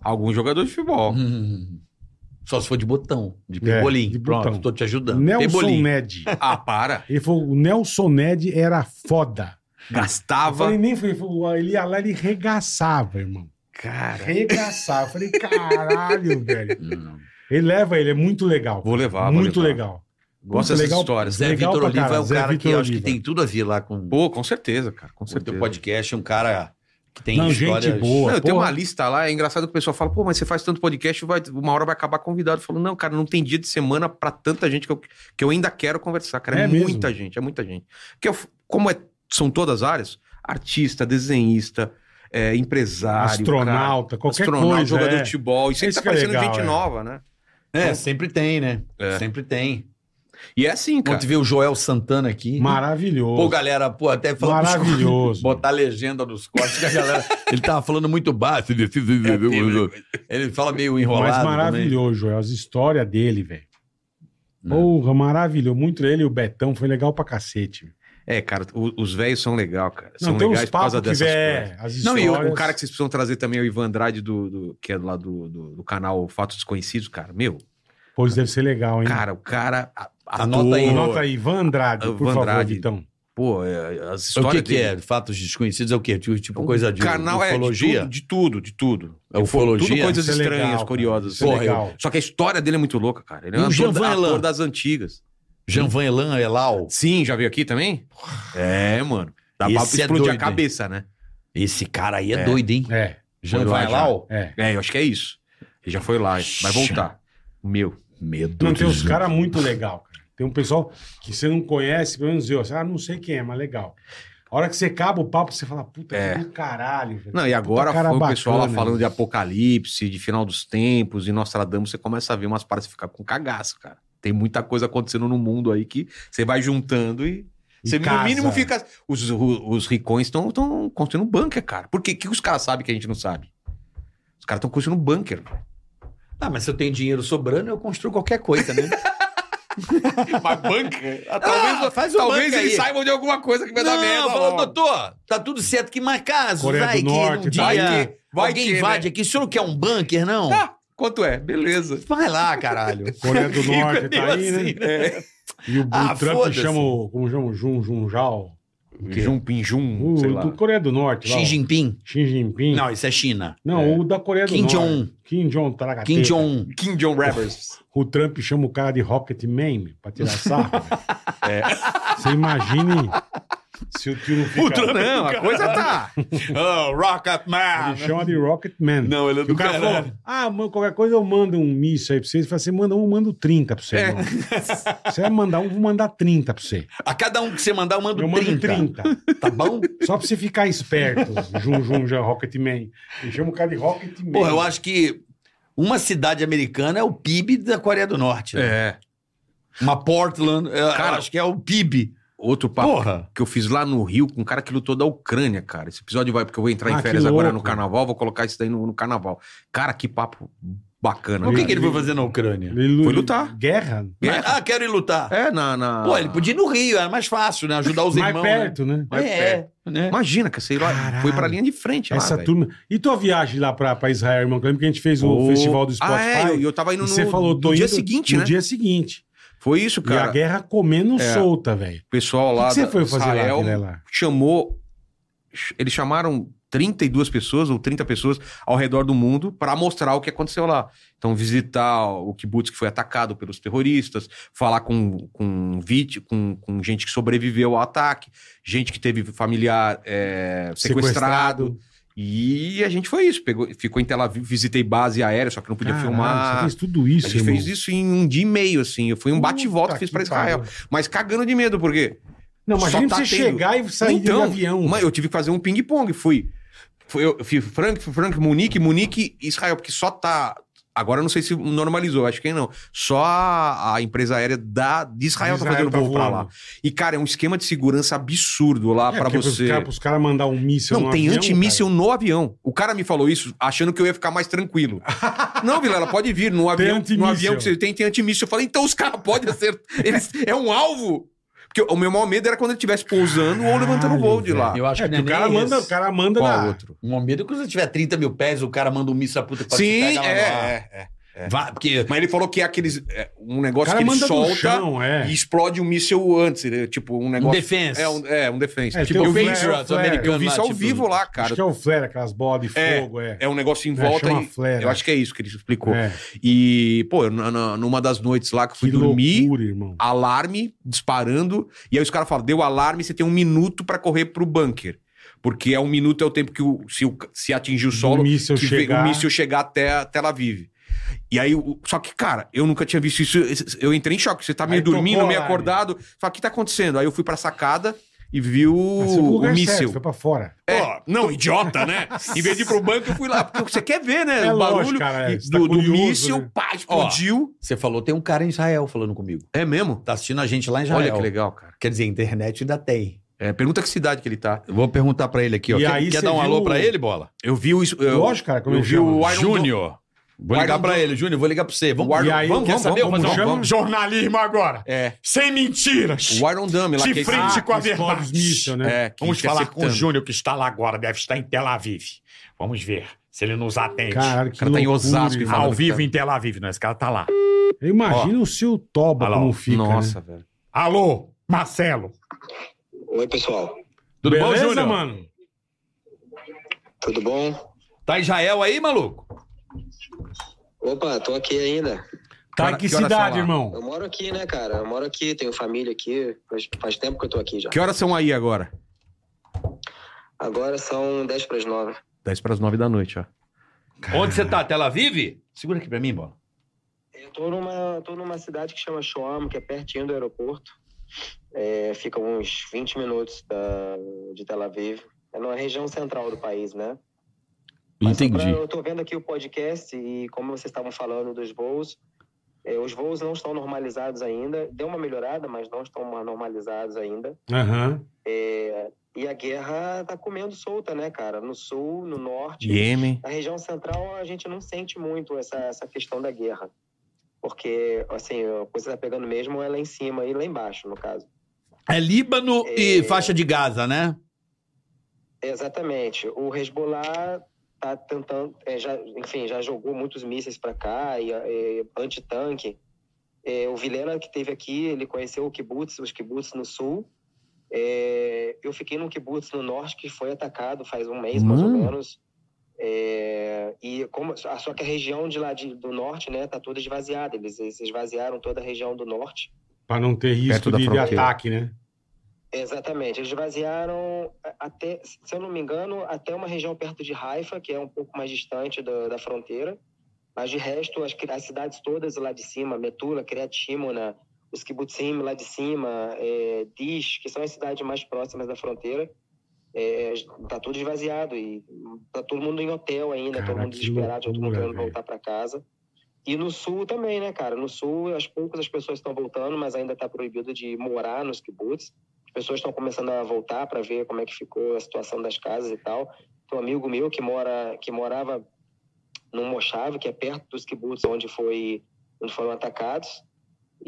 [SPEAKER 1] alguns jogadores de futebol.
[SPEAKER 3] Uhum.
[SPEAKER 4] Hum. Só se for de botão, de
[SPEAKER 3] É,
[SPEAKER 4] pebolim.
[SPEAKER 3] de
[SPEAKER 4] Pronto,
[SPEAKER 3] botão.
[SPEAKER 4] tô te ajudando.
[SPEAKER 3] Nelson
[SPEAKER 4] Pebolim.
[SPEAKER 3] Ned.
[SPEAKER 1] Ah, para.
[SPEAKER 3] Ele falou, o Nelson Ned era foda. Eu
[SPEAKER 1] Gastava.
[SPEAKER 3] falei, nem foi, foi- ele ia lá, ele regaçava, irmão.
[SPEAKER 1] Cara,
[SPEAKER 3] Regaçava. Eu falei, caralho, velho.
[SPEAKER 4] Hum.
[SPEAKER 3] Ele leva ele, é muito legal.
[SPEAKER 1] vou levar. vou
[SPEAKER 3] muito
[SPEAKER 1] levar.
[SPEAKER 3] legal.
[SPEAKER 1] Gosto
[SPEAKER 3] Puta,
[SPEAKER 1] dessas
[SPEAKER 3] legal.
[SPEAKER 1] histórias.
[SPEAKER 4] Zé
[SPEAKER 3] Legal
[SPEAKER 4] Vitor
[SPEAKER 3] pra
[SPEAKER 4] Oliva é um
[SPEAKER 3] caralho, Zé
[SPEAKER 4] cara que
[SPEAKER 3] Vitor
[SPEAKER 4] eu acho que
[SPEAKER 3] Oliva.
[SPEAKER 4] tem tudo a ver lá com
[SPEAKER 1] Pô, com certeza, cara. Com
[SPEAKER 4] o teu
[SPEAKER 1] certeza.
[SPEAKER 4] podcast. É um cara que tem
[SPEAKER 3] Não,
[SPEAKER 4] histórias...
[SPEAKER 3] gente boa.
[SPEAKER 1] Não, eu tenho
[SPEAKER 3] porra.
[SPEAKER 1] uma lista lá, é engraçado que o pessoal fala, pô, mas você faz tanto podcast, vai, uma hora vai acabar convidado. Eu falo, não, cara, não tem dia de semana pra tanta gente que eu, que eu ainda quero conversar, cara. É,
[SPEAKER 3] É mesmo?
[SPEAKER 1] muita gente, é muita gente. Porque eu f- como é- são todas as áreas, artista, desenhista, é, empresário, cara,
[SPEAKER 3] Astronauta, qualquer
[SPEAKER 1] astronauta,
[SPEAKER 3] coisa.
[SPEAKER 1] jogador
[SPEAKER 3] é.
[SPEAKER 1] de futebol, e sempre
[SPEAKER 3] Isso
[SPEAKER 1] tá
[SPEAKER 3] que é
[SPEAKER 1] aparecendo
[SPEAKER 3] legal,
[SPEAKER 1] gente
[SPEAKER 3] é.
[SPEAKER 1] nova, né?
[SPEAKER 4] É, sempre tem, né?
[SPEAKER 1] É.
[SPEAKER 4] Sempre tem.
[SPEAKER 1] E é assim, cara.
[SPEAKER 4] Quando tu vê o Joel Santana aqui...
[SPEAKER 3] Maravilhoso.
[SPEAKER 4] Pô, galera, pô, até falar pros
[SPEAKER 3] Maravilhoso.
[SPEAKER 4] botar legenda nos cortes que a galera. Ele tava falando muito baixo. Ele, é, ele fala meio enrolado.
[SPEAKER 3] Mas
[SPEAKER 4] também.
[SPEAKER 3] maravilhoso, Joel. As histórias dele, velho.
[SPEAKER 1] Né?
[SPEAKER 4] Hum.
[SPEAKER 3] Porra, maravilhoso. Muito ele e o Betão foi legal pra cacete.
[SPEAKER 1] É, cara, o- os velhos são legal, cara. São
[SPEAKER 3] Não, tem
[SPEAKER 1] legais
[SPEAKER 3] uns
[SPEAKER 1] por causa
[SPEAKER 3] papos que é
[SPEAKER 1] dessas coisas.
[SPEAKER 3] vê, as histórias.
[SPEAKER 1] Não, e o, o cara que vocês precisam trazer também é o Ivan Andrade, do, do- que é lá do, do, do canal Fatos Desconhecidos, cara. Meu,
[SPEAKER 3] Pois deve ser legal, hein?
[SPEAKER 1] Cara, o cara. a- a-
[SPEAKER 4] Anota aí.
[SPEAKER 3] Anota aí, Ivan Andrade,
[SPEAKER 1] Ivan
[SPEAKER 3] por favor,
[SPEAKER 1] Andrade.
[SPEAKER 3] Vitão.
[SPEAKER 1] Pô, é, as
[SPEAKER 4] O
[SPEAKER 1] histórias.
[SPEAKER 4] que, que é? Fatos desconhecidos é o quê? Tipo,
[SPEAKER 1] Um
[SPEAKER 4] coisa de
[SPEAKER 1] canal
[SPEAKER 4] ufologia?
[SPEAKER 1] é de tudo, de tudo, de tudo.
[SPEAKER 4] É ufologia?
[SPEAKER 1] Tudo coisas
[SPEAKER 3] Isso é
[SPEAKER 1] estranhas,
[SPEAKER 3] legal, cara.
[SPEAKER 1] curiosas.
[SPEAKER 3] Isso é
[SPEAKER 1] Porra,
[SPEAKER 3] legal.
[SPEAKER 1] eu- Só que a história dele é muito louca, cara. Ele é
[SPEAKER 4] E
[SPEAKER 1] um
[SPEAKER 4] o Jean
[SPEAKER 1] ator,
[SPEAKER 4] Van Elan?
[SPEAKER 1] ator das antigas.
[SPEAKER 4] Jean Van Elan, Elal.
[SPEAKER 1] Sim, já veio aqui também? É, mano. Dá pra
[SPEAKER 4] Esse é
[SPEAKER 1] explodir
[SPEAKER 4] doido,
[SPEAKER 1] a cabeça, né?
[SPEAKER 4] Esse cara aí é, doido, hein?
[SPEAKER 3] É,
[SPEAKER 4] Jean
[SPEAKER 1] Foi
[SPEAKER 4] Van
[SPEAKER 1] lá,
[SPEAKER 4] Elal?
[SPEAKER 3] é.
[SPEAKER 1] É, eu acho que é isso. Ele já foi lá, vai voltar. Meu.
[SPEAKER 4] Medo.
[SPEAKER 3] Não,
[SPEAKER 4] de
[SPEAKER 3] tem uns
[SPEAKER 4] Jesus.
[SPEAKER 3] caras muito legal, cara. Tem um pessoal que você não conhece, pelo menos eu. Assim, ah, não sei quem é, mas legal. A hora que você acaba o papo, você fala, puta,
[SPEAKER 1] É.
[SPEAKER 3] que do caralho, velho.
[SPEAKER 1] Não, e agora
[SPEAKER 3] cara
[SPEAKER 1] foi o
[SPEAKER 3] bacana,
[SPEAKER 1] pessoal lá
[SPEAKER 3] né?
[SPEAKER 1] falando de apocalipse, de final dos tempos, de Nostradamus, você começa a ver umas paradas e ficar com cagaço, cara. Tem muita coisa acontecendo no mundo aí que você vai juntando e.
[SPEAKER 3] E
[SPEAKER 1] Você, no
[SPEAKER 3] casa.
[SPEAKER 1] mínimo, fica. Os, os, os ricões estão construindo bunker, cara. Por quê? O que os caras sabem que a gente não sabe? Os caras estão construindo bunker.
[SPEAKER 4] Ah, mas se eu tenho dinheiro sobrando, eu construo qualquer coisa, né? Ah,
[SPEAKER 1] Mas bunker?
[SPEAKER 3] Ah,
[SPEAKER 4] talvez-
[SPEAKER 1] faz
[SPEAKER 4] talvez
[SPEAKER 1] talvez
[SPEAKER 4] eles
[SPEAKER 1] eles saibam de alguma coisa que vai dar merda.
[SPEAKER 4] fala, doutor, tá tudo certo que mais casos.
[SPEAKER 3] Coreia
[SPEAKER 4] vai
[SPEAKER 3] do
[SPEAKER 4] que
[SPEAKER 3] Norte,
[SPEAKER 4] um dia
[SPEAKER 3] vai
[SPEAKER 1] que- vai
[SPEAKER 4] alguém
[SPEAKER 1] que, né?
[SPEAKER 4] invade aqui. O senhor não quer um bunker, não?
[SPEAKER 1] Quanto é? Beleza.
[SPEAKER 4] Vai lá, caralho.
[SPEAKER 3] Coreia do Norte
[SPEAKER 4] Deu
[SPEAKER 3] tá aí,
[SPEAKER 4] assim,
[SPEAKER 3] né? E o, o
[SPEAKER 4] Ah,
[SPEAKER 3] Trump
[SPEAKER 4] foda-se.
[SPEAKER 3] chama o. Como chama o Jun, Jun Jao?
[SPEAKER 1] Jum, pinjum,
[SPEAKER 3] O
[SPEAKER 1] sei lá.
[SPEAKER 3] do Coreia do Norte, lá.
[SPEAKER 4] Xi
[SPEAKER 3] ó.
[SPEAKER 4] Jinping?
[SPEAKER 3] Xi Jinping. Não,
[SPEAKER 4] Não, isso é China.
[SPEAKER 3] o da Coreia do
[SPEAKER 4] Kim
[SPEAKER 3] Norte.
[SPEAKER 4] Jong-un.
[SPEAKER 3] Kim Jong. traga
[SPEAKER 4] Kim
[SPEAKER 3] teta.
[SPEAKER 4] Jong-un.
[SPEAKER 1] Kim Jong Rappers.
[SPEAKER 3] O Trump chama o cara de Rocket Man pra tirar sarro. velho.
[SPEAKER 4] É.
[SPEAKER 3] Você imagine se o tio não fica...
[SPEAKER 1] Não, a coisa tá.
[SPEAKER 4] oh, Rocket
[SPEAKER 3] Ele
[SPEAKER 4] Man.
[SPEAKER 3] chama de Rocket Man.
[SPEAKER 4] Não, ele é
[SPEAKER 3] E
[SPEAKER 4] do
[SPEAKER 3] o cara falou, ah, mano, qualquer coisa eu mando um míssil aí pra você. Ele fala assim, manda um, eu mando 30 pra você.
[SPEAKER 1] É.
[SPEAKER 3] irmão. Você vai mandar um, eu vou mandar 30 pra você.
[SPEAKER 4] A cada um que você mandar, eu mando,
[SPEAKER 3] Eu mando
[SPEAKER 4] 30,
[SPEAKER 3] 30.
[SPEAKER 4] Tá bom?
[SPEAKER 3] Só pra você ficar esperto. Jum, Jum, já Rocket Man. Ele chama o cara de Rocket Man.
[SPEAKER 4] Porra, eu acho que uma cidade americana é o PIB da Coreia do Norte. né?
[SPEAKER 1] É.
[SPEAKER 4] Uma Portland, eu
[SPEAKER 1] Cara,
[SPEAKER 4] acho que é o PIB.
[SPEAKER 1] Outro papo
[SPEAKER 4] Porra.
[SPEAKER 1] que eu fiz lá no Rio com um cara que lutou da Ucrânia, cara. Esse episódio vai, porque eu vou entrar
[SPEAKER 3] Ah,
[SPEAKER 1] em
[SPEAKER 3] que
[SPEAKER 1] férias agora no
[SPEAKER 3] louco.
[SPEAKER 1] carnaval, vou colocar isso daí no, no carnaval. Cara, que papo bacana.
[SPEAKER 4] Mas o que, que ele foi fazer na Ucrânia?
[SPEAKER 3] Ele lu-
[SPEAKER 1] Foi lutar.
[SPEAKER 3] Guerra?
[SPEAKER 1] Guerra.
[SPEAKER 4] Ah, quero ir lutar.
[SPEAKER 1] É, na. na-
[SPEAKER 4] Pô, ele podia ir no Rio, era mais fácil, né? Ajudar os
[SPEAKER 3] Mais
[SPEAKER 4] irmãos.
[SPEAKER 3] perto, né?
[SPEAKER 4] Né?
[SPEAKER 1] Mais
[SPEAKER 4] É, né?
[SPEAKER 1] Imagina, que sei lá,
[SPEAKER 3] Caralho.
[SPEAKER 1] foi pra linha de frente lá,
[SPEAKER 3] Essa
[SPEAKER 1] velho.
[SPEAKER 3] turma. E tua viagem lá pra, pra Israel, irmão? Eu lembro que a gente fez o
[SPEAKER 1] Ô.
[SPEAKER 3] festival do Spotify.
[SPEAKER 1] Ah, é, e eu tava
[SPEAKER 3] e
[SPEAKER 1] indo no,
[SPEAKER 3] você falou,
[SPEAKER 1] no
[SPEAKER 3] tô
[SPEAKER 1] dia
[SPEAKER 3] indo
[SPEAKER 1] seguinte,
[SPEAKER 3] no
[SPEAKER 1] né?
[SPEAKER 3] dia seguinte.
[SPEAKER 1] Foi isso,
[SPEAKER 3] e
[SPEAKER 1] cara.
[SPEAKER 3] a guerra comendo
[SPEAKER 1] É.
[SPEAKER 3] solta, velho.
[SPEAKER 1] O pessoal
[SPEAKER 3] O que
[SPEAKER 1] lá
[SPEAKER 3] que você
[SPEAKER 1] da-
[SPEAKER 3] foi fazer lá,
[SPEAKER 1] Israel
[SPEAKER 3] Guilherme, lá?
[SPEAKER 1] chamou. Eles chamaram 32 pessoas ou 30 pessoas ao redor do mundo para mostrar o que aconteceu lá. Então, visitar o kibbutz que foi atacado pelos terroristas, falar com, com, vit- com, com gente que sobreviveu ao ataque, gente que teve familiar é, sequestrado. E a gente foi isso. Pegou, ficou em Tel Aviv, visitei base aérea, só que não podia
[SPEAKER 3] Caralho, Você
[SPEAKER 1] filmar.
[SPEAKER 3] fez tudo isso,
[SPEAKER 1] a gente
[SPEAKER 3] irmão.
[SPEAKER 1] fez isso em um dia e meio, assim. Eu fui um bate-volta
[SPEAKER 3] Puta
[SPEAKER 1] que fiz
[SPEAKER 3] que
[SPEAKER 1] pra Israel.
[SPEAKER 3] pariu.
[SPEAKER 1] Mas cagando de medo, porque
[SPEAKER 3] Não, imagina
[SPEAKER 1] Só tá
[SPEAKER 3] você
[SPEAKER 1] tendo-
[SPEAKER 3] chegar e sair
[SPEAKER 1] então,
[SPEAKER 3] de um avião.
[SPEAKER 1] mas eu tive que fazer um ping-pong. Fui, fui, eu fui Frank, Frank, Munique, Munique, Israel, porque só tá. Agora eu não sei se normalizou, acho que não. Só a, a empresa aérea da, de Israel,
[SPEAKER 3] Israel
[SPEAKER 1] tá fazendo
[SPEAKER 3] tá
[SPEAKER 1] voo pra lá.
[SPEAKER 3] voando. É,
[SPEAKER 1] E, cara, é um esquema de segurança absurdo lá pra
[SPEAKER 3] porque
[SPEAKER 1] você.
[SPEAKER 3] Os caras os cara mandar um míssil
[SPEAKER 1] Não,
[SPEAKER 3] no
[SPEAKER 1] tem
[SPEAKER 3] avião,
[SPEAKER 1] antimíssel no avião. O cara me falou isso achando que eu ia ficar mais tranquilo. não, Vilela, pode vir. No avião, no
[SPEAKER 3] antimíssel.
[SPEAKER 1] avião que você tem, tem antimíssel. Eu falei, então os caras podem acertar. Eles, é um alvo. Porque o meu maior medo era quando ele estivesse pousando ou levantando o voo de lá.
[SPEAKER 4] Eu acho
[SPEAKER 3] É,
[SPEAKER 4] que
[SPEAKER 3] porque
[SPEAKER 4] não
[SPEAKER 3] o cara
[SPEAKER 4] nem
[SPEAKER 3] manda, o
[SPEAKER 4] esse.
[SPEAKER 3] cara manda
[SPEAKER 1] Qual
[SPEAKER 3] na-
[SPEAKER 1] outro?
[SPEAKER 4] Um medo que se tiver 30 mil pés, o cara manda um missa puta pra te
[SPEAKER 1] Sim,
[SPEAKER 4] pegar lá no ar.
[SPEAKER 1] é, é, é.
[SPEAKER 4] Vá, porque
[SPEAKER 1] Mas ele falou que é aqueles. é um
[SPEAKER 3] O
[SPEAKER 1] negócio
[SPEAKER 3] cara
[SPEAKER 1] que ele
[SPEAKER 3] manda do
[SPEAKER 1] solta
[SPEAKER 3] chão, é.
[SPEAKER 1] e explode um míssil antes. né? Tipo, um
[SPEAKER 4] um
[SPEAKER 1] negócio.
[SPEAKER 4] defense.
[SPEAKER 1] é, um, é, um defense.
[SPEAKER 3] É,
[SPEAKER 1] tipo,
[SPEAKER 3] tem
[SPEAKER 1] eu
[SPEAKER 3] o
[SPEAKER 1] vi,
[SPEAKER 3] flare,
[SPEAKER 4] isso,
[SPEAKER 3] o flare.
[SPEAKER 4] americano.
[SPEAKER 1] eu vi isso ao
[SPEAKER 4] Tipo,
[SPEAKER 1] vivo lá, cara.
[SPEAKER 3] Acho que é o flare, aquelas bolas de
[SPEAKER 1] É,
[SPEAKER 3] fogo, é.
[SPEAKER 1] É um negócio em
[SPEAKER 3] É,
[SPEAKER 1] volta.
[SPEAKER 3] chama
[SPEAKER 1] e-
[SPEAKER 3] flare.
[SPEAKER 1] eu acho que é isso que ele explicou.
[SPEAKER 3] É.
[SPEAKER 1] E, pô, eu, na- na- numa das noites lá que eu fui
[SPEAKER 3] Que
[SPEAKER 1] dormir,
[SPEAKER 3] loucura, irmão.
[SPEAKER 1] alarme disparando, e aí os caras falam: deu alarme, você tem um minuto pra correr pro bunker. Porque é um minuto é o tempo que o, se, o- se atingir o solo,
[SPEAKER 3] Do míssil
[SPEAKER 1] que vem-
[SPEAKER 3] chegar.
[SPEAKER 1] o míssil chegar até a Tel Aviv. E aí, o- só que, cara, eu nunca tinha visto isso. esse- Eu entrei em choque. Você tá meio
[SPEAKER 3] Aí tocou
[SPEAKER 1] dormindo, meio
[SPEAKER 3] alarme.
[SPEAKER 1] acordado. Fala, o que tá acontecendo? Aí eu fui pra sacada e vi o,
[SPEAKER 3] Ah, você foi pro
[SPEAKER 1] o
[SPEAKER 3] lugar certo,
[SPEAKER 1] míssil.
[SPEAKER 3] Foi pra fora.
[SPEAKER 1] É, não, idiota, né? em vez de ir pro banco, eu fui lá. Porque você quer ver, né?
[SPEAKER 3] É
[SPEAKER 1] o
[SPEAKER 3] lógico,
[SPEAKER 1] barulho
[SPEAKER 3] cara, é,
[SPEAKER 1] e
[SPEAKER 3] você tá
[SPEAKER 1] do, do
[SPEAKER 3] curioso,
[SPEAKER 1] míssil,
[SPEAKER 3] né?
[SPEAKER 1] pá, explodiu.
[SPEAKER 4] Você falou, tem um cara em Israel falando comigo.
[SPEAKER 1] É mesmo?
[SPEAKER 4] Tá assistindo a gente lá em Israel.
[SPEAKER 1] Olha
[SPEAKER 3] é
[SPEAKER 1] que legal, cara.
[SPEAKER 4] Quer dizer, internet ainda tem.
[SPEAKER 1] É, pergunta que cidade que ele tá.
[SPEAKER 4] Eu vou perguntar pra ele aqui, ó.
[SPEAKER 3] E
[SPEAKER 4] quer
[SPEAKER 3] aí
[SPEAKER 4] quer
[SPEAKER 3] você
[SPEAKER 4] dar um
[SPEAKER 3] viu
[SPEAKER 4] alô pra
[SPEAKER 3] o-
[SPEAKER 4] ele, bola?
[SPEAKER 1] Eu vi o. Eu,
[SPEAKER 3] Lógico, cara, como
[SPEAKER 1] eu
[SPEAKER 3] ele
[SPEAKER 1] vi
[SPEAKER 3] chama?
[SPEAKER 1] o Iron
[SPEAKER 6] Júnior.
[SPEAKER 1] Dom-
[SPEAKER 4] Vou ligar
[SPEAKER 1] Iron
[SPEAKER 4] pra
[SPEAKER 1] Dom-
[SPEAKER 4] ele, Júnior, vou ligar pra você. Vamos,
[SPEAKER 1] O Iron-
[SPEAKER 4] vamos,
[SPEAKER 3] vamos-
[SPEAKER 4] quer
[SPEAKER 1] vamos-
[SPEAKER 4] saber? Eu vou
[SPEAKER 1] vamos-
[SPEAKER 4] fazer um-
[SPEAKER 3] chama?
[SPEAKER 6] Jornalismo agora.
[SPEAKER 1] É.
[SPEAKER 6] Sem mentiras.
[SPEAKER 1] O Iron Dome lá
[SPEAKER 6] De
[SPEAKER 1] que é esse-
[SPEAKER 6] frente com a
[SPEAKER 3] explode
[SPEAKER 6] verdade.
[SPEAKER 3] os míssil, né?
[SPEAKER 1] É, que
[SPEAKER 6] Vamos
[SPEAKER 1] fica
[SPEAKER 6] falar com o
[SPEAKER 1] acertando.
[SPEAKER 6] Júnior, que está lá agora, deve estar em Tel Aviv. Vamos ver se ele nos atende.
[SPEAKER 3] Caralho, que
[SPEAKER 1] O cara tá em
[SPEAKER 3] loucura,
[SPEAKER 1] Osasco e
[SPEAKER 3] irmão.
[SPEAKER 1] fala-
[SPEAKER 6] Ao vivo em Tel Aviv, não, esse cara tá lá.
[SPEAKER 3] Eu imagino o seu toba
[SPEAKER 6] Olha lá, ó.
[SPEAKER 3] como fica,
[SPEAKER 1] Nossa,
[SPEAKER 3] né?
[SPEAKER 1] velho.
[SPEAKER 6] Alô, Marcelo.
[SPEAKER 7] Oi, pessoal.
[SPEAKER 4] Tudo bom,
[SPEAKER 3] Beleza,
[SPEAKER 4] Júnior?
[SPEAKER 3] mano? Tá
[SPEAKER 7] Tudo bom?
[SPEAKER 4] Tá em Israel aí, maluco?
[SPEAKER 7] Opa, tô aqui ainda.
[SPEAKER 3] Tá
[SPEAKER 1] Cara,
[SPEAKER 3] em que
[SPEAKER 1] que horas são
[SPEAKER 3] cidade,
[SPEAKER 1] lá?
[SPEAKER 3] irmão?
[SPEAKER 7] Eu moro aqui, né, cara? Eu moro aqui, tenho família aqui. Faz, faz tempo que eu tô aqui já.
[SPEAKER 1] Que horas são aí agora?
[SPEAKER 7] Agora são 10 para as 9.
[SPEAKER 1] 10 para as 9 da noite, ó.
[SPEAKER 4] Onde você tá? Tel Aviv? Segura aqui pra mim, bola.
[SPEAKER 7] Eu tô numa, tô numa cidade que chama Shoam, que é pertinho do aeroporto. É, fica uns 20 minutos da, de Tel Aviv. É na região central do país, né? Mas só pra- eu tô vendo aqui o podcast e como vocês estavam falando dos voos, é, os voos não estão normalizados ainda. Deu uma melhorada, mas não estão normalizados ainda.
[SPEAKER 3] Aham.
[SPEAKER 7] É, e a guerra tá comendo solta, né, cara? No sul, no norte.
[SPEAKER 1] Yemen.
[SPEAKER 7] Na região central, a gente não sente muito essa, essa questão da guerra. Porque, assim, a coisa tá pegando mesmo é lá em cima e lá embaixo, no caso.
[SPEAKER 4] É Líbano e faixa de Gaza, né?
[SPEAKER 7] Exatamente. O Hezbollah tá tentando, é, já, enfim, já jogou muitos mísseis para cá, e, é, antitanque. É, o Vilela, que teve aqui, ele conheceu o kibbutz, os kibbutz no sul. É, eu fiquei num kibbutz no norte que foi atacado faz um mês, mais ou
[SPEAKER 1] Mano.
[SPEAKER 7] menos. É, e como, só só que a região de lá de- do norte, né, tá toda esvaziada. Eles, eles esvaziaram toda a região do norte.
[SPEAKER 3] Pra não ter risco
[SPEAKER 1] Perto da
[SPEAKER 3] de, de
[SPEAKER 1] fronteira.
[SPEAKER 3] ataque, né?
[SPEAKER 7] Exatamente, eles vaziaram a- até, se eu não me engano, até uma região perto de Haifa, que é um pouco mais distante da, da fronteira, mas de resto, as, cri- as cidades todas lá de cima, Metula, Kiryat Shimona, os kibbutzim lá de cima, é, Dish, que são as cidades mais próximas da fronteira, é, tá tudo esvaziado e tá todo mundo em hotel ainda,
[SPEAKER 3] Cara,
[SPEAKER 7] todo mundo
[SPEAKER 3] que
[SPEAKER 7] desesperado, todo mundo
[SPEAKER 3] loucura,
[SPEAKER 7] querendo
[SPEAKER 3] velho.
[SPEAKER 7] voltar para casa. E no sul também, né, cara? No sul, aos poucos as pessoas estão voltando, mas ainda tá proibido de morar nos kibbutz. As pessoas estão começando a voltar para ver como é que ficou a situação das casas e tal. Tem um amigo meu que mora que morava no Mojave, que é perto dos kibbutz onde, foi, onde foram atacados.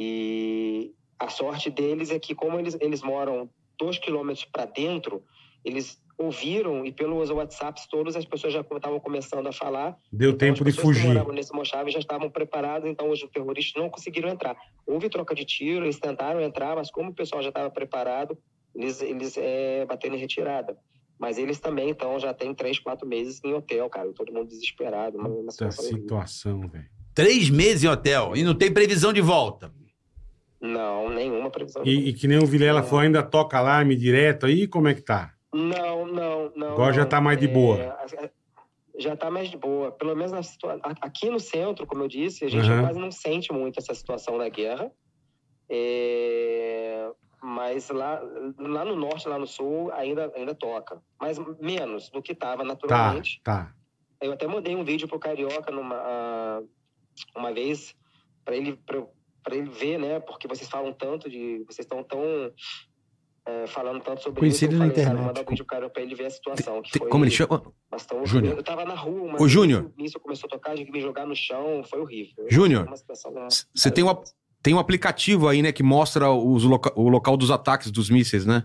[SPEAKER 7] E a sorte deles é que, como eles, eles moram dois quilômetros para dentro, eles ouviram e pelos WhatsApps todos as pessoas já estavam começando a falar.
[SPEAKER 3] Deu
[SPEAKER 7] Então, as
[SPEAKER 3] tempo de
[SPEAKER 7] pessoas que
[SPEAKER 3] fugir.
[SPEAKER 7] moravam nesse Mojave já estavam preparadas, então os terroristas não conseguiram entrar. Houve troca de tiro, eles tentaram entrar, mas como o pessoal já estava preparado, eles, eles é, bateram em retirada. Mas eles também, então, já tem três, quatro meses em hotel, cara. Todo mundo desesperado. Uma, uma
[SPEAKER 3] Puta
[SPEAKER 7] situação horrível.
[SPEAKER 3] situação, velho.
[SPEAKER 4] Três meses em hotel e não tem previsão de volta.
[SPEAKER 7] Não, nenhuma previsão.
[SPEAKER 3] E, e que nem o Vilela falou, ainda toca alarme direto aí? Como é que tá?
[SPEAKER 7] Não, não, não.
[SPEAKER 3] Agora já
[SPEAKER 7] não. É,
[SPEAKER 3] tá mais de boa.
[SPEAKER 7] a- a- Já tá mais de boa. Pelo menos na situa... a- aqui no centro, como eu disse, a gente
[SPEAKER 3] Aham.
[SPEAKER 7] quase não sente muito essa situação da guerra. É, Mas lá, lá no norte, lá no sul, ainda, ainda toca. Mas menos do que tava
[SPEAKER 3] Tá,
[SPEAKER 7] naturalmente.
[SPEAKER 3] tá.
[SPEAKER 7] Eu até mandei um vídeo pro Carioca numa, ah, uma vez para ele pra, pra ele ver, né? Porque vocês falam tanto de, vocês estão tão eh, falando tanto sobre
[SPEAKER 8] Conheci ele
[SPEAKER 7] isso. eu
[SPEAKER 8] na
[SPEAKER 7] falei, cara,
[SPEAKER 8] internet.
[SPEAKER 7] vou mandar um vídeo pro Carioca para ele ver a situação. Que
[SPEAKER 8] Tem-
[SPEAKER 7] foi,
[SPEAKER 8] Como ele chama?
[SPEAKER 7] nós tamo-
[SPEAKER 4] Júnior.
[SPEAKER 7] Eu tava na rua, mas
[SPEAKER 1] Ô, Júnior.
[SPEAKER 7] o míssil começou a tocar, de me jogar no chão, foi horrível.
[SPEAKER 1] Júnior,
[SPEAKER 7] Uma situação-
[SPEAKER 1] c- você tem uma- Tem um aplicativo aí, né, que mostra os loca- o local dos ataques dos mísseis, né?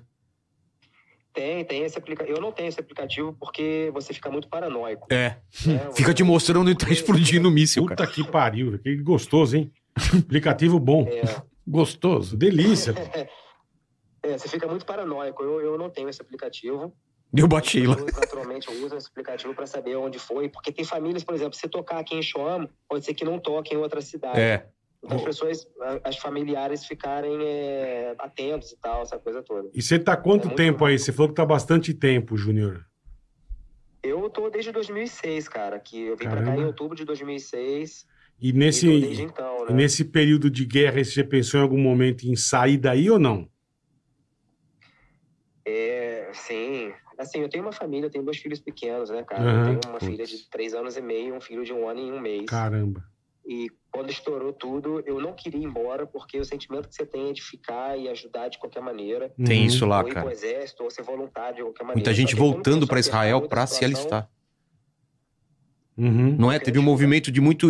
[SPEAKER 7] Tem, tem esse aplicativo. Eu não tenho esse aplicativo porque você fica muito paranoico.
[SPEAKER 1] É.
[SPEAKER 7] né?
[SPEAKER 1] Fica te mostrando e tá explodindo o míssil, cara.
[SPEAKER 3] Puta que pariu, velho. que gostoso, hein? Aplicativo bom.
[SPEAKER 7] É.
[SPEAKER 8] Gostoso.
[SPEAKER 3] Delícia. pô.
[SPEAKER 7] É, você fica muito paranoico. Eu, eu não tenho esse aplicativo.
[SPEAKER 1] Eu baixei lá.
[SPEAKER 7] Eu, Então, Naturalmente, eu uso esse aplicativo para saber onde foi, porque tem famílias, por exemplo, se tocar aqui em Xoam, pode ser que não toque em outra cidade.
[SPEAKER 1] É.
[SPEAKER 7] Então, as pessoas, a- as familiares ficarem é, atentos e tal, essa coisa toda.
[SPEAKER 3] E você tá quanto tempo aí? Você falou que tá bastante tempo, Júnior.
[SPEAKER 7] Eu tô desde 2006, cara, que eu vim pra cá
[SPEAKER 3] Caramba.
[SPEAKER 7] em outubro de 2006.
[SPEAKER 3] E
[SPEAKER 7] E tô desde
[SPEAKER 3] nesse,
[SPEAKER 7] então,
[SPEAKER 3] e
[SPEAKER 7] né?
[SPEAKER 3] nesse período de guerra, você pensou em algum momento em sair daí ou não?
[SPEAKER 7] É, sim. Assim, eu tenho uma família, eu tenho dois filhos pequenos, né, cara?
[SPEAKER 3] Aham.
[SPEAKER 7] Eu tenho uma filha de três anos e meio e um filho de um ano e um mês.
[SPEAKER 3] Caramba.
[SPEAKER 7] E quando estourou tudo, eu não queria ir embora, porque o sentimento que você tem é de ficar e ajudar de qualquer maneira.
[SPEAKER 1] Tem
[SPEAKER 3] Uhum.
[SPEAKER 1] isso lá,
[SPEAKER 7] ou ir pro
[SPEAKER 1] Ah, cara.
[SPEAKER 7] exército, ou ser voluntário de qualquer maneira.
[SPEAKER 1] Muita gente
[SPEAKER 7] Só que quando
[SPEAKER 1] voltando
[SPEAKER 7] começou
[SPEAKER 1] pra
[SPEAKER 7] a apertar
[SPEAKER 1] Israel
[SPEAKER 7] muito a
[SPEAKER 1] pra se
[SPEAKER 7] situação,
[SPEAKER 1] alistar.
[SPEAKER 3] Uhum.
[SPEAKER 1] Não é? Teve um movimento de muito,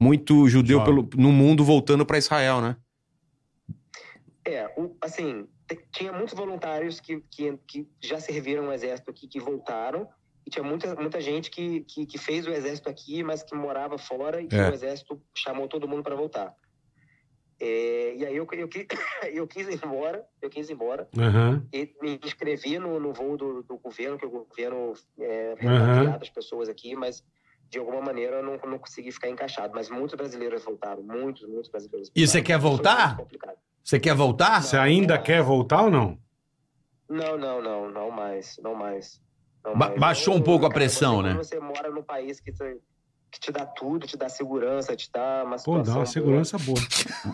[SPEAKER 1] muito judeu
[SPEAKER 3] Jovem.
[SPEAKER 1] pelo, no mundo voltando pra Israel, né?
[SPEAKER 7] É, o- assim, t- tinha muitos voluntários que, que, que já serviram no exército aqui, que voltaram. E tinha muita, muita gente que, que, que fez o exército aqui, mas que morava fora e que
[SPEAKER 1] É.
[SPEAKER 7] o exército chamou todo mundo para voltar. É, e aí eu, eu, qui- eu quis ir embora, eu quis ir embora.
[SPEAKER 3] Aham.
[SPEAKER 7] e me inscrevi no, no voo do, do governo, que o governo é,
[SPEAKER 3] Aham.
[SPEAKER 7] repatriado as pessoas aqui, mas de alguma maneira eu não, não consegui ficar encaixado. Mas muitos brasileiros voltaram, muitos, muitos brasileiros
[SPEAKER 4] E você quer
[SPEAKER 7] Foi muito
[SPEAKER 4] voltar?
[SPEAKER 7] complicado.
[SPEAKER 4] Você quer voltar?
[SPEAKER 3] Você ainda quer voltar ou não?
[SPEAKER 7] Não, não, não, não mais, não mais. não
[SPEAKER 4] Ba-
[SPEAKER 7] mais.
[SPEAKER 4] baixou
[SPEAKER 7] Eu-
[SPEAKER 4] um pouco a
[SPEAKER 7] cara,
[SPEAKER 4] pressão,
[SPEAKER 7] você-
[SPEAKER 4] né?
[SPEAKER 7] quando Você mora num país que, te- que te dá tudo, te dá segurança, te dá uma
[SPEAKER 3] Pô,
[SPEAKER 7] situação...
[SPEAKER 3] dá uma
[SPEAKER 7] boa.
[SPEAKER 3] segurança boa.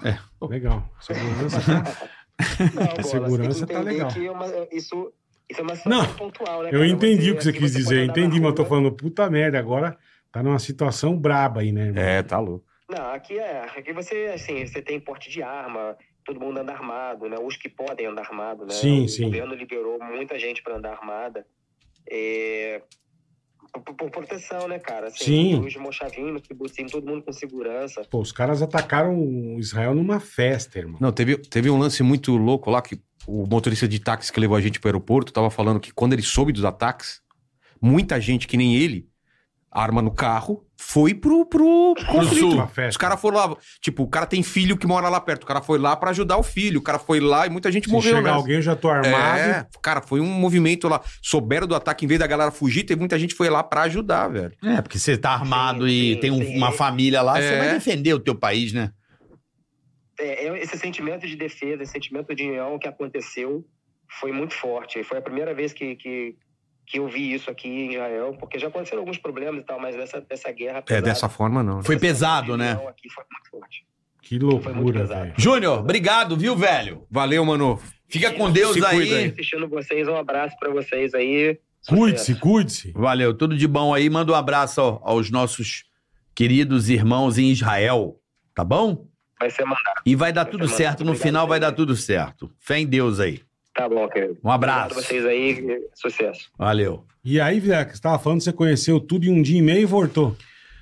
[SPEAKER 1] É.
[SPEAKER 3] Legal. Segurança.
[SPEAKER 7] Não, Bola, você tem que
[SPEAKER 3] segurança tá
[SPEAKER 7] entender
[SPEAKER 3] legal.
[SPEAKER 7] que é uma- isso, isso é uma situação
[SPEAKER 3] Não,
[SPEAKER 7] pontual, né,
[SPEAKER 3] Eu
[SPEAKER 7] cara?
[SPEAKER 3] entendi
[SPEAKER 7] Você-
[SPEAKER 3] o que você
[SPEAKER 7] aqui
[SPEAKER 3] quis
[SPEAKER 7] pode
[SPEAKER 3] dizer,
[SPEAKER 7] andar na
[SPEAKER 3] entendi, mas eu tô
[SPEAKER 7] rua,
[SPEAKER 3] falando, puta merda, agora tá numa situação braba aí, né? irmão?
[SPEAKER 1] É, tá louco.
[SPEAKER 7] Não, aqui é. Aqui você, assim, você tem porte de arma, todo mundo anda armado, né? Os que podem andar armado, né?
[SPEAKER 3] Sim,
[SPEAKER 7] o
[SPEAKER 3] sim.
[SPEAKER 7] governo liberou muita gente para andar armada. É, por, por proteção, né, cara?
[SPEAKER 3] Sim.
[SPEAKER 7] Os mochavinhos, os kibutzim, todo mundo com segurança.
[SPEAKER 3] Pô, os caras atacaram o Israel numa festa, irmão.
[SPEAKER 1] Não, teve, teve um lance muito louco lá que o motorista de táxi que levou a gente pro aeroporto tava falando que quando ele soube dos ataques, muita gente que nem ele, arma no carro, foi pro, pro conflito.
[SPEAKER 3] Uma festa.
[SPEAKER 1] Os caras foram lá, tipo, o cara tem filho que mora lá perto, o cara foi lá pra ajudar o filho, o cara foi lá e muita gente
[SPEAKER 3] Se
[SPEAKER 1] morreu,
[SPEAKER 3] chegar
[SPEAKER 1] né?
[SPEAKER 3] alguém, eu já tô armado.
[SPEAKER 1] É, cara, foi um movimento lá. Souberam do ataque, em vez da galera fugir, teve muita gente que foi lá pra ajudar, velho.
[SPEAKER 4] É, porque você tá armado
[SPEAKER 7] Sim,
[SPEAKER 4] e
[SPEAKER 7] sim,
[SPEAKER 4] tem um-
[SPEAKER 7] sim.
[SPEAKER 4] uma família lá, você
[SPEAKER 1] É.
[SPEAKER 4] vai defender o teu país, né?
[SPEAKER 7] É, é esse sentimento de defesa, esse sentimento de união que aconteceu foi muito forte. Foi a primeira vez que, que, que eu vi isso aqui em Israel, porque já aconteceram alguns problemas e tal, mas dessa, dessa guerra.
[SPEAKER 1] É,
[SPEAKER 7] pesada,
[SPEAKER 1] dessa forma não. né?
[SPEAKER 4] Foi
[SPEAKER 7] essa
[SPEAKER 4] pesado, né?
[SPEAKER 7] união aqui foi muito forte.
[SPEAKER 3] Que
[SPEAKER 7] Foi muito
[SPEAKER 3] loucura,
[SPEAKER 7] pesado.
[SPEAKER 3] velho.
[SPEAKER 4] Júnior, obrigado, viu, velho?
[SPEAKER 1] Valeu, mano.
[SPEAKER 4] Fica com Deus
[SPEAKER 1] Se
[SPEAKER 4] aí.
[SPEAKER 1] cuida aí.
[SPEAKER 7] assistindo vocês, um abraço pra vocês aí.
[SPEAKER 3] Cuide-se, cuide-se.
[SPEAKER 4] Valeu, tudo de bom aí. Manda um abraço ao- aos nossos queridos irmãos em Israel, tá bom?
[SPEAKER 7] Vai ser mandado.
[SPEAKER 4] E vai dar
[SPEAKER 7] Eu
[SPEAKER 4] tudo
[SPEAKER 7] também.
[SPEAKER 4] certo, no
[SPEAKER 7] Obrigado,
[SPEAKER 4] final vai dar
[SPEAKER 7] também.
[SPEAKER 4] tudo certo. Fé em Deus aí.
[SPEAKER 7] Tá bom, querido.
[SPEAKER 4] Um abraço.
[SPEAKER 7] Obrigado a vocês aí. Sucesso.
[SPEAKER 4] Valeu.
[SPEAKER 3] E aí, Vilela, que você tava falando, você conheceu tudo em um dia e meio e voltou.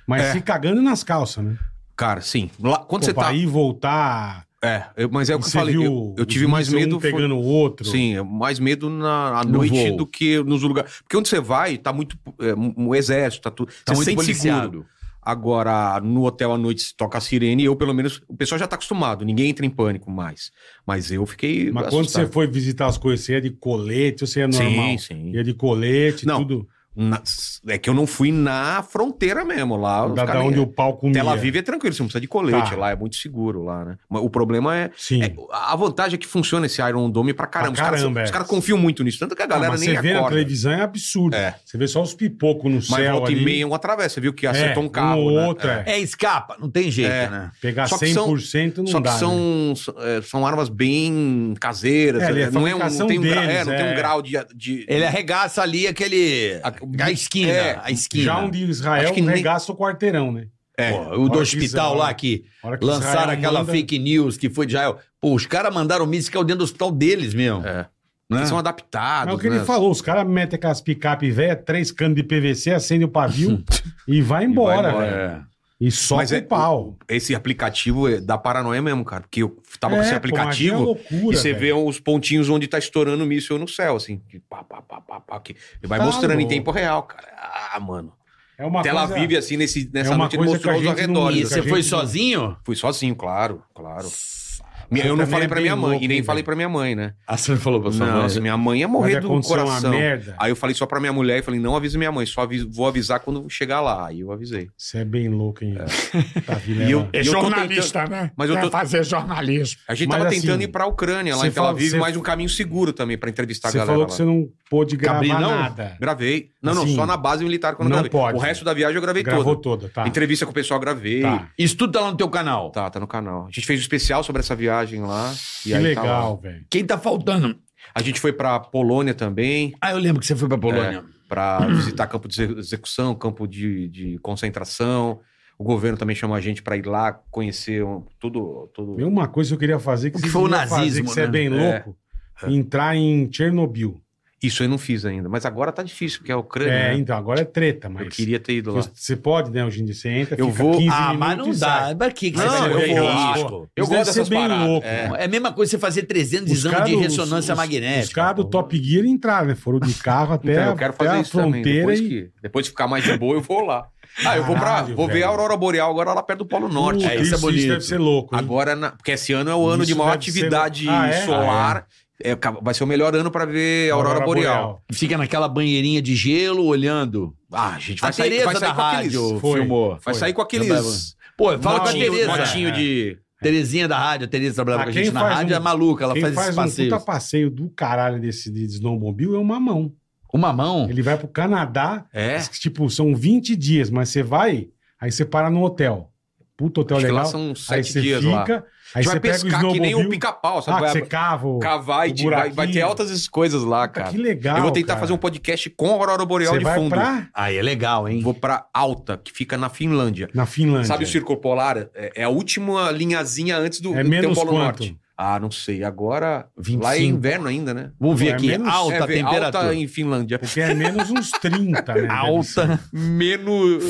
[SPEAKER 3] Mas
[SPEAKER 1] É.
[SPEAKER 3] se cagando nas calças, né?
[SPEAKER 1] Cara, sim. Lá- quando
[SPEAKER 3] Pô,
[SPEAKER 1] você tá.
[SPEAKER 3] pra ir e voltar.
[SPEAKER 1] É, eu- mas é o
[SPEAKER 3] e
[SPEAKER 1] que eu
[SPEAKER 3] você
[SPEAKER 1] falei.
[SPEAKER 3] viu
[SPEAKER 1] Eu, eu
[SPEAKER 3] os
[SPEAKER 1] tive mais
[SPEAKER 3] mísseis
[SPEAKER 1] medo.
[SPEAKER 3] Um
[SPEAKER 1] foi-
[SPEAKER 3] pegando o outro.
[SPEAKER 1] Sim, é mais medo na à
[SPEAKER 4] No
[SPEAKER 1] noite
[SPEAKER 4] voo.
[SPEAKER 1] do que nos lugares. Porque onde você vai, tá muito. É, um um exército, tá tudo.
[SPEAKER 4] Tá
[SPEAKER 1] você
[SPEAKER 4] muito
[SPEAKER 1] sente
[SPEAKER 4] policiado.
[SPEAKER 1] seguro. Agora, no hotel à noite se toca a sirene, eu pelo menos. O pessoal já tá acostumado, ninguém entra em pânico mais. Mas eu fiquei.
[SPEAKER 3] Mas quando você
[SPEAKER 1] assustado.
[SPEAKER 3] foi visitar as coisas, você ia de colete, ou você ia
[SPEAKER 1] Sim,
[SPEAKER 3] normal?
[SPEAKER 1] sim.
[SPEAKER 3] Ia de colete,
[SPEAKER 1] Não,
[SPEAKER 3] tudo.
[SPEAKER 1] Na- é que eu não fui na fronteira mesmo, lá. os
[SPEAKER 3] Da, da
[SPEAKER 1] caras-
[SPEAKER 3] onde o pau comia.
[SPEAKER 1] Tel Aviv é tranquilo, você não precisa de colete
[SPEAKER 3] Tá.
[SPEAKER 1] lá, é muito seguro lá, né? Mas o problema é,
[SPEAKER 3] Sim.
[SPEAKER 1] é- A vantagem é que funciona esse Iron Dome pra caramba.
[SPEAKER 3] Pra
[SPEAKER 1] os
[SPEAKER 3] caramba, é. Ah,
[SPEAKER 1] caras cara confiam muito nisso, tanto que a galera
[SPEAKER 3] Mas
[SPEAKER 1] nem
[SPEAKER 3] você vê na
[SPEAKER 1] acorda.
[SPEAKER 3] televisão é absurdo.
[SPEAKER 1] É.
[SPEAKER 3] Você vê só os pipocos no
[SPEAKER 1] Mas
[SPEAKER 3] céu
[SPEAKER 1] volta
[SPEAKER 3] ali.
[SPEAKER 1] e meia um atravessa, viu? Que
[SPEAKER 3] É,
[SPEAKER 1] acertou um carro.
[SPEAKER 3] ou
[SPEAKER 1] né?
[SPEAKER 3] outro, é.
[SPEAKER 4] É, escapa, não tem jeito,
[SPEAKER 1] É.
[SPEAKER 4] né?
[SPEAKER 3] Pegar
[SPEAKER 1] Só que são-
[SPEAKER 3] 100% não
[SPEAKER 1] É. Só que
[SPEAKER 3] dá.
[SPEAKER 1] são,
[SPEAKER 3] né?
[SPEAKER 1] s- é, são armas bem caseiras.
[SPEAKER 3] É,
[SPEAKER 1] né?
[SPEAKER 3] ele é
[SPEAKER 1] não, é um, não,
[SPEAKER 3] fabricação
[SPEAKER 1] tem um gra-
[SPEAKER 3] deles,
[SPEAKER 1] é, não tem
[SPEAKER 3] é.
[SPEAKER 1] um grau de. de-
[SPEAKER 4] Ele arregaça ali aquele. A, esquina.
[SPEAKER 1] É,
[SPEAKER 4] a esquina.
[SPEAKER 3] Já um de Israel
[SPEAKER 1] Acho que nem-
[SPEAKER 3] regaça o quarteirão, né?
[SPEAKER 1] é.
[SPEAKER 4] Pô, o do
[SPEAKER 3] Olha que
[SPEAKER 4] hospital
[SPEAKER 3] bizarro.
[SPEAKER 4] lá que
[SPEAKER 3] A hora que
[SPEAKER 4] lançaram
[SPEAKER 3] Israel
[SPEAKER 4] aquela
[SPEAKER 3] manda-
[SPEAKER 4] fake news que foi de Israel. Pô, os caras mandaram míssil dentro do hospital deles mesmo.
[SPEAKER 1] É.
[SPEAKER 4] Né?
[SPEAKER 1] Eles são
[SPEAKER 3] Mas
[SPEAKER 1] adaptados.
[SPEAKER 3] é o que
[SPEAKER 1] né?
[SPEAKER 3] ele falou, os caras metem aquelas picape velha, três canos de PVC, acende o pavio e vai embora,
[SPEAKER 1] embora,
[SPEAKER 3] velho.
[SPEAKER 4] É.
[SPEAKER 3] E soca
[SPEAKER 1] Mas é-
[SPEAKER 3] o pau.
[SPEAKER 1] Esse aplicativo é da paranoia mesmo, cara. Porque eu tava com
[SPEAKER 3] É,
[SPEAKER 1] esse
[SPEAKER 3] pô,
[SPEAKER 1] aplicativo.
[SPEAKER 3] imagina a loucura,
[SPEAKER 1] E você
[SPEAKER 3] velho.
[SPEAKER 1] vê os pontinhos onde tá estourando o míssil no céu, assim. que Pá, pá, pá, pá, pá, que e vai
[SPEAKER 3] Tá
[SPEAKER 1] mostrando em
[SPEAKER 3] louco.
[SPEAKER 1] tempo real, cara. Ah, mano.
[SPEAKER 3] É uma
[SPEAKER 1] Tel
[SPEAKER 3] coisa- é
[SPEAKER 1] Aviv, assim, nesse, nessa
[SPEAKER 3] uma
[SPEAKER 1] noite, ele
[SPEAKER 3] coisa que
[SPEAKER 1] mostrou
[SPEAKER 3] a
[SPEAKER 1] os
[SPEAKER 3] gente não
[SPEAKER 4] E
[SPEAKER 3] olha,
[SPEAKER 1] arredores.
[SPEAKER 3] que
[SPEAKER 4] você
[SPEAKER 3] a
[SPEAKER 4] foi
[SPEAKER 3] gente-
[SPEAKER 4] sozinho?
[SPEAKER 1] Fui sozinho, claro, claro.
[SPEAKER 3] Você
[SPEAKER 1] eu não
[SPEAKER 3] também
[SPEAKER 1] falei
[SPEAKER 3] é
[SPEAKER 1] pra
[SPEAKER 3] bem
[SPEAKER 1] minha mãe,
[SPEAKER 3] louco,
[SPEAKER 1] e nem
[SPEAKER 3] hein,
[SPEAKER 1] falei
[SPEAKER 3] velho?
[SPEAKER 1] pra minha mãe, né?
[SPEAKER 4] Ah, você falou pra
[SPEAKER 1] Nossa, minha mãe ia morrer
[SPEAKER 3] Pode
[SPEAKER 1] do
[SPEAKER 3] acontecer uma
[SPEAKER 1] coração.
[SPEAKER 3] merda.
[SPEAKER 1] Aí eu falei só pra minha mulher e falei, não avisa minha mãe, só avi- vou avisar quando chegar lá. Aí eu avisei.
[SPEAKER 3] Você é bem louco, hein? Tá, Vilela?
[SPEAKER 1] E eu-
[SPEAKER 5] É
[SPEAKER 1] eu tô
[SPEAKER 5] jornalista, né?
[SPEAKER 1] mas eu
[SPEAKER 5] Vai
[SPEAKER 1] tô-
[SPEAKER 5] fazer jornalismo.
[SPEAKER 1] A gente
[SPEAKER 3] Mas
[SPEAKER 1] tava
[SPEAKER 3] assim,
[SPEAKER 1] tentando ir pra Ucrânia, lá
[SPEAKER 3] você
[SPEAKER 1] em Tel
[SPEAKER 3] fala-
[SPEAKER 1] Aviv,
[SPEAKER 3] você-
[SPEAKER 1] mas um caminho seguro também pra entrevistar a
[SPEAKER 3] Você
[SPEAKER 1] galera
[SPEAKER 3] falou
[SPEAKER 1] lá.
[SPEAKER 3] que você não pôde gravar
[SPEAKER 4] Cabri, não?
[SPEAKER 3] nada.
[SPEAKER 1] Gravei. Não, não,
[SPEAKER 3] Assim,
[SPEAKER 1] só na base militar quando eu
[SPEAKER 3] não
[SPEAKER 1] gravei.
[SPEAKER 3] pode.
[SPEAKER 1] O resto da viagem eu gravei
[SPEAKER 3] Gravou
[SPEAKER 1] toda.
[SPEAKER 3] toda, tá.
[SPEAKER 1] Entrevista com o pessoal, gravei.
[SPEAKER 3] Tá.
[SPEAKER 4] Isso tudo tá lá no teu canal.
[SPEAKER 1] Tá, tá no canal. A gente fez um especial sobre essa viagem lá. E
[SPEAKER 3] Que
[SPEAKER 1] aí tá
[SPEAKER 3] legal,
[SPEAKER 1] lá.
[SPEAKER 3] velho.
[SPEAKER 4] Quem tá faltando?
[SPEAKER 1] a gente foi pra Polônia também,
[SPEAKER 4] Ah, eu lembro que você foi pra Polônia.
[SPEAKER 1] É. pra visitar campo de exe- execução, campo de, de concentração. O governo também chamou a gente pra ir lá conhecer um- tudo. tudo...
[SPEAKER 3] Tem uma Tipo, coisa que eu queria fazer que,
[SPEAKER 4] O que
[SPEAKER 3] vocês
[SPEAKER 4] foi o
[SPEAKER 3] deviam fazer,
[SPEAKER 4] nazismo,
[SPEAKER 3] que você é
[SPEAKER 4] né?
[SPEAKER 3] bem
[SPEAKER 1] É.
[SPEAKER 3] louco. Entrar em Chernobyl.
[SPEAKER 1] Isso eu não fiz ainda. Mas agora tá difícil, porque é a Ucrânia.
[SPEAKER 3] É,
[SPEAKER 1] né?
[SPEAKER 3] então, agora é treta, mas.
[SPEAKER 1] Eu queria ter ido lá.
[SPEAKER 3] Você pode, né? Hoje em dia você entra,
[SPEAKER 1] Eu
[SPEAKER 3] fica
[SPEAKER 1] vou-
[SPEAKER 3] 15
[SPEAKER 4] Ah, mas
[SPEAKER 3] minutos
[SPEAKER 4] não
[SPEAKER 3] e
[SPEAKER 4] dá.
[SPEAKER 3] sai. é
[SPEAKER 4] Pra que que você
[SPEAKER 1] Não,
[SPEAKER 4] vai
[SPEAKER 1] eu
[SPEAKER 4] correr
[SPEAKER 1] vou lá,
[SPEAKER 4] risco?
[SPEAKER 1] pô.
[SPEAKER 3] Eu
[SPEAKER 1] Eu
[SPEAKER 3] gosto
[SPEAKER 1] gosto
[SPEAKER 3] deve ser
[SPEAKER 1] dessas
[SPEAKER 3] bem
[SPEAKER 1] paradas,
[SPEAKER 3] louco.
[SPEAKER 1] é.
[SPEAKER 3] mano.
[SPEAKER 4] É a mesma coisa que você fazer 300
[SPEAKER 3] Os
[SPEAKER 4] exames
[SPEAKER 3] caras
[SPEAKER 4] de
[SPEAKER 3] do-
[SPEAKER 4] ressonância
[SPEAKER 3] os-
[SPEAKER 4] magnética.
[SPEAKER 3] Os caras do Top Gear entraram, né? Foram de carro até,
[SPEAKER 1] Então,
[SPEAKER 3] a-
[SPEAKER 1] eu quero
[SPEAKER 3] até
[SPEAKER 1] fazer
[SPEAKER 3] a
[SPEAKER 1] isso também.
[SPEAKER 3] fronteira
[SPEAKER 1] Depois,
[SPEAKER 3] e...
[SPEAKER 1] que, depois de ficar mais de boa, eu vou lá. Ah, eu vou pra.
[SPEAKER 3] Caralho,
[SPEAKER 1] Vou ver
[SPEAKER 3] velho.
[SPEAKER 1] a Aurora Boreal agora lá perto do Polo Norte.
[SPEAKER 3] Puta,
[SPEAKER 4] é, isso é bonito.
[SPEAKER 3] deve ser louco. hein?
[SPEAKER 1] Agora, na- porque esse ano é o ano
[SPEAKER 3] Isso
[SPEAKER 1] de maior
[SPEAKER 3] deve ser-
[SPEAKER 1] atividade
[SPEAKER 3] Ah, é?
[SPEAKER 1] solar. É, ca- vai ser o melhor ano pra ver é a Aurora, Boreal.
[SPEAKER 4] Fica naquela banheirinha de gelo olhando.
[SPEAKER 1] Ah, a gente vai
[SPEAKER 4] A
[SPEAKER 1] sair,
[SPEAKER 4] Tereza
[SPEAKER 1] vai sair
[SPEAKER 4] da
[SPEAKER 1] com aqueles.
[SPEAKER 4] rádio
[SPEAKER 3] Foi.
[SPEAKER 4] filmou.
[SPEAKER 1] Vai
[SPEAKER 3] Foi.
[SPEAKER 1] sair com aqueles.
[SPEAKER 4] Pô, fala com a
[SPEAKER 1] motinho-
[SPEAKER 4] Tereza.
[SPEAKER 1] motinho
[SPEAKER 3] É.
[SPEAKER 1] de.
[SPEAKER 4] Terezinha da rádio, a Tereza trabalhava
[SPEAKER 3] Ah,
[SPEAKER 4] com a
[SPEAKER 3] quem
[SPEAKER 4] gente na
[SPEAKER 3] faz
[SPEAKER 4] rádio,
[SPEAKER 3] um-
[SPEAKER 4] é maluca, ela
[SPEAKER 3] Quem
[SPEAKER 4] faz,
[SPEAKER 3] faz,
[SPEAKER 4] esses
[SPEAKER 3] um
[SPEAKER 4] passeios.
[SPEAKER 3] puta passeio do caralho desse de snowmobile é o mamão.
[SPEAKER 4] Uma mão?
[SPEAKER 3] Ele vai pro Canadá,
[SPEAKER 1] É.
[SPEAKER 3] diz que, tipo, são 20 dias, mas você vai, aí você para no hotel. Puta hotel
[SPEAKER 1] Acho que lá
[SPEAKER 3] Então, legal.
[SPEAKER 1] são
[SPEAKER 3] Aí
[SPEAKER 1] sete
[SPEAKER 3] você
[SPEAKER 1] dias lá.
[SPEAKER 3] fica,
[SPEAKER 1] A
[SPEAKER 3] aí
[SPEAKER 1] gente
[SPEAKER 3] você
[SPEAKER 1] vai
[SPEAKER 3] pega o
[SPEAKER 1] pescar que nem o
[SPEAKER 3] snowmobile,
[SPEAKER 1] pica-pau,
[SPEAKER 3] ah,
[SPEAKER 1] sabe?
[SPEAKER 3] que
[SPEAKER 1] vai
[SPEAKER 3] você cava o-
[SPEAKER 1] cavar e
[SPEAKER 3] o
[SPEAKER 1] te- vai, vai
[SPEAKER 3] buraquinho.
[SPEAKER 1] ter altas coisas lá,
[SPEAKER 3] Puta,
[SPEAKER 1] cara.
[SPEAKER 3] Que legal,
[SPEAKER 1] eu vou tentar
[SPEAKER 3] cara.
[SPEAKER 1] fazer um podcast com a Aurora Boreal
[SPEAKER 3] Você
[SPEAKER 1] de
[SPEAKER 3] vai
[SPEAKER 1] fundo.
[SPEAKER 3] pra...
[SPEAKER 4] Aí é legal, hein?
[SPEAKER 1] Vou pra Alta, que fica na Finlândia.
[SPEAKER 3] Na Finlândia.
[SPEAKER 1] Sabe o Círculo Polar? É, é a última linhazinha antes do,
[SPEAKER 3] É
[SPEAKER 1] do
[SPEAKER 3] menos
[SPEAKER 1] teu um Polo
[SPEAKER 3] quanto?
[SPEAKER 1] Norte. Ah, não sei. Agora.
[SPEAKER 4] 25.
[SPEAKER 1] Lá é inverno ainda, né?
[SPEAKER 4] Vamos ver
[SPEAKER 3] Pô, é
[SPEAKER 4] aqui.
[SPEAKER 3] menos-
[SPEAKER 4] alta
[SPEAKER 1] é, vê,
[SPEAKER 4] temperatura.
[SPEAKER 1] Alta em Finlândia.
[SPEAKER 3] Porque é menos uns 30, né?
[SPEAKER 4] Alta.
[SPEAKER 1] Menos.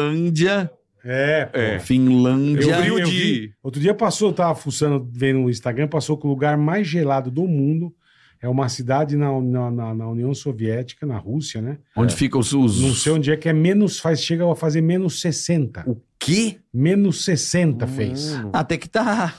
[SPEAKER 4] Finlândia.
[SPEAKER 3] É, pô.
[SPEAKER 1] É.
[SPEAKER 4] Finlândia.
[SPEAKER 1] Eu vi o
[SPEAKER 3] eu
[SPEAKER 1] de-
[SPEAKER 3] vi. Outro dia passou, eu tava fuçando, vendo no Instagram, passou que o lugar mais gelado do mundo é uma cidade na, na, na- na União Soviética, na Rússia, né?
[SPEAKER 4] Onde fica os. os...
[SPEAKER 3] Não sei onde é que é menos, faz, chega a fazer menos 60.
[SPEAKER 4] Que?
[SPEAKER 3] Menos 60
[SPEAKER 1] Hum.
[SPEAKER 3] fez.
[SPEAKER 1] Mano.
[SPEAKER 4] Até que tá.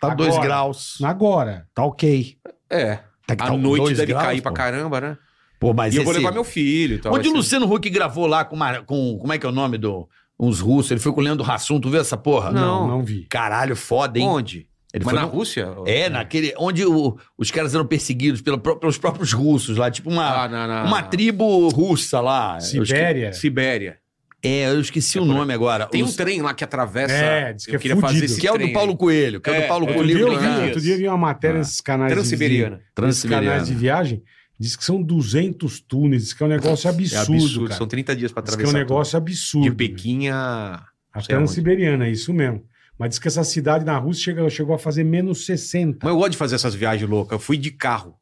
[SPEAKER 4] Tá
[SPEAKER 3] Agora.
[SPEAKER 4] 2 graus.
[SPEAKER 3] Agora.
[SPEAKER 4] Tá ok.
[SPEAKER 1] É.
[SPEAKER 4] Tá que
[SPEAKER 1] A
[SPEAKER 4] tá
[SPEAKER 1] noite
[SPEAKER 4] dois
[SPEAKER 1] deve
[SPEAKER 4] graus,
[SPEAKER 1] cair pra
[SPEAKER 4] pô.
[SPEAKER 1] caramba, né?
[SPEAKER 4] Pô, mas
[SPEAKER 1] e eu vou
[SPEAKER 4] esse-
[SPEAKER 1] levar meu filho. e tal,
[SPEAKER 4] Onde o
[SPEAKER 1] vai ser-
[SPEAKER 4] Luciano Huck gravou lá com, uma- com. Como é que é o nome do. Uns russos. Ele foi com o Leandro Hassum. Tu viu essa porra?
[SPEAKER 3] Não,
[SPEAKER 1] Não.
[SPEAKER 3] não vi.
[SPEAKER 4] Caralho, foda, hein?
[SPEAKER 1] Onde?
[SPEAKER 4] Ele
[SPEAKER 1] Mas
[SPEAKER 4] foi
[SPEAKER 1] na
[SPEAKER 4] no-
[SPEAKER 1] Rússia?
[SPEAKER 4] É, naquele. Onde o- os caras eram perseguidos pela pró- pelos próprios russos lá. Tipo uma,
[SPEAKER 1] Ah, na, na-
[SPEAKER 4] uma tribo russa lá.
[SPEAKER 3] Sibéria.
[SPEAKER 1] Sibéria.
[SPEAKER 4] É, eu esqueci o nome agora.
[SPEAKER 1] Tem um
[SPEAKER 4] Os-
[SPEAKER 1] trem lá que atravessa.
[SPEAKER 3] É, diz que é
[SPEAKER 1] eu queria
[SPEAKER 3] fudido.
[SPEAKER 1] fazer esse
[SPEAKER 4] que é o
[SPEAKER 1] trem
[SPEAKER 4] do Paulo Coelho. Que é, o do
[SPEAKER 1] É,
[SPEAKER 4] Paulo
[SPEAKER 1] é.
[SPEAKER 3] Outro dia,
[SPEAKER 4] Coelho.
[SPEAKER 3] eu
[SPEAKER 4] né?
[SPEAKER 3] vi, outro dia eu vi uma matéria
[SPEAKER 1] Ah.
[SPEAKER 3] nesses canais de-
[SPEAKER 1] Transiberiana.
[SPEAKER 3] Nesses canais de
[SPEAKER 4] Transiberiano.
[SPEAKER 3] viagem. Diz que são 200 túneis. Diz que é um negócio absurdo,
[SPEAKER 1] É absurdo.
[SPEAKER 3] cara.
[SPEAKER 1] São 30 dias pra
[SPEAKER 3] Diz
[SPEAKER 1] atravessar.
[SPEAKER 3] que é um
[SPEAKER 1] tudo.
[SPEAKER 3] negócio absurdo. né?
[SPEAKER 1] De Pequim a.
[SPEAKER 3] A
[SPEAKER 1] sei aonde.
[SPEAKER 3] Transiberiana, é isso mesmo. Mas diz que essa cidade na Rússia chegou, chegou a fazer menos 60.
[SPEAKER 1] Mas eu gosto de fazer essas viagens loucas. Eu fui de carro.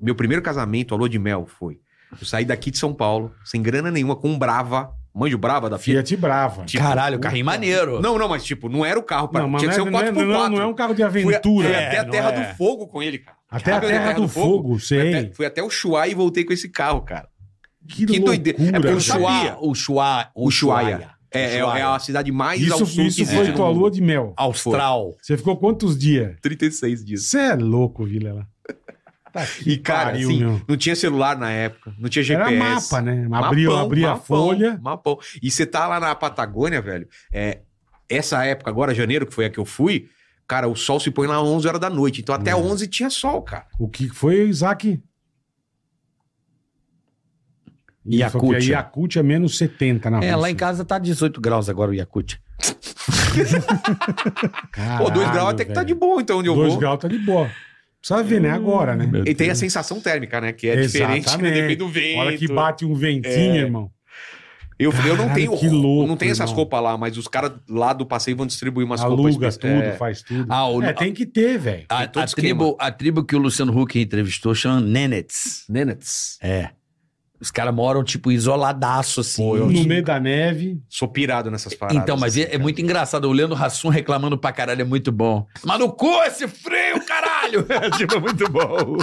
[SPEAKER 1] Meu primeiro casamento, a lua de mel, foi. Eu saí daqui de São Paulo, sem grana nenhuma, com um Brava. Manjo brava da Fiat.
[SPEAKER 3] Fiat Brava.
[SPEAKER 4] Caralho, carrinho é maneiro.
[SPEAKER 1] tipo, Não, não, mas tipo, não era o carro pra.
[SPEAKER 3] Não, mas
[SPEAKER 1] Tinha que ser
[SPEAKER 3] não,
[SPEAKER 1] um
[SPEAKER 3] é, não,
[SPEAKER 1] 4x4.
[SPEAKER 3] é, não, é- não é um carro de
[SPEAKER 1] Fui,
[SPEAKER 3] aventura.
[SPEAKER 1] fui até a
[SPEAKER 3] não
[SPEAKER 1] Terra
[SPEAKER 3] é.
[SPEAKER 1] do Fogo com ele, cara.
[SPEAKER 3] Até a
[SPEAKER 1] Caralho,
[SPEAKER 3] Terra do Fogo,
[SPEAKER 1] Fui
[SPEAKER 3] sei.
[SPEAKER 1] até, fui até o Chuá e voltei com esse carro, cara.
[SPEAKER 3] Que,
[SPEAKER 1] que doideira.
[SPEAKER 3] loucura.
[SPEAKER 1] É porque
[SPEAKER 3] cara.
[SPEAKER 1] eu
[SPEAKER 4] O Chuá,
[SPEAKER 1] sabia.
[SPEAKER 4] o Chuá,
[SPEAKER 1] O Chuaia. É, é,
[SPEAKER 4] Ushuaia.
[SPEAKER 1] é a cidade mais ao
[SPEAKER 3] Isso,
[SPEAKER 1] sul que
[SPEAKER 3] isso
[SPEAKER 1] existe
[SPEAKER 3] foi
[SPEAKER 1] no
[SPEAKER 3] tua
[SPEAKER 1] mundo.
[SPEAKER 3] lua de mel.
[SPEAKER 4] Austral.
[SPEAKER 3] Você ficou quantos dias?
[SPEAKER 1] 36 dias.
[SPEAKER 3] Você é louco, Vilela. Tá que
[SPEAKER 1] E, cara,
[SPEAKER 3] pariu,
[SPEAKER 1] assim,
[SPEAKER 3] meu.
[SPEAKER 1] não tinha celular na época, não tinha
[SPEAKER 3] Era
[SPEAKER 1] GPS.
[SPEAKER 3] mapa, né? Abriu,
[SPEAKER 1] Mapão,
[SPEAKER 3] abria a
[SPEAKER 1] mapão,
[SPEAKER 3] folha.
[SPEAKER 1] Mapão. E você tá lá na Patagônia, velho. É, essa época agora, janeiro, que foi a que eu fui, cara, o sol se põe lá às 11 horas da noite. Então
[SPEAKER 3] Hum.
[SPEAKER 1] até 11 tinha sol, cara.
[SPEAKER 3] O que foi, Isaac?
[SPEAKER 4] Iacutia.
[SPEAKER 3] Iacutia. Iacutia é menos 70 na
[SPEAKER 4] É, lá
[SPEAKER 3] Rússia.
[SPEAKER 4] em casa tá 18 graus agora o Yakut.
[SPEAKER 3] Caralho,
[SPEAKER 1] Pô, 2 graus até que tá de
[SPEAKER 3] velho.
[SPEAKER 1] boa, então, onde eu
[SPEAKER 3] Dois
[SPEAKER 1] vou.
[SPEAKER 3] graus tá de boa. Precisa ver, né? Agora, né?
[SPEAKER 1] E tem a sensação térmica, né? Que é diferente, né?
[SPEAKER 3] Exatamente.
[SPEAKER 1] Depende do vento.
[SPEAKER 3] A hora que bate um ventinho,
[SPEAKER 1] É,
[SPEAKER 3] irmão.
[SPEAKER 1] Eu, eu não
[SPEAKER 3] Caralho,
[SPEAKER 1] tenho.
[SPEAKER 3] que louco,
[SPEAKER 1] eu não tenho essas
[SPEAKER 3] irmão.
[SPEAKER 1] roupas lá, mas os caras lá do passeio vão distribuir umas
[SPEAKER 3] Aluga
[SPEAKER 1] roupas. espe-
[SPEAKER 3] tudo,
[SPEAKER 1] é.
[SPEAKER 3] faz tudo.
[SPEAKER 4] Ah, o-
[SPEAKER 3] é, tem que ter, velho.
[SPEAKER 4] A,
[SPEAKER 1] Tem todo
[SPEAKER 4] a tribo, a tribo que o Luciano Huck entrevistou chama Nenets.
[SPEAKER 1] Nenets.
[SPEAKER 4] É. Os caras moram, tipo, isoladaço, assim.
[SPEAKER 1] Pô, eu-
[SPEAKER 3] No meio da neve.
[SPEAKER 1] Sou pirado nessas paradas.
[SPEAKER 4] Então, mas é, é
[SPEAKER 1] assim,
[SPEAKER 4] muito engraçado. O Leandro Hassum reclamando pra caralho é muito bom. Mas no cu esse frio, caralho! É, tipo, é muito bom.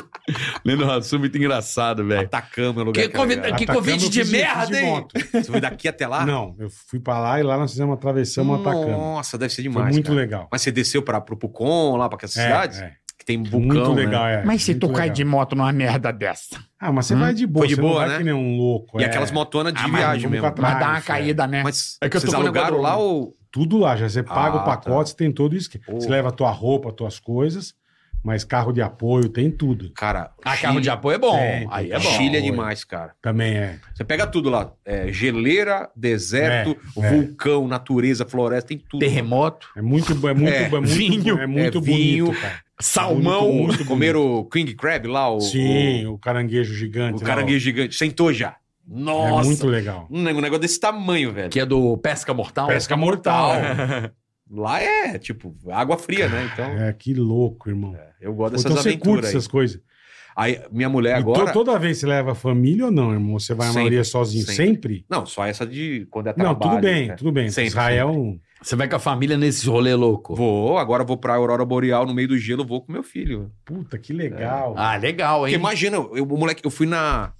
[SPEAKER 4] Leandro Hassum, é muito engraçado, velho.
[SPEAKER 1] Atacama, é lugar
[SPEAKER 4] Que,
[SPEAKER 1] é
[SPEAKER 4] convida-
[SPEAKER 1] legal.
[SPEAKER 4] que
[SPEAKER 3] Atacama,
[SPEAKER 4] convite
[SPEAKER 3] eu
[SPEAKER 4] de
[SPEAKER 3] fiz- eu fiz de
[SPEAKER 4] merda, hein?
[SPEAKER 3] moto.
[SPEAKER 1] Você foi daqui até lá?
[SPEAKER 3] Não, eu fui pra lá e lá nós fizemos, atravessamos Atacama.
[SPEAKER 1] Ah. Nossa, deve ser
[SPEAKER 3] Foi
[SPEAKER 1] demais.
[SPEAKER 3] muito
[SPEAKER 1] cara.
[SPEAKER 3] legal.
[SPEAKER 1] Mas você desceu pra, pro Pucon, lá pra
[SPEAKER 3] É,
[SPEAKER 1] aquela cidade?
[SPEAKER 3] é.
[SPEAKER 1] Que tem vulcão.
[SPEAKER 3] Muito
[SPEAKER 1] né?
[SPEAKER 3] legal, é.
[SPEAKER 5] Mas se
[SPEAKER 3] Muito
[SPEAKER 5] tu cai
[SPEAKER 3] legal.
[SPEAKER 5] de moto numa merda dessa,
[SPEAKER 3] Ah, mas você vai de boa.
[SPEAKER 1] Hum? Foi de
[SPEAKER 3] você não
[SPEAKER 1] boa,
[SPEAKER 3] vai
[SPEAKER 1] né?
[SPEAKER 3] que nem um louco.
[SPEAKER 1] E
[SPEAKER 3] é.
[SPEAKER 1] aquelas motonas de
[SPEAKER 3] Ah, mas
[SPEAKER 1] viagem
[SPEAKER 3] vamos
[SPEAKER 1] mesmo.
[SPEAKER 3] pra
[SPEAKER 5] mas
[SPEAKER 6] Tá
[SPEAKER 5] dá uma
[SPEAKER 3] Atrás,
[SPEAKER 5] caída, né?
[SPEAKER 1] Mas
[SPEAKER 4] É que eu
[SPEAKER 1] vocês
[SPEAKER 4] tô com um
[SPEAKER 1] alugaram
[SPEAKER 4] negócio-
[SPEAKER 1] lá ou.
[SPEAKER 3] Tudo lá, já você paga
[SPEAKER 1] Ah,
[SPEAKER 3] o pacote, tem todo isso. que-
[SPEAKER 1] Pô.
[SPEAKER 3] Você leva a tua roupa, tuas coisas, mas carro de apoio, tem tudo.
[SPEAKER 1] Cara,
[SPEAKER 4] Ah, carro de apoio é bom.
[SPEAKER 3] Tem,
[SPEAKER 4] Aí é
[SPEAKER 3] tem.
[SPEAKER 4] bom.
[SPEAKER 1] Chile é
[SPEAKER 3] Oi.
[SPEAKER 1] demais, cara.
[SPEAKER 3] Também é.
[SPEAKER 1] Você pega tudo lá. É, geleira, deserto,
[SPEAKER 3] É, é.
[SPEAKER 1] vulcão, natureza, floresta, tem tudo.
[SPEAKER 4] Terremoto,
[SPEAKER 3] É muito, bo- é muito,
[SPEAKER 1] É,
[SPEAKER 3] é, muito,
[SPEAKER 4] vinho,
[SPEAKER 3] é muito
[SPEAKER 1] é vinho.
[SPEAKER 3] bonito, cara.
[SPEAKER 4] salmão.
[SPEAKER 1] Muito, muito Comeram o King Crab lá, o,
[SPEAKER 3] Sim, o caranguejo
[SPEAKER 1] o,
[SPEAKER 3] gigante.
[SPEAKER 1] o
[SPEAKER 3] lá,
[SPEAKER 1] caranguejo gigante. Sentou já.
[SPEAKER 3] ó. É
[SPEAKER 1] Nossa.
[SPEAKER 3] muito legal.
[SPEAKER 1] Um negócio desse tamanho, velho.
[SPEAKER 4] Que é do Pesca Mortal.
[SPEAKER 3] Pesca mortal.
[SPEAKER 1] Lá é, tipo, água fria, né? Então,
[SPEAKER 3] É, que louco, irmão.
[SPEAKER 1] eu gosto
[SPEAKER 3] Então
[SPEAKER 1] É. dessas
[SPEAKER 3] você curte
[SPEAKER 1] aventuras aí.
[SPEAKER 3] essas coisas.
[SPEAKER 1] Aí, minha mulher
[SPEAKER 3] E to-
[SPEAKER 1] agora...
[SPEAKER 3] toda vez você leva a família ou não, irmão? Você vai a
[SPEAKER 1] Sempre,
[SPEAKER 3] maioria sozinho
[SPEAKER 1] sempre.
[SPEAKER 3] sempre?
[SPEAKER 1] Não, só essa de quando é
[SPEAKER 3] Não,
[SPEAKER 1] trabalho.
[SPEAKER 3] tudo bem,
[SPEAKER 1] né?
[SPEAKER 3] tudo bem.
[SPEAKER 1] Sempre,
[SPEAKER 3] Israel.
[SPEAKER 4] Você vai com a família nesse rolê louco.
[SPEAKER 1] Vou, agora vou pra Aurora Boreal, no meio do gelo, vou com meu filho.
[SPEAKER 3] Puta, que legal.
[SPEAKER 1] É.
[SPEAKER 4] Ah, legal,
[SPEAKER 1] Porque
[SPEAKER 4] hein?
[SPEAKER 1] imagina, eu, o moleque, eu fui na...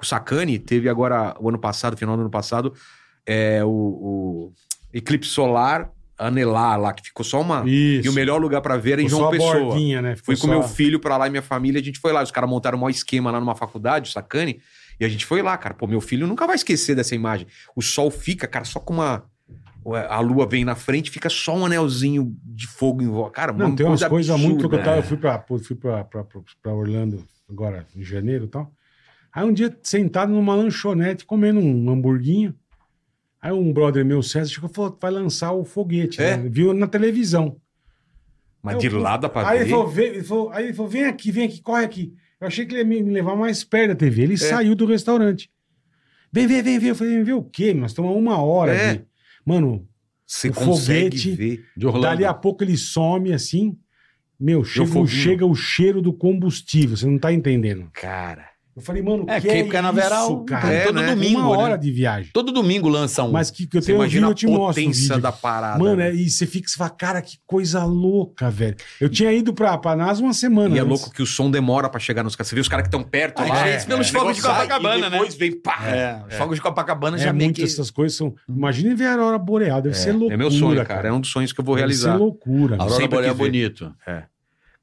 [SPEAKER 1] O Sacani teve agora, o ano passado, final do ano passado, é, o, o eclipse solar anelar lá, que ficou só uma...
[SPEAKER 3] Isso.
[SPEAKER 1] Ah, E o melhor lugar pra ver era em
[SPEAKER 3] Ficou
[SPEAKER 1] João
[SPEAKER 3] só a
[SPEAKER 1] Pessoa.
[SPEAKER 3] bordinha, né? Ficou
[SPEAKER 1] Fui com meu
[SPEAKER 3] só-
[SPEAKER 1] filho pra lá e minha família, a gente foi lá. Os caras montaram um maior esquema lá numa faculdade, o Sacane, e a gente foi lá, cara. Pô, meu filho nunca vai esquecer dessa imagem. O sol fica, cara, só com uma. Ué, A lua vem na frente, fica só um anelzinho de fogo em volta. Cara,
[SPEAKER 3] Não,
[SPEAKER 1] uma
[SPEAKER 3] tem umas
[SPEAKER 1] coisa
[SPEAKER 3] coisas
[SPEAKER 1] absurda. é. né?
[SPEAKER 3] muito que eu, tava, eu fui, pra, pô, fui pra, pra, pra- pra Orlando agora, em janeiro e tal. Aí um dia, sentado numa lanchonete, comendo um hamburguinho. Aí um brother meu, César, chegou e falou, vai lançar o foguete.
[SPEAKER 1] É?
[SPEAKER 3] né? Viu na televisão.
[SPEAKER 1] Mas de
[SPEAKER 3] Eu-
[SPEAKER 1] lá dá pra
[SPEAKER 3] Aí
[SPEAKER 1] ver.
[SPEAKER 3] ele, falou, vem, ele falou- aí ele falou, vem aqui, vem aqui, corre aqui. Eu achei que ele ia me me levar mais perto da TV.
[SPEAKER 1] É.
[SPEAKER 3] Ele saiu do restaurante. Vem, vem, vem, vem. Eu falei, vem ver o quê? Nós estamos há uma hora
[SPEAKER 1] É.
[SPEAKER 3] aqui. Mano,
[SPEAKER 1] Você
[SPEAKER 3] o
[SPEAKER 1] consegue
[SPEAKER 3] foguete-
[SPEAKER 1] ver.
[SPEAKER 4] De Orlando.
[SPEAKER 3] Dali a pouco ele some assim. Meu, chega,
[SPEAKER 1] foguinho.
[SPEAKER 3] o- chega o cheiro do combustível, você não tá entendendo.
[SPEAKER 1] Cara.
[SPEAKER 3] Eu falei, mano,
[SPEAKER 4] É,
[SPEAKER 3] que
[SPEAKER 4] porque
[SPEAKER 3] é
[SPEAKER 4] carnaval
[SPEAKER 3] isso, cara?
[SPEAKER 1] tem
[SPEAKER 3] É,
[SPEAKER 4] todo
[SPEAKER 1] né?
[SPEAKER 4] domingo,
[SPEAKER 3] uma
[SPEAKER 4] né?
[SPEAKER 3] hora de viagem.
[SPEAKER 4] Todo domingo lança um.
[SPEAKER 3] Mas que, que eu
[SPEAKER 1] Você
[SPEAKER 3] tenho um vídeo,
[SPEAKER 1] imagina a
[SPEAKER 3] eu te mostro o
[SPEAKER 1] potência
[SPEAKER 3] vídeo.
[SPEAKER 1] da parada.
[SPEAKER 3] Mano, é,
[SPEAKER 1] né?
[SPEAKER 3] e você fica, você fala, cara, que coisa louca, velho. Eu tinha ido pra, pra NASA uma semana
[SPEAKER 1] E é
[SPEAKER 3] antes.
[SPEAKER 1] louco que o som demora pra chegar nos caras. Você vê os caras que estão perto né?
[SPEAKER 4] Ah,
[SPEAKER 1] lá.
[SPEAKER 4] é, pelos
[SPEAKER 1] O
[SPEAKER 4] fogos de
[SPEAKER 1] negócio sai
[SPEAKER 4] Copacabana,
[SPEAKER 1] e Depois vem pá.
[SPEAKER 4] É, os fogos de Copacabana
[SPEAKER 3] É,
[SPEAKER 4] já meio
[SPEAKER 3] muito
[SPEAKER 4] que... Uhum.
[SPEAKER 3] essas coisas são... Imagina ver a Aurora Boreal, deve ser loucura,
[SPEAKER 1] É meu sonho, cara. É um dos sonhos que eu vou
[SPEAKER 3] Deve ser
[SPEAKER 1] realizar. Ah,
[SPEAKER 3] loucura.
[SPEAKER 4] A Aurora
[SPEAKER 1] Sempre
[SPEAKER 4] Boreal é
[SPEAKER 1] que vê.
[SPEAKER 4] bonito.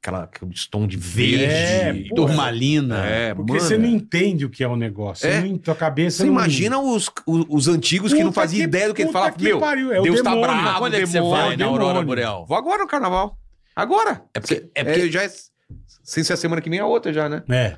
[SPEAKER 1] Aquela, aquele tom de
[SPEAKER 3] É,
[SPEAKER 1] verde.
[SPEAKER 3] pô.
[SPEAKER 4] Turmalina.
[SPEAKER 1] É,
[SPEAKER 3] Porque
[SPEAKER 1] mano.
[SPEAKER 3] você não entende o que é o negócio.
[SPEAKER 1] É.
[SPEAKER 3] Você não, tua cabeça
[SPEAKER 1] Você
[SPEAKER 3] não...
[SPEAKER 1] imagina os, os, os antigos que não
[SPEAKER 3] Puta
[SPEAKER 1] faziam
[SPEAKER 3] que-
[SPEAKER 1] ideia do que ele
[SPEAKER 3] puta
[SPEAKER 1] falava.
[SPEAKER 3] que
[SPEAKER 1] Meu,
[SPEAKER 3] pariu, é o
[SPEAKER 1] Deus tá
[SPEAKER 3] demônio.
[SPEAKER 1] bravo,
[SPEAKER 4] Ah, quando é que você
[SPEAKER 1] demônio.
[SPEAKER 4] vai na Aurora
[SPEAKER 3] demônio.
[SPEAKER 4] Boreal?
[SPEAKER 1] Vou agora no carnaval. Agora.
[SPEAKER 4] É porque... É
[SPEAKER 1] É
[SPEAKER 4] porque-
[SPEAKER 1] porque já é. Sem ser a semana que vem, a outra já, né?
[SPEAKER 3] É,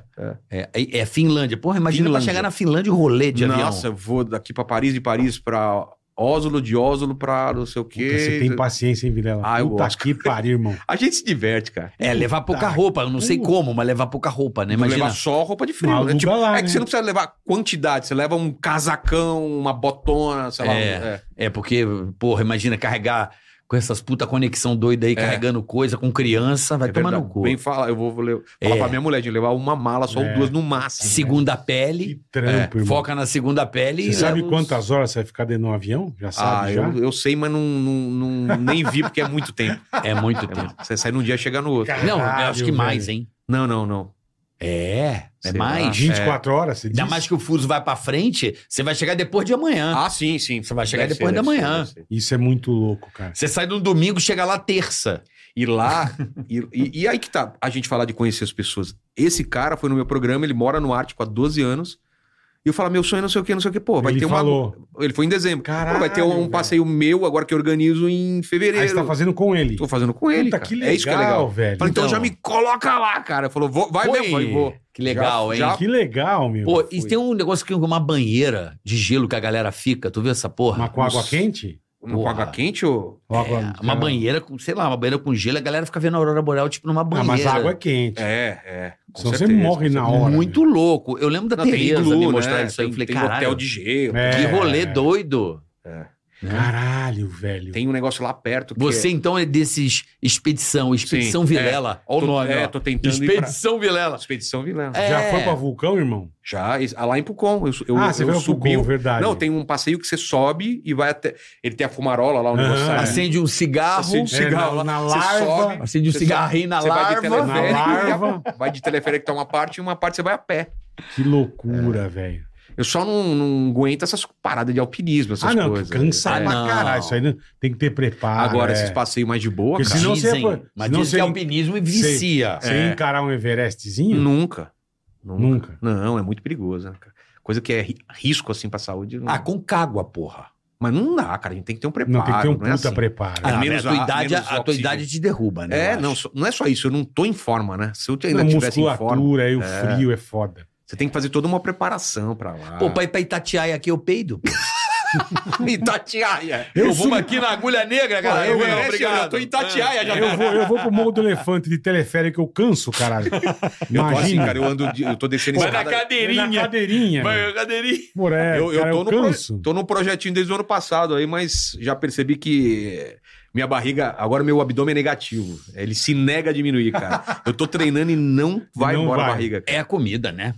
[SPEAKER 4] É, é- é Finlândia. Porra, imagina
[SPEAKER 1] Finlândia.
[SPEAKER 4] pra chegar na Finlândia e rolê É de avião.
[SPEAKER 1] Nossa, eu vou daqui pra Paris, de Paris pra Oslo, de Oslo pra não sei o
[SPEAKER 3] Puta, você
[SPEAKER 1] quê.
[SPEAKER 3] tem paciência, hein, Vilela?
[SPEAKER 1] Ah, eu
[SPEAKER 3] Puta
[SPEAKER 1] gosto.
[SPEAKER 3] que pariu, irmão.
[SPEAKER 1] A gente se diverte, cara.
[SPEAKER 4] É, levar pouca
[SPEAKER 3] Puta
[SPEAKER 4] roupa. Eu não sei
[SPEAKER 3] que-
[SPEAKER 4] como, mas levar pouca roupa, né? Imagina.
[SPEAKER 1] Levar só roupa de frio,
[SPEAKER 3] Não,
[SPEAKER 1] né?
[SPEAKER 3] aluga
[SPEAKER 1] Tipo,
[SPEAKER 3] lá,
[SPEAKER 1] é que
[SPEAKER 3] né?
[SPEAKER 1] você não precisa levar quantidade, você leva um casacão, uma botona, sei lá.
[SPEAKER 4] É.
[SPEAKER 1] um- é.
[SPEAKER 4] É, porque, porra, imagina carregar com essas puta conexão doida aí, carregando coisa com criança, vai
[SPEAKER 1] É
[SPEAKER 4] tomar
[SPEAKER 1] verdade.
[SPEAKER 4] no cu.
[SPEAKER 1] Bem fala, eu vou le- falar
[SPEAKER 4] É.
[SPEAKER 1] pra minha mulher de levar uma mala, só
[SPEAKER 3] É.
[SPEAKER 1] ou duas no máximo. né?
[SPEAKER 4] Segunda
[SPEAKER 3] Que
[SPEAKER 1] É,
[SPEAKER 4] pele, É,
[SPEAKER 3] trampo, irmão.
[SPEAKER 4] foca na segunda pele.
[SPEAKER 3] Você
[SPEAKER 4] e
[SPEAKER 3] sabe
[SPEAKER 4] leva uns-
[SPEAKER 3] quantas horas você vai ficar dentro de um avião? Já sabe,
[SPEAKER 1] né? Ah,
[SPEAKER 3] já?
[SPEAKER 1] eu, eu sei, mas não, não- não- nem vi porque é muito tempo.
[SPEAKER 4] É muito
[SPEAKER 1] É
[SPEAKER 4] tempo.
[SPEAKER 1] muito- Você sai num dia e chega no outro.
[SPEAKER 3] Caralho,
[SPEAKER 4] Não, eu acho que
[SPEAKER 3] velho.
[SPEAKER 4] mais, hein?
[SPEAKER 1] Não, não, não.
[SPEAKER 4] É, é
[SPEAKER 1] Sei
[SPEAKER 4] mais.
[SPEAKER 1] lá.
[SPEAKER 3] 24 horas, você diz?
[SPEAKER 4] Ainda mais que o fuso vai pra frente, você vai chegar depois de amanhã.
[SPEAKER 1] Ah, sim, sim.
[SPEAKER 4] Você vai chegar
[SPEAKER 1] Deve
[SPEAKER 4] depois da
[SPEAKER 1] deve
[SPEAKER 4] manhã.
[SPEAKER 1] deve
[SPEAKER 3] Isso é muito louco, cara.
[SPEAKER 4] Você sai no domingo, chega lá terça.
[SPEAKER 1] E lá, Ah, e, e- e aí que tá, a gente falar de conhecer as pessoas. Esse cara foi no meu programa, ele mora no Ártico há 12 anos. E eu falo, meu sonho é não sei o que, não sei o que. Pô, vai
[SPEAKER 3] Ele
[SPEAKER 1] ter
[SPEAKER 3] falou.
[SPEAKER 1] uma. Ele foi em dezembro.
[SPEAKER 3] Caralho,
[SPEAKER 1] Pô, vai ter um
[SPEAKER 3] velho.
[SPEAKER 1] passeio meu agora que eu organizo em fevereiro.
[SPEAKER 3] Aí você tá fazendo com ele.
[SPEAKER 1] Tô fazendo com ele.
[SPEAKER 3] Puta,
[SPEAKER 1] cara.
[SPEAKER 3] que
[SPEAKER 1] é isso que é
[SPEAKER 3] legal,
[SPEAKER 1] legal.
[SPEAKER 3] velho.
[SPEAKER 1] Falei, então,
[SPEAKER 4] Então.
[SPEAKER 1] já me coloca lá, cara. Falou, vou, vai
[SPEAKER 4] Foi.
[SPEAKER 1] mesmo. Falei, vou.
[SPEAKER 4] Que legal,
[SPEAKER 1] Já-
[SPEAKER 4] hein?
[SPEAKER 1] já
[SPEAKER 3] Que legal, meu.
[SPEAKER 4] Pô, e
[SPEAKER 1] Fui.
[SPEAKER 4] tem um negócio que é uma banheira de gelo que a galera fica. Tu viu essa porra?
[SPEAKER 3] Mas com água
[SPEAKER 4] Uns-
[SPEAKER 3] quente?
[SPEAKER 1] Uma com
[SPEAKER 4] Porra.
[SPEAKER 1] água quente ou.
[SPEAKER 3] Ou água-
[SPEAKER 4] É,
[SPEAKER 3] sei lá.
[SPEAKER 4] uma banheira com, sei lá, uma banheira com gelo, a galera fica vendo a aurora boreal tipo numa
[SPEAKER 3] Ah,
[SPEAKER 4] banheira.
[SPEAKER 3] mas a água é quente.
[SPEAKER 1] É, é. com
[SPEAKER 3] Senão você
[SPEAKER 1] certeza,
[SPEAKER 3] morre
[SPEAKER 1] com
[SPEAKER 3] na
[SPEAKER 1] certeza.
[SPEAKER 3] hora.
[SPEAKER 4] Muito louco. Eu lembro da
[SPEAKER 1] né? Não, tem
[SPEAKER 4] Tereza
[SPEAKER 1] iglu,
[SPEAKER 4] me mostrar
[SPEAKER 1] né?
[SPEAKER 4] isso aí. Eu
[SPEAKER 1] Tem-
[SPEAKER 4] falei,
[SPEAKER 1] tem
[SPEAKER 4] caralho,
[SPEAKER 1] hotel de gelo.
[SPEAKER 3] É.
[SPEAKER 4] que rolê doido.
[SPEAKER 3] né? Caralho, velho.
[SPEAKER 1] Tem um negócio lá perto. que
[SPEAKER 4] Você, então, é desses Expedição, Expedição
[SPEAKER 1] Sim, é.
[SPEAKER 4] Vilela. Olha
[SPEAKER 1] Tô-
[SPEAKER 4] o nome,
[SPEAKER 1] é,
[SPEAKER 4] ó.
[SPEAKER 1] tô tentando ir pra...
[SPEAKER 4] Expedição Vilela.
[SPEAKER 1] Expedição Vilela.
[SPEAKER 3] Já
[SPEAKER 4] É.
[SPEAKER 3] foi pra vulcão, irmão?
[SPEAKER 1] Já, es- ah, lá em Pucon. Eu, su- eu,
[SPEAKER 3] ah, você
[SPEAKER 1] eu
[SPEAKER 3] foi pra
[SPEAKER 1] subi.
[SPEAKER 3] vulcão, verdade.
[SPEAKER 1] Não, tem um passeio que você sobe e vai até... Ele tem a fumarola lá, o negócio.
[SPEAKER 3] Aham.
[SPEAKER 1] sabe?
[SPEAKER 4] Acende um cigarro,
[SPEAKER 1] É. Acende um
[SPEAKER 3] É,
[SPEAKER 1] cigarro
[SPEAKER 3] na-
[SPEAKER 1] lá.
[SPEAKER 3] na
[SPEAKER 1] você
[SPEAKER 3] larva.
[SPEAKER 1] sobe,
[SPEAKER 4] acende um
[SPEAKER 1] Você
[SPEAKER 4] cigarrinho na
[SPEAKER 1] você vai de
[SPEAKER 4] larva.
[SPEAKER 1] teleférico.
[SPEAKER 3] Na
[SPEAKER 1] e a-
[SPEAKER 3] larva.
[SPEAKER 1] Vai de teleférico tá uma parte e uma parte você vai a pé.
[SPEAKER 3] Que loucura,
[SPEAKER 1] É.
[SPEAKER 3] velho.
[SPEAKER 1] Eu só não, não aguento essas paradas de alpinismo, essas
[SPEAKER 3] Ah, não,
[SPEAKER 1] coisas.
[SPEAKER 3] cansa
[SPEAKER 1] É.
[SPEAKER 3] pra
[SPEAKER 4] Não.
[SPEAKER 3] caralho. Isso aí não- tem que ter preparo.
[SPEAKER 1] Agora,
[SPEAKER 3] é.
[SPEAKER 1] esses passeios mais de boa,
[SPEAKER 3] Porque
[SPEAKER 1] cara.
[SPEAKER 3] senão você-
[SPEAKER 4] dizem, mas
[SPEAKER 3] senão
[SPEAKER 4] dizem que é
[SPEAKER 3] você-
[SPEAKER 4] alpinismo e vicia.
[SPEAKER 3] Você
[SPEAKER 1] É.
[SPEAKER 3] encarar um Everestzinho?
[SPEAKER 1] Nunca. Nunca.
[SPEAKER 3] Nunca.
[SPEAKER 1] Não, é muito perigoso, né, cara? Coisa que é ri- risco, assim, pra saúde. não-
[SPEAKER 4] Ah, com cágua, porra.
[SPEAKER 1] Mas não dá, cara. A gente tem que ter um preparo.
[SPEAKER 3] Não, tem que ter um puta
[SPEAKER 1] é assim.
[SPEAKER 3] preparo.
[SPEAKER 1] Ah,
[SPEAKER 4] Ah,
[SPEAKER 1] menos
[SPEAKER 4] a tua,
[SPEAKER 1] a-
[SPEAKER 4] idade,
[SPEAKER 1] menos
[SPEAKER 4] a tua
[SPEAKER 1] oxigênio.
[SPEAKER 4] idade te derruba, né? eu
[SPEAKER 1] É,
[SPEAKER 4] acho.
[SPEAKER 1] não, só- não é só isso. Eu não tô em forma, né? Se eu ainda
[SPEAKER 3] a
[SPEAKER 1] estivesse em forma,
[SPEAKER 3] musculatura, aí o
[SPEAKER 1] É.
[SPEAKER 3] frio é foda.
[SPEAKER 1] você tem que fazer toda uma preparação pra lá.
[SPEAKER 4] Pô, pra ir pra Itatiaia aqui eu peido.
[SPEAKER 1] Itatiaia.
[SPEAKER 3] Eu
[SPEAKER 4] Eu, vou
[SPEAKER 3] subi-
[SPEAKER 4] aqui na agulha negra,
[SPEAKER 1] Cara,
[SPEAKER 4] cara.
[SPEAKER 1] um eu, É,
[SPEAKER 4] Não,
[SPEAKER 1] eu,
[SPEAKER 4] obrigado.
[SPEAKER 1] eu tô em Itatiaia já.
[SPEAKER 3] Eu vou, eu vou pro Morro do Elefante de teleférico, eu canso, caralho.
[SPEAKER 1] Eu tô assim,
[SPEAKER 3] Imagina.
[SPEAKER 1] cara. Eu ando, de- eu tô descendo
[SPEAKER 4] Vai na
[SPEAKER 1] escada.
[SPEAKER 4] cadeirinha.
[SPEAKER 3] Na cadeirinha.
[SPEAKER 4] Vai
[SPEAKER 3] meu.
[SPEAKER 4] na cadeirinha.
[SPEAKER 3] Porra, é,
[SPEAKER 1] Eu, eu
[SPEAKER 3] cara,
[SPEAKER 1] tô,
[SPEAKER 3] eu
[SPEAKER 1] no pro-
[SPEAKER 3] canso.
[SPEAKER 1] tô num projetinho desde o ano passado aí, mas já percebi que minha barriga, agora meu abdômen é negativo. Ele se nega a diminuir, cara. Eu tô treinando e não vai
[SPEAKER 3] Não
[SPEAKER 1] embora
[SPEAKER 3] vai.
[SPEAKER 1] a barriga. cara.
[SPEAKER 4] É a comida, né?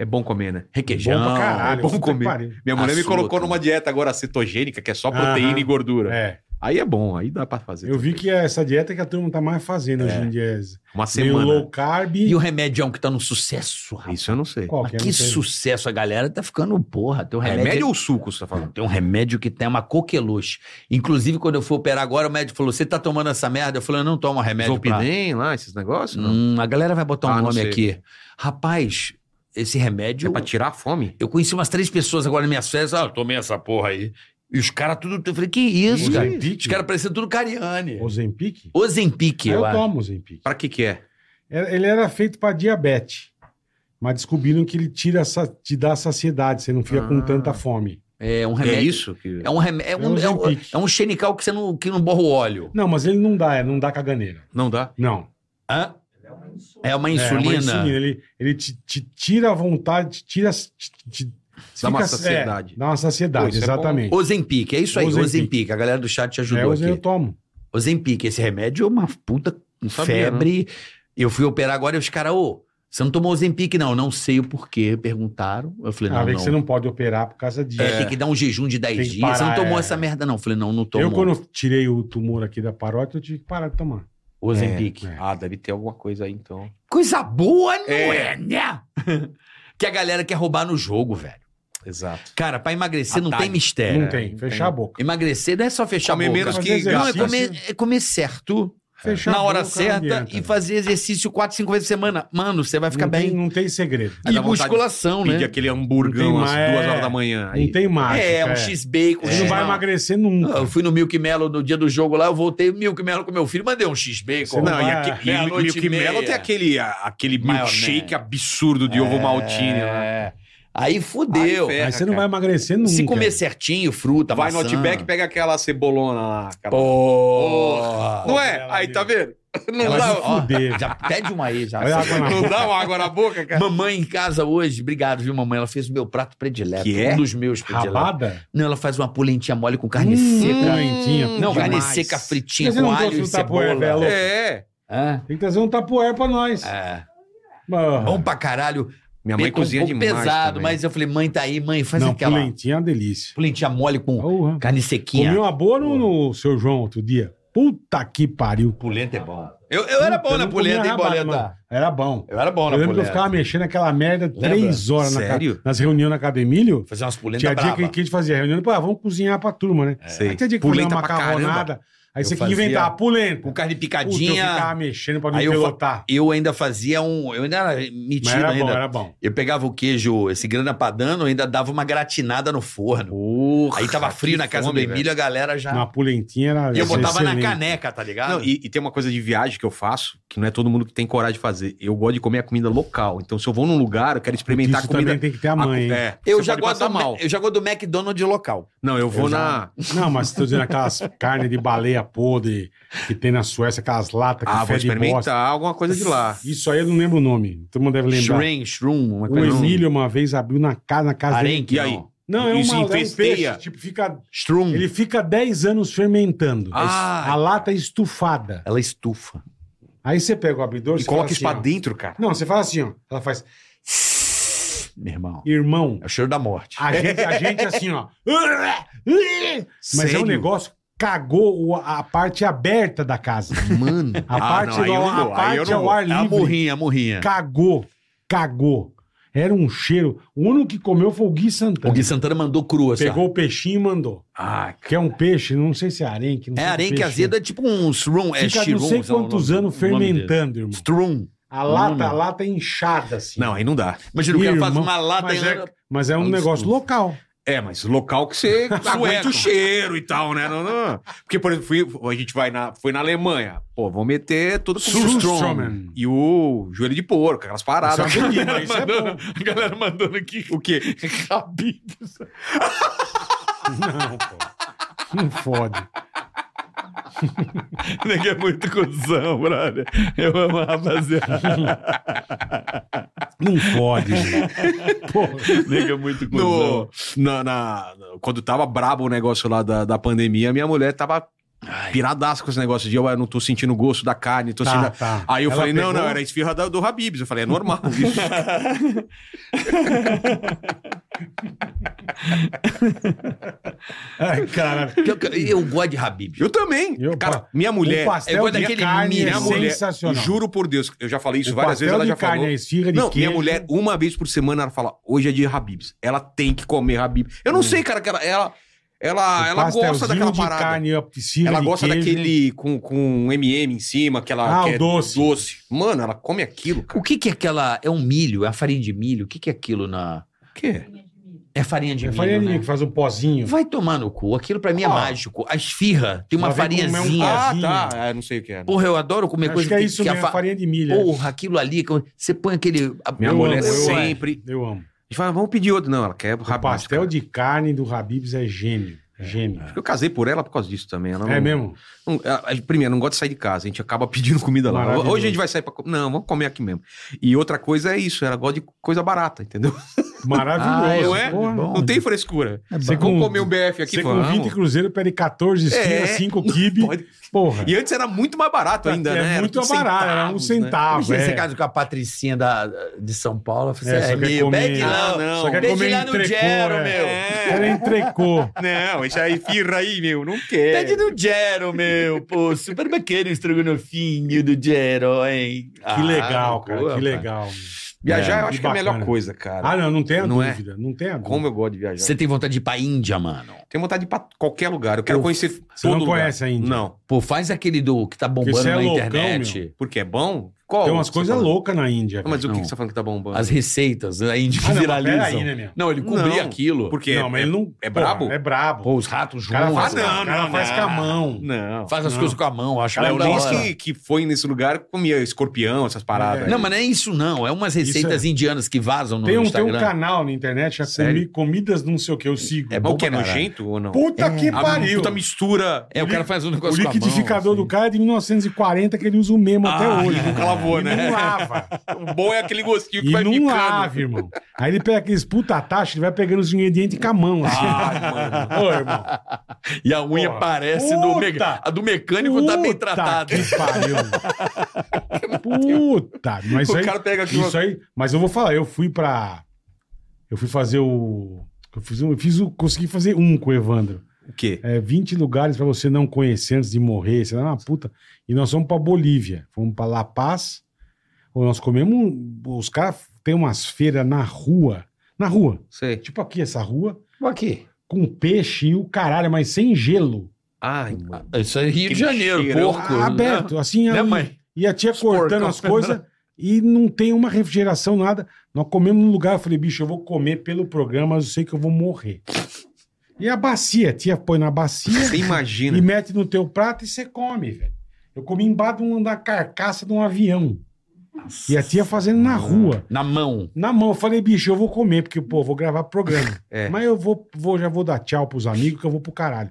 [SPEAKER 1] É bom comer, né?
[SPEAKER 4] Requeijão.
[SPEAKER 3] Bom pra caralho.
[SPEAKER 1] é bom
[SPEAKER 3] puta que
[SPEAKER 1] comer.
[SPEAKER 3] pariu.
[SPEAKER 1] Minha mulher me
[SPEAKER 4] Açúcar.
[SPEAKER 1] colocou numa dieta agora cetogênica, que é só proteína
[SPEAKER 3] Aham.
[SPEAKER 1] e gordura.
[SPEAKER 3] É,
[SPEAKER 1] Aí é bom, aí dá pra fazer.
[SPEAKER 3] eu vi que é essa dieta que a turma tá mais fazendo hoje em dia.
[SPEAKER 1] Uma
[SPEAKER 3] Meio
[SPEAKER 1] É. semana.
[SPEAKER 3] low carb.
[SPEAKER 4] E o remedião que tá no sucesso, rapaz.
[SPEAKER 1] Isso eu não É, sei.
[SPEAKER 3] Qual
[SPEAKER 4] Mas
[SPEAKER 3] que é?
[SPEAKER 4] que
[SPEAKER 3] Não sei.
[SPEAKER 4] sucesso, a galera tá ficando porra. Tem um
[SPEAKER 1] Remédio,
[SPEAKER 4] remédio.
[SPEAKER 1] ou suco, você tá falando?
[SPEAKER 4] Tem um remédio que tem uma coqueluche. Inclusive, quando eu fui operar agora, o médico falou: Você tá tomando essa merda? Eu falei: Eu não tomo remédio. Pra...
[SPEAKER 1] Zolpidem lá, esses negócios? Não.
[SPEAKER 4] Hum, a galera vai botar um
[SPEAKER 1] Ah, não
[SPEAKER 4] nome
[SPEAKER 1] sei.
[SPEAKER 4] aqui. Rapaz, esse remédio.
[SPEAKER 1] É pra tirar a fome?
[SPEAKER 4] Eu conheci umas três pessoas agora nas minhas férias. Ah, eu tomei essa porra aí. E os caras tudo. Eu falei, que isso, cara?
[SPEAKER 3] Ozempic?
[SPEAKER 4] Os caras parecendo tudo cariane.
[SPEAKER 3] Ozempic?
[SPEAKER 4] Ozempic,
[SPEAKER 3] eu
[SPEAKER 4] eu acho.
[SPEAKER 3] tomo Ozempic.
[SPEAKER 1] Pra que que é?
[SPEAKER 3] Era- Ele era feito pra diabetes. Mas descobriram que ele tira essa, te dá saciedade, você não fica com
[SPEAKER 1] Ah.
[SPEAKER 3] tanta fome.
[SPEAKER 4] É um
[SPEAKER 1] É
[SPEAKER 4] remédio.
[SPEAKER 1] isso? Que...
[SPEAKER 4] É um remédio. É um, é um,
[SPEAKER 3] Ozempic.
[SPEAKER 4] é um xenical que você não, que não borra o óleo.
[SPEAKER 3] Não, mas ele não dá, é, não dá caganeira.
[SPEAKER 1] Não dá?
[SPEAKER 3] Não.
[SPEAKER 4] Hã? É uma
[SPEAKER 3] É,
[SPEAKER 4] insulina.
[SPEAKER 3] uma insulina, Ele, ele te, te tira a vontade, te tira. Te, te,
[SPEAKER 1] Dá uma
[SPEAKER 3] é,
[SPEAKER 1] saciedade.
[SPEAKER 3] dá uma
[SPEAKER 1] Pô,
[SPEAKER 3] saciedade,
[SPEAKER 1] isso é bom.
[SPEAKER 3] exatamente.
[SPEAKER 4] Ozempic, é isso aí,
[SPEAKER 3] Ozempic.
[SPEAKER 4] Ozempic. A galera do chat te
[SPEAKER 3] É,
[SPEAKER 4] ajudou
[SPEAKER 3] eu, eu
[SPEAKER 4] aqui.
[SPEAKER 3] tomo.
[SPEAKER 4] Ozempic, esse remédio é uma puta
[SPEAKER 1] sabia,
[SPEAKER 4] febre. Eu fui operar agora e os caras, ô, você não tomou Ozempic, não? Não sei o porquê, perguntaram. Eu falei,
[SPEAKER 3] Ah,
[SPEAKER 4] não,
[SPEAKER 3] vê
[SPEAKER 4] não.
[SPEAKER 3] que você não pode operar por causa disso.
[SPEAKER 4] É, tem que dar um jejum de 10
[SPEAKER 3] Tem que
[SPEAKER 4] dias.
[SPEAKER 3] parar,
[SPEAKER 4] você não tomou
[SPEAKER 3] é.
[SPEAKER 4] essa merda, não. Eu falei, não, não tomo.
[SPEAKER 3] eu, quando eu tirei o tumor aqui da parótida, eu tive que parar de tomar.
[SPEAKER 4] Ozempic.
[SPEAKER 3] É, é.
[SPEAKER 1] Ah, deve ter alguma coisa aí, então.
[SPEAKER 4] Coisa boa, não
[SPEAKER 1] É.
[SPEAKER 4] é, né? que a galera quer roubar no jogo, velho.
[SPEAKER 1] Exato.
[SPEAKER 4] Cara, pra emagrecer não
[SPEAKER 1] Atalho.
[SPEAKER 4] tem mistério.
[SPEAKER 3] não tem.
[SPEAKER 1] não
[SPEAKER 3] Fechar
[SPEAKER 1] tem.
[SPEAKER 3] a boca.
[SPEAKER 4] Emagrecer não é só fechar
[SPEAKER 1] Comer
[SPEAKER 4] a boca.
[SPEAKER 1] menos
[SPEAKER 3] Fazer
[SPEAKER 1] que
[SPEAKER 4] Não, é
[SPEAKER 1] gasto.
[SPEAKER 3] exercício.
[SPEAKER 4] comer, é comer certo.
[SPEAKER 3] Fechar
[SPEAKER 4] É. na
[SPEAKER 3] a
[SPEAKER 4] hora
[SPEAKER 3] boca não
[SPEAKER 4] certa
[SPEAKER 3] adianta,
[SPEAKER 4] e
[SPEAKER 3] né?
[SPEAKER 4] fazer exercício quatro, cinco vezes por semana. Mano, você vai ficar
[SPEAKER 3] não
[SPEAKER 4] bem.
[SPEAKER 3] Tem, não tem segredo.
[SPEAKER 1] Aí
[SPEAKER 4] E
[SPEAKER 1] dá vontade
[SPEAKER 4] musculação,
[SPEAKER 1] Pedir
[SPEAKER 4] né?
[SPEAKER 1] aquele hamburgão
[SPEAKER 3] Não
[SPEAKER 1] às
[SPEAKER 3] tem mais-
[SPEAKER 1] duas horas da manhã. Aí.
[SPEAKER 3] Não tem mágica.
[SPEAKER 4] É, um X-Bacon.
[SPEAKER 3] Você não vai emagrecer nunca.
[SPEAKER 4] Eu fui no Milk Melo no dia do jogo lá, eu voltei Milk Melo com meu filho, mandei um X-Bacon.
[SPEAKER 3] Você é
[SPEAKER 1] Não, e,
[SPEAKER 3] vai-
[SPEAKER 1] aqui, e,
[SPEAKER 4] Meia-noite
[SPEAKER 1] Milk
[SPEAKER 4] e meia.
[SPEAKER 1] Melon tem aquele, a- aquele
[SPEAKER 4] Maionese.
[SPEAKER 1] milkshake absurdo de ovo maltine. Né?
[SPEAKER 4] É. Aí fudeu.
[SPEAKER 1] Aí ferra,
[SPEAKER 3] Mas você não vai
[SPEAKER 1] cara.
[SPEAKER 3] emagrecer nunca.
[SPEAKER 4] Se comer certinho, fruta,
[SPEAKER 1] Vai no
[SPEAKER 4] maçã.
[SPEAKER 1] Outback e pega aquela cebolona lá. Cara.
[SPEAKER 4] Porra.
[SPEAKER 1] Não é?
[SPEAKER 3] Ela é
[SPEAKER 1] Aí, tá vendo? Não
[SPEAKER 4] Ela
[SPEAKER 1] dá-
[SPEAKER 4] se ó,
[SPEAKER 3] fuder.
[SPEAKER 4] já pede uma aí, já.
[SPEAKER 3] Olha a água na
[SPEAKER 1] Não dá uma água na boca, cara?
[SPEAKER 4] Mamãe em casa hoje, obrigado, viu, mamãe? Ela fez o meu prato predileto.
[SPEAKER 1] Que é?
[SPEAKER 4] Um dos meus prediletos.
[SPEAKER 3] Rabada?
[SPEAKER 4] Não, ela faz uma polentinha mole com carne seca.
[SPEAKER 3] Hum,
[SPEAKER 4] Não, carne
[SPEAKER 3] demais.
[SPEAKER 4] seca fritinha
[SPEAKER 3] Mas eu
[SPEAKER 4] com
[SPEAKER 3] não
[SPEAKER 4] alho
[SPEAKER 3] trouxe
[SPEAKER 4] e
[SPEAKER 3] um tapoé,
[SPEAKER 4] cebola.
[SPEAKER 3] velho.
[SPEAKER 1] É.
[SPEAKER 4] Hã?
[SPEAKER 3] Tem que trazer um tapoer pra nós.
[SPEAKER 4] É.
[SPEAKER 3] Porra.
[SPEAKER 4] Bom pra caralho.
[SPEAKER 1] Minha mãe
[SPEAKER 4] Bacon um
[SPEAKER 1] cozinha
[SPEAKER 4] pouco
[SPEAKER 1] demais.
[SPEAKER 4] pesado,
[SPEAKER 1] também.
[SPEAKER 4] mas eu falei, mãe, tá aí, mãe, faz
[SPEAKER 3] não,
[SPEAKER 4] aquela
[SPEAKER 3] pulentinha é uma delícia.
[SPEAKER 4] polentinha mole com
[SPEAKER 3] Porra.
[SPEAKER 4] carne sequinha.
[SPEAKER 3] Comi uma boa no, no seu João outro dia. Puta que pariu.
[SPEAKER 4] Pulenta é bom. Eu, eu era bom
[SPEAKER 3] Puta, eu
[SPEAKER 4] na
[SPEAKER 3] não comia
[SPEAKER 4] polenta, hein,
[SPEAKER 3] rabada,
[SPEAKER 4] boleta?
[SPEAKER 3] mano. Era bom.
[SPEAKER 4] Eu era bom né?
[SPEAKER 3] Eu
[SPEAKER 4] na
[SPEAKER 3] lembro que eu
[SPEAKER 4] polenta.
[SPEAKER 3] ficava mexendo naquela merda
[SPEAKER 4] Lembra?
[SPEAKER 3] três horas na
[SPEAKER 1] Sério?
[SPEAKER 3] ca- nas reuniões na Casa Emílio.
[SPEAKER 4] Fazer umas
[SPEAKER 3] Tinha
[SPEAKER 4] polenta
[SPEAKER 3] dia
[SPEAKER 4] brava. É.
[SPEAKER 3] que, que a gente fazia reunião, pô, ah, vamos cozinhar pra turma, né?
[SPEAKER 1] Sei.
[SPEAKER 3] Aí tinha dia que
[SPEAKER 1] Polenta
[SPEAKER 3] fazer uma
[SPEAKER 1] pra caramba.
[SPEAKER 3] macarronada. Aí
[SPEAKER 4] Eu
[SPEAKER 3] você que
[SPEAKER 4] fazia
[SPEAKER 3] inventava
[SPEAKER 4] Com
[SPEAKER 3] polenta.
[SPEAKER 4] carne
[SPEAKER 3] Puta, eu ficava
[SPEAKER 4] picadinha.
[SPEAKER 3] mexendo pra não
[SPEAKER 4] Aí eu fa-
[SPEAKER 3] pelotar.
[SPEAKER 4] Eu ainda fazia um... Eu ainda era metido
[SPEAKER 3] Mas era
[SPEAKER 4] ainda.
[SPEAKER 3] bom, era bom.
[SPEAKER 4] Eu pegava o queijo, esse grana padano, eu ainda dava uma gratinada no forno.
[SPEAKER 1] Porra,
[SPEAKER 4] Aí tava frio
[SPEAKER 1] que
[SPEAKER 4] na casa
[SPEAKER 1] fome,
[SPEAKER 4] do Emílio, a galera já...
[SPEAKER 3] Uma polentinha era.
[SPEAKER 4] Tá. E
[SPEAKER 3] era
[SPEAKER 4] eu botava na
[SPEAKER 3] é excelente.
[SPEAKER 4] caneca, tá ligado?
[SPEAKER 1] Não, e, e tem uma coisa de viagem que eu faço, que não é todo mundo que tem coragem de fazer. Eu gosto de comer a comida local. Então, se eu vou num lugar, eu quero experimentar
[SPEAKER 3] Isso
[SPEAKER 1] a comida.
[SPEAKER 3] também tem que ter a mãe,
[SPEAKER 1] a-
[SPEAKER 3] hein?
[SPEAKER 1] é,
[SPEAKER 4] Eu
[SPEAKER 1] você
[SPEAKER 4] já,
[SPEAKER 1] pode
[SPEAKER 4] gosto
[SPEAKER 1] passar
[SPEAKER 4] do,
[SPEAKER 1] mal.
[SPEAKER 4] eu já gosto do McDonald's local.
[SPEAKER 1] Não, eu vou
[SPEAKER 3] Eu já-
[SPEAKER 1] na.
[SPEAKER 3] Não, mas tô dizendo aquelas carnes de baleia podre que tem na Suécia, aquelas latas que
[SPEAKER 1] Ah, vou
[SPEAKER 3] fede
[SPEAKER 1] experimentar
[SPEAKER 3] bosta.
[SPEAKER 1] alguma coisa de lá.
[SPEAKER 3] Isso aí eu não lembro o nome. Todo mundo deve lembrar.
[SPEAKER 4] Shrem, shroom, uma
[SPEAKER 3] O
[SPEAKER 4] coisa assim.
[SPEAKER 3] Emílio uma vez abriu na casa, na casa dele.
[SPEAKER 4] Arenque,
[SPEAKER 1] E aí?
[SPEAKER 4] não.
[SPEAKER 3] Não, é
[SPEAKER 1] Isso
[SPEAKER 3] uma, é um
[SPEAKER 1] infesteia.
[SPEAKER 3] peixe, tipo, fica,
[SPEAKER 4] Shroom.
[SPEAKER 3] ele fica 10 anos fermentando.
[SPEAKER 1] Ah.
[SPEAKER 3] a lata é estufada.
[SPEAKER 4] Ela estufa.
[SPEAKER 3] Aí você pega o abridor
[SPEAKER 1] E
[SPEAKER 3] você
[SPEAKER 1] coloca
[SPEAKER 3] fala
[SPEAKER 1] isso pra
[SPEAKER 3] assim, ó.
[SPEAKER 1] dentro, cara.
[SPEAKER 3] Não, você fala assim, ó. Ela faz,
[SPEAKER 4] Meu irmão.
[SPEAKER 3] irmão,
[SPEAKER 4] É o cheiro da
[SPEAKER 1] Ah,
[SPEAKER 4] morte.
[SPEAKER 3] a gente, a gente assim, ó. Mas é um
[SPEAKER 1] Sério?
[SPEAKER 3] negócio cagou o- a parte aberta da casa.
[SPEAKER 1] Mano.
[SPEAKER 3] A
[SPEAKER 4] Ah,
[SPEAKER 3] parte,
[SPEAKER 1] não, aí eu
[SPEAKER 3] ao-
[SPEAKER 1] não
[SPEAKER 3] a
[SPEAKER 1] vou, aí eu
[SPEAKER 3] parte
[SPEAKER 1] não
[SPEAKER 3] ao
[SPEAKER 1] vou.
[SPEAKER 3] ar
[SPEAKER 4] é a
[SPEAKER 3] livre.
[SPEAKER 4] morrinha, a morrinha.
[SPEAKER 3] Cagou, cagou. Era um cheiro. O único que comeu foi o Gui Santana.
[SPEAKER 4] O Gui Santana mandou crua, assim,
[SPEAKER 3] Pegou o peixinho e mandou.
[SPEAKER 1] Ah,
[SPEAKER 3] Que é um peixe, não sei se é arenque.
[SPEAKER 4] ó.
[SPEAKER 3] Não sei
[SPEAKER 4] É
[SPEAKER 3] que
[SPEAKER 4] arenque
[SPEAKER 3] peixe
[SPEAKER 4] azedo, é tipo um shroom.
[SPEAKER 3] É.
[SPEAKER 4] É
[SPEAKER 3] Fica não
[SPEAKER 4] shroom,
[SPEAKER 3] sei
[SPEAKER 4] sei lá o
[SPEAKER 3] quantos
[SPEAKER 4] nome-
[SPEAKER 3] anos
[SPEAKER 4] o nome dele.
[SPEAKER 3] fermentando, irmão.
[SPEAKER 4] Shroom.
[SPEAKER 3] A lata, a
[SPEAKER 4] Nome.
[SPEAKER 3] lata é inchada, assim.
[SPEAKER 1] Não, aí não dá.
[SPEAKER 4] Imagina, o cara faz
[SPEAKER 3] Irmão,
[SPEAKER 4] uma lata
[SPEAKER 3] mas
[SPEAKER 4] e...
[SPEAKER 3] é, mas é um
[SPEAKER 4] Não
[SPEAKER 3] negócio
[SPEAKER 4] estufa.
[SPEAKER 3] local.
[SPEAKER 1] É, mas local que você aguenta o cheiro e tal, né? Não, não. Porque, por exemplo, fui- a gente vai na, foi na Alemanha. Pô, vou meter tudo com
[SPEAKER 3] Surströmming.
[SPEAKER 1] Surströmming. E o joelho de porco, aquelas paradas.
[SPEAKER 3] Isso é bonito, mas isso é bom.
[SPEAKER 4] A galera mandando aqui.
[SPEAKER 1] O quê?
[SPEAKER 3] Não, pô. Não fode.
[SPEAKER 4] Ninguém é muito cuzão, brother. Eu amo a rapaziada.
[SPEAKER 3] Não fode, gente.
[SPEAKER 4] Nega muito
[SPEAKER 1] No, na, na- quando tava brabo o negócio lá da, da pandemia, minha mulher tava piradaço com esse negócio de eu não tô sentindo o gosto da carne, tô
[SPEAKER 3] Tá,
[SPEAKER 1] sentindo.
[SPEAKER 3] tá.
[SPEAKER 1] Aí eu
[SPEAKER 3] Ela
[SPEAKER 1] falei, não,
[SPEAKER 3] pegou-
[SPEAKER 1] não, era esfirra da- do Habibs. Eu falei, é normal isso.
[SPEAKER 3] Ai, caralho.
[SPEAKER 4] Eu, eu gosto de Habib.
[SPEAKER 1] eu também.
[SPEAKER 3] Eu,
[SPEAKER 1] Cara,
[SPEAKER 3] pá,
[SPEAKER 1] minha mulher. é
[SPEAKER 3] O um pastel
[SPEAKER 4] eu gosto
[SPEAKER 3] de
[SPEAKER 4] daquele
[SPEAKER 3] carne
[SPEAKER 4] milho,
[SPEAKER 3] é
[SPEAKER 1] Minha mulher,
[SPEAKER 3] sensacional.
[SPEAKER 1] juro por Deus, eu já falei isso
[SPEAKER 3] O
[SPEAKER 1] várias vezes,
[SPEAKER 3] pastel
[SPEAKER 1] ela
[SPEAKER 3] de
[SPEAKER 1] já
[SPEAKER 3] carne,
[SPEAKER 1] falou.
[SPEAKER 3] a esfirra de
[SPEAKER 1] não, minha
[SPEAKER 3] queijo.
[SPEAKER 1] mulher, uma vez por semana, ela fala, hoje é dia de Habibs. Ela tem que comer Habibs. Eu não sei, cara, que ela, ela, ela, ela gosta
[SPEAKER 3] Hum. Um Pastelzinho
[SPEAKER 1] daquela
[SPEAKER 3] de
[SPEAKER 1] parada.
[SPEAKER 3] carne, a piscina
[SPEAKER 1] ela
[SPEAKER 3] de
[SPEAKER 1] gosta
[SPEAKER 3] queijo.
[SPEAKER 1] daquele com, com MM em cima, que ela
[SPEAKER 3] Ah,
[SPEAKER 1] que
[SPEAKER 3] o
[SPEAKER 1] é
[SPEAKER 3] doce.
[SPEAKER 1] Mano, ela come aquilo, cara.
[SPEAKER 4] O que que é aquela... É um milho? É a farinha de milho? O que que é aquilo na...
[SPEAKER 1] O quê?
[SPEAKER 4] É farinha de
[SPEAKER 3] É
[SPEAKER 4] milho,
[SPEAKER 3] farinha
[SPEAKER 4] né?
[SPEAKER 3] que faz o pozinho.
[SPEAKER 4] Vai tomar no cu. Aquilo pra mim é
[SPEAKER 1] Ó.
[SPEAKER 4] mágico. A esfirra tem uma
[SPEAKER 3] Ela vem comer um
[SPEAKER 4] farinhazinha.
[SPEAKER 3] pau.
[SPEAKER 1] Ah,
[SPEAKER 3] Casinha.
[SPEAKER 1] tá. Ah, não sei o que é.
[SPEAKER 4] Porra, eu adoro comer
[SPEAKER 3] Acho
[SPEAKER 4] coisa
[SPEAKER 3] que é
[SPEAKER 4] que-
[SPEAKER 3] isso
[SPEAKER 4] que a
[SPEAKER 3] mesmo,
[SPEAKER 4] fa-
[SPEAKER 3] farinha de milho. é.
[SPEAKER 4] Porra, aquilo ali. que Você põe aquele. a-
[SPEAKER 1] Minha
[SPEAKER 3] eu
[SPEAKER 1] mulher
[SPEAKER 3] amo, eu
[SPEAKER 1] sempre.
[SPEAKER 3] Eu amo.
[SPEAKER 1] A gente fala, vamos pedir outro. Não, ela quer
[SPEAKER 3] O
[SPEAKER 1] Habib's.
[SPEAKER 3] pastel
[SPEAKER 1] cara.
[SPEAKER 3] de carne do Habibs é gênio. Gênio.
[SPEAKER 1] Eu casei por ela por causa disso também. Ela não-
[SPEAKER 3] É mesmo?
[SPEAKER 1] Não, a- a- primeiro, não gosto de sair de casa. A gente acaba pedindo comida lá.
[SPEAKER 3] Maravilhoso.
[SPEAKER 1] Hoje a gente vai sair pra comer. Não, vamos comer aqui mesmo. E outra coisa é isso. Ela gosta de coisa barata, entendeu?
[SPEAKER 3] Maravilhoso.
[SPEAKER 1] não é?
[SPEAKER 3] Porra.
[SPEAKER 1] não tem frescura.
[SPEAKER 3] Você
[SPEAKER 1] Vamos
[SPEAKER 3] com-
[SPEAKER 1] comer um BF aqui,
[SPEAKER 3] Você com 20
[SPEAKER 1] vamos.
[SPEAKER 3] cruzeiro pede 14
[SPEAKER 1] É.
[SPEAKER 3] esquinas, 5 quibe.
[SPEAKER 1] Pode.
[SPEAKER 3] Porra.
[SPEAKER 1] E antes era muito mais barato ainda,
[SPEAKER 3] é
[SPEAKER 1] né? Era
[SPEAKER 3] muito
[SPEAKER 1] uns
[SPEAKER 3] barato, era um
[SPEAKER 1] centavos, né?
[SPEAKER 3] centavo.
[SPEAKER 4] Imagina
[SPEAKER 3] é.
[SPEAKER 4] você casa com a Patricinha da, de São Paulo. Você
[SPEAKER 3] É, só quer
[SPEAKER 4] é, meu,
[SPEAKER 3] comer-
[SPEAKER 4] pede lá.
[SPEAKER 1] Ah, não.
[SPEAKER 4] Não,
[SPEAKER 3] Só quer
[SPEAKER 4] pede
[SPEAKER 3] comer
[SPEAKER 4] lá no
[SPEAKER 3] entrecô,
[SPEAKER 4] Gero,
[SPEAKER 3] é.
[SPEAKER 4] meu.
[SPEAKER 1] É.
[SPEAKER 3] Ela entrecô.
[SPEAKER 1] Não, isso aí, firra aí, meu, não quer.
[SPEAKER 4] Pede no Gero, meu. Pô, super bacana o estrogonofinho do Gero, hein?
[SPEAKER 1] Ah,
[SPEAKER 4] Ah,
[SPEAKER 3] Que legal, cara. que legal.
[SPEAKER 1] Viajar eu
[SPEAKER 3] que
[SPEAKER 1] acho que é a melhor
[SPEAKER 3] bacana.
[SPEAKER 1] coisa, cara.
[SPEAKER 3] Ah, não, não tenha
[SPEAKER 1] Não é?
[SPEAKER 3] dúvida. Não tenha dúvida.
[SPEAKER 1] Como eu gosto de viajar.
[SPEAKER 4] Você tem vontade de ir pra Índia, mano.
[SPEAKER 1] Tenho vontade de ir pra qualquer lugar. Eu quero
[SPEAKER 4] Eu-
[SPEAKER 1] conhecer
[SPEAKER 3] Você
[SPEAKER 1] todo
[SPEAKER 3] não
[SPEAKER 1] lugar.
[SPEAKER 3] conhece ainda.
[SPEAKER 1] Não.
[SPEAKER 4] Pô, faz aquele do que tá
[SPEAKER 3] Porque
[SPEAKER 4] bombando
[SPEAKER 3] você é
[SPEAKER 4] na
[SPEAKER 3] loucão,
[SPEAKER 4] internet.
[SPEAKER 1] Porque é bom? Qual?
[SPEAKER 3] Tem umas
[SPEAKER 1] que
[SPEAKER 3] coisas
[SPEAKER 1] você tá falando?
[SPEAKER 3] loucas na Índia.
[SPEAKER 1] Não, mas o que
[SPEAKER 4] Não.
[SPEAKER 1] que você tá falando que tá bombando?
[SPEAKER 4] As receitas a Índia
[SPEAKER 3] Ah, não, mas
[SPEAKER 4] viralizam.
[SPEAKER 3] peraí, né, meu?
[SPEAKER 4] Não, ele cobria
[SPEAKER 1] Não,
[SPEAKER 4] aquilo.
[SPEAKER 1] Porque
[SPEAKER 3] não, mas ele não.
[SPEAKER 1] é
[SPEAKER 3] Pô,
[SPEAKER 1] brabo?
[SPEAKER 3] É brabo.
[SPEAKER 4] Pô, os ratos
[SPEAKER 3] o cara
[SPEAKER 4] juntos.
[SPEAKER 3] faz,
[SPEAKER 6] não,
[SPEAKER 3] o cara
[SPEAKER 6] não,
[SPEAKER 3] faz
[SPEAKER 6] não.
[SPEAKER 3] com a mão.
[SPEAKER 1] Não.
[SPEAKER 4] Faz as
[SPEAKER 3] Não.
[SPEAKER 4] coisas com a mão, né? acho
[SPEAKER 1] Cara,
[SPEAKER 4] meio da
[SPEAKER 1] Léo é Lins
[SPEAKER 4] hora.
[SPEAKER 1] que, que foi nesse lugar comia escorpião, essas paradas.
[SPEAKER 3] É.
[SPEAKER 4] Não, mas não é isso não. É umas receitas indianas que vazam no
[SPEAKER 3] Tem um, tem um
[SPEAKER 4] Instagram.
[SPEAKER 3] canal na internet, é
[SPEAKER 1] Sério?
[SPEAKER 3] comi- comidas não sei o que, eu sigo.
[SPEAKER 1] É bom
[SPEAKER 4] bom
[SPEAKER 1] que é
[SPEAKER 4] pra caralho.
[SPEAKER 1] nojento ou não?
[SPEAKER 3] Puta que
[SPEAKER 1] A
[SPEAKER 3] pariu.
[SPEAKER 1] puta mistura.
[SPEAKER 4] É, o cara faz um
[SPEAKER 3] O
[SPEAKER 4] negócio com a mão,
[SPEAKER 3] liquidificador
[SPEAKER 4] assim.
[SPEAKER 3] do cara é de 1940 que ele usa o mesmo até
[SPEAKER 4] Ah,
[SPEAKER 3] hoje.
[SPEAKER 4] e
[SPEAKER 1] nunca lavou,
[SPEAKER 3] E
[SPEAKER 1] né?
[SPEAKER 3] Não lava.
[SPEAKER 1] O bom é aquele gostinho que
[SPEAKER 3] E
[SPEAKER 1] vai
[SPEAKER 3] não
[SPEAKER 1] ficando.
[SPEAKER 3] lava, irmão. Aí ele pega aqueles puta taxa, ele vai pegando os ingredientes com a mão, assim.
[SPEAKER 1] Ah,
[SPEAKER 3] Ô, irmão.
[SPEAKER 4] E a unha
[SPEAKER 3] Porra.
[SPEAKER 4] parece do,
[SPEAKER 3] Puta!
[SPEAKER 4] meca- a do mecânico tá bem
[SPEAKER 3] Puta
[SPEAKER 4] tratada.
[SPEAKER 3] Que pariu. Puta, mas
[SPEAKER 1] O
[SPEAKER 3] isso aí,
[SPEAKER 1] cara
[SPEAKER 4] tá
[SPEAKER 1] pega aqui
[SPEAKER 3] isso aí. Mas eu vou falar, eu fui pra. Eu fui fazer o. Eu fiz, um- eu fiz o. Consegui fazer um com o Evandro.
[SPEAKER 1] O quê?
[SPEAKER 3] É, 20 lugares pra você não conhecer antes de morrer. Você dá uma puta. E nós fomos pra Bolívia. Fomos pra La Paz. Ou nós comemos. um- Os caras têm umas feiras na rua. Na rua.
[SPEAKER 1] Sei.
[SPEAKER 3] Tipo aqui, essa rua.
[SPEAKER 4] Aqui.
[SPEAKER 3] Com peixe e o caralho, mas sem gelo.
[SPEAKER 1] Ai, mano.
[SPEAKER 4] Isso é Rio
[SPEAKER 1] Que
[SPEAKER 4] de Janeiro,
[SPEAKER 1] cheirão.
[SPEAKER 4] porco. né?
[SPEAKER 3] aberto, assim,
[SPEAKER 4] Né,
[SPEAKER 3] ali,
[SPEAKER 4] mãe?
[SPEAKER 3] E a tia
[SPEAKER 4] Os
[SPEAKER 3] cortando
[SPEAKER 4] porcão. né?
[SPEAKER 3] as coisas e não tem uma refrigeração, nada. Nós comemos num lugar, eu falei, bicho, eu vou comer pelo programa, mas eu sei que eu vou morrer. E a bacia, a tia põe na bacia
[SPEAKER 1] Você
[SPEAKER 3] e
[SPEAKER 4] né?
[SPEAKER 1] imagina.
[SPEAKER 3] mete no teu prato e você come, velho. Eu comi embaixo de um- da carcaça de um avião. E a tia fazendo na rua.
[SPEAKER 4] Na mão.
[SPEAKER 3] Na mão, eu falei, bicho, eu vou comer, porque, pô, eu vou gravar programa.
[SPEAKER 1] É.
[SPEAKER 3] Mas eu vou, vou, já vou dar tchau pros amigos, que eu vou pro caralho.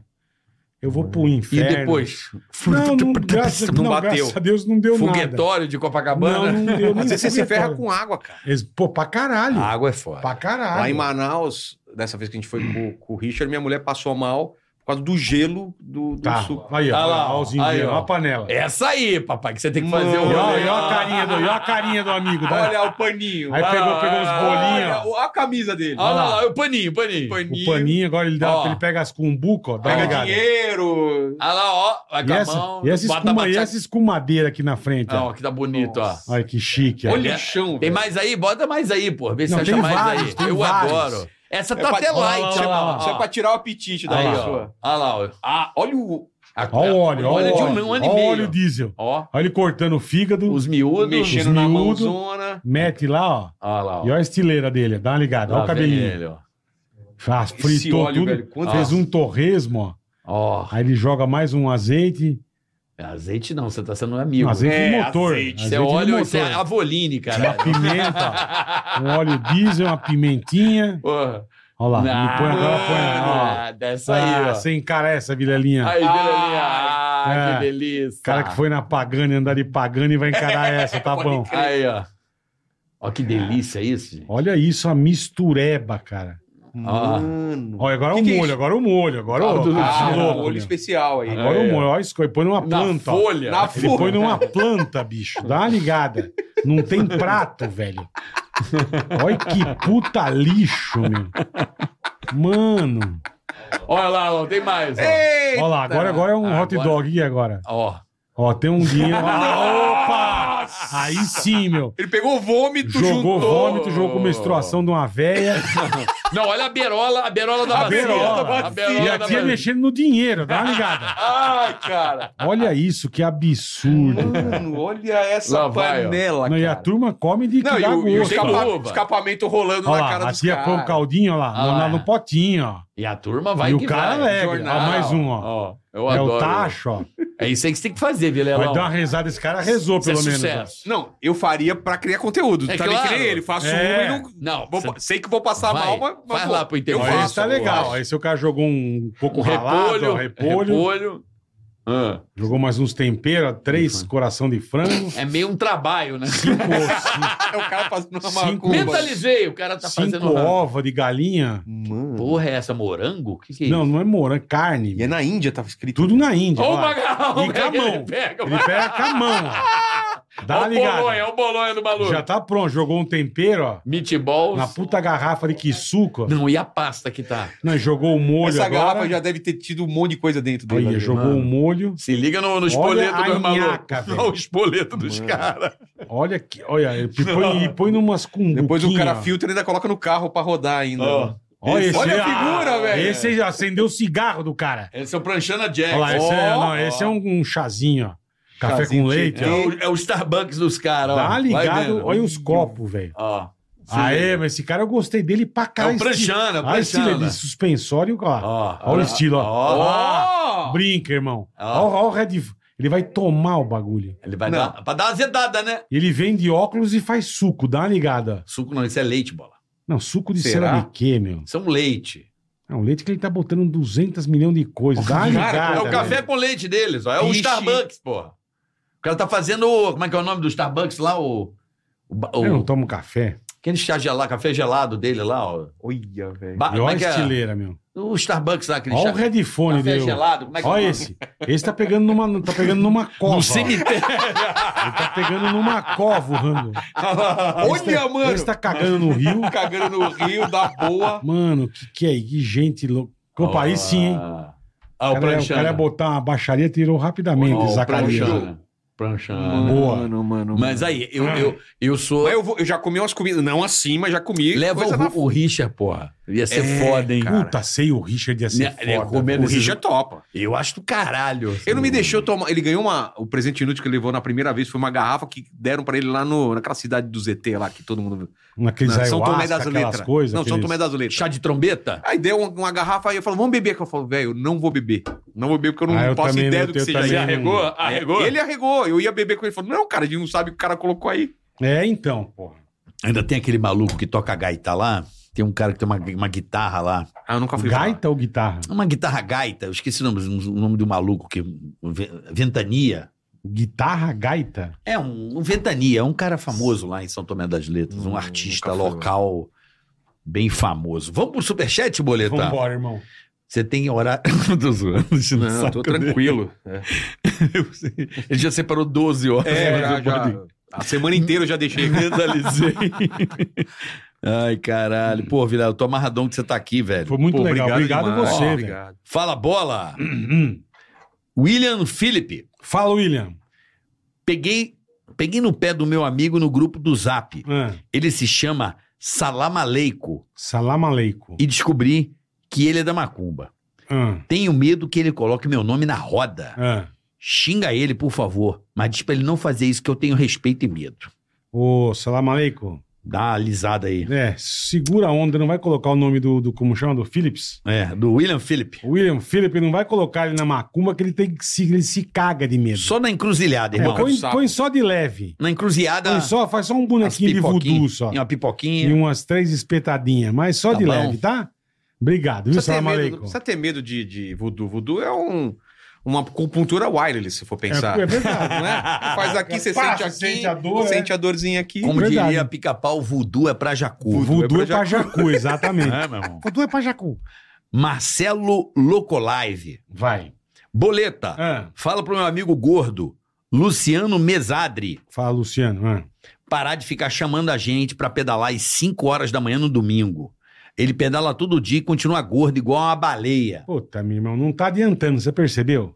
[SPEAKER 3] Eu vou pro
[SPEAKER 4] E
[SPEAKER 3] inferno.
[SPEAKER 4] depois?
[SPEAKER 3] Não, não, graças,
[SPEAKER 1] Não
[SPEAKER 3] não,
[SPEAKER 1] bateu.
[SPEAKER 3] graças a Deus não deu nada.
[SPEAKER 4] Foguetório de Copacabana.
[SPEAKER 3] Não, não deu nem
[SPEAKER 1] Às vezes você se ferra
[SPEAKER 3] foguetório.
[SPEAKER 1] com água, cara.
[SPEAKER 3] Eles- Pô, pra caralho.
[SPEAKER 4] A água é foda.
[SPEAKER 3] pra caralho.
[SPEAKER 1] Lá em Manaus, dessa vez que a gente foi com, com o Richard, minha mulher passou mal por causa do gelo do, do
[SPEAKER 3] Tá.
[SPEAKER 1] suco.
[SPEAKER 3] Aí, ó.
[SPEAKER 4] Tá lá,
[SPEAKER 3] lá,
[SPEAKER 4] ó.
[SPEAKER 3] os indígenas,
[SPEAKER 4] Aí, ó.
[SPEAKER 3] ó a panela.
[SPEAKER 4] Essa aí, papai, que você tem que fazer
[SPEAKER 3] E
[SPEAKER 4] o
[SPEAKER 3] ó,
[SPEAKER 4] rolê. Ah.
[SPEAKER 3] e ó a carinha do, e ó a carinha do amigo. Tá?
[SPEAKER 1] Olha o paninho.
[SPEAKER 3] Aí pegou, pegou os bolinhos.
[SPEAKER 1] Olha,
[SPEAKER 3] ó.
[SPEAKER 1] olha a camisa dele.
[SPEAKER 4] Olha
[SPEAKER 3] lá.
[SPEAKER 4] lá, o paninho, paninho.
[SPEAKER 3] o paninho, agora ele, dá,
[SPEAKER 4] Ó.
[SPEAKER 3] ele pega as cumbuca, ó. Dá
[SPEAKER 1] Pega
[SPEAKER 3] uma olhada.
[SPEAKER 1] dinheiro.
[SPEAKER 4] Olha lá, ó. Vai
[SPEAKER 3] E
[SPEAKER 4] com a
[SPEAKER 3] essa,
[SPEAKER 4] mão.
[SPEAKER 3] e essa,
[SPEAKER 4] bota a
[SPEAKER 3] escuma, e
[SPEAKER 4] batata-
[SPEAKER 3] essa escumadeira aqui na frente,
[SPEAKER 4] Não,
[SPEAKER 3] ó.
[SPEAKER 4] aqui tá bonito, ó.
[SPEAKER 3] Olha que chique. ó.
[SPEAKER 1] Olha o chão,
[SPEAKER 4] Tem
[SPEAKER 1] velho.
[SPEAKER 4] mais aí? Bota mais aí, pô. Vê se
[SPEAKER 3] Não,
[SPEAKER 4] acha
[SPEAKER 3] tem
[SPEAKER 4] mais
[SPEAKER 3] vários,
[SPEAKER 4] aí.
[SPEAKER 3] tem
[SPEAKER 4] Eu
[SPEAKER 3] vários.
[SPEAKER 4] adoro. Essa
[SPEAKER 1] É
[SPEAKER 4] tá
[SPEAKER 1] pra-
[SPEAKER 4] até light,
[SPEAKER 1] Isso é-
[SPEAKER 4] ó.
[SPEAKER 1] Isso é pra tirar o apetite da
[SPEAKER 4] Aí, ó.
[SPEAKER 1] pessoa.
[SPEAKER 4] Olha lá, ó.
[SPEAKER 1] Ah, olha o.
[SPEAKER 4] A-
[SPEAKER 3] Ó o óleo, ó o
[SPEAKER 4] Olha
[SPEAKER 3] óleo.
[SPEAKER 4] de um ano e
[SPEAKER 3] ó o
[SPEAKER 4] meio.
[SPEAKER 3] óleo diesel.
[SPEAKER 4] Ó,
[SPEAKER 3] Olha ele cortando o fígado,
[SPEAKER 4] os miúdos.
[SPEAKER 1] mexendo
[SPEAKER 3] os
[SPEAKER 1] na
[SPEAKER 3] miúdos.
[SPEAKER 1] mãozona.
[SPEAKER 3] mete lá, ó.
[SPEAKER 4] Olha lá, ó. Tá
[SPEAKER 3] E olha a estileira dele, dá uma ligada.
[SPEAKER 4] Lá
[SPEAKER 3] Olha o cabelinho.
[SPEAKER 4] vem ele, ó.
[SPEAKER 3] Ah, fritou
[SPEAKER 1] óleo,
[SPEAKER 3] tudo,
[SPEAKER 1] velho, quanto-
[SPEAKER 3] fez um torresmo, ó.
[SPEAKER 4] Ó,
[SPEAKER 3] Aí ele joga mais um azeite.
[SPEAKER 4] azeite não, você tá sendo
[SPEAKER 3] Um
[SPEAKER 4] amigo.
[SPEAKER 3] azeite
[SPEAKER 6] É,
[SPEAKER 3] de motor.
[SPEAKER 6] azeite.
[SPEAKER 4] Isso é
[SPEAKER 3] de
[SPEAKER 4] óleo,
[SPEAKER 3] motor.
[SPEAKER 4] isso é avoline,
[SPEAKER 3] Uma
[SPEAKER 4] cara.
[SPEAKER 3] pimenta, um óleo diesel, uma pimentinha.
[SPEAKER 4] Porra.
[SPEAKER 3] Olha lá. ele põe agora, põe. Ó.
[SPEAKER 4] Ah, dessa aí,
[SPEAKER 3] Ah,
[SPEAKER 4] ó.
[SPEAKER 3] Você encara essa, Vilelinha.
[SPEAKER 4] Aí, Vilelinha. Ah,
[SPEAKER 3] É.
[SPEAKER 4] que delícia.
[SPEAKER 3] O cara que foi na Pagani andar de Pagani vai encarar essa, tá bom.
[SPEAKER 4] Aí, ó. Ó, que delícia isso, gente.
[SPEAKER 3] Olha isso, a mistureba, cara.
[SPEAKER 4] Ó.
[SPEAKER 1] Mano.
[SPEAKER 3] Olha, agora
[SPEAKER 1] Que
[SPEAKER 3] o
[SPEAKER 1] que é
[SPEAKER 3] molho,
[SPEAKER 1] isso?
[SPEAKER 3] agora o molho, agora Hum. o
[SPEAKER 4] Tudo
[SPEAKER 1] Ah,
[SPEAKER 4] louco,
[SPEAKER 1] um olho
[SPEAKER 3] molho.
[SPEAKER 1] especial aí.
[SPEAKER 3] Agora o molho, olha isso, ele põe numa
[SPEAKER 4] Na
[SPEAKER 3] planta. ó.
[SPEAKER 4] folha.
[SPEAKER 1] Na
[SPEAKER 3] Ele
[SPEAKER 1] folha.
[SPEAKER 3] põe numa planta, bicho. Dá uma ligada. Não tem prato, velho. Olha que puta lixo, meu. Mano.
[SPEAKER 4] Olha lá, ó, tem mais, ó.
[SPEAKER 1] Ei!
[SPEAKER 3] Olha lá, agora, agora é um hot
[SPEAKER 4] Agora-
[SPEAKER 3] dog. E agora?
[SPEAKER 4] Ó.
[SPEAKER 3] Ó, tem um dinheiro. Ah, opa! Aí sim, meu.
[SPEAKER 1] Ele pegou vômito,
[SPEAKER 3] Jogou
[SPEAKER 1] juntou.
[SPEAKER 3] vômito, jogou menstruação de uma véia.
[SPEAKER 4] Não, olha a berola, a berola da bacia.
[SPEAKER 3] berola.
[SPEAKER 4] A berola
[SPEAKER 3] E a
[SPEAKER 4] da
[SPEAKER 3] tia
[SPEAKER 4] bacia.
[SPEAKER 3] é mexendo no dinheiro, dá uma ligada.
[SPEAKER 1] Ai, cara.
[SPEAKER 3] Olha isso, que absurdo.
[SPEAKER 1] Mano, olha essa
[SPEAKER 4] Lá vai, ó.
[SPEAKER 1] panela,
[SPEAKER 3] Não, e a
[SPEAKER 1] cara.
[SPEAKER 3] turma come de que
[SPEAKER 1] Não, e
[SPEAKER 3] dá
[SPEAKER 1] o, e o
[SPEAKER 3] gosto.
[SPEAKER 4] tem
[SPEAKER 1] escapa-
[SPEAKER 4] luva.
[SPEAKER 1] escapamento rolando
[SPEAKER 3] Olha
[SPEAKER 1] na
[SPEAKER 3] lá, é
[SPEAKER 1] cara
[SPEAKER 3] a
[SPEAKER 1] dos
[SPEAKER 3] tia põe o
[SPEAKER 1] caras.
[SPEAKER 3] caldinho, olha lá,
[SPEAKER 4] Ah, lá.
[SPEAKER 3] lá no potinho, ó.
[SPEAKER 4] E a turma vai
[SPEAKER 3] E o
[SPEAKER 4] que
[SPEAKER 3] cara
[SPEAKER 4] vai.
[SPEAKER 3] alegre.
[SPEAKER 4] Jornal.
[SPEAKER 3] Ó, mais um, ó.
[SPEAKER 4] eu
[SPEAKER 3] é
[SPEAKER 4] adoro.
[SPEAKER 3] o tacho, ó.
[SPEAKER 4] É isso aí que você tem que fazer, Vilela.
[SPEAKER 3] Vai dar uma rezada, esse cara rezou, pelo menos. ó.
[SPEAKER 4] é Sucesso.
[SPEAKER 1] Não, eu faria pra criar conteúdo.
[SPEAKER 4] É
[SPEAKER 1] Também
[SPEAKER 4] claro.
[SPEAKER 1] que nem ele. Faço
[SPEAKER 3] É.
[SPEAKER 1] uma e não...
[SPEAKER 4] Não,
[SPEAKER 1] vou-
[SPEAKER 4] você-
[SPEAKER 1] sei que vou passar
[SPEAKER 4] Vai,
[SPEAKER 1] mal, mas... mas
[SPEAKER 4] faz
[SPEAKER 1] vou.
[SPEAKER 4] lá pro
[SPEAKER 1] Eu
[SPEAKER 4] interior.
[SPEAKER 3] Ó,
[SPEAKER 1] faço,
[SPEAKER 3] esse tá
[SPEAKER 1] eu
[SPEAKER 3] legal.
[SPEAKER 1] acho.
[SPEAKER 3] Aí se o cara jogou um pouco
[SPEAKER 4] um
[SPEAKER 3] ralado,
[SPEAKER 4] repolho.
[SPEAKER 3] ó, repolho,
[SPEAKER 4] repolho. Ah.
[SPEAKER 3] Jogou mais uns temperos, ó, três coração de frango.
[SPEAKER 4] É meio um trabalho, né?
[SPEAKER 3] Cinco, cinco,
[SPEAKER 1] É o cara fazendo uma
[SPEAKER 3] Cinco
[SPEAKER 1] macumba.
[SPEAKER 4] Mentalizei, o cara tá
[SPEAKER 3] cinco
[SPEAKER 4] fazendo... uma-
[SPEAKER 3] ovos de galinha.
[SPEAKER 1] Mano.
[SPEAKER 4] Porra, é essa morango? O que que é
[SPEAKER 3] Não,
[SPEAKER 4] isso?
[SPEAKER 3] não é morango, é carne.
[SPEAKER 1] E é na Índia, tava escrito. né?
[SPEAKER 3] Tudo na Índia.
[SPEAKER 4] Ó
[SPEAKER 3] ó
[SPEAKER 4] o
[SPEAKER 3] lá.
[SPEAKER 4] macarrão,
[SPEAKER 3] E com
[SPEAKER 4] pega,
[SPEAKER 3] a mão.
[SPEAKER 4] ele pega.
[SPEAKER 3] Ele pega com a mão. ó. Dá uma
[SPEAKER 4] Olha o bolonha,
[SPEAKER 3] ligada.
[SPEAKER 4] olha o bolonha do maluco.
[SPEAKER 3] Já tá pronto. Jogou um tempero, ó.
[SPEAKER 4] Meatballs.
[SPEAKER 3] Na puta garrafa de que suco. ó.
[SPEAKER 4] Não, e a pasta que tá?
[SPEAKER 3] Não, e jogou o molho
[SPEAKER 1] Essa garrafa
[SPEAKER 3] agora.
[SPEAKER 1] já deve ter tido um monte de coisa dentro dele.
[SPEAKER 3] Olha,
[SPEAKER 1] ali.
[SPEAKER 3] jogou o molho.
[SPEAKER 4] Se liga no, no
[SPEAKER 3] Olha
[SPEAKER 4] espoleto
[SPEAKER 3] a
[SPEAKER 4] dos malucos.
[SPEAKER 3] nhaca, velho.
[SPEAKER 4] Olha o espoleto dos caras.
[SPEAKER 3] Olha que. Olha, ele põe, ele põe numas cumbuquinhas.
[SPEAKER 1] Depois o cara
[SPEAKER 3] um ó.
[SPEAKER 1] filtra e ainda coloca no carro pra rodar ainda.
[SPEAKER 4] Ó.
[SPEAKER 3] Olha, esse, é ah,
[SPEAKER 1] Olha a figura, velho.
[SPEAKER 3] Esse é- já acendeu o cigarro do cara.
[SPEAKER 4] Esse é o Pranchana Jack.
[SPEAKER 3] Olha lá, esse, é,
[SPEAKER 4] Ó,
[SPEAKER 3] não, esse é um, um chazinho, ó. Café
[SPEAKER 1] Chazinho
[SPEAKER 3] com
[SPEAKER 1] de
[SPEAKER 3] leite.
[SPEAKER 4] É o, é o Starbucks dos caras, ó.
[SPEAKER 3] Tá
[SPEAKER 4] Vai
[SPEAKER 3] ligado?
[SPEAKER 4] vendo.
[SPEAKER 3] Olha os copos, velho.
[SPEAKER 4] Ó.
[SPEAKER 3] Aê,
[SPEAKER 4] Sim.
[SPEAKER 3] mas esse cara eu gostei dele pra Ah,
[SPEAKER 4] É
[SPEAKER 3] caralho.
[SPEAKER 4] o Pranchana, é o
[SPEAKER 3] Olha o estilo
[SPEAKER 4] Pranchana.
[SPEAKER 3] de suspensório, ó.
[SPEAKER 4] Ó,
[SPEAKER 3] Olha o estilo, ó.
[SPEAKER 4] Ó.
[SPEAKER 3] Brinca, irmão.
[SPEAKER 4] Ó.
[SPEAKER 3] Olha o Red. Ele vai tomar o bagulho.
[SPEAKER 4] Ele vai
[SPEAKER 1] Não.
[SPEAKER 4] dar pra dar uma azedada, né?
[SPEAKER 3] Ele vende óculos e faz suco, dá uma ligada.
[SPEAKER 4] Suco não, isso é leite, bola.
[SPEAKER 3] Não, suco de
[SPEAKER 1] Será?
[SPEAKER 3] ceramiquê, meu.
[SPEAKER 4] Isso é um leite.
[SPEAKER 3] É um leite que ele tá botando 200 milhões de coisas. Dá uma
[SPEAKER 1] Cara,
[SPEAKER 3] ligada. né?
[SPEAKER 4] é o
[SPEAKER 3] velho.
[SPEAKER 4] café com leite deles, ó. É o
[SPEAKER 1] Ixi.
[SPEAKER 4] Starbucks, porra. O cara tá fazendo. o- Como é que é o nome do Starbucks lá? O. o, ba- o
[SPEAKER 3] Eu não tomo café.
[SPEAKER 4] Aquele chá gelado, café gelado dele lá, ó.
[SPEAKER 1] Olha, velho.
[SPEAKER 4] Ba-
[SPEAKER 3] E
[SPEAKER 4] como
[SPEAKER 3] olha
[SPEAKER 4] é
[SPEAKER 3] a
[SPEAKER 4] que é?
[SPEAKER 3] estileira, meu.
[SPEAKER 4] O Starbucks lá, aquele
[SPEAKER 3] Olha o
[SPEAKER 4] chá.
[SPEAKER 3] headphone
[SPEAKER 4] Café
[SPEAKER 3] dele.
[SPEAKER 4] gelado, como é que é?
[SPEAKER 3] Olha esse. Esse tá pegando numa, tá pegando numa cova. ó.
[SPEAKER 4] No cemitério.
[SPEAKER 3] Ele tá pegando numa cova, o Rando. Esse
[SPEAKER 1] Olha,
[SPEAKER 3] tá-
[SPEAKER 1] mano.
[SPEAKER 3] Esse tá cagando no rio.
[SPEAKER 1] Cagando no rio da boa.
[SPEAKER 3] Mano, que que é? Que gente louca. Opa, aí sim, hein?
[SPEAKER 4] Ah,
[SPEAKER 3] O
[SPEAKER 4] o
[SPEAKER 3] cara, ia- o cara é ia
[SPEAKER 4] Pranchana.
[SPEAKER 3] botar uma baixaria, tirou rapidamente,
[SPEAKER 4] Ó, o
[SPEAKER 3] Zacarias.
[SPEAKER 4] Pranchana. Pranchana.
[SPEAKER 3] Boa.
[SPEAKER 1] Mano, mano.
[SPEAKER 4] Mas aí, eu, eu, eu sou.
[SPEAKER 1] Mas eu, vou- eu já comi umas comidas, não assim, mas já comi.
[SPEAKER 4] Leva
[SPEAKER 1] coisa
[SPEAKER 4] o,
[SPEAKER 1] da
[SPEAKER 4] o Richard, porra. Ia ser
[SPEAKER 1] É,
[SPEAKER 4] foda, hein?
[SPEAKER 1] cara.
[SPEAKER 3] Puta, sei o Richard ia ser
[SPEAKER 4] Né, ele ia
[SPEAKER 3] foda.
[SPEAKER 4] comer-
[SPEAKER 1] O Richard topa.
[SPEAKER 4] Eu acho do caralho. assim.
[SPEAKER 1] é Ele não me deixou tomar. Ele ganhou uma. O presente inútil que ele levou na primeira vez foi uma garrafa que deram pra ele lá no, naquela cidade do ZT lá, que todo mundo.
[SPEAKER 3] Naqueles
[SPEAKER 1] Não, São Tomé
[SPEAKER 3] ayahuasca,
[SPEAKER 1] das
[SPEAKER 3] aquelas
[SPEAKER 1] Letras.
[SPEAKER 3] coisas.
[SPEAKER 1] não, São
[SPEAKER 3] aqueles-
[SPEAKER 1] Tomé das Letras.
[SPEAKER 4] Chá de trombeta?
[SPEAKER 1] Aí deu um, uma, uma garrafa e eu falo, vamos beber. Que eu falo, velho, eu não vou beber. Não vou beber porque eu não
[SPEAKER 3] Ah, eu
[SPEAKER 1] faço
[SPEAKER 3] também
[SPEAKER 1] ideia
[SPEAKER 3] não,
[SPEAKER 1] do que
[SPEAKER 3] eu
[SPEAKER 1] seja.
[SPEAKER 3] também
[SPEAKER 1] isso.
[SPEAKER 3] não. Arregou?
[SPEAKER 1] Arregou? Ele arregou. Eu ia beber com ele. Ele falou, não, cara, a gente não sabe o que o cara colocou aí.
[SPEAKER 3] É, então, porra.
[SPEAKER 4] Ainda tem aquele maluco que toca gaita lá. Tem um cara que tem uma, uma guitarra lá.
[SPEAKER 1] Ah, eu nunca fui
[SPEAKER 3] Gaita ou guitarra?
[SPEAKER 4] Uma guitarra gaita. Eu esqueci o nome, o nome do maluco que. ve- Ventania.
[SPEAKER 3] Guitarra, gaita?
[SPEAKER 4] É um, um Ventania. É um cara famoso lá em São Tomé das Letras. Um artista
[SPEAKER 1] Hum, nunca fui lá.
[SPEAKER 4] local bem famoso. Vamos pro superchat, boleta?
[SPEAKER 3] Vambora, irmão.
[SPEAKER 4] Você tem horário. Tô zoando.
[SPEAKER 1] Não,
[SPEAKER 4] Saco
[SPEAKER 1] tô
[SPEAKER 4] dele.
[SPEAKER 1] tranquilo.
[SPEAKER 4] Ele já separou 12 horas.
[SPEAKER 1] É,
[SPEAKER 3] já-
[SPEAKER 1] já, A semana inteira É, eu já deixei.
[SPEAKER 4] Mentalizei. Ai, caralho. Pô, Vilela, eu tô amarradão que você tá aqui, velho.
[SPEAKER 3] Foi muito
[SPEAKER 1] Pô,
[SPEAKER 3] legal. Obrigado,
[SPEAKER 1] demais.
[SPEAKER 3] você,
[SPEAKER 1] Ó,
[SPEAKER 3] velho.
[SPEAKER 1] obrigado.
[SPEAKER 4] Fala bola. William Felipe.
[SPEAKER 3] Fala, William.
[SPEAKER 4] Peguei, peguei no pé do meu amigo no grupo do Zap.
[SPEAKER 3] Ah,
[SPEAKER 4] Ele se chama Salam Aleico
[SPEAKER 3] salam aleikum.
[SPEAKER 4] e descobri que ele é da Macumba.
[SPEAKER 3] Ah,
[SPEAKER 4] Tenho medo que ele coloque meu nome na roda.
[SPEAKER 3] ah.
[SPEAKER 4] Xinga ele, por favor, mas diz pra ele não fazer isso que eu tenho respeito e medo.
[SPEAKER 3] Ô, salam aleikum.
[SPEAKER 4] Dá uma alisada aí.
[SPEAKER 3] É, segura a onda, não vai colocar o nome do, do como chama, do Phillips?
[SPEAKER 4] É, do William Felipe.
[SPEAKER 3] O William Phillips não vai colocar ele na macumba que ele tem que se, ele se caga de medo.
[SPEAKER 4] Só na encruzilhada,
[SPEAKER 3] É,
[SPEAKER 4] irmão.
[SPEAKER 3] põe,
[SPEAKER 1] sapo.
[SPEAKER 3] põe só de leve.
[SPEAKER 4] Na encruzilhada.
[SPEAKER 3] Põe só, faz só um
[SPEAKER 4] umas
[SPEAKER 3] bonequinho de
[SPEAKER 4] pipoquinhas,
[SPEAKER 3] voodoo só.
[SPEAKER 4] E uma pipoquinha.
[SPEAKER 3] E um umas três espetadinhas, mas só
[SPEAKER 4] Tá
[SPEAKER 3] de
[SPEAKER 4] bom.
[SPEAKER 3] leve, tá? Obrigado, viu,
[SPEAKER 1] Precisa ter
[SPEAKER 3] salam
[SPEAKER 1] medo-
[SPEAKER 3] aleikum.
[SPEAKER 1] Precisa ter medo de, de voodoo. Voodoo é um, uma acupuntura wireless, se for pensar.
[SPEAKER 3] É, é verdade.
[SPEAKER 1] Não é? Faz aqui, você
[SPEAKER 3] Passa,
[SPEAKER 1] sente aqui,
[SPEAKER 3] sente
[SPEAKER 1] sente
[SPEAKER 3] a
[SPEAKER 1] a,
[SPEAKER 3] dor, é.
[SPEAKER 1] dorzinha aqui.
[SPEAKER 4] Como
[SPEAKER 3] Verdade.
[SPEAKER 4] diria pica-pau, voodoo é pra jacu.
[SPEAKER 3] Voodoo é pra Jacu, exatamente.
[SPEAKER 4] meu irmão?
[SPEAKER 3] Voodoo é pra Jacu.
[SPEAKER 4] Marcelo Locolive.
[SPEAKER 3] Vai.
[SPEAKER 4] Boleta,
[SPEAKER 3] Ah,
[SPEAKER 4] fala pro meu amigo gordo, Luciano Mesadri,
[SPEAKER 3] fala, Luciano. ah.
[SPEAKER 4] parar de ficar chamando a gente pra pedalar às 5 horas da manhã no domingo. Ele pedala todo dia e continua gordo, igual uma baleia.
[SPEAKER 3] Puta, meu irmão, não tá adiantando, você percebeu?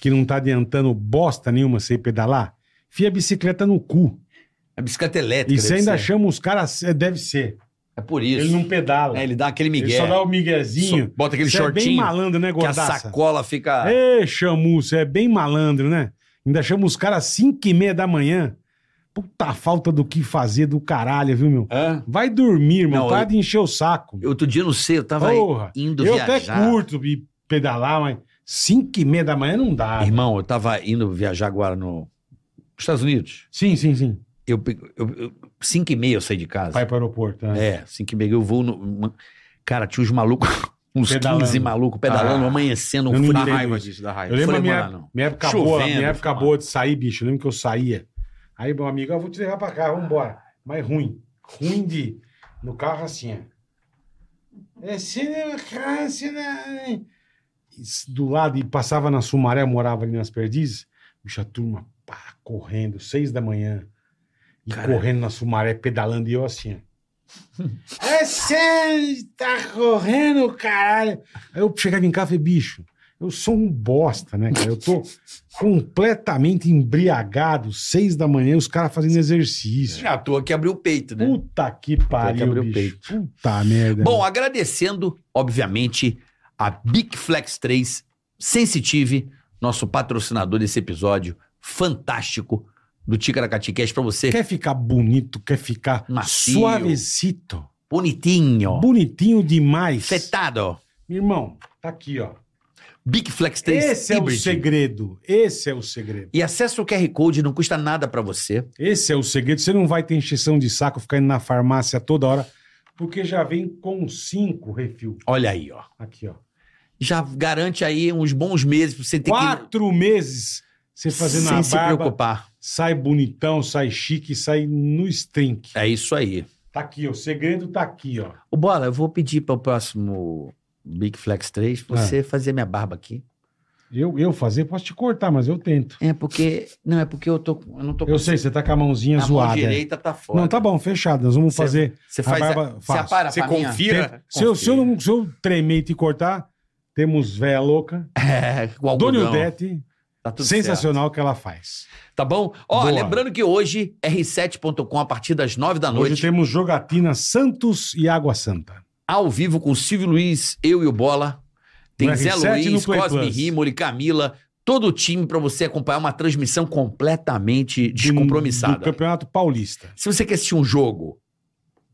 [SPEAKER 3] Que não tá adiantando bosta nenhuma sem pedalar? Fia a bicicleta no cu.
[SPEAKER 4] É bicicleta elétrica.
[SPEAKER 3] E você
[SPEAKER 4] deve
[SPEAKER 3] ainda
[SPEAKER 4] ser.
[SPEAKER 3] chama os caras. é, Deve ser.
[SPEAKER 4] É por isso.
[SPEAKER 3] Ele não pedala.
[SPEAKER 4] É, ele dá aquele
[SPEAKER 3] Ele só dá
[SPEAKER 4] migué.
[SPEAKER 3] o miguezinho.
[SPEAKER 4] Só- Bota aquele
[SPEAKER 3] Você é bem
[SPEAKER 4] shortinho.
[SPEAKER 3] malandro, né,
[SPEAKER 4] que a
[SPEAKER 3] gordaça?
[SPEAKER 4] sacola fica.
[SPEAKER 3] Ê, Chamu, você é bem malandro, né? Ainda chama os caras às 5 e meia da manhã. Puta falta do que fazer do caralho, viu, meu?
[SPEAKER 4] Hã?
[SPEAKER 3] Vai dormir, irmão.
[SPEAKER 4] Não,
[SPEAKER 3] Para
[SPEAKER 4] eu-
[SPEAKER 3] de encher o saco.
[SPEAKER 4] Outro dia, não sei, eu tava
[SPEAKER 3] Porra,
[SPEAKER 4] indo
[SPEAKER 3] eu
[SPEAKER 4] viajar.
[SPEAKER 3] até curto de pedalar, mas 5 e meia da manhã não dá.
[SPEAKER 4] Irmão, eu tava indo viajar agora no nos Estados Unidos.
[SPEAKER 3] Sim, sim, sim.
[SPEAKER 4] Eu, pe- eu, eu- cinco e meia eu saí de casa.
[SPEAKER 3] Vai pro aeroporto. né?
[SPEAKER 4] É, cinco e meia eu vou no... uma- Cara, tinha uns malucos, uns
[SPEAKER 3] Pedalando.
[SPEAKER 4] 15 malucos pedalando,
[SPEAKER 1] Ah.
[SPEAKER 4] amanhecendo,
[SPEAKER 3] Eu
[SPEAKER 4] um
[SPEAKER 3] não
[SPEAKER 4] frio.
[SPEAKER 1] Dá
[SPEAKER 3] entendo
[SPEAKER 1] raiva
[SPEAKER 3] isso.
[SPEAKER 1] disso, dá raiva.
[SPEAKER 3] Eu lembro
[SPEAKER 4] Falei,
[SPEAKER 3] a minha,
[SPEAKER 4] mano,
[SPEAKER 3] minha época
[SPEAKER 4] chovendo,
[SPEAKER 3] boa, minha época
[SPEAKER 4] mano.
[SPEAKER 3] boa de sair, bicho. Eu lembro que eu saía. Aí meu amigo, "Ah, eu vou te levar pra cá, vambora. Mas ruim. Ruim de. No carro assim, ó. É cinema, cara, cinema. Isso, Do lado, e passava na Sumaré, eu morava ali nas Perdizes. Bicho, a turma, pá, correndo, seis da manhã. E correndo na Sumaré, pedalando, e eu assim, ó. É sério, tá correndo, caralho. Aí eu chegava em casa e falei, bicho, eu sou um bosta, né, cara? Eu tô completamente embriagado, seis da manhã, os caras fazendo exercício.
[SPEAKER 4] À toa que Ah, abriu o peito, né?
[SPEAKER 3] Puta que pariu,
[SPEAKER 4] abriu o
[SPEAKER 3] bicho.
[SPEAKER 4] peito.
[SPEAKER 3] Puta merda.
[SPEAKER 4] Bom, agradecendo, obviamente, a Big Flex 3 Sensitive, nosso patrocinador desse episódio. fantástico do Ticaracatiqués pra você.
[SPEAKER 3] Quer ficar bonito, quer ficar
[SPEAKER 4] Macio.
[SPEAKER 3] suavecito,
[SPEAKER 4] Bonitinho.
[SPEAKER 3] bonitinho demais.
[SPEAKER 4] tá- Fetado.
[SPEAKER 3] Meu Irmão, tá aqui, ó.
[SPEAKER 4] Big Flex 3
[SPEAKER 3] Esse é o
[SPEAKER 4] Hybrid.
[SPEAKER 3] segredo. Esse é o segredo.
[SPEAKER 4] E acessa o QR Code, não custa nada pra você.
[SPEAKER 3] Esse é o segredo. Você não vai ter encheção de saco ficar indo na farmácia toda hora, porque já vem com cinco refil.
[SPEAKER 4] Olha aí, ó.
[SPEAKER 3] Aqui, ó.
[SPEAKER 4] Já garante aí uns bons meses pra você ter que...
[SPEAKER 3] Quatro meses você fazendo
[SPEAKER 4] Sem
[SPEAKER 3] a
[SPEAKER 4] se
[SPEAKER 3] barba.
[SPEAKER 4] preocupar.
[SPEAKER 3] Sai bonitão, sai chique, sai no strink.
[SPEAKER 4] É isso aí.
[SPEAKER 3] Tá aqui, ó. O segredo tá aqui, ó.
[SPEAKER 4] Ô, Bola, eu vou pedir para o próximo Big Flex 3
[SPEAKER 3] Ah.
[SPEAKER 4] você fazer minha barba aqui.
[SPEAKER 3] Eu, eu fazer, posso te cortar, mas eu tento.
[SPEAKER 4] É porque. Não, é porque eu, tô, eu não tô
[SPEAKER 3] Eu sei, você tá com a mãozinha
[SPEAKER 4] a mão
[SPEAKER 3] zoada.
[SPEAKER 4] direita tá fora.
[SPEAKER 3] Não, tá bom, fechado. Nós vamos
[SPEAKER 4] Cê-
[SPEAKER 3] fazer.
[SPEAKER 4] Você
[SPEAKER 3] A
[SPEAKER 4] faz. A
[SPEAKER 3] barba
[SPEAKER 4] você
[SPEAKER 3] fácil.
[SPEAKER 4] apara
[SPEAKER 1] Você
[SPEAKER 4] pra minha?
[SPEAKER 1] confia?
[SPEAKER 3] Se eu, se, eu não, se eu tremer e te cortar, temos véia louca.
[SPEAKER 4] É, o
[SPEAKER 3] Dona
[SPEAKER 4] algodão.
[SPEAKER 3] Udete,
[SPEAKER 4] Tá tudo certo.
[SPEAKER 3] sensacional o que ela faz.
[SPEAKER 4] Tá bom? Ó,
[SPEAKER 3] Boa.
[SPEAKER 4] lembrando que hoje, r7.com, a partir das 9 da
[SPEAKER 3] Hoje
[SPEAKER 4] noite,
[SPEAKER 3] temos jogatina Santos e Água Santa.
[SPEAKER 4] ao vivo com o Silvio Luiz, eu e o Bola. Tem
[SPEAKER 3] No
[SPEAKER 4] Zé
[SPEAKER 3] R7 e no
[SPEAKER 4] Luiz,
[SPEAKER 3] Play
[SPEAKER 4] Cosme
[SPEAKER 3] Plus.
[SPEAKER 4] Rimoli, Camila, todo o time pra você acompanhar uma transmissão completamente
[SPEAKER 3] Do-
[SPEAKER 4] descompromissada.
[SPEAKER 3] Do Campeonato Paulista.
[SPEAKER 4] Se você quer assistir um jogo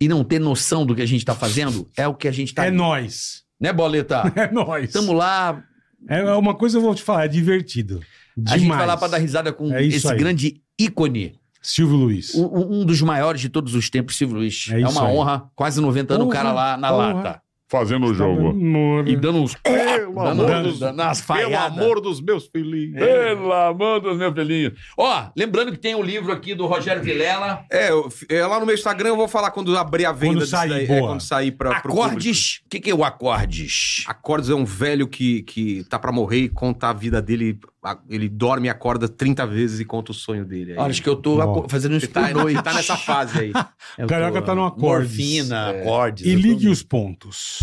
[SPEAKER 4] e não ter noção do que a gente tá fazendo, é o que a gente tá.
[SPEAKER 3] É nós.
[SPEAKER 4] Né, Boleta?
[SPEAKER 3] É nós.
[SPEAKER 4] Tamo lá.
[SPEAKER 3] É uma coisa que eu vou te falar, é divertido. Demais.
[SPEAKER 4] A gente vai lá pra dar risada com
[SPEAKER 3] É isso
[SPEAKER 4] esse
[SPEAKER 3] aí.
[SPEAKER 4] grande ícone.
[SPEAKER 3] Silvio Luiz.
[SPEAKER 4] o- o- Um dos maiores de todos os tempos, Silvio Luiz.
[SPEAKER 3] É
[SPEAKER 4] É,
[SPEAKER 3] isso
[SPEAKER 4] uma
[SPEAKER 3] aí.
[SPEAKER 4] honra. Quase 90 anos o
[SPEAKER 3] Porra,
[SPEAKER 4] cara lá na
[SPEAKER 3] porra. É,
[SPEAKER 4] lata.
[SPEAKER 8] Fazendo o jogo.
[SPEAKER 3] Amor.
[SPEAKER 4] E dando uns.
[SPEAKER 8] Pelo
[SPEAKER 4] dando,
[SPEAKER 8] amor
[SPEAKER 4] dando,
[SPEAKER 8] dos...
[SPEAKER 4] dando umas
[SPEAKER 8] Pelo
[SPEAKER 4] falhadas.
[SPEAKER 8] amor dos meus filhinhos.
[SPEAKER 4] Pelo amor dos meus filhinhos. Ó, lembrando que tem o livro aqui do Rogério Vilela,
[SPEAKER 1] É, eu- é, lá no meu Instagram eu vou falar quando abrir a venda
[SPEAKER 3] Quando
[SPEAKER 1] disso
[SPEAKER 3] sair,
[SPEAKER 1] daí. É,
[SPEAKER 3] boa.
[SPEAKER 1] quando sair pra, pro público.
[SPEAKER 4] Acordes. O que, que é o Acordes?
[SPEAKER 1] Acordes é um velho que, que tá pra morrer e conta a vida dele. a- Ele dorme e acorda 30 vezes e conta o sonho dele. Aí.
[SPEAKER 4] Olha, acho que eu tô
[SPEAKER 3] Bom.
[SPEAKER 4] aco- fazendo isso
[SPEAKER 1] tá,
[SPEAKER 4] à noite.
[SPEAKER 1] tá nessa fase aí.
[SPEAKER 4] Eu
[SPEAKER 3] Carioca tá no Acordes.
[SPEAKER 4] Morfina, acordes.
[SPEAKER 3] E
[SPEAKER 4] eu tô-
[SPEAKER 3] ligue os pontos.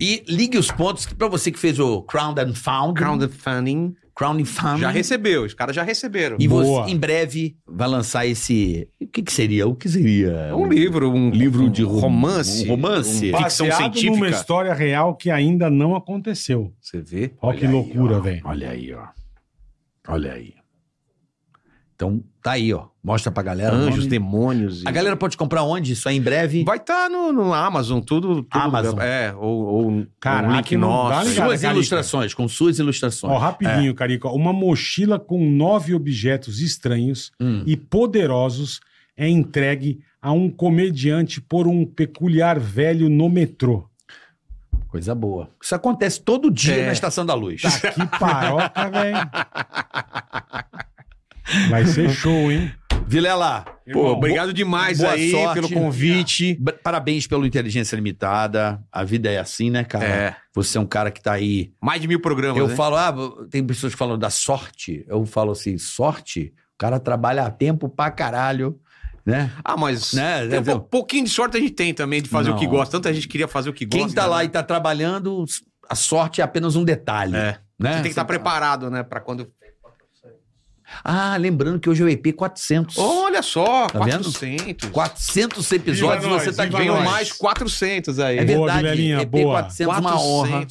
[SPEAKER 4] E ligue os pontos que pra você que fez o Crown and Found.
[SPEAKER 1] Crowdfunding.
[SPEAKER 4] Crown and Found.
[SPEAKER 1] Já recebeu, os caras já receberam.
[SPEAKER 4] E você,
[SPEAKER 3] Boa.
[SPEAKER 4] em breve, vai lançar esse... O que que seria? O que seria?
[SPEAKER 1] É um livro, um
[SPEAKER 4] Livro de rom-
[SPEAKER 1] romance.
[SPEAKER 4] um romance.
[SPEAKER 1] um
[SPEAKER 3] Baseado
[SPEAKER 1] ficção
[SPEAKER 3] numa
[SPEAKER 1] científica.
[SPEAKER 3] história real que ainda não aconteceu.
[SPEAKER 1] Você vê?
[SPEAKER 3] Olha que
[SPEAKER 4] aí,
[SPEAKER 3] loucura,
[SPEAKER 4] ó.
[SPEAKER 3] velho.
[SPEAKER 4] Olha aí, ó. Olha aí. Então, tá aí, ó. Mostra pra
[SPEAKER 3] Tá
[SPEAKER 4] galera. o
[SPEAKER 1] Anjos,
[SPEAKER 4] nome.
[SPEAKER 1] demônios. e-
[SPEAKER 4] A galera pode comprar onde? Isso aí em breve.
[SPEAKER 1] Vai estar no, no Amazon, tudo. tudo-
[SPEAKER 4] Amazon.
[SPEAKER 1] É, ou, ou
[SPEAKER 3] Caraca,
[SPEAKER 1] um link
[SPEAKER 3] não dá,
[SPEAKER 1] nosso.
[SPEAKER 3] ligado?
[SPEAKER 4] suas
[SPEAKER 3] Carica.
[SPEAKER 4] ilustrações, com suas ilustrações.
[SPEAKER 3] Ó, rapidinho,
[SPEAKER 4] É.
[SPEAKER 3] Carica. Uma mochila com nove objetos estranhos
[SPEAKER 4] Hum.
[SPEAKER 3] e poderosos é entregue a um comediante por um peculiar velho no metrô.
[SPEAKER 4] Coisa boa. Isso acontece todo dia
[SPEAKER 1] É.
[SPEAKER 4] na Estação da
[SPEAKER 3] Tá
[SPEAKER 4] Luz.
[SPEAKER 3] que paroca, velho. Vai ser show, hein?
[SPEAKER 4] Vilela,
[SPEAKER 1] Pô,
[SPEAKER 3] Irmão,
[SPEAKER 1] obrigado demais
[SPEAKER 4] boa
[SPEAKER 1] aí
[SPEAKER 4] sorte.
[SPEAKER 1] pelo convite.
[SPEAKER 4] b- parabéns pelo Inteligência Limitada. A vida é assim, né, cara?
[SPEAKER 1] É.
[SPEAKER 4] Você é um cara que tá aí.
[SPEAKER 1] Mais de mil programas.
[SPEAKER 4] Eu
[SPEAKER 1] né?
[SPEAKER 4] falo, ah, tem pessoas que falam da sorte. Eu falo assim, sorte? O cara trabalha a tempo pra caralho, né?
[SPEAKER 1] Ah, mas.
[SPEAKER 4] Né?
[SPEAKER 1] Tem um pou- pouquinho de sorte a gente tem também de fazer
[SPEAKER 4] Não.
[SPEAKER 1] o que gosta. Tanta gente queria fazer o que
[SPEAKER 4] Quem
[SPEAKER 1] gosta.
[SPEAKER 4] tá lá
[SPEAKER 1] né?
[SPEAKER 4] e tá trabalhando, a sorte é apenas um detalhe.
[SPEAKER 1] É.
[SPEAKER 4] Né?
[SPEAKER 1] Você tem que estar preparado, né? Pra quando.
[SPEAKER 4] Ah, lembrando que hoje é o EP 400.
[SPEAKER 1] Olha só,
[SPEAKER 4] Tá vendo?
[SPEAKER 1] 400.
[SPEAKER 4] 400 episódios,
[SPEAKER 3] Viva
[SPEAKER 4] você
[SPEAKER 3] nós,
[SPEAKER 4] tá
[SPEAKER 3] viva
[SPEAKER 4] aqui.
[SPEAKER 1] Venham
[SPEAKER 3] nós.
[SPEAKER 1] mais 400 aí.
[SPEAKER 4] É
[SPEAKER 3] Boa,
[SPEAKER 4] verdade,
[SPEAKER 3] Vilelinha,
[SPEAKER 4] EP
[SPEAKER 3] boa.
[SPEAKER 4] 400, uma honra.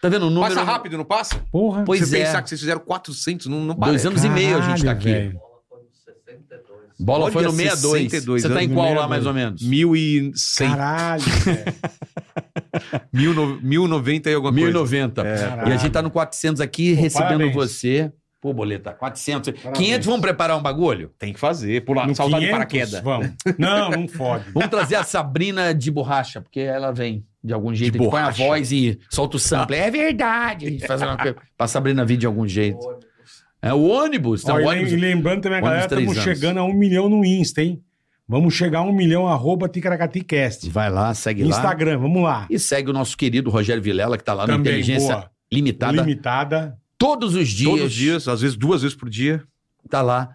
[SPEAKER 4] Tá vendo o número?
[SPEAKER 1] Passa rápido, não passa?
[SPEAKER 3] Porra.
[SPEAKER 4] Pois
[SPEAKER 1] Você
[SPEAKER 4] é.
[SPEAKER 1] pensar que vocês fizeram 400, não, não
[SPEAKER 4] Dois
[SPEAKER 1] parece.
[SPEAKER 4] anos e meio a gente tá
[SPEAKER 3] Caralho,
[SPEAKER 4] aqui.
[SPEAKER 3] velho.
[SPEAKER 4] Bola
[SPEAKER 1] Olha,
[SPEAKER 4] foi no 62.
[SPEAKER 1] 62
[SPEAKER 4] você tá em
[SPEAKER 3] anos,
[SPEAKER 4] qual
[SPEAKER 3] 62.
[SPEAKER 4] lá, mais ou menos?
[SPEAKER 1] 1100,
[SPEAKER 3] Caralho, velho.
[SPEAKER 1] 1090 e alguma coisa.
[SPEAKER 4] 1090.
[SPEAKER 3] Caralho.
[SPEAKER 4] E a gente tá no 400 aqui,
[SPEAKER 3] É. Pô,
[SPEAKER 4] recebendo
[SPEAKER 3] parabéns.
[SPEAKER 4] você. Pô, Boleta, 400.
[SPEAKER 3] Parabéns.
[SPEAKER 4] 500, vamos preparar um bagulho?
[SPEAKER 1] Tem que fazer, pular,
[SPEAKER 3] No
[SPEAKER 1] saltar de
[SPEAKER 3] 500,
[SPEAKER 1] paraquedas.
[SPEAKER 3] Vamos. Não, não fode.
[SPEAKER 4] Vamos trazer a Sabrina de borracha, porque ela vem de algum jeito.
[SPEAKER 1] De
[SPEAKER 4] a gente põe a
[SPEAKER 1] borracha.
[SPEAKER 4] voz e solta o sample. É verdade. A gente faz uma coisa pra Sabrina vir de algum jeito. É o ônibus. Tá,
[SPEAKER 3] Ó,
[SPEAKER 4] o
[SPEAKER 3] e lem-
[SPEAKER 4] ônibus.
[SPEAKER 3] e lembrando também, a galera,
[SPEAKER 4] ônibus três
[SPEAKER 3] estamos
[SPEAKER 4] anos.
[SPEAKER 3] chegando a um milhão no Insta, hein? Vamos chegar a um milhão, arroba TicaracatiCast.
[SPEAKER 4] Vai lá, segue lá.
[SPEAKER 3] Instagram, vamos lá.
[SPEAKER 4] E segue o nosso querido Rogério Vilela, que tá lá no
[SPEAKER 3] Também,
[SPEAKER 4] Inteligência
[SPEAKER 3] boa.
[SPEAKER 4] Limitada.
[SPEAKER 3] Limitada.
[SPEAKER 4] Todos os dias.
[SPEAKER 1] Todos os dias, às vezes duas vezes por dia.
[SPEAKER 4] Tá lá.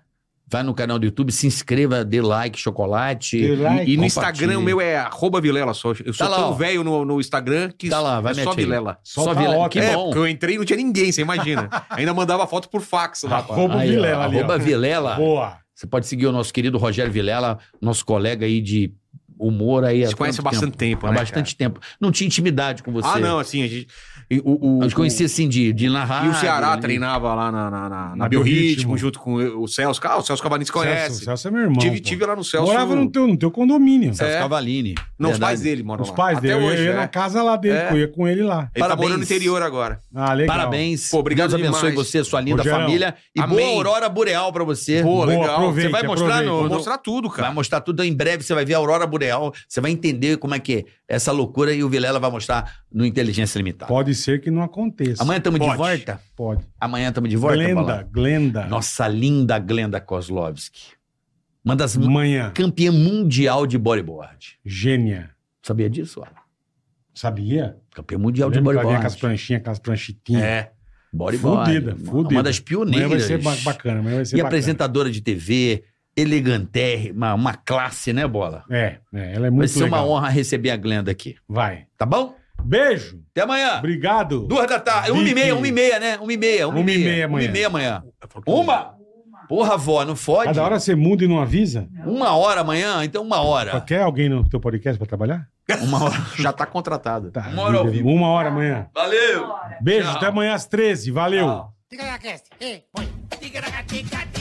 [SPEAKER 4] Vai no canal do YouTube, se inscreva, dê like, chocolate.
[SPEAKER 3] Dê like.
[SPEAKER 1] E no
[SPEAKER 4] compartilhe.
[SPEAKER 1] Instagram o meu é arroba Vilela só. Eu
[SPEAKER 4] Tá
[SPEAKER 1] sou
[SPEAKER 4] lá, ó.
[SPEAKER 1] tão velho no, no Instagram que
[SPEAKER 4] Tá lá, vai,
[SPEAKER 1] é
[SPEAKER 4] mete
[SPEAKER 1] só
[SPEAKER 4] aí.
[SPEAKER 1] Vilela.
[SPEAKER 4] Só,
[SPEAKER 3] Só tá
[SPEAKER 4] Vilela. Que
[SPEAKER 3] ótimo.
[SPEAKER 1] é,
[SPEAKER 4] bom.
[SPEAKER 1] porque eu entrei e não tinha ninguém, você imagina. Ainda mandava foto por fax lá. pá.
[SPEAKER 3] Arroba
[SPEAKER 4] é Aí, ó,
[SPEAKER 3] Vilela ali, ó.
[SPEAKER 4] arroba Vilela.
[SPEAKER 3] Boa.
[SPEAKER 4] Você pode seguir o nosso querido Rogério Vilela, nosso colega aí de humor aí há
[SPEAKER 1] Se conhece há
[SPEAKER 4] quanto
[SPEAKER 1] bastante tempo,
[SPEAKER 4] Há
[SPEAKER 1] né,
[SPEAKER 4] bastante tempo. Não tinha intimidade com você.
[SPEAKER 1] Ah, não, assim, a gente. e o, o,
[SPEAKER 4] Nós conhecia assim de, de
[SPEAKER 1] o-
[SPEAKER 4] narrar.
[SPEAKER 1] e o Ceará treinava lá na, na, na, na
[SPEAKER 3] Na Biorritmo.
[SPEAKER 1] Biorritmo, junto com o Celso. Ah, o Celso Cavalinhos
[SPEAKER 3] Celso,
[SPEAKER 1] conhece.
[SPEAKER 3] Celso é meu irmão.
[SPEAKER 1] tive,
[SPEAKER 3] pô.
[SPEAKER 1] tive lá no Celso.
[SPEAKER 3] Morava no teu, no teu condomínio.
[SPEAKER 4] Celso
[SPEAKER 1] É.
[SPEAKER 4] Cavalini.
[SPEAKER 1] Não, os
[SPEAKER 4] Verdade.
[SPEAKER 1] pais dele moram
[SPEAKER 3] Os
[SPEAKER 1] lá.
[SPEAKER 3] pais
[SPEAKER 1] Até
[SPEAKER 3] dele. eu
[SPEAKER 1] hoje,
[SPEAKER 3] ia
[SPEAKER 1] é.
[SPEAKER 3] na casa lá dele,
[SPEAKER 1] É.
[SPEAKER 3] pô, eu ia com ele lá.
[SPEAKER 1] Ele tá
[SPEAKER 4] Parabéns.
[SPEAKER 1] morando no interior agora.
[SPEAKER 3] Ah, legal.
[SPEAKER 4] Parabéns.
[SPEAKER 1] Pô, obrigado
[SPEAKER 4] Deus abençoe
[SPEAKER 1] demais.
[SPEAKER 4] você, sua linda
[SPEAKER 3] Rogério,
[SPEAKER 4] família. E boa
[SPEAKER 1] amém.
[SPEAKER 4] aurora boreal pra você.
[SPEAKER 1] Pô,
[SPEAKER 3] Boa,
[SPEAKER 1] legal.
[SPEAKER 3] aproveite,
[SPEAKER 4] Você vai mostrar
[SPEAKER 3] aproveite.
[SPEAKER 4] no-
[SPEAKER 1] Vou
[SPEAKER 4] no-
[SPEAKER 1] mostrar tudo, cara.
[SPEAKER 4] Vai mostrar tudo em breve, você vai ver a aurora boreal, você vai entender como é que é essa loucura e o Vilela vai mostrar no Inteligência Limitada.
[SPEAKER 3] Pode ser que não aconteça.
[SPEAKER 4] Amanhã estamos de
[SPEAKER 3] Pode.
[SPEAKER 4] volta?
[SPEAKER 3] Pode.
[SPEAKER 4] Amanhã estamos de volta,
[SPEAKER 3] Glenda,
[SPEAKER 4] Balão?
[SPEAKER 3] Glenda.
[SPEAKER 4] Nossa linda Glenda Kozlovski. Uma das ma-
[SPEAKER 3] Amanhã.
[SPEAKER 4] campeã mundial de bodyboard.
[SPEAKER 3] Gênia.
[SPEAKER 4] Sabia disso? Alan?
[SPEAKER 3] Sabia?
[SPEAKER 4] Campeã mundial de
[SPEAKER 3] Lembra que ela vinha com as
[SPEAKER 4] bodyboard.
[SPEAKER 3] pranchinhas, com as pranchitinhas.
[SPEAKER 4] É. Bodyboard.
[SPEAKER 3] Fudida,
[SPEAKER 4] Uma-
[SPEAKER 3] fudida.
[SPEAKER 4] Uma das
[SPEAKER 3] Amanhã
[SPEAKER 4] pioneiras.
[SPEAKER 3] vai ser ba- bacana. Amanhã vai ser
[SPEAKER 4] E
[SPEAKER 3] bacana.
[SPEAKER 4] apresentadora de TV, elegantérrima, uma classe, né, Bola?
[SPEAKER 3] É, é, ela é
[SPEAKER 4] Vai
[SPEAKER 3] muito
[SPEAKER 4] ser uma
[SPEAKER 3] legal.
[SPEAKER 4] honra receber a Glenda aqui.
[SPEAKER 3] Vai.
[SPEAKER 4] Tá bom?
[SPEAKER 3] Beijo.
[SPEAKER 4] Até amanhã.
[SPEAKER 3] Obrigado.
[SPEAKER 4] Duas da tarde. Uma e
[SPEAKER 3] Vicky.
[SPEAKER 4] meia, uma e meia, né? Uma e meia, uma,
[SPEAKER 3] Uma
[SPEAKER 4] e meia.
[SPEAKER 3] amanhã.
[SPEAKER 4] Uma e meia amanhã. Uma? Porra, vó, não fode?
[SPEAKER 3] Cada hora você muda e não avisa?
[SPEAKER 4] Uma hora amanhã? Então uma
[SPEAKER 3] Só
[SPEAKER 4] hora.
[SPEAKER 3] Quer alguém no teu podcast pra trabalhar?
[SPEAKER 4] Uma hora.
[SPEAKER 1] Já tá contratado.
[SPEAKER 3] Tá,
[SPEAKER 4] Uma hora ao
[SPEAKER 3] beleza.
[SPEAKER 4] vivo.
[SPEAKER 3] Uma hora amanhã.
[SPEAKER 4] Valeu.
[SPEAKER 3] Beijo,
[SPEAKER 4] Tchau.
[SPEAKER 3] até amanhã às 13. Valeu.
[SPEAKER 4] Tchau.
[SPEAKER 2] Fica aí, Cast. Ei, põe.
[SPEAKER 5] Tica-taca-tica-tica.